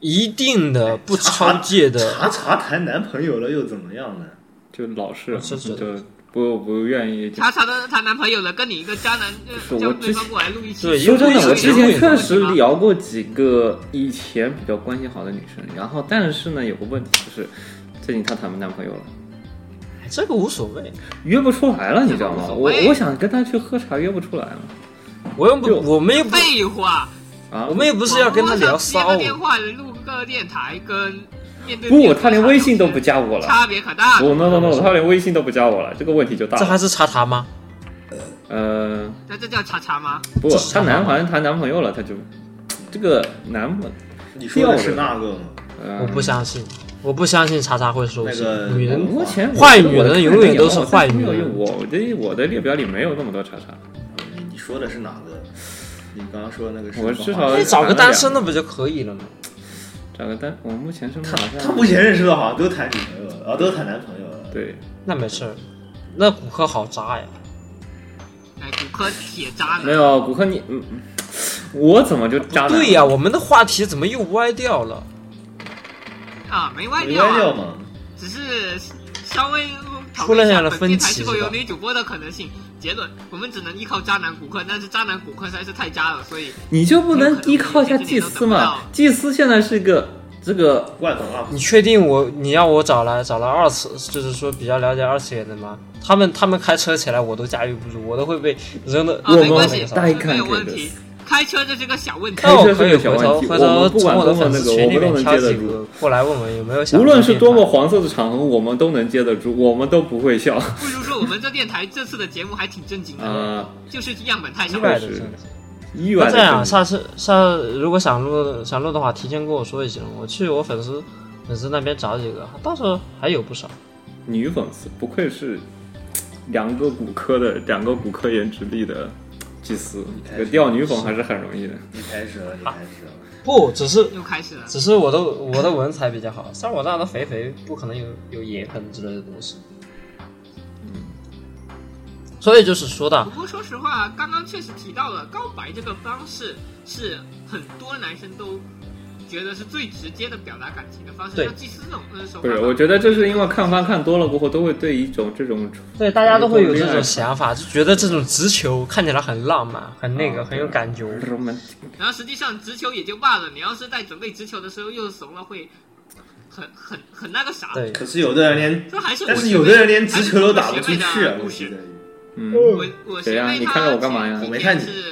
Speaker 7: 一定的不超界的
Speaker 2: 查查谈男朋友了又怎么样呢？
Speaker 8: 就老是
Speaker 5: 哦
Speaker 7: 我是觉
Speaker 8: 就
Speaker 7: 得
Speaker 8: 不不愿意。就
Speaker 5: 她查到她男朋友了，跟你一个渣男
Speaker 8: 是
Speaker 5: 呃
Speaker 8: 我
Speaker 5: 叫对
Speaker 8: 之
Speaker 5: 方
Speaker 8: 前
Speaker 5: 过来录一期，
Speaker 7: 对因
Speaker 8: 说
Speaker 7: 为
Speaker 8: 真的，我之前确实
Speaker 5: 聊。
Speaker 8: 聊过几个以前比较关系好的女生，然后但是呢，有个问题就是，最近她谈不男朋友了，
Speaker 7: 哎这个无所谓，
Speaker 8: 约不出来了，你知道吗？我我想跟她去喝茶，约不出来了
Speaker 7: 我又不
Speaker 8: 就
Speaker 7: 我们又不
Speaker 5: 废话，
Speaker 8: 啊！
Speaker 7: 我们又不是要跟他聊
Speaker 5: 网
Speaker 7: 骚
Speaker 5: 络上接个，电话录个电台跟面对
Speaker 8: 不，
Speaker 5: 面
Speaker 8: 她连微信都不加我了。
Speaker 5: 差别可大
Speaker 8: 我
Speaker 5: 了。
Speaker 8: no no no，她连微信都不加我了，这个问题就大
Speaker 7: 这还
Speaker 8: 了。
Speaker 7: 是查谈吗？
Speaker 8: 呃，
Speaker 5: 那这叫查查吗？
Speaker 8: 不，
Speaker 7: 这是
Speaker 8: 她男好像谈男朋友了，她就这个男朋，
Speaker 2: 你说的是那个吗？
Speaker 8: 呃、
Speaker 5: 嗯
Speaker 7: 我不相信，我不相信查查会收信
Speaker 2: 那个。
Speaker 7: 女人
Speaker 8: 目前我
Speaker 7: 坏女人永远都是坏女
Speaker 8: 我
Speaker 7: 人
Speaker 8: 我的我的列表里没有那么多查查，
Speaker 2: 你你说的是哪个？你刚刚说的那个是
Speaker 8: 我
Speaker 2: 什么
Speaker 8: 至
Speaker 2: 话
Speaker 5: 呃
Speaker 8: 少
Speaker 7: 那哎找个单身的不就可以了吗？
Speaker 8: 找个单，我目前身边
Speaker 2: 他
Speaker 8: 好像
Speaker 2: 他目前认识的好像都谈女朋友了，啊，都谈男朋友了。
Speaker 8: 对，
Speaker 7: 那没事儿，那骨科好渣呀！
Speaker 5: 哎，骨科铁渣男，
Speaker 8: 没有骨科你，嗯，我怎么就渣男？
Speaker 7: 对呀、我们的话题怎么又歪掉了？
Speaker 5: 啊，没歪
Speaker 2: 没
Speaker 5: 掉
Speaker 2: 掉
Speaker 5: 啊，
Speaker 2: 嘛？
Speaker 5: 只是稍微讨
Speaker 7: 出
Speaker 5: 论
Speaker 7: 了
Speaker 5: 一下
Speaker 7: 点
Speaker 5: 本
Speaker 7: 分
Speaker 5: 电台
Speaker 7: 歧
Speaker 5: 是否
Speaker 7: 是
Speaker 5: 有
Speaker 7: 吧
Speaker 5: 女主播的可能性。结论，我们只能依靠渣男骨科，但是渣男骨科实在是太渣了，所以
Speaker 8: 你就不能依靠一下祭司嘛？祭司现在是一个这个
Speaker 2: 罐头 UP
Speaker 7: 你确定我你要我找来找来二次，就是说比较了解二次元的吗？他们他们开车起来我都驾驭不住，我都会被扔的。
Speaker 5: 啊，
Speaker 8: 我
Speaker 5: 没
Speaker 8: 们
Speaker 5: 关系，
Speaker 8: 大家看
Speaker 5: 没有
Speaker 8: 这
Speaker 5: 问
Speaker 8: 个
Speaker 5: 题。开车这是个小问题，
Speaker 8: 开
Speaker 7: 那我
Speaker 8: 车
Speaker 7: 可
Speaker 8: 是
Speaker 7: 以
Speaker 8: 个小
Speaker 7: 回头回
Speaker 8: 问题我
Speaker 7: 头
Speaker 8: 们不
Speaker 7: 从
Speaker 8: 管
Speaker 7: 我的
Speaker 8: 多
Speaker 7: 粉
Speaker 8: 么那
Speaker 7: 丝
Speaker 8: 个
Speaker 7: 群
Speaker 8: 我
Speaker 7: 里
Speaker 8: 们都
Speaker 7: 面
Speaker 8: 能
Speaker 7: 挑
Speaker 8: 接得
Speaker 7: 几
Speaker 8: 住
Speaker 7: 个过来问问有没有想。
Speaker 8: 无论是多么，黄色的场合，我们都能接得住，我们都不会笑啊、
Speaker 5: 不如说我们这电台这次的节目还挺正
Speaker 8: 嗯
Speaker 5: 经的，就是样本太
Speaker 7: 意
Speaker 5: 少。
Speaker 7: 外的
Speaker 8: 是
Speaker 7: 真的。
Speaker 8: 呃意
Speaker 7: 那
Speaker 8: 外
Speaker 7: 这
Speaker 8: 的
Speaker 7: 样，
Speaker 8: 样，
Speaker 7: 下次下次如果想录想录的话，提前跟我说一声，我去我粉丝粉丝那边找几个，到时候还有不少。
Speaker 8: 女粉丝，不愧是两个骨科的两个骨科颜值力的祭司，这个钓女粉还是很容易的。
Speaker 2: 你开始了，你开始了。
Speaker 7: 不，只是
Speaker 5: 又开始了，
Speaker 7: 只是我的我的文采比较好，像我这样的肥肥不可能有有眼痕之类的东西。嗯，所以就是说到
Speaker 5: 不过说实话，刚刚确实提到了告白这个方式是很多男生都觉得是最直接的表达感情的方式。
Speaker 7: 对
Speaker 5: 像祭司这种呃手
Speaker 8: 不
Speaker 5: 法
Speaker 8: 是，
Speaker 5: 吧
Speaker 8: 我觉得这是因为看番看多了过后，都会对一种这种
Speaker 7: 对大家都会有这种想法，就觉得这种直球看起来很浪漫，很那个，
Speaker 8: 啊
Speaker 7: 很有感觉。
Speaker 8: romantic
Speaker 5: 然后实际上直球也就罢了，你要是在准备直球的时候又怂了，会很很很那个啥。
Speaker 7: 对，
Speaker 2: 可是有的人连，
Speaker 5: 这还是我
Speaker 2: 但是
Speaker 5: 学
Speaker 2: 有
Speaker 5: 妹
Speaker 2: 的人连直球都打不出
Speaker 5: 还
Speaker 2: 去
Speaker 5: 是
Speaker 2: 啊我
Speaker 5: 我学妹的！故
Speaker 2: 觉
Speaker 5: 事
Speaker 2: 得，
Speaker 8: 嗯，
Speaker 5: 我我
Speaker 8: 谁
Speaker 5: 学
Speaker 8: 呀
Speaker 5: 妹
Speaker 8: 你
Speaker 5: 她
Speaker 8: 看到我干嘛呀
Speaker 5: 前几
Speaker 2: 我没看
Speaker 5: 天
Speaker 2: 你
Speaker 5: 是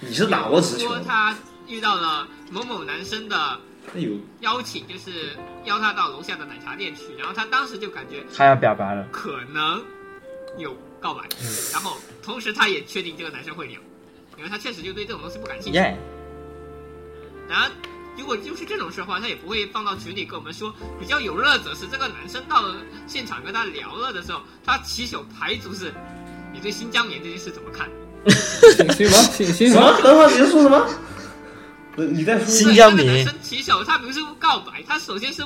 Speaker 2: 你是打过直球
Speaker 5: 说
Speaker 2: 的，
Speaker 5: 她遇到了某某男生的
Speaker 2: 那有
Speaker 5: 邀请，就是邀她到楼下的奶茶店去，然后她当时就感觉
Speaker 7: 他要表白了，
Speaker 5: 可能有告白，
Speaker 7: 嗯
Speaker 5: 然后同时她也确定这个男生会聊，因为她确实就对这种东西不感兴趣。
Speaker 7: 耶、
Speaker 5: 然后如果就是这种事的话，他也不会放到群里跟我们说。比较有乐者是这个男生到了现场跟他聊了的时候，他起手排足是：你对新疆棉这件事怎么看？
Speaker 8: 信息吗？信息
Speaker 2: 什
Speaker 8: 吗？
Speaker 2: 么？等会儿你在说什么？呃你在说
Speaker 7: 新疆
Speaker 5: 对这个
Speaker 7: 棉
Speaker 5: 男生起手，他不是告白，他首先是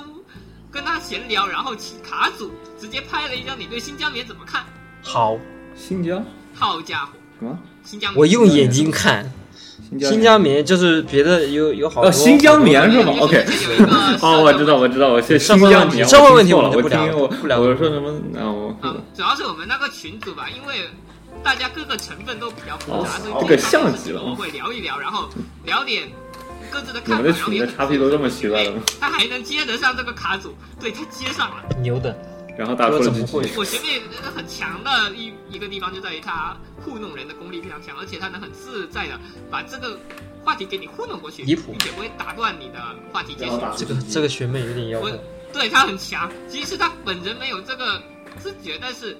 Speaker 5: 跟他闲聊，然后起卡组直接拍了一张你对新疆棉怎么看？
Speaker 7: 好，
Speaker 8: 新疆
Speaker 5: 好家伙，
Speaker 8: 什么？
Speaker 5: 新疆棉
Speaker 7: 我用眼睛看
Speaker 8: 新疆
Speaker 7: 新疆棉，就是别的有有好多
Speaker 8: 哦，新疆棉是吗
Speaker 5: 有一个
Speaker 8: ？OK
Speaker 5: 有一个。
Speaker 8: 哦，我知道，我知道，我是新
Speaker 7: 社会
Speaker 8: 疆
Speaker 7: 问题
Speaker 8: 棉。
Speaker 7: 社会
Speaker 8: 我
Speaker 7: 问
Speaker 8: 听
Speaker 7: 题
Speaker 8: 错
Speaker 7: 我们
Speaker 8: 了，
Speaker 7: 就
Speaker 8: 我
Speaker 7: 不聊
Speaker 8: 听我
Speaker 7: 不聊
Speaker 8: 我说什么？啊，我
Speaker 5: 啊，主要是我们那个群组吧，因为大家各个成分都比较复杂，
Speaker 8: 哦
Speaker 5: 所以
Speaker 8: 好
Speaker 5: 这一
Speaker 8: 给
Speaker 5: 方面
Speaker 8: 像
Speaker 5: 的事
Speaker 8: 极
Speaker 5: 情
Speaker 8: 了
Speaker 5: 我们会聊一聊，然后聊点各自的
Speaker 8: 你
Speaker 5: 看
Speaker 8: 们
Speaker 5: 法，然
Speaker 8: 的
Speaker 5: 后
Speaker 8: 群
Speaker 5: 也
Speaker 8: 的
Speaker 5: 很
Speaker 8: 差评都这么奇怪
Speaker 5: 哎
Speaker 8: 了吗？
Speaker 5: 他还能接得上这个卡组，对他接上了。
Speaker 7: 牛的，
Speaker 8: 然后打出
Speaker 7: 我
Speaker 8: 了
Speaker 7: 怎么
Speaker 8: GG
Speaker 7: 会？
Speaker 5: 我学妹呃很强的一一个地方就在于她糊弄人的功力非常强，而且她能很自在的把这个话题给你糊弄过去，
Speaker 7: 离谱
Speaker 5: 并且不会打断你的话题接续
Speaker 2: 然后。打
Speaker 7: 这个这个学妹有点要
Speaker 5: 我
Speaker 7: 问，
Speaker 5: 对他很强，其实他本人没有这个知觉，但是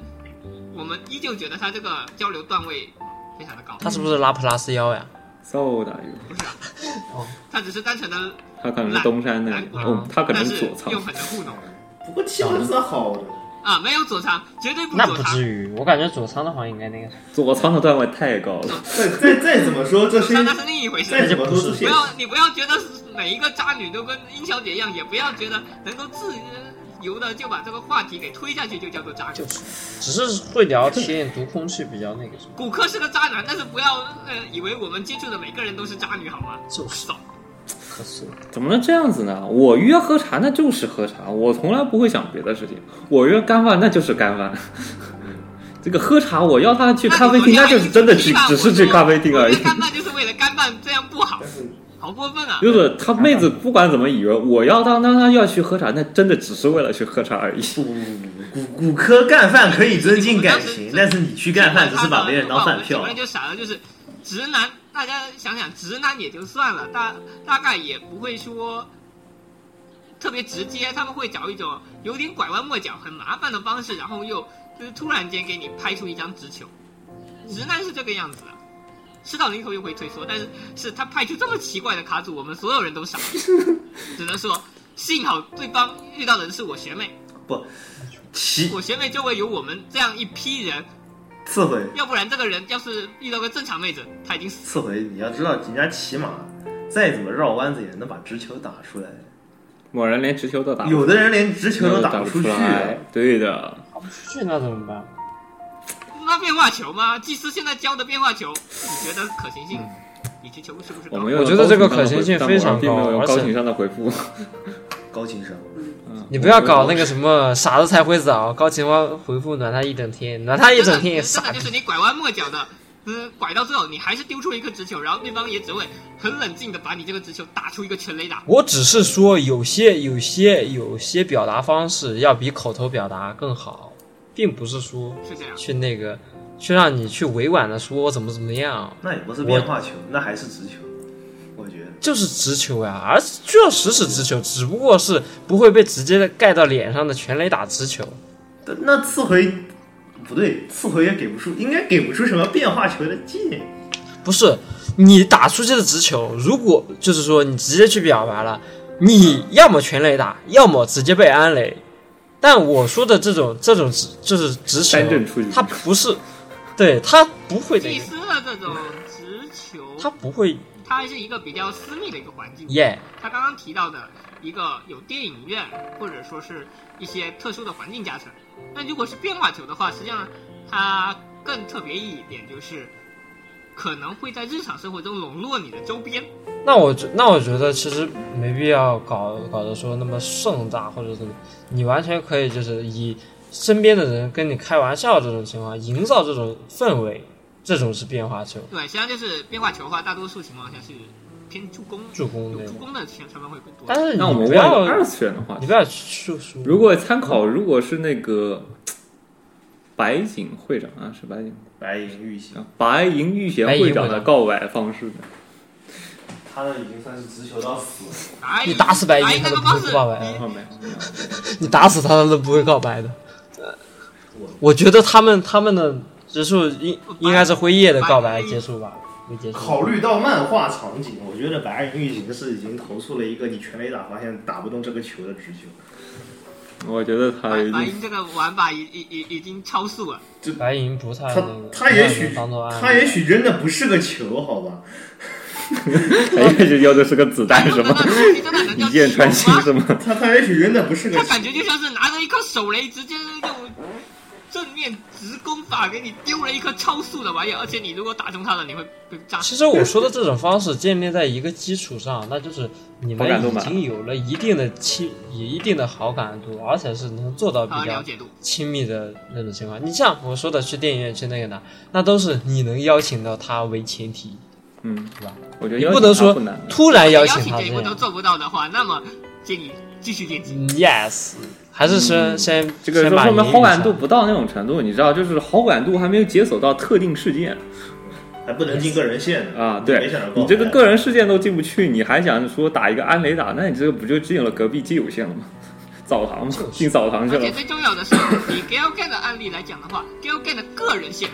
Speaker 5: 我们依旧觉得他这个交流段位非常的高。
Speaker 7: 她是不是拉普拉斯妖呀？
Speaker 8: so 打鱼，
Speaker 5: 不是啊
Speaker 7: 哦，
Speaker 5: 他只是单纯的，
Speaker 8: 他可能是东山那
Speaker 5: 懒
Speaker 8: 里，
Speaker 5: 懒
Speaker 8: 哦，他可能
Speaker 5: 但
Speaker 8: 是
Speaker 5: 是
Speaker 8: 左仓
Speaker 5: 又。很能糊弄
Speaker 2: 不过气氛是好的，
Speaker 5: 啊，没有左仓，绝对不
Speaker 7: 那
Speaker 5: 左
Speaker 7: 不
Speaker 5: 仓
Speaker 7: 至。于，我感觉佐仓的话应该那个
Speaker 8: 左仓的段位太高了，
Speaker 2: 再再再怎么说这
Speaker 5: 左
Speaker 2: 些，
Speaker 5: 仓那是另一回
Speaker 2: 再
Speaker 5: 事。
Speaker 2: 怎么说这
Speaker 5: 不
Speaker 2: 些，
Speaker 5: 要你不要觉得每一个渣女都跟殷小姐一样，也不要觉得能够自由的就把这个话题给推下去就叫做渣女。
Speaker 7: 就是，只是会聊天，读空气比较那个什么。
Speaker 5: 骨科是个渣男，但是不要呃以为我们接触的每个人都是渣女好吗？
Speaker 7: 就是
Speaker 5: 走，
Speaker 7: 可耻。
Speaker 8: 怎么能这样子呢？我约喝茶那就是喝茶，我从来不会想别的事情。我约干饭那就是干饭。 这个喝茶，我要他去咖啡厅，那就是真的去，只是去咖啡厅而已。
Speaker 5: 干饭就是为了干饭，这样不好，好过分啊！
Speaker 8: 就是他妹子不管怎么以为我要当当当要去喝茶，那真的只是为了去喝茶而已。
Speaker 2: 骨骨科干饭可以增进感情
Speaker 5: 我当时，
Speaker 2: 但是你去干饭只是把别人当饭
Speaker 5: 我
Speaker 2: 票
Speaker 5: 们。就傻了，就是直男，大家想想，直男也就算了，大大概也不会说特别直接，他们会找一种有点拐弯抹角、很麻烦的方式，然后又就是突然间给你拍出一张直球。直男是这个样子的，吃到临头又会退缩，但是是他派出这么奇怪的卡组，我们所有人都傻了，只能说幸好对方遇到的人是我学妹，
Speaker 2: 其
Speaker 5: 我学妹周围有我们这样一批人，
Speaker 2: 次回
Speaker 5: 要不然这个人要是遇到个正常妹子，他已经死。
Speaker 2: 次回你要知道，人家骑马再怎么绕弯子也能把直球打出来。
Speaker 8: 某人连直球都打不出来，
Speaker 2: 有的人连直球都打不
Speaker 8: 不
Speaker 2: 出去。啊
Speaker 8: 来。对的，
Speaker 7: 打不出去那怎么办？
Speaker 5: 那变化球吗？技师现在教的变化球，你觉得可行性？你这球是不是
Speaker 8: 我
Speaker 5: 高？
Speaker 8: 们用
Speaker 7: 我觉得这个可
Speaker 8: 高情
Speaker 7: 行性
Speaker 8: 商的回
Speaker 7: 非常
Speaker 8: 但我们并没
Speaker 7: 高
Speaker 8: 有
Speaker 7: 啊
Speaker 8: 用
Speaker 7: 而
Speaker 8: 高
Speaker 7: 且
Speaker 8: 情商的回 复。嗯
Speaker 2: 高情商，
Speaker 7: 你不要搞那个什么傻子才会早，高情商回复暖他一整天，暖他一整天也
Speaker 5: 真
Speaker 7: 傻
Speaker 5: 的。就是你拐弯抹角的，嗯，拐到最后你还是丢出了一颗直球，然后对方也只会很冷静的把你这个直球打出一个全垒打。
Speaker 7: 我只是说有些有些有些表达方式要比口头表达更好，并不是说
Speaker 5: 是这样，
Speaker 7: 去那个去让你去委婉的说我怎么怎么样，
Speaker 2: 那也不是变化球，那还是直球。我觉得
Speaker 7: 就是直球呀、而确实是直球，只不过是不会被直接的盖到脸上的全垒打直球。
Speaker 2: 但那次回不对，次回也给不出，应该给不出什么变化球的建议。
Speaker 7: 不是你打出去的直球，如果就是说你直接去表白了，你要么全垒打，要么直接被安垒。但我说的这种这种直就是直球
Speaker 8: 单阵出局，
Speaker 7: 它不是，对它不会的
Speaker 5: 技，师的这种直球，
Speaker 7: 它不会
Speaker 5: 它还是一个比较私密的一个环境。
Speaker 7: 耶。
Speaker 5: 他刚刚提到的一个有电影院或者说是一些特殊的环境加成。那如果是变化球的话，实际上它更特别一点就是，可能会在日常生活中笼络你的周边。
Speaker 7: 那我觉那我觉得其实没必要搞搞得说那么盛大或者怎么，你完全可以就是以身边的人跟你开玩笑这种情况，营造这种氛围，这种是变化球
Speaker 5: 对，实际上就是变化球的话，大多数情况下是偏助攻，
Speaker 7: 助攻
Speaker 5: 有
Speaker 7: 那
Speaker 5: 助
Speaker 7: 种。
Speaker 5: 攻的成成分会更多。
Speaker 7: 但是
Speaker 8: 那
Speaker 7: 你
Speaker 8: 我们
Speaker 7: 不
Speaker 8: 问
Speaker 7: 要
Speaker 8: 二次元的话
Speaker 7: 你，不要去说。
Speaker 8: 如果参考，如果是那个白井会长啊，是白井
Speaker 2: 白银玉行，
Speaker 8: 啊白银御贤会长的告白方式呢？
Speaker 2: 他的已经算是直球到死了。
Speaker 5: 来
Speaker 7: 你打死白
Speaker 5: 来
Speaker 7: 银，
Speaker 5: 那
Speaker 7: 他都
Speaker 5: 个
Speaker 7: 不
Speaker 5: 方
Speaker 7: 会
Speaker 5: 式，
Speaker 7: 告白
Speaker 8: 没
Speaker 7: 的。
Speaker 8: 有没有没有，
Speaker 7: 你打死他，他都不会告白的。我觉得他们他们的结束应应该是辉夜的告白结束吧，没结束。
Speaker 2: 考虑到漫画场景，我觉得白银玉行是已经投出了一个你全垒打发现打不动这个球的直球。
Speaker 8: 我觉得他
Speaker 5: 白
Speaker 8: 已
Speaker 5: 白
Speaker 8: 经
Speaker 5: 银这个玩法已已已已经超速了。
Speaker 7: 白银不太那
Speaker 2: 他
Speaker 7: 个，
Speaker 2: 他也许
Speaker 7: 当做案例
Speaker 2: 他也许真的不是个球，好吧？
Speaker 8: 他也许要的是个子弹是吗？
Speaker 5: 这真的能叫
Speaker 8: 一箭穿心
Speaker 5: 吗
Speaker 8: 是吗？
Speaker 2: 他他也许真的不是个
Speaker 5: 他
Speaker 2: 球
Speaker 5: 感。觉就像是拿着一颗手雷，直接用正面直攻法给你丢了一颗超速的玩意儿，而且你如果打中他了，你会被炸死。
Speaker 7: 其实我说的这种方式建立在一个基础上，那就是你们
Speaker 8: 好感度
Speaker 7: 已
Speaker 8: 嘛
Speaker 7: 经有了一定的亲，有一定的好感度，而且是能做到比
Speaker 5: 啊，
Speaker 7: 较
Speaker 5: 了解度，
Speaker 7: 亲密的那种情况。你像我说的去电影院去那个哪，那都是你能邀请到他为前提，
Speaker 8: 嗯
Speaker 7: 是吧，
Speaker 8: 我觉得
Speaker 7: 你
Speaker 8: 邀请
Speaker 7: 能
Speaker 8: 他
Speaker 7: 说
Speaker 8: 不难。
Speaker 7: 突然邀请他
Speaker 5: 这
Speaker 7: 这
Speaker 5: 一步都
Speaker 7: 样。
Speaker 5: 做不到的话，那么建议继续练级。
Speaker 7: 嗯 Yes，还是先、先
Speaker 8: 嗯这个
Speaker 7: 先
Speaker 8: 说
Speaker 7: 把
Speaker 8: 说明
Speaker 7: 你
Speaker 8: 好感度不到那种程度，你知道，就是好感度还没有解锁到特定事件
Speaker 2: 还不能进个人线呢
Speaker 8: 啊。
Speaker 2: 没
Speaker 8: 对
Speaker 2: 想到
Speaker 8: 你这个个人事件都进不去，你还想说打一个安雷打，那你这个不就进了隔壁基友线了吗？澡堂嘛，进澡堂去
Speaker 5: 而
Speaker 8: 了
Speaker 5: 且。最重要的是，以 Galgan 的案例来讲的话，Galgan 的个人线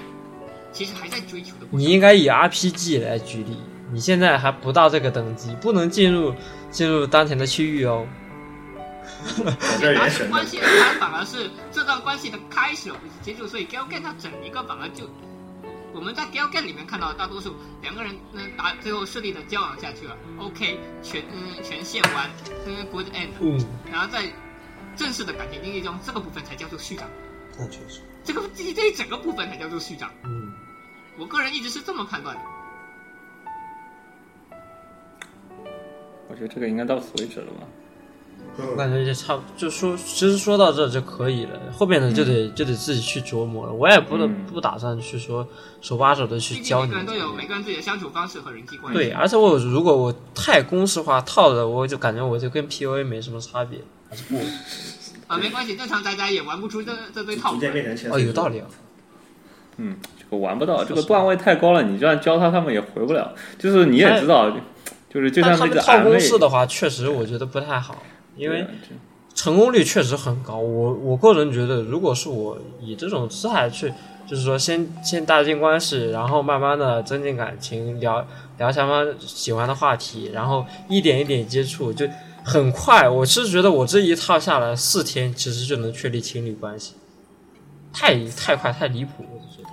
Speaker 5: 其实还在追求的过
Speaker 7: 你
Speaker 5: 程。
Speaker 7: 应该以 RPG 来举例，你现在还不到这个等级，不能进入嗯进入当前的区域哦。
Speaker 2: 反正原
Speaker 5: 拿起
Speaker 2: 神的
Speaker 5: 关系，它反而是这段关系的开始，而不是结束。所以 Galgan 它整一个反而就，我们在 Galgan 里面看到的大多数两个人嗯打最后顺利的交往下去了，OK 全嗯全线完，嗯 good end，
Speaker 7: 嗯，
Speaker 5: 然后在正式的感情经历中，这个部分才叫做序章，
Speaker 7: 那确实，
Speaker 5: 这个这这一整个部分才叫做序章。
Speaker 7: 嗯。
Speaker 5: 我个人一直是这么判断的。
Speaker 8: 我觉得这个应该到此为止了吧。
Speaker 7: 我感觉也差不，就说其实说到这就可以了，后面的就得、
Speaker 8: 嗯
Speaker 7: 就得自己去琢磨了。我也不能、不打算去说手把手的去
Speaker 5: 毕竟
Speaker 7: 教
Speaker 5: 每
Speaker 7: 你
Speaker 5: 个。人都有每个人自己的相处方式和人际关系。
Speaker 7: 对，而且我如果我太公式化套了，我就感觉我就跟 PUA 没什么差别。
Speaker 5: 啊，没关系，正常宅宅也玩不出这这堆套
Speaker 2: 逐
Speaker 5: 路。
Speaker 2: 渐变成千
Speaker 7: 哦，有道理啊。
Speaker 8: 嗯，这个玩不到，这个段位太高了，你这样教他，他们也回不了。就是你也知道，就是就像
Speaker 7: 但他
Speaker 8: 那
Speaker 7: 们
Speaker 8: 个
Speaker 7: 套
Speaker 8: 俺
Speaker 7: 公
Speaker 8: 妹，
Speaker 7: 式的话，确实我觉得不太好，因为
Speaker 8: 对啊这
Speaker 7: 成功率确实很高。我我个人觉得，如果是我以这种姿态去，就是说先先搭建关系，然后慢慢的增进感情，聊聊相方喜欢的话题，然后一点一点接触，就很快。我是觉得我这一套下来四天，其实就能确立情侣关系，太太快太离谱，我就觉得。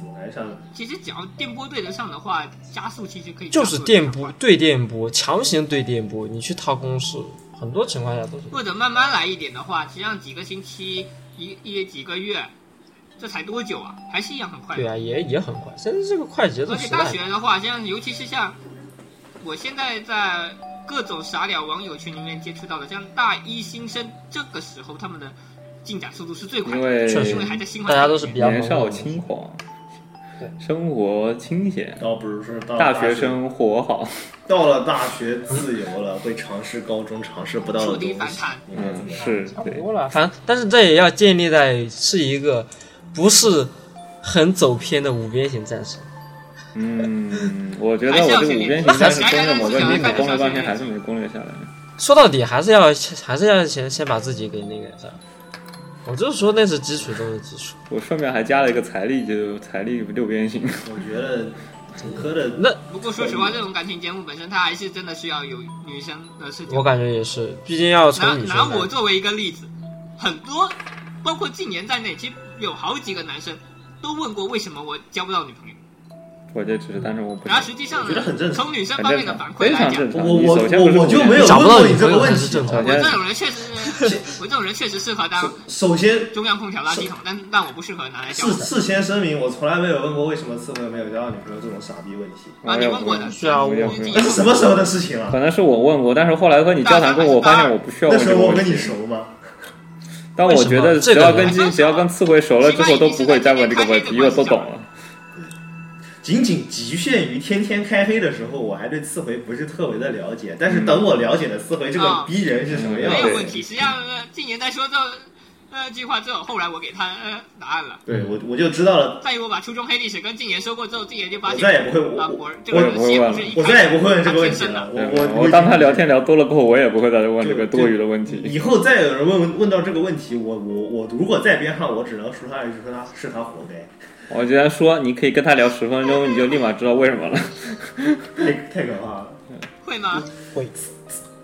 Speaker 2: 总来上
Speaker 5: 其实只要电波对得上的话，加速其实可以加
Speaker 7: 就
Speaker 5: 速
Speaker 7: 是
Speaker 5: 得
Speaker 7: 电
Speaker 5: 上
Speaker 7: 波对电波，强行对电波，你去套公式，很多情况下都是。
Speaker 5: 或者慢慢来一点的话，实际上几个星期、一一几个月，这才多久啊？还是一样很快。
Speaker 7: 对啊，也也很快。现在这个快节奏
Speaker 5: 而且
Speaker 7: 时
Speaker 5: 大
Speaker 7: 代，
Speaker 5: 学的话，像尤其是像我现在在各种傻屌网友群里面接触到的，像大一新生这个时候，他们的进展速度是最快
Speaker 8: 啊因
Speaker 5: 的，
Speaker 8: 为
Speaker 7: 确
Speaker 5: 因为
Speaker 7: 实
Speaker 5: 还在新
Speaker 7: 大
Speaker 5: 环
Speaker 7: 家
Speaker 5: 境
Speaker 7: 都
Speaker 5: 里
Speaker 7: 是
Speaker 5: 面
Speaker 7: 比较
Speaker 8: 年
Speaker 7: 懵
Speaker 8: 少
Speaker 7: 懂
Speaker 8: 轻狂
Speaker 7: 对，
Speaker 8: 生活清闲，
Speaker 2: 倒不如说
Speaker 5: 嗯
Speaker 2: 到
Speaker 8: 大
Speaker 2: 学
Speaker 8: 学生活好。
Speaker 2: 到了大学自由了，会尝试高中尝试不到的
Speaker 5: 触
Speaker 2: 东西
Speaker 5: 底。反弹。
Speaker 2: 你们怎
Speaker 8: 嗯，
Speaker 2: 么样
Speaker 8: 是
Speaker 7: 差不
Speaker 8: 对，
Speaker 7: 多了。反正，但是这也要建立在是一个不是很走偏的五边形战士。
Speaker 8: 嗯，我觉得
Speaker 5: 还是
Speaker 8: 我
Speaker 5: 要
Speaker 8: 这个
Speaker 5: 先
Speaker 8: 五边
Speaker 5: 练
Speaker 8: 形
Speaker 5: 习
Speaker 8: 战士
Speaker 5: 还是要
Speaker 8: 攻略某个
Speaker 5: 先
Speaker 8: 地
Speaker 5: 练习
Speaker 8: 方攻略半
Speaker 5: 还是
Speaker 8: 天
Speaker 5: 要
Speaker 8: 还是没攻略下来。
Speaker 7: 说到底，还是要还是要先先把自己给那个啥。我就是说，那是基础中的基础。
Speaker 8: 我顺便还加了一个财力，就财力六边形。
Speaker 2: 我觉得本科的
Speaker 7: 那
Speaker 5: 不过说实
Speaker 7: 嗯
Speaker 5: 话，这种感情节目本身，它还是真的需要有女生的视角
Speaker 7: 我。感觉也是，毕竟要
Speaker 5: 拿
Speaker 7: 从女生
Speaker 5: 拿我
Speaker 7: 来。
Speaker 5: 作为一个例子，很多包括禁言在内，其实有好几个男生都问过为什么我交不到女朋友。
Speaker 8: 我这只是单纯我不
Speaker 5: 然后
Speaker 8: 是
Speaker 5: 实际上
Speaker 2: 我觉得
Speaker 5: 呢
Speaker 2: 很正，常
Speaker 5: 从女生
Speaker 8: 很
Speaker 5: 方面
Speaker 8: 正
Speaker 5: 的
Speaker 8: 常
Speaker 5: 反，馈
Speaker 8: 非
Speaker 5: 来
Speaker 8: 常
Speaker 5: 讲，
Speaker 8: 正常。
Speaker 2: 我
Speaker 8: 你
Speaker 2: 我
Speaker 8: 首先不
Speaker 2: 我
Speaker 8: 是
Speaker 2: 我就
Speaker 8: 五边
Speaker 2: 没有
Speaker 7: 找不到
Speaker 2: 问过
Speaker 7: 女
Speaker 2: 你这
Speaker 7: 朋
Speaker 2: 个
Speaker 7: 友
Speaker 2: 问
Speaker 7: 才是
Speaker 2: 题
Speaker 7: 正。常
Speaker 8: 好
Speaker 5: 我
Speaker 8: 像
Speaker 5: 这种人确实，我这种人确实适合当
Speaker 2: 首先
Speaker 5: 中央空调垃圾桶，但但我不适合拿来交
Speaker 2: 事
Speaker 5: 往。
Speaker 2: 事先声明，我从来没有问过为什么刺猬没有交到女朋友这种傻逼问题，
Speaker 5: 啊，你问过的，
Speaker 7: 是啊，我
Speaker 8: 我也
Speaker 5: 你
Speaker 8: 没有
Speaker 2: 那是什么时候的事情了？
Speaker 8: 可能是我问过，但是后来和你交谈过，我发现我不需要
Speaker 2: 那
Speaker 8: 问这
Speaker 2: 时
Speaker 8: 个
Speaker 2: 候我
Speaker 8: 问
Speaker 2: 跟你
Speaker 8: 题。
Speaker 2: 熟吗？
Speaker 8: 但我觉得只要跟金，只要跟刺猬熟了之后，都不会再问这个问题，因为我都懂了。
Speaker 2: 仅仅局限于天天开黑的时候，我还对刺回不是特别的了解。但是等我了解了刺回这个
Speaker 5: 啊
Speaker 2: 逼人是什么样
Speaker 5: 没有
Speaker 2: 的，
Speaker 5: 问题。实际上，呃禁言在说这呃句话之后，后来我给他呃答案了。
Speaker 2: 对我我就知道了，
Speaker 5: 在于我把初中黑历史跟禁言说过之后，禁言就发
Speaker 2: 我
Speaker 5: 现
Speaker 2: 再也不会我
Speaker 5: 啊，
Speaker 2: 我
Speaker 5: 我这个游戏不是一
Speaker 2: 我
Speaker 5: 开
Speaker 2: 再
Speaker 5: 始
Speaker 2: 也不会问这个问
Speaker 5: 天
Speaker 2: 题
Speaker 5: 生的
Speaker 2: 了。我我
Speaker 8: 当他聊天聊多了过后，我也不会再问这个多余的问题。
Speaker 2: 以后再有人问问到这个问题，我我我如果在边上，我只能说他一句说他是他活该，
Speaker 8: 我居然说你可以跟他聊十分钟，你就立马知道为什么了。
Speaker 2: 太太可怕了。
Speaker 5: 会吗？
Speaker 7: 会，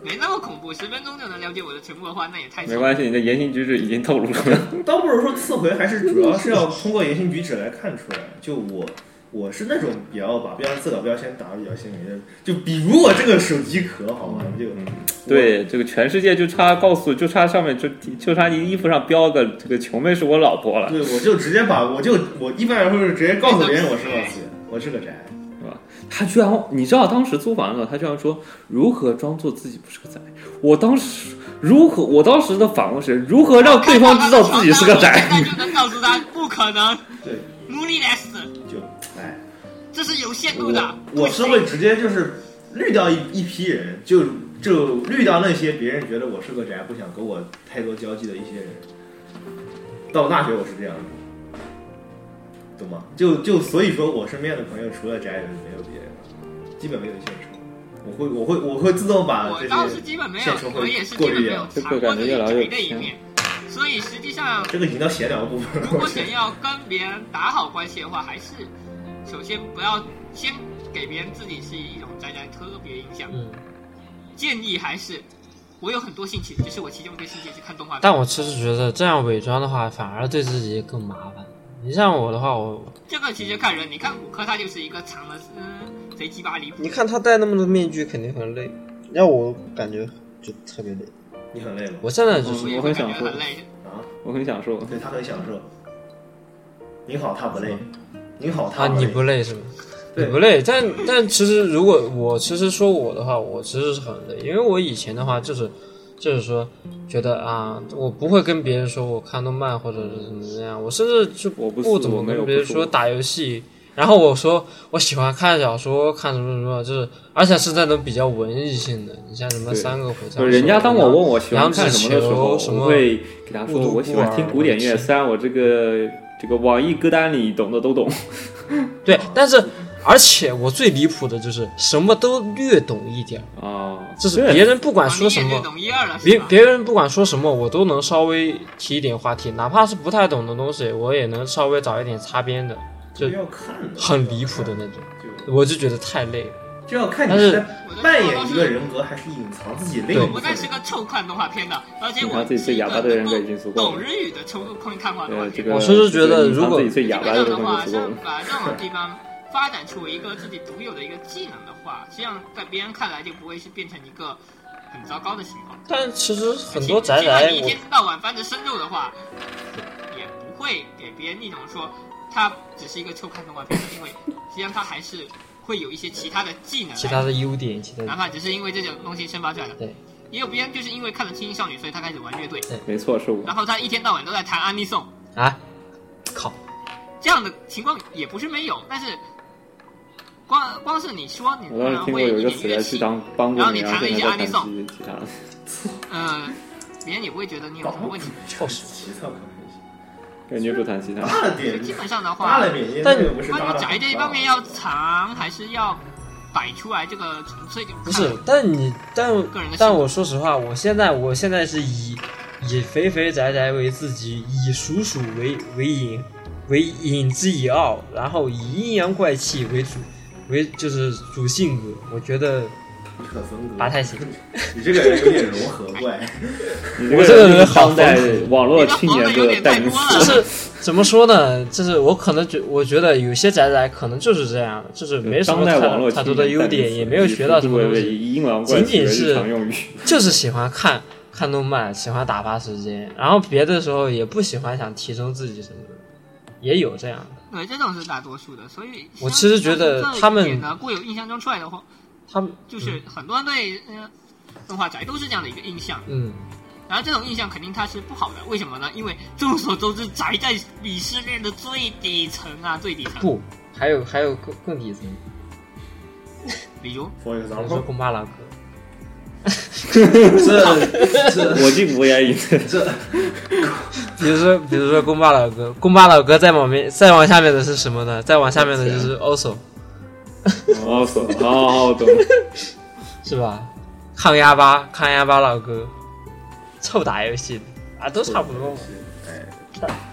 Speaker 5: 没那么恐怖，十分钟就能了解我的全部的话，那也太
Speaker 8: 没关系，你的言行举止已经透露 了。
Speaker 2: 倒不如说次回还是主要是要通过言行举止来看出来。就我我是那种比较把标自个标签打的比较鲜明的，就比如我这个手机壳好吗？就
Speaker 8: 对，这个全世界就差告诉，就差上面就就差你衣服上标个这个球妹是我老婆了，
Speaker 2: 对，我就直接把我就我一般来说是直接告诉别人我是个子，我是个宅。
Speaker 8: 是吧？他居然，你知道当时租房子，他居然说如何装作自己不是个宅。我当时如何，我当时的反问是如何让对方知道自己是个宅。
Speaker 5: 那就能告诉他不可能，
Speaker 2: 对，
Speaker 5: 努力 less，
Speaker 2: 就哎，
Speaker 5: 这是有限度的
Speaker 2: 我。我是会直接就是滤掉一一批人，就就滤掉那些别人觉得我是个宅，不想跟我太多交际的一些人。到了大学我是这样的，懂吗？就就所以说我身边的朋友除了宅人没有别人了，基本没有现充。我会我会我会自动把
Speaker 5: 我
Speaker 2: 这
Speaker 5: 倒是
Speaker 2: 些
Speaker 5: 基本没有
Speaker 2: 现实，会
Speaker 5: 我也是基本没有
Speaker 8: 这
Speaker 5: 尝
Speaker 8: 个
Speaker 5: 过
Speaker 8: 感
Speaker 5: 自
Speaker 8: 觉
Speaker 5: 己
Speaker 8: 越来越
Speaker 5: 宅的一面，所以实际上
Speaker 2: 这个已经到闲聊部分了。
Speaker 5: 如
Speaker 2: 我
Speaker 5: 果
Speaker 2: 觉
Speaker 5: 想
Speaker 2: 得
Speaker 5: 要跟别人打好关系的话，还是首先不要先给别人自己是一种宅宅特别印象。
Speaker 7: 嗯，
Speaker 5: 建议还是我有很多兴趣，只是我其中一个兴趣是看动画片。
Speaker 7: 但我其实觉得这样伪装的话，反而对自己更麻烦。你像我的话，我
Speaker 5: 这个其实看人，你看骨科他就是一个长的，嗯，贼鸡巴离谱。
Speaker 7: 你看他戴那么多面具，肯定很累。要我感觉就特别累。
Speaker 2: 你很累吗？
Speaker 7: 我现在就
Speaker 8: 嗯
Speaker 7: 是
Speaker 5: 所以
Speaker 8: 我
Speaker 5: 会
Speaker 8: 很
Speaker 5: 感
Speaker 8: 想
Speaker 5: 觉
Speaker 8: 说
Speaker 5: 很累。
Speaker 2: 啊，
Speaker 8: 我很享受，
Speaker 2: 对他很享受。你好，他不累。你好，
Speaker 7: 啊，
Speaker 2: 他
Speaker 7: 你
Speaker 2: 累
Speaker 7: 不累是吗？也不累。但但其实如果我其实说我的话，我其实是很累，因为我以前的话就是就是说觉得啊，我不会跟别人说我看动漫或者是怎么怎么样，我甚至就
Speaker 8: 我不是
Speaker 7: 不怎么
Speaker 8: 我没有
Speaker 7: 跟别人
Speaker 8: 不是
Speaker 7: 说
Speaker 8: 我
Speaker 7: 打游戏。然后我说我喜欢看小说，看什么什么，就是而且是那种比较文艺性的，你像什么
Speaker 8: 对
Speaker 7: 三个火枪手
Speaker 8: 就
Speaker 7: 啊，
Speaker 8: 人家当我问我喜欢看
Speaker 7: 杨紫
Speaker 8: 什么的时候，
Speaker 7: 琼什么
Speaker 8: 我会给他说
Speaker 7: 雾都
Speaker 8: 我喜欢
Speaker 7: 孤儿
Speaker 8: 听古典乐，
Speaker 7: 我
Speaker 8: 虽然我这个这个网易歌单里懂的都懂。
Speaker 7: 对，但是而且我最离谱的就是什么都略懂一点儿，
Speaker 8: 啊，
Speaker 7: 就是
Speaker 8: 对
Speaker 7: 别人不管
Speaker 5: 啊
Speaker 7: 说什
Speaker 5: 你也
Speaker 7: 么
Speaker 5: 略，懂一二了，是
Speaker 7: 别
Speaker 5: 吧？
Speaker 7: 别人不管说什么，我都能稍微提一点话题，哪怕是不太懂的东西，我也能稍微找一点擦边的，就
Speaker 2: 就要看的，
Speaker 7: 很离谱的那种。
Speaker 2: 就
Speaker 7: 我就觉得太累了。
Speaker 2: 就要看你
Speaker 7: 但是
Speaker 2: 是扮演一个人格，还是隐藏自己另
Speaker 5: 我
Speaker 2: 一
Speaker 5: 不
Speaker 2: 部
Speaker 5: 再
Speaker 2: 分。
Speaker 5: 是个臭看动画片的，而且
Speaker 8: 你
Speaker 5: 我
Speaker 8: 看自己
Speaker 5: 是
Speaker 8: 最
Speaker 5: 一
Speaker 8: 哑巴
Speaker 5: 个
Speaker 8: 的人格已
Speaker 5: 能
Speaker 8: 经
Speaker 5: 够
Speaker 8: 足够
Speaker 5: 懂
Speaker 8: 了。
Speaker 5: 日语的臭看看画动画
Speaker 8: 对，这
Speaker 5: 片。
Speaker 8: 个
Speaker 7: 我甚至觉得
Speaker 8: 你
Speaker 7: 如
Speaker 8: 当
Speaker 7: 果
Speaker 8: 自己最
Speaker 5: 这
Speaker 8: 哑巴
Speaker 5: 样
Speaker 8: 的
Speaker 5: 的
Speaker 8: 东
Speaker 5: 话，
Speaker 8: 西足
Speaker 5: 是
Speaker 8: 够了。
Speaker 5: 把这种地方发展出一个自己独有的一个技能的话，这样在别人看来就不会是变成一个很糟糕的情况。
Speaker 7: 但其实很多
Speaker 5: 起码
Speaker 7: 宅宅
Speaker 5: 你一
Speaker 7: 我
Speaker 5: 天到晚翻着深入的话，也不会给别人一种说他只是一个臭看动画片的，因为实际上他还是会有一些其他的技能来，
Speaker 7: 其他的优点，其他
Speaker 5: 哪
Speaker 7: 的
Speaker 5: 怕只是因为这种东西生发出来的。
Speaker 7: 对，
Speaker 5: 也有别人就是因为看了《青音少女》，所以他开始玩乐队，
Speaker 8: 没错，是我。
Speaker 5: 然后他一天到晚都在弹安妮颂，
Speaker 7: 啊，靠，
Speaker 5: 这样的情况也不是没有，但是光光是你说你
Speaker 8: 我
Speaker 5: 突
Speaker 8: 当
Speaker 5: 然
Speaker 8: 时听过
Speaker 5: 会
Speaker 8: 有
Speaker 5: 一
Speaker 8: 一个
Speaker 5: 点
Speaker 8: 词
Speaker 5: 乐
Speaker 8: 来去
Speaker 5: 器，
Speaker 8: 当帮过你，然后现在在弹吉吉他。
Speaker 5: 呃，别人也不会觉得你有什么问题。
Speaker 2: 其他可能行
Speaker 8: 感觉不弹吉他，
Speaker 2: 大了
Speaker 5: 就
Speaker 2: 点，
Speaker 5: 基本上的话
Speaker 2: 大，了点，
Speaker 7: 但
Speaker 2: 也不是
Speaker 5: 关
Speaker 2: 大
Speaker 5: 于
Speaker 2: 了。
Speaker 5: 宅这一方面要长，还是要摆出来这个纯粹就
Speaker 7: 不是，但你但
Speaker 5: 个人的性
Speaker 7: 但
Speaker 5: 格
Speaker 7: 我说实话，我现在我现在是以以肥肥宅宅为自己，以鼠鼠为为引为引之以傲，然后以阴阳怪气为主为就是主性格，我觉得
Speaker 2: 你可分
Speaker 7: 不
Speaker 2: 割，
Speaker 7: 太行。
Speaker 2: 你这个人有点融合 怪，
Speaker 8: 你
Speaker 7: 我这个人
Speaker 8: 人
Speaker 7: 好
Speaker 8: 当代网络青年的代名
Speaker 5: 你
Speaker 7: 就
Speaker 8: 词。
Speaker 7: 是怎么说呢？就是我可能觉，我觉得有些宅宅可能就是这样，就是没什
Speaker 8: 当
Speaker 7: 么
Speaker 8: 代网
Speaker 7: 太
Speaker 8: 络
Speaker 7: 太
Speaker 8: 青
Speaker 7: 多
Speaker 8: 年
Speaker 7: 的优点，也没有学到什么东西，
Speaker 8: 以阴阳怪气为日常用语。
Speaker 7: 就是喜欢看看动漫，喜欢打发时间，然后别的时候也不喜欢想提升自己什么的，也有这样的。
Speaker 5: 对这种是大多数的，所以
Speaker 7: 我其实觉得他们
Speaker 5: 像这一点呢，固有印象中出来的话，
Speaker 7: 他们
Speaker 5: 就是很多人对呃动画宅都是这样的一个印象，
Speaker 7: 嗯，
Speaker 5: 然后这种印象肯定它是不好的，为什么呢？因为众所周知，宅在鄙视链的最底层啊，最底层。
Speaker 7: 不，还有还有更更底层，
Speaker 5: 比如
Speaker 2: 我
Speaker 7: 比如说贡巴拉格，
Speaker 8: 我进不也赢。
Speaker 7: 比如说比如说贡巴拉格，贡巴拉格再往面 再往下面的是什么呢？再往下面的就是 also
Speaker 8: 哦，懂，哦，懂。
Speaker 7: 是吧？抗压吧，抗压吧老哥，臭打游戏的啊，都差不多嘛。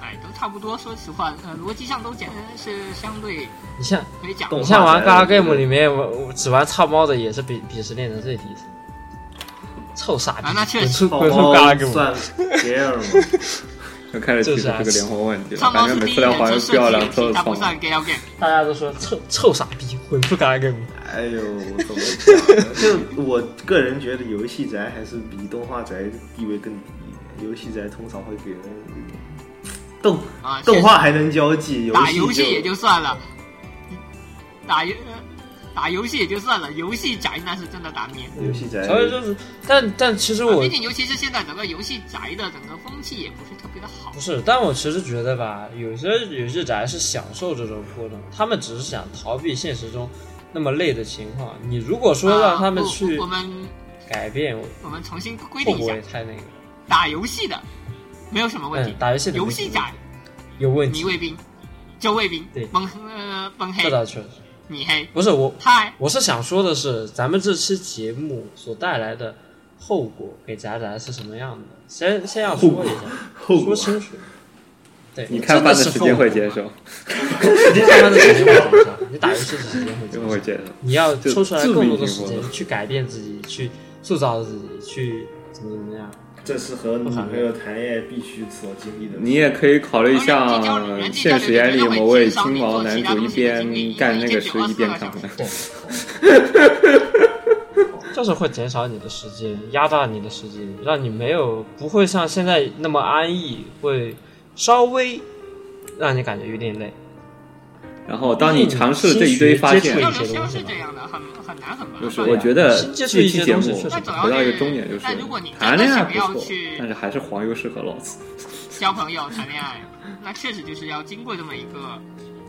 Speaker 5: 哎，都差不多。说实话，呃，逻辑上都讲是相对
Speaker 7: 你像
Speaker 5: 可以讲
Speaker 2: 动
Speaker 7: 你
Speaker 2: 画
Speaker 7: 像玩
Speaker 2: 宅
Speaker 7: g a
Speaker 2: 我觉
Speaker 7: Game
Speaker 2: 得
Speaker 7: 里面玩我只玩操猫的也是鄙鄙视链的最底层，臭傻逼
Speaker 5: 啊，那确
Speaker 7: 滚
Speaker 5: 实
Speaker 7: 出滚出 g a Game！
Speaker 2: 哦算 gay 吗？
Speaker 8: 又开始提出
Speaker 7: 啊
Speaker 8: 这个灵魂问题了，
Speaker 5: 猫
Speaker 8: 感觉
Speaker 5: 是
Speaker 8: 每
Speaker 5: 第一
Speaker 8: 次来
Speaker 5: 人
Speaker 8: 好
Speaker 5: 称
Speaker 8: 像需
Speaker 5: 射击
Speaker 8: 要
Speaker 5: 游
Speaker 8: 两次
Speaker 5: 戏，它不
Speaker 8: 创
Speaker 5: 算 gal game。
Speaker 7: 大家都说臭臭傻逼，滚出 g a Game！
Speaker 2: 哎呦，怎么讲？就我个人觉得，游戏宅还是比动画宅地位更低。游戏宅通常会给人动
Speaker 5: 啊，
Speaker 2: 动画还能交际，游
Speaker 5: 打
Speaker 2: 戏
Speaker 5: 游戏也
Speaker 2: 就
Speaker 5: 就算了，打游打游戏也就算了，游戏宅那是真的打脸。
Speaker 2: 游戏宅。
Speaker 7: 所以就是，但但其实我
Speaker 5: 毕竟，尤其是现在整个游戏宅的整个风气也不是特别的好
Speaker 7: 不。是，但我其实觉得吧，有些有些宅是享受这种过程，他们只是想逃避现实中那么累的情况。你如果说让他们
Speaker 5: 啊
Speaker 7: 去
Speaker 5: 我我们
Speaker 7: 改变，我
Speaker 5: 我们重新规
Speaker 7: 会
Speaker 5: 定一
Speaker 7: 不
Speaker 5: 下
Speaker 7: 会，太那个？
Speaker 5: 打游戏的没有什么问题
Speaker 7: 嗯，，打游戏的
Speaker 5: 游戏宅
Speaker 7: 有问
Speaker 5: 你
Speaker 7: 题，
Speaker 5: 卫兵、周卫兵
Speaker 7: 嗯对、
Speaker 5: 崩呃崩黑
Speaker 7: 这、倒确实
Speaker 5: 你黑、
Speaker 7: 不是我。
Speaker 5: 太
Speaker 7: 我是想说的是，咱们这期节目所带来的后果给宅宅是什么样的？先先要说一下，
Speaker 2: 后
Speaker 7: 说
Speaker 2: 果
Speaker 7: 清楚。对，
Speaker 8: 你看
Speaker 7: 真的
Speaker 8: 饭
Speaker 7: 是
Speaker 8: 时
Speaker 7: 后
Speaker 8: 间
Speaker 7: 果
Speaker 8: 会接受，
Speaker 7: 你看饭的时间会减少，你打游戏的时间会
Speaker 8: 就
Speaker 7: 减
Speaker 8: 会
Speaker 7: 少。
Speaker 8: 接受。
Speaker 7: 你要
Speaker 8: 就
Speaker 7: 抽出来
Speaker 8: 致
Speaker 7: 更
Speaker 8: 命
Speaker 7: 多的
Speaker 8: 性
Speaker 7: 时
Speaker 8: 活
Speaker 7: 间
Speaker 8: 动
Speaker 7: 去改变自己，去塑造自己，去怎么怎么样。
Speaker 2: 这是和女朋友谈恋爱必须所经历的。
Speaker 8: 你也可以考虑像现实眼里某位金毛男主一边干那个事一边看的，
Speaker 7: 就是会减少你的时间，压榨你的时间，让你没有不会像现在那么安逸，会稍微让你感觉有点累。
Speaker 8: 然后当你尝试这一堆发
Speaker 7: 接
Speaker 8: 现
Speaker 7: 触一，
Speaker 5: 交流
Speaker 7: 些东西
Speaker 5: 销是
Speaker 7: 吧
Speaker 5: 这样的，很很难很麻
Speaker 8: 就是
Speaker 5: 烦。
Speaker 8: 我觉得
Speaker 7: 新接
Speaker 8: 这
Speaker 7: 触一
Speaker 8: 期
Speaker 7: 些
Speaker 8: 节
Speaker 7: 东
Speaker 8: 目
Speaker 7: 西确实
Speaker 8: 回到一个终点，就是
Speaker 5: 那主要是
Speaker 8: 谈恋爱不
Speaker 5: 那如果你真的是不要
Speaker 8: 错
Speaker 5: 去，
Speaker 8: 但是还是黄油适合老子。
Speaker 5: 交朋友、谈恋爱，那确实就是要经过这么一个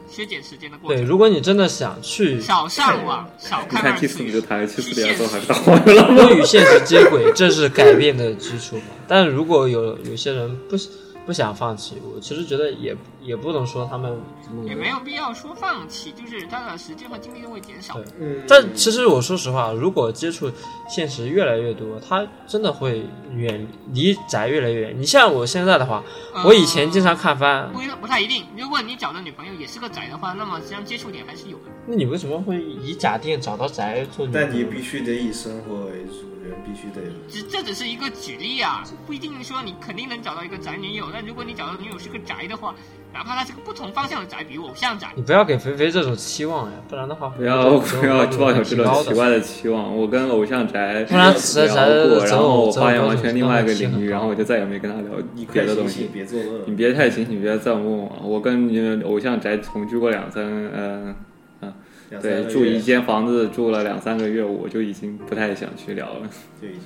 Speaker 5: 削减时间的过
Speaker 7: 对，
Speaker 5: 程。
Speaker 7: 如果你真的想去
Speaker 5: 少上网，少
Speaker 8: 你
Speaker 5: 看
Speaker 8: 看
Speaker 5: 二
Speaker 8: T
Speaker 5: 次
Speaker 8: 四你
Speaker 5: 元
Speaker 8: 就，谈，去
Speaker 5: 去
Speaker 8: 四点
Speaker 5: 现
Speaker 8: 之后还
Speaker 5: 实
Speaker 8: 是当黄油了。
Speaker 7: 多与现实接轨， 这是改变的基础嘛。但如果有有些人不不想放弃，我其实觉得也也不能说他们努
Speaker 5: 也
Speaker 7: 力
Speaker 5: 没有必要说放弃，就是他的时间和精力都会减少
Speaker 7: 对。
Speaker 2: 嗯，
Speaker 7: 但其实我说实话，如果接触现实越来越多，他真的会远离宅越来越远。你像我现在的话，
Speaker 5: 嗯
Speaker 7: 我以前经常看番，
Speaker 5: 不不太一定。如果你找的女朋友也是个宅的话，那么实际上接触点还是有的。
Speaker 7: 那你为什么会以假定找到宅做女朋友？
Speaker 2: 但你必须得以生活为主，人必须得
Speaker 5: 只这只是一个举例啊，不一定说你肯定能找到一个宅女友。但如果你找到女友是个宅的话，哪怕她是个不同方向的宅，比如偶像宅，
Speaker 7: 你不要给菲菲这种期望呀，不然的话
Speaker 8: 不要不要抱有这
Speaker 7: 挺
Speaker 8: 种
Speaker 7: 高
Speaker 8: 奇
Speaker 7: 的。
Speaker 8: 怪的期望。我跟偶像宅
Speaker 7: 不然宅宅
Speaker 8: 聊过，然后我
Speaker 7: 走
Speaker 8: 发现
Speaker 7: 走
Speaker 8: 完
Speaker 7: 走
Speaker 8: 全另外一个
Speaker 7: 走
Speaker 8: 领域，
Speaker 7: 走
Speaker 8: 然后我就再也没跟他聊
Speaker 2: 你
Speaker 8: 别
Speaker 2: 快醒
Speaker 8: 的东西嗯
Speaker 2: 醒，。别作恶
Speaker 8: 你
Speaker 2: 了。
Speaker 8: 别太清醒，别再问我。我跟你们偶像宅同居过两三，嗯、
Speaker 2: 两三个
Speaker 8: 对，
Speaker 2: 月
Speaker 8: 住一间房子住了两三个月，我就已经不太想去聊了。
Speaker 2: 就已经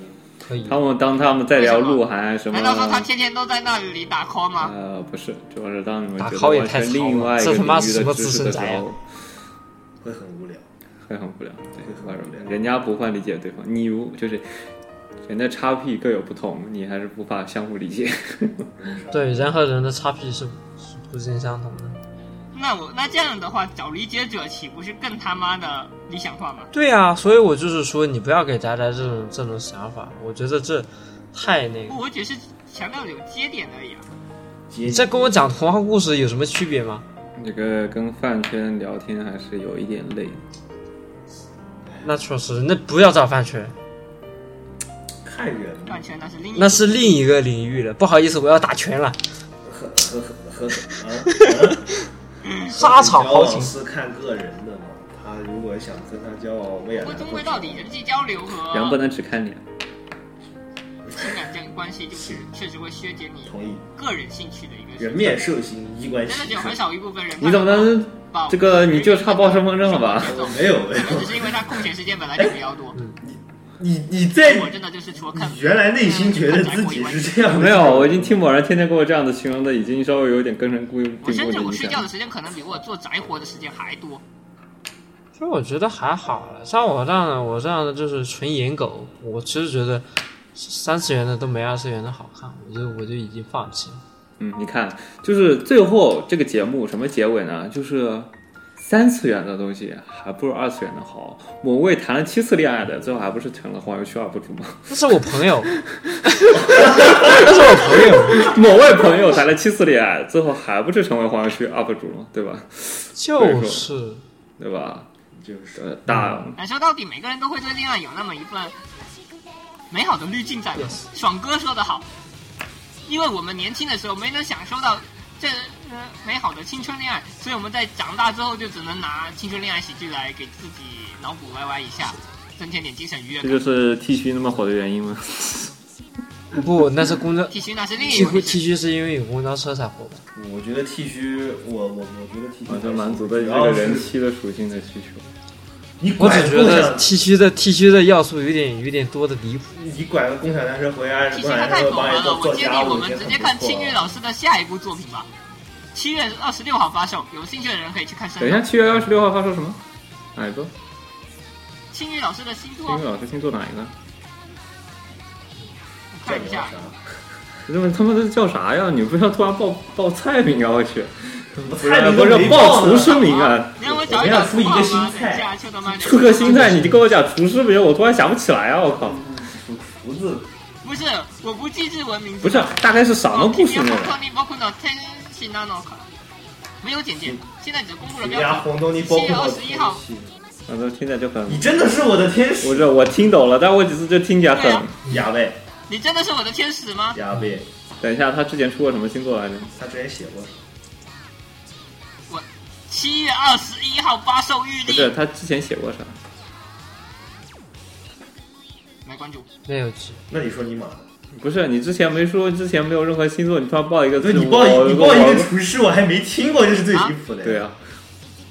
Speaker 7: 可以
Speaker 8: 他们当他们在聊鹿晗什
Speaker 7: 哎
Speaker 8: 么
Speaker 5: 难，道说她天天都在那里打 call 吗？
Speaker 8: 呃，不是，主要是当你们
Speaker 7: 打
Speaker 8: 觉得
Speaker 7: call 也
Speaker 8: 完
Speaker 7: 太
Speaker 8: 全
Speaker 7: 糙
Speaker 8: 另
Speaker 7: 了
Speaker 8: 外一
Speaker 7: 这
Speaker 8: 个
Speaker 7: 他妈
Speaker 8: 领域
Speaker 7: 什
Speaker 8: 的
Speaker 7: 么
Speaker 8: 知
Speaker 7: 资
Speaker 8: 识
Speaker 7: 深
Speaker 8: 的时
Speaker 7: 宅呀
Speaker 8: 候，
Speaker 2: 会很无聊。
Speaker 8: 会很无聊，对，
Speaker 2: 会很无聊
Speaker 8: 人家不会理解对方，你如就是人的叉 P 各有不同，你还是无法相互理解。
Speaker 7: 对人和人的差距是是不尽相同的。
Speaker 5: 那我那这样的话，找理解者岂不是更他妈的理想化吗？
Speaker 7: 对呀、所以我就是说，你不要给宅宅这种这种想法，我觉得这太那个。
Speaker 5: 不，我只是强调有接点而已啊。
Speaker 7: 你这跟我讲童话故事有什么区别吗？
Speaker 8: 这个跟饭圈聊天还是有一点累的。
Speaker 7: 那确实，那不要找饭圈，
Speaker 2: 看人嘛，
Speaker 5: 饭圈那是另一
Speaker 7: 那是另一个领域了。不好意思，我要打拳了。
Speaker 2: 和和和和啊！
Speaker 7: 沙场豪情
Speaker 2: 交往是看个人的嘛。他如果想跟他交往，我们也
Speaker 5: 不过
Speaker 2: 难
Speaker 5: 终归到底，人际交流和
Speaker 8: 人不能只看脸。
Speaker 5: 情感这个关系，就是确实会削减你
Speaker 2: 同意。
Speaker 5: 个人兴趣的一个。
Speaker 2: 人面兽心，衣冠
Speaker 5: 真的
Speaker 2: 禽
Speaker 5: 只有很
Speaker 2: 兽。
Speaker 5: 少一部分人。
Speaker 8: 你怎么能这个你就差报身份证了吧？
Speaker 2: 我没有 没有
Speaker 5: 只，是因为他空闲时间本来就比较多。
Speaker 2: 你你在
Speaker 5: 我真的就是除了看
Speaker 2: 你，原来内心觉得自己是这样的，
Speaker 8: 没有，我已经听某人天天跟我这样子形容的，已经稍微有点根深固定固
Speaker 5: 我甚至
Speaker 8: 的
Speaker 5: 我
Speaker 8: 影
Speaker 5: 睡觉
Speaker 8: 响
Speaker 5: 的。时间可能比我做宅活的时间还多。
Speaker 7: 其实我觉得还好了，像我这样的，我这样的就是纯颜狗，我其实觉得三次元的都没二次元的好看，我就我就已经放弃了。
Speaker 8: 嗯，你看，就是最后这个节目什么结尾呢？就是三次元的东西还不如二次元的好。某位谈了七次恋爱的，最后还不是成了黄油区二部主吗？
Speaker 7: 那是我朋友， 那是我朋友，
Speaker 8: 某位朋友谈了七次恋爱，最后还不是成为黄油区 UP 主吗？对吧？
Speaker 7: 就是
Speaker 8: 对吧？
Speaker 2: 就是
Speaker 8: 呃，大
Speaker 2: 嗯
Speaker 5: 但说到底，每个人都会对恋爱有那么一份美好的滤镜在吧。爽哥说的好，因为我们年轻的时候没能享受到这呃美好的青春恋爱，所以我们在长大之后就只能拿青春恋爱喜剧来给自己脑补歪歪一下，增添点精神愉悦
Speaker 8: 这
Speaker 5: 感。
Speaker 8: 就是 T 区那么火的原因吗？
Speaker 7: 不，那是公交
Speaker 5: T 恤那是另一
Speaker 7: T
Speaker 5: 回事
Speaker 7: Q T。区是因为有公交车才火的。
Speaker 2: 我觉得剃须，我我我觉得剃须
Speaker 8: 我啊就满足了
Speaker 2: 主
Speaker 8: 这
Speaker 2: 要
Speaker 8: 个
Speaker 2: 是
Speaker 8: 人妻的属性的需求。
Speaker 2: 你
Speaker 7: 我
Speaker 2: 拐
Speaker 7: 只
Speaker 2: 个
Speaker 7: 觉
Speaker 2: 共
Speaker 7: 得
Speaker 2: 享，
Speaker 7: T 区的 T 区的要素有点有点多的离谱。
Speaker 2: 你拐个共享单车回家，
Speaker 5: 其
Speaker 2: 共
Speaker 5: 实
Speaker 2: 享
Speaker 5: 他
Speaker 2: 单
Speaker 5: 太
Speaker 2: 车
Speaker 5: 狗
Speaker 2: 帮你
Speaker 5: 了，
Speaker 2: 做
Speaker 5: 我
Speaker 2: 做
Speaker 5: 建
Speaker 2: 家
Speaker 5: 议
Speaker 2: 务，
Speaker 5: 我们直接看青玉
Speaker 2: 云
Speaker 5: 老师的下一部作品吧。七月二十六号发售，有兴趣的人可以去看
Speaker 8: 等
Speaker 5: 声
Speaker 8: 一
Speaker 5: 优
Speaker 8: 下，。七月二十六号发售什么？哪一个？
Speaker 5: 青玉老师的新
Speaker 8: 金
Speaker 5: 作
Speaker 8: 宇，老师星座哪一个？
Speaker 5: 我看一下。
Speaker 8: 他们他们都叫啥呀？你不要突然报报菜名啊！我去，不是
Speaker 2: 菜名
Speaker 8: 不
Speaker 2: 都
Speaker 8: 是
Speaker 2: 没
Speaker 8: 报
Speaker 2: 报呢
Speaker 8: 厨师名啊！
Speaker 5: 让我找一找图好吗？等一下，秋刀妈
Speaker 8: 出个新菜，你就跟我讲厨师名，我突然想不起来啊！我靠，
Speaker 2: 胡子
Speaker 5: 不是，我不记日文名字。哦
Speaker 8: 不是，啊大概是什么故事呢？
Speaker 2: 哎
Speaker 5: 没有简介，
Speaker 8: 嗯
Speaker 5: 现在只公布了
Speaker 2: 人家
Speaker 5: 标题。
Speaker 2: 红豆泥包
Speaker 5: 7月
Speaker 2: 括
Speaker 5: 21号
Speaker 8: 反正听着就很，
Speaker 2: 你真的是我的天
Speaker 8: 不
Speaker 2: 使，
Speaker 8: 是我听懂了，但我只是就听起来
Speaker 2: 哎
Speaker 5: 对
Speaker 8: 很
Speaker 5: 啊。
Speaker 2: 亚贝
Speaker 5: 你真的是我的天使吗？
Speaker 2: 亚贝，
Speaker 8: 等一下，他之前出过什么星座来着？
Speaker 2: 他之前写过，
Speaker 5: 七月二十一号发售预
Speaker 8: 不是，
Speaker 5: 定，
Speaker 8: 他之前写过啥？
Speaker 5: 来关注。
Speaker 7: 没有剧，
Speaker 2: 那你说你妈？
Speaker 8: 不是你之前没说，之前没有任何星座，你突然报一个字
Speaker 2: 对，
Speaker 8: 母，
Speaker 2: 你报
Speaker 8: 我
Speaker 2: 一你报一
Speaker 8: 我
Speaker 2: 个厨师，我还没听过，这是最离谱的。
Speaker 8: 对，啊，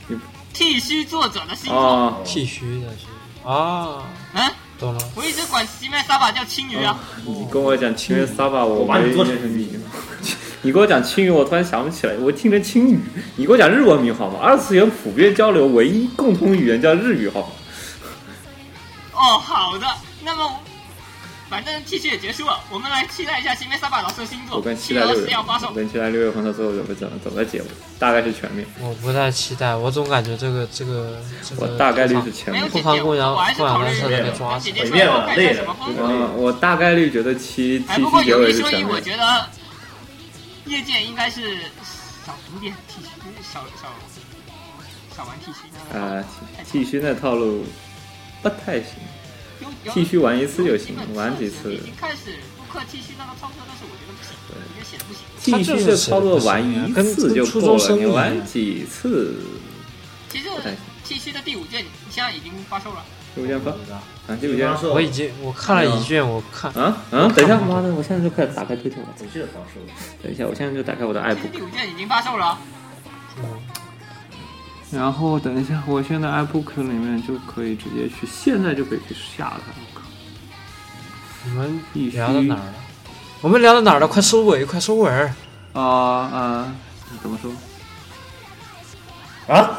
Speaker 8: 你
Speaker 5: 剃须作者的星座。
Speaker 8: 啊，
Speaker 7: 剃须的是啊，
Speaker 5: 嗯，
Speaker 7: 懂了。
Speaker 5: 我一直管奇面沙巴叫青鱼啊。
Speaker 8: 你跟我讲青云 Saba，我
Speaker 2: 把你
Speaker 8: 没
Speaker 2: 做成
Speaker 8: 认识你。 你跟我讲青语，我突然想不起来，我听成青语。你给我讲日文名好吗？二次元普遍交流唯一共通语言叫日语好吗？
Speaker 5: 哦，好的，那么。反正 T 恤也结束了，我们来期待一下新梅沙巴老师的星座。
Speaker 8: 我跟期
Speaker 5: 哦七
Speaker 8: 待
Speaker 5: 月二
Speaker 8: 六
Speaker 5: 十
Speaker 8: 月
Speaker 5: 要发，售
Speaker 8: 我。跟期待六月份的时候怎么怎么怎么结尾，大概是全面，
Speaker 7: 我不太期待，我总感觉这个这个这
Speaker 8: 我
Speaker 7: 个
Speaker 8: 大概率是全
Speaker 5: 没
Speaker 8: 面
Speaker 5: 有。
Speaker 7: 不
Speaker 5: 姐姐，
Speaker 7: 放过然后
Speaker 5: 我还是考虑
Speaker 7: 不然让他给抓
Speaker 5: 跟
Speaker 7: 起
Speaker 5: 姐姐
Speaker 7: 来
Speaker 5: 说要看一下什么风格。
Speaker 8: 嗯，我大概率觉得七
Speaker 5: 哎，
Speaker 8: 七
Speaker 5: 不过
Speaker 8: 七结
Speaker 5: 有
Speaker 8: 尾
Speaker 5: 一
Speaker 8: 是
Speaker 5: 说
Speaker 8: 全
Speaker 5: 一，我
Speaker 8: 面。
Speaker 5: 觉得业界应该是少读点 T 恤，少少少玩 T 恤。
Speaker 8: 啊，剃须那套路不太行，
Speaker 5: 有有
Speaker 8: 剃须玩一次就行
Speaker 5: 有基，本
Speaker 8: 玩几
Speaker 5: 知识
Speaker 8: 次
Speaker 5: 已。经开始顾客 T 恤那个操作，但是我觉得不行，我觉得写的不行。
Speaker 8: 剃须的操作玩一次就够了，你玩几次
Speaker 5: 其实
Speaker 8: 不太行。
Speaker 5: T 恤的第五件现在已经发售了，
Speaker 8: 第五件发啊，第五件
Speaker 2: 发售，
Speaker 7: 我已经我看了一卷，我看
Speaker 8: 啊啊！等一下，妈的，我现在就开始打开推特，我操
Speaker 2: 我记得发售了，
Speaker 8: 等一下，我现在就打开我的
Speaker 5: 其实
Speaker 8: iBook，
Speaker 5: 第五件已经发售了。
Speaker 8: 然后等一下，我现在 iBook 里面就可以直接去，现在就可以去下它。我靠
Speaker 7: 你们
Speaker 8: 必须
Speaker 7: 聊到哪儿了？我们聊到哪儿了？快收尾，快收尾儿！
Speaker 8: 啊啊！怎么说？
Speaker 2: 啊，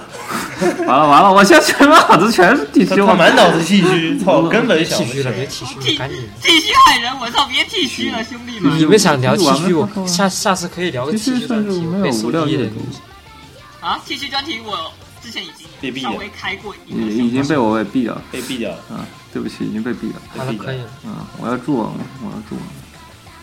Speaker 8: 完了完了，我现在全脑子全是 剃
Speaker 2: 他
Speaker 8: 须，
Speaker 2: 他
Speaker 8: 我
Speaker 2: 满脑子剃须，操，根本想
Speaker 7: 剃
Speaker 2: 不
Speaker 7: 须
Speaker 2: 起
Speaker 7: 了，
Speaker 2: 来
Speaker 7: 别。剃须
Speaker 5: T
Speaker 7: 了，赶紧！
Speaker 5: T 须害人，我操！别 T 须了，兄弟
Speaker 2: 嗯
Speaker 7: 你
Speaker 5: 们
Speaker 7: 们想聊
Speaker 8: 剃
Speaker 7: 剃
Speaker 8: 须完
Speaker 7: 须，
Speaker 8: 了之后
Speaker 7: 我下下次可以聊个
Speaker 8: 其
Speaker 7: 剃
Speaker 8: 实
Speaker 7: 须
Speaker 8: 甚
Speaker 7: 专
Speaker 8: 至
Speaker 7: 题，
Speaker 8: 没
Speaker 7: 我可
Speaker 8: 有
Speaker 7: 以
Speaker 8: 无
Speaker 7: 搜
Speaker 8: 聊
Speaker 7: 第一
Speaker 8: 阅
Speaker 7: 的
Speaker 8: 读
Speaker 7: 东西。
Speaker 5: 啊！T 恤专题我之前已经
Speaker 2: 被毙
Speaker 5: 稍
Speaker 2: 了嗯
Speaker 5: 微开过一个
Speaker 8: 已已经被我给毙了。
Speaker 2: 被毙掉了，
Speaker 8: 嗯，对不起，已经被毙了。
Speaker 7: 好了，可以了，
Speaker 8: 嗯，我要助王，我要助王，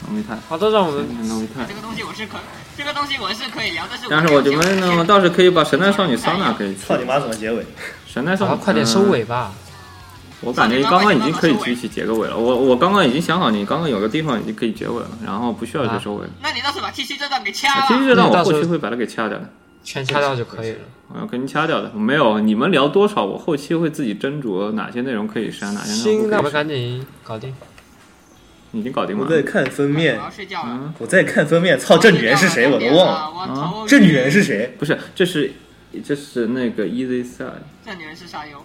Speaker 8: 农密太，
Speaker 7: 好的，让我们
Speaker 8: 农密太
Speaker 5: 这。个东西我是可，这个东西我是可以聊，但是
Speaker 8: 但是我
Speaker 2: 哎
Speaker 8: 觉得呢，我倒是可以把神奈少女桑娜给去
Speaker 2: 操。你妈怎么结尾？
Speaker 8: 神奈少
Speaker 7: 好
Speaker 8: 女
Speaker 7: 了，，快点收
Speaker 8: 嗯
Speaker 7: 尾吧。
Speaker 8: 我感觉刚刚已经可以举起结个尾了。我我刚刚已经想好，你刚刚有个地方已经可以结尾了，然后不需要去收尾了。
Speaker 5: 那你倒是把 T 恤这段给
Speaker 7: 啊
Speaker 5: 掐
Speaker 8: 其
Speaker 5: 了。
Speaker 8: 实这段我后期会把它给掐掉的，
Speaker 7: 全掐掉就可以了。
Speaker 8: 我要给你掐掉的。没有，你们聊多少，我后期会自己斟酌哪些内容可以删，哪些内容
Speaker 7: 行，那
Speaker 8: 不
Speaker 7: 我
Speaker 8: 可
Speaker 7: 们
Speaker 8: 以
Speaker 7: 赶紧
Speaker 8: 删。
Speaker 7: 搞定。
Speaker 8: 已经搞定
Speaker 2: 我
Speaker 8: 完
Speaker 2: 在
Speaker 8: 了。
Speaker 2: 看封
Speaker 5: 我
Speaker 2: 面，
Speaker 5: 要睡觉了。
Speaker 8: 嗯，
Speaker 2: 我在看封面，哦操，这女人是谁我都忘了，啊
Speaker 5: 我头
Speaker 2: 这女人是谁？
Speaker 8: 不是，这是这是那个 Easy Side，
Speaker 5: 这女人是沙优，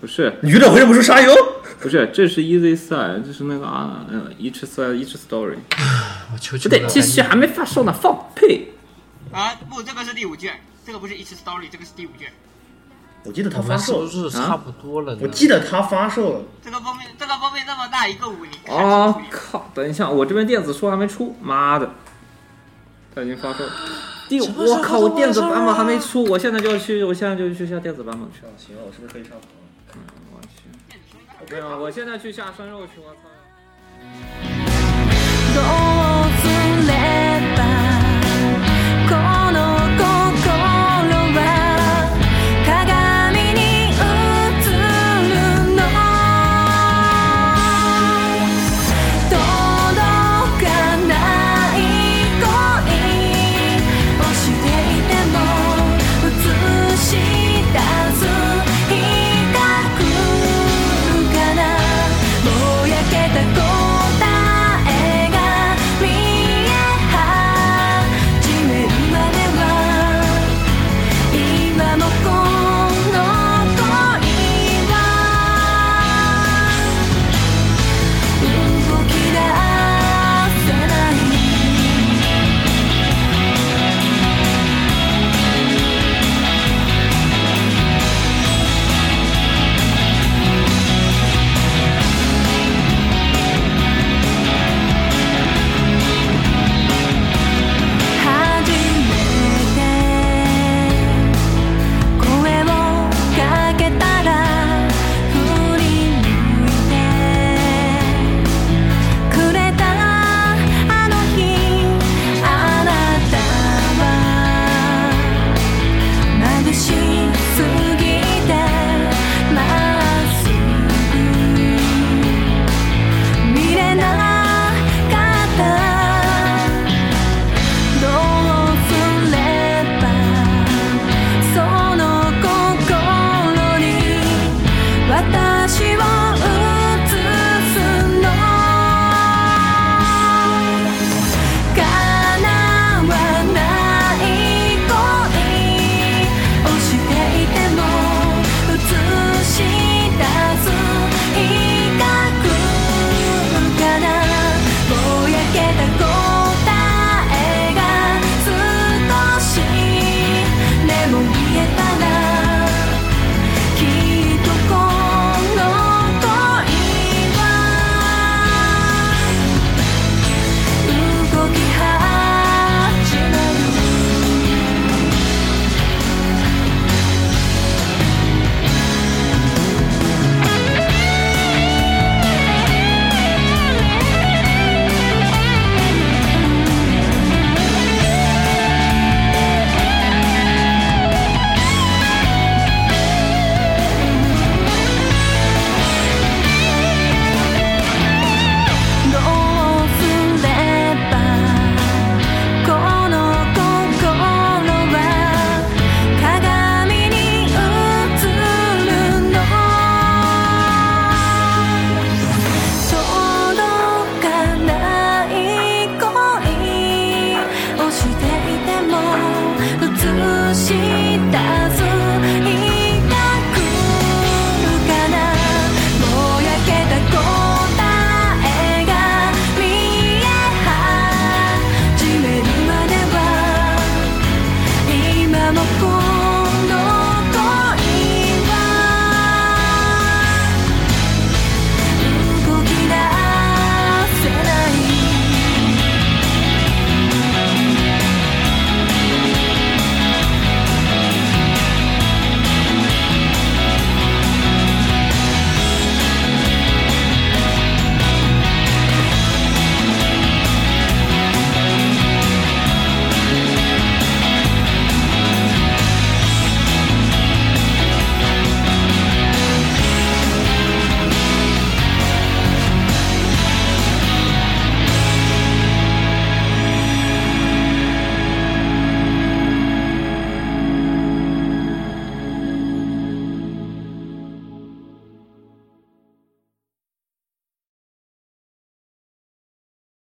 Speaker 8: 不是
Speaker 2: 女的回不是沙优？
Speaker 8: 不是，这是 Easy Side，这是那个啊，嗯，Each Side Each Story。
Speaker 7: 我啊求
Speaker 8: 不
Speaker 7: 求
Speaker 8: 对，
Speaker 7: 了
Speaker 8: 这些还没发售呢，放屁！
Speaker 5: 啊，不，这个是第五卷，这个不是一 c story，这个是第五卷。
Speaker 2: 我记得她
Speaker 7: 我
Speaker 2: 发
Speaker 7: 们是
Speaker 2: 售
Speaker 7: 不
Speaker 2: 了，
Speaker 7: 是差不多了呢？
Speaker 2: 啊我记得她发售了，
Speaker 5: 这个封面，这个封面那么大一个五，你看清楚
Speaker 8: 哦
Speaker 5: 一，点。
Speaker 8: 靠！等一下，我这边电子书还没出，妈的，它已经发售了。第，我靠！我电子版本还没出，我现在就要去，我现在就去下电子版本去了。
Speaker 2: 行了，我是不是可以上床了？
Speaker 8: 我去，对啊，我现在去下生肉去，我操！